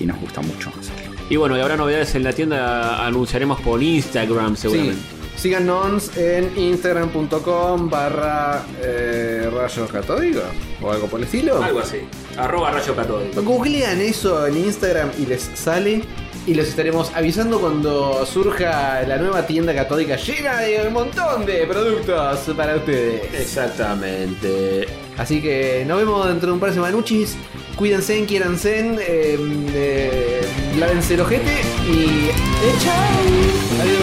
Speaker 8: y nos gusta mucho hacerlo.
Speaker 1: Y bueno, y habrá novedades en la tienda, anunciaremos por Instagram seguramente.
Speaker 3: Sí. Síganos en instagram.com barra eh, rayos catódicos o algo por el estilo.
Speaker 1: así. Arroba rayo católico.
Speaker 3: Googlean eso en Instagram y les sale. Y los estaremos avisando cuando surja la nueva tienda católica llena de un montón de productos para ustedes.
Speaker 1: Exactamente.
Speaker 3: Así que nos vemos dentro de un par de semanuchis. Cuídense, quiéranse, em, eh, eh, lávense el ojete y. ¡eh, chau! ¡Adiós!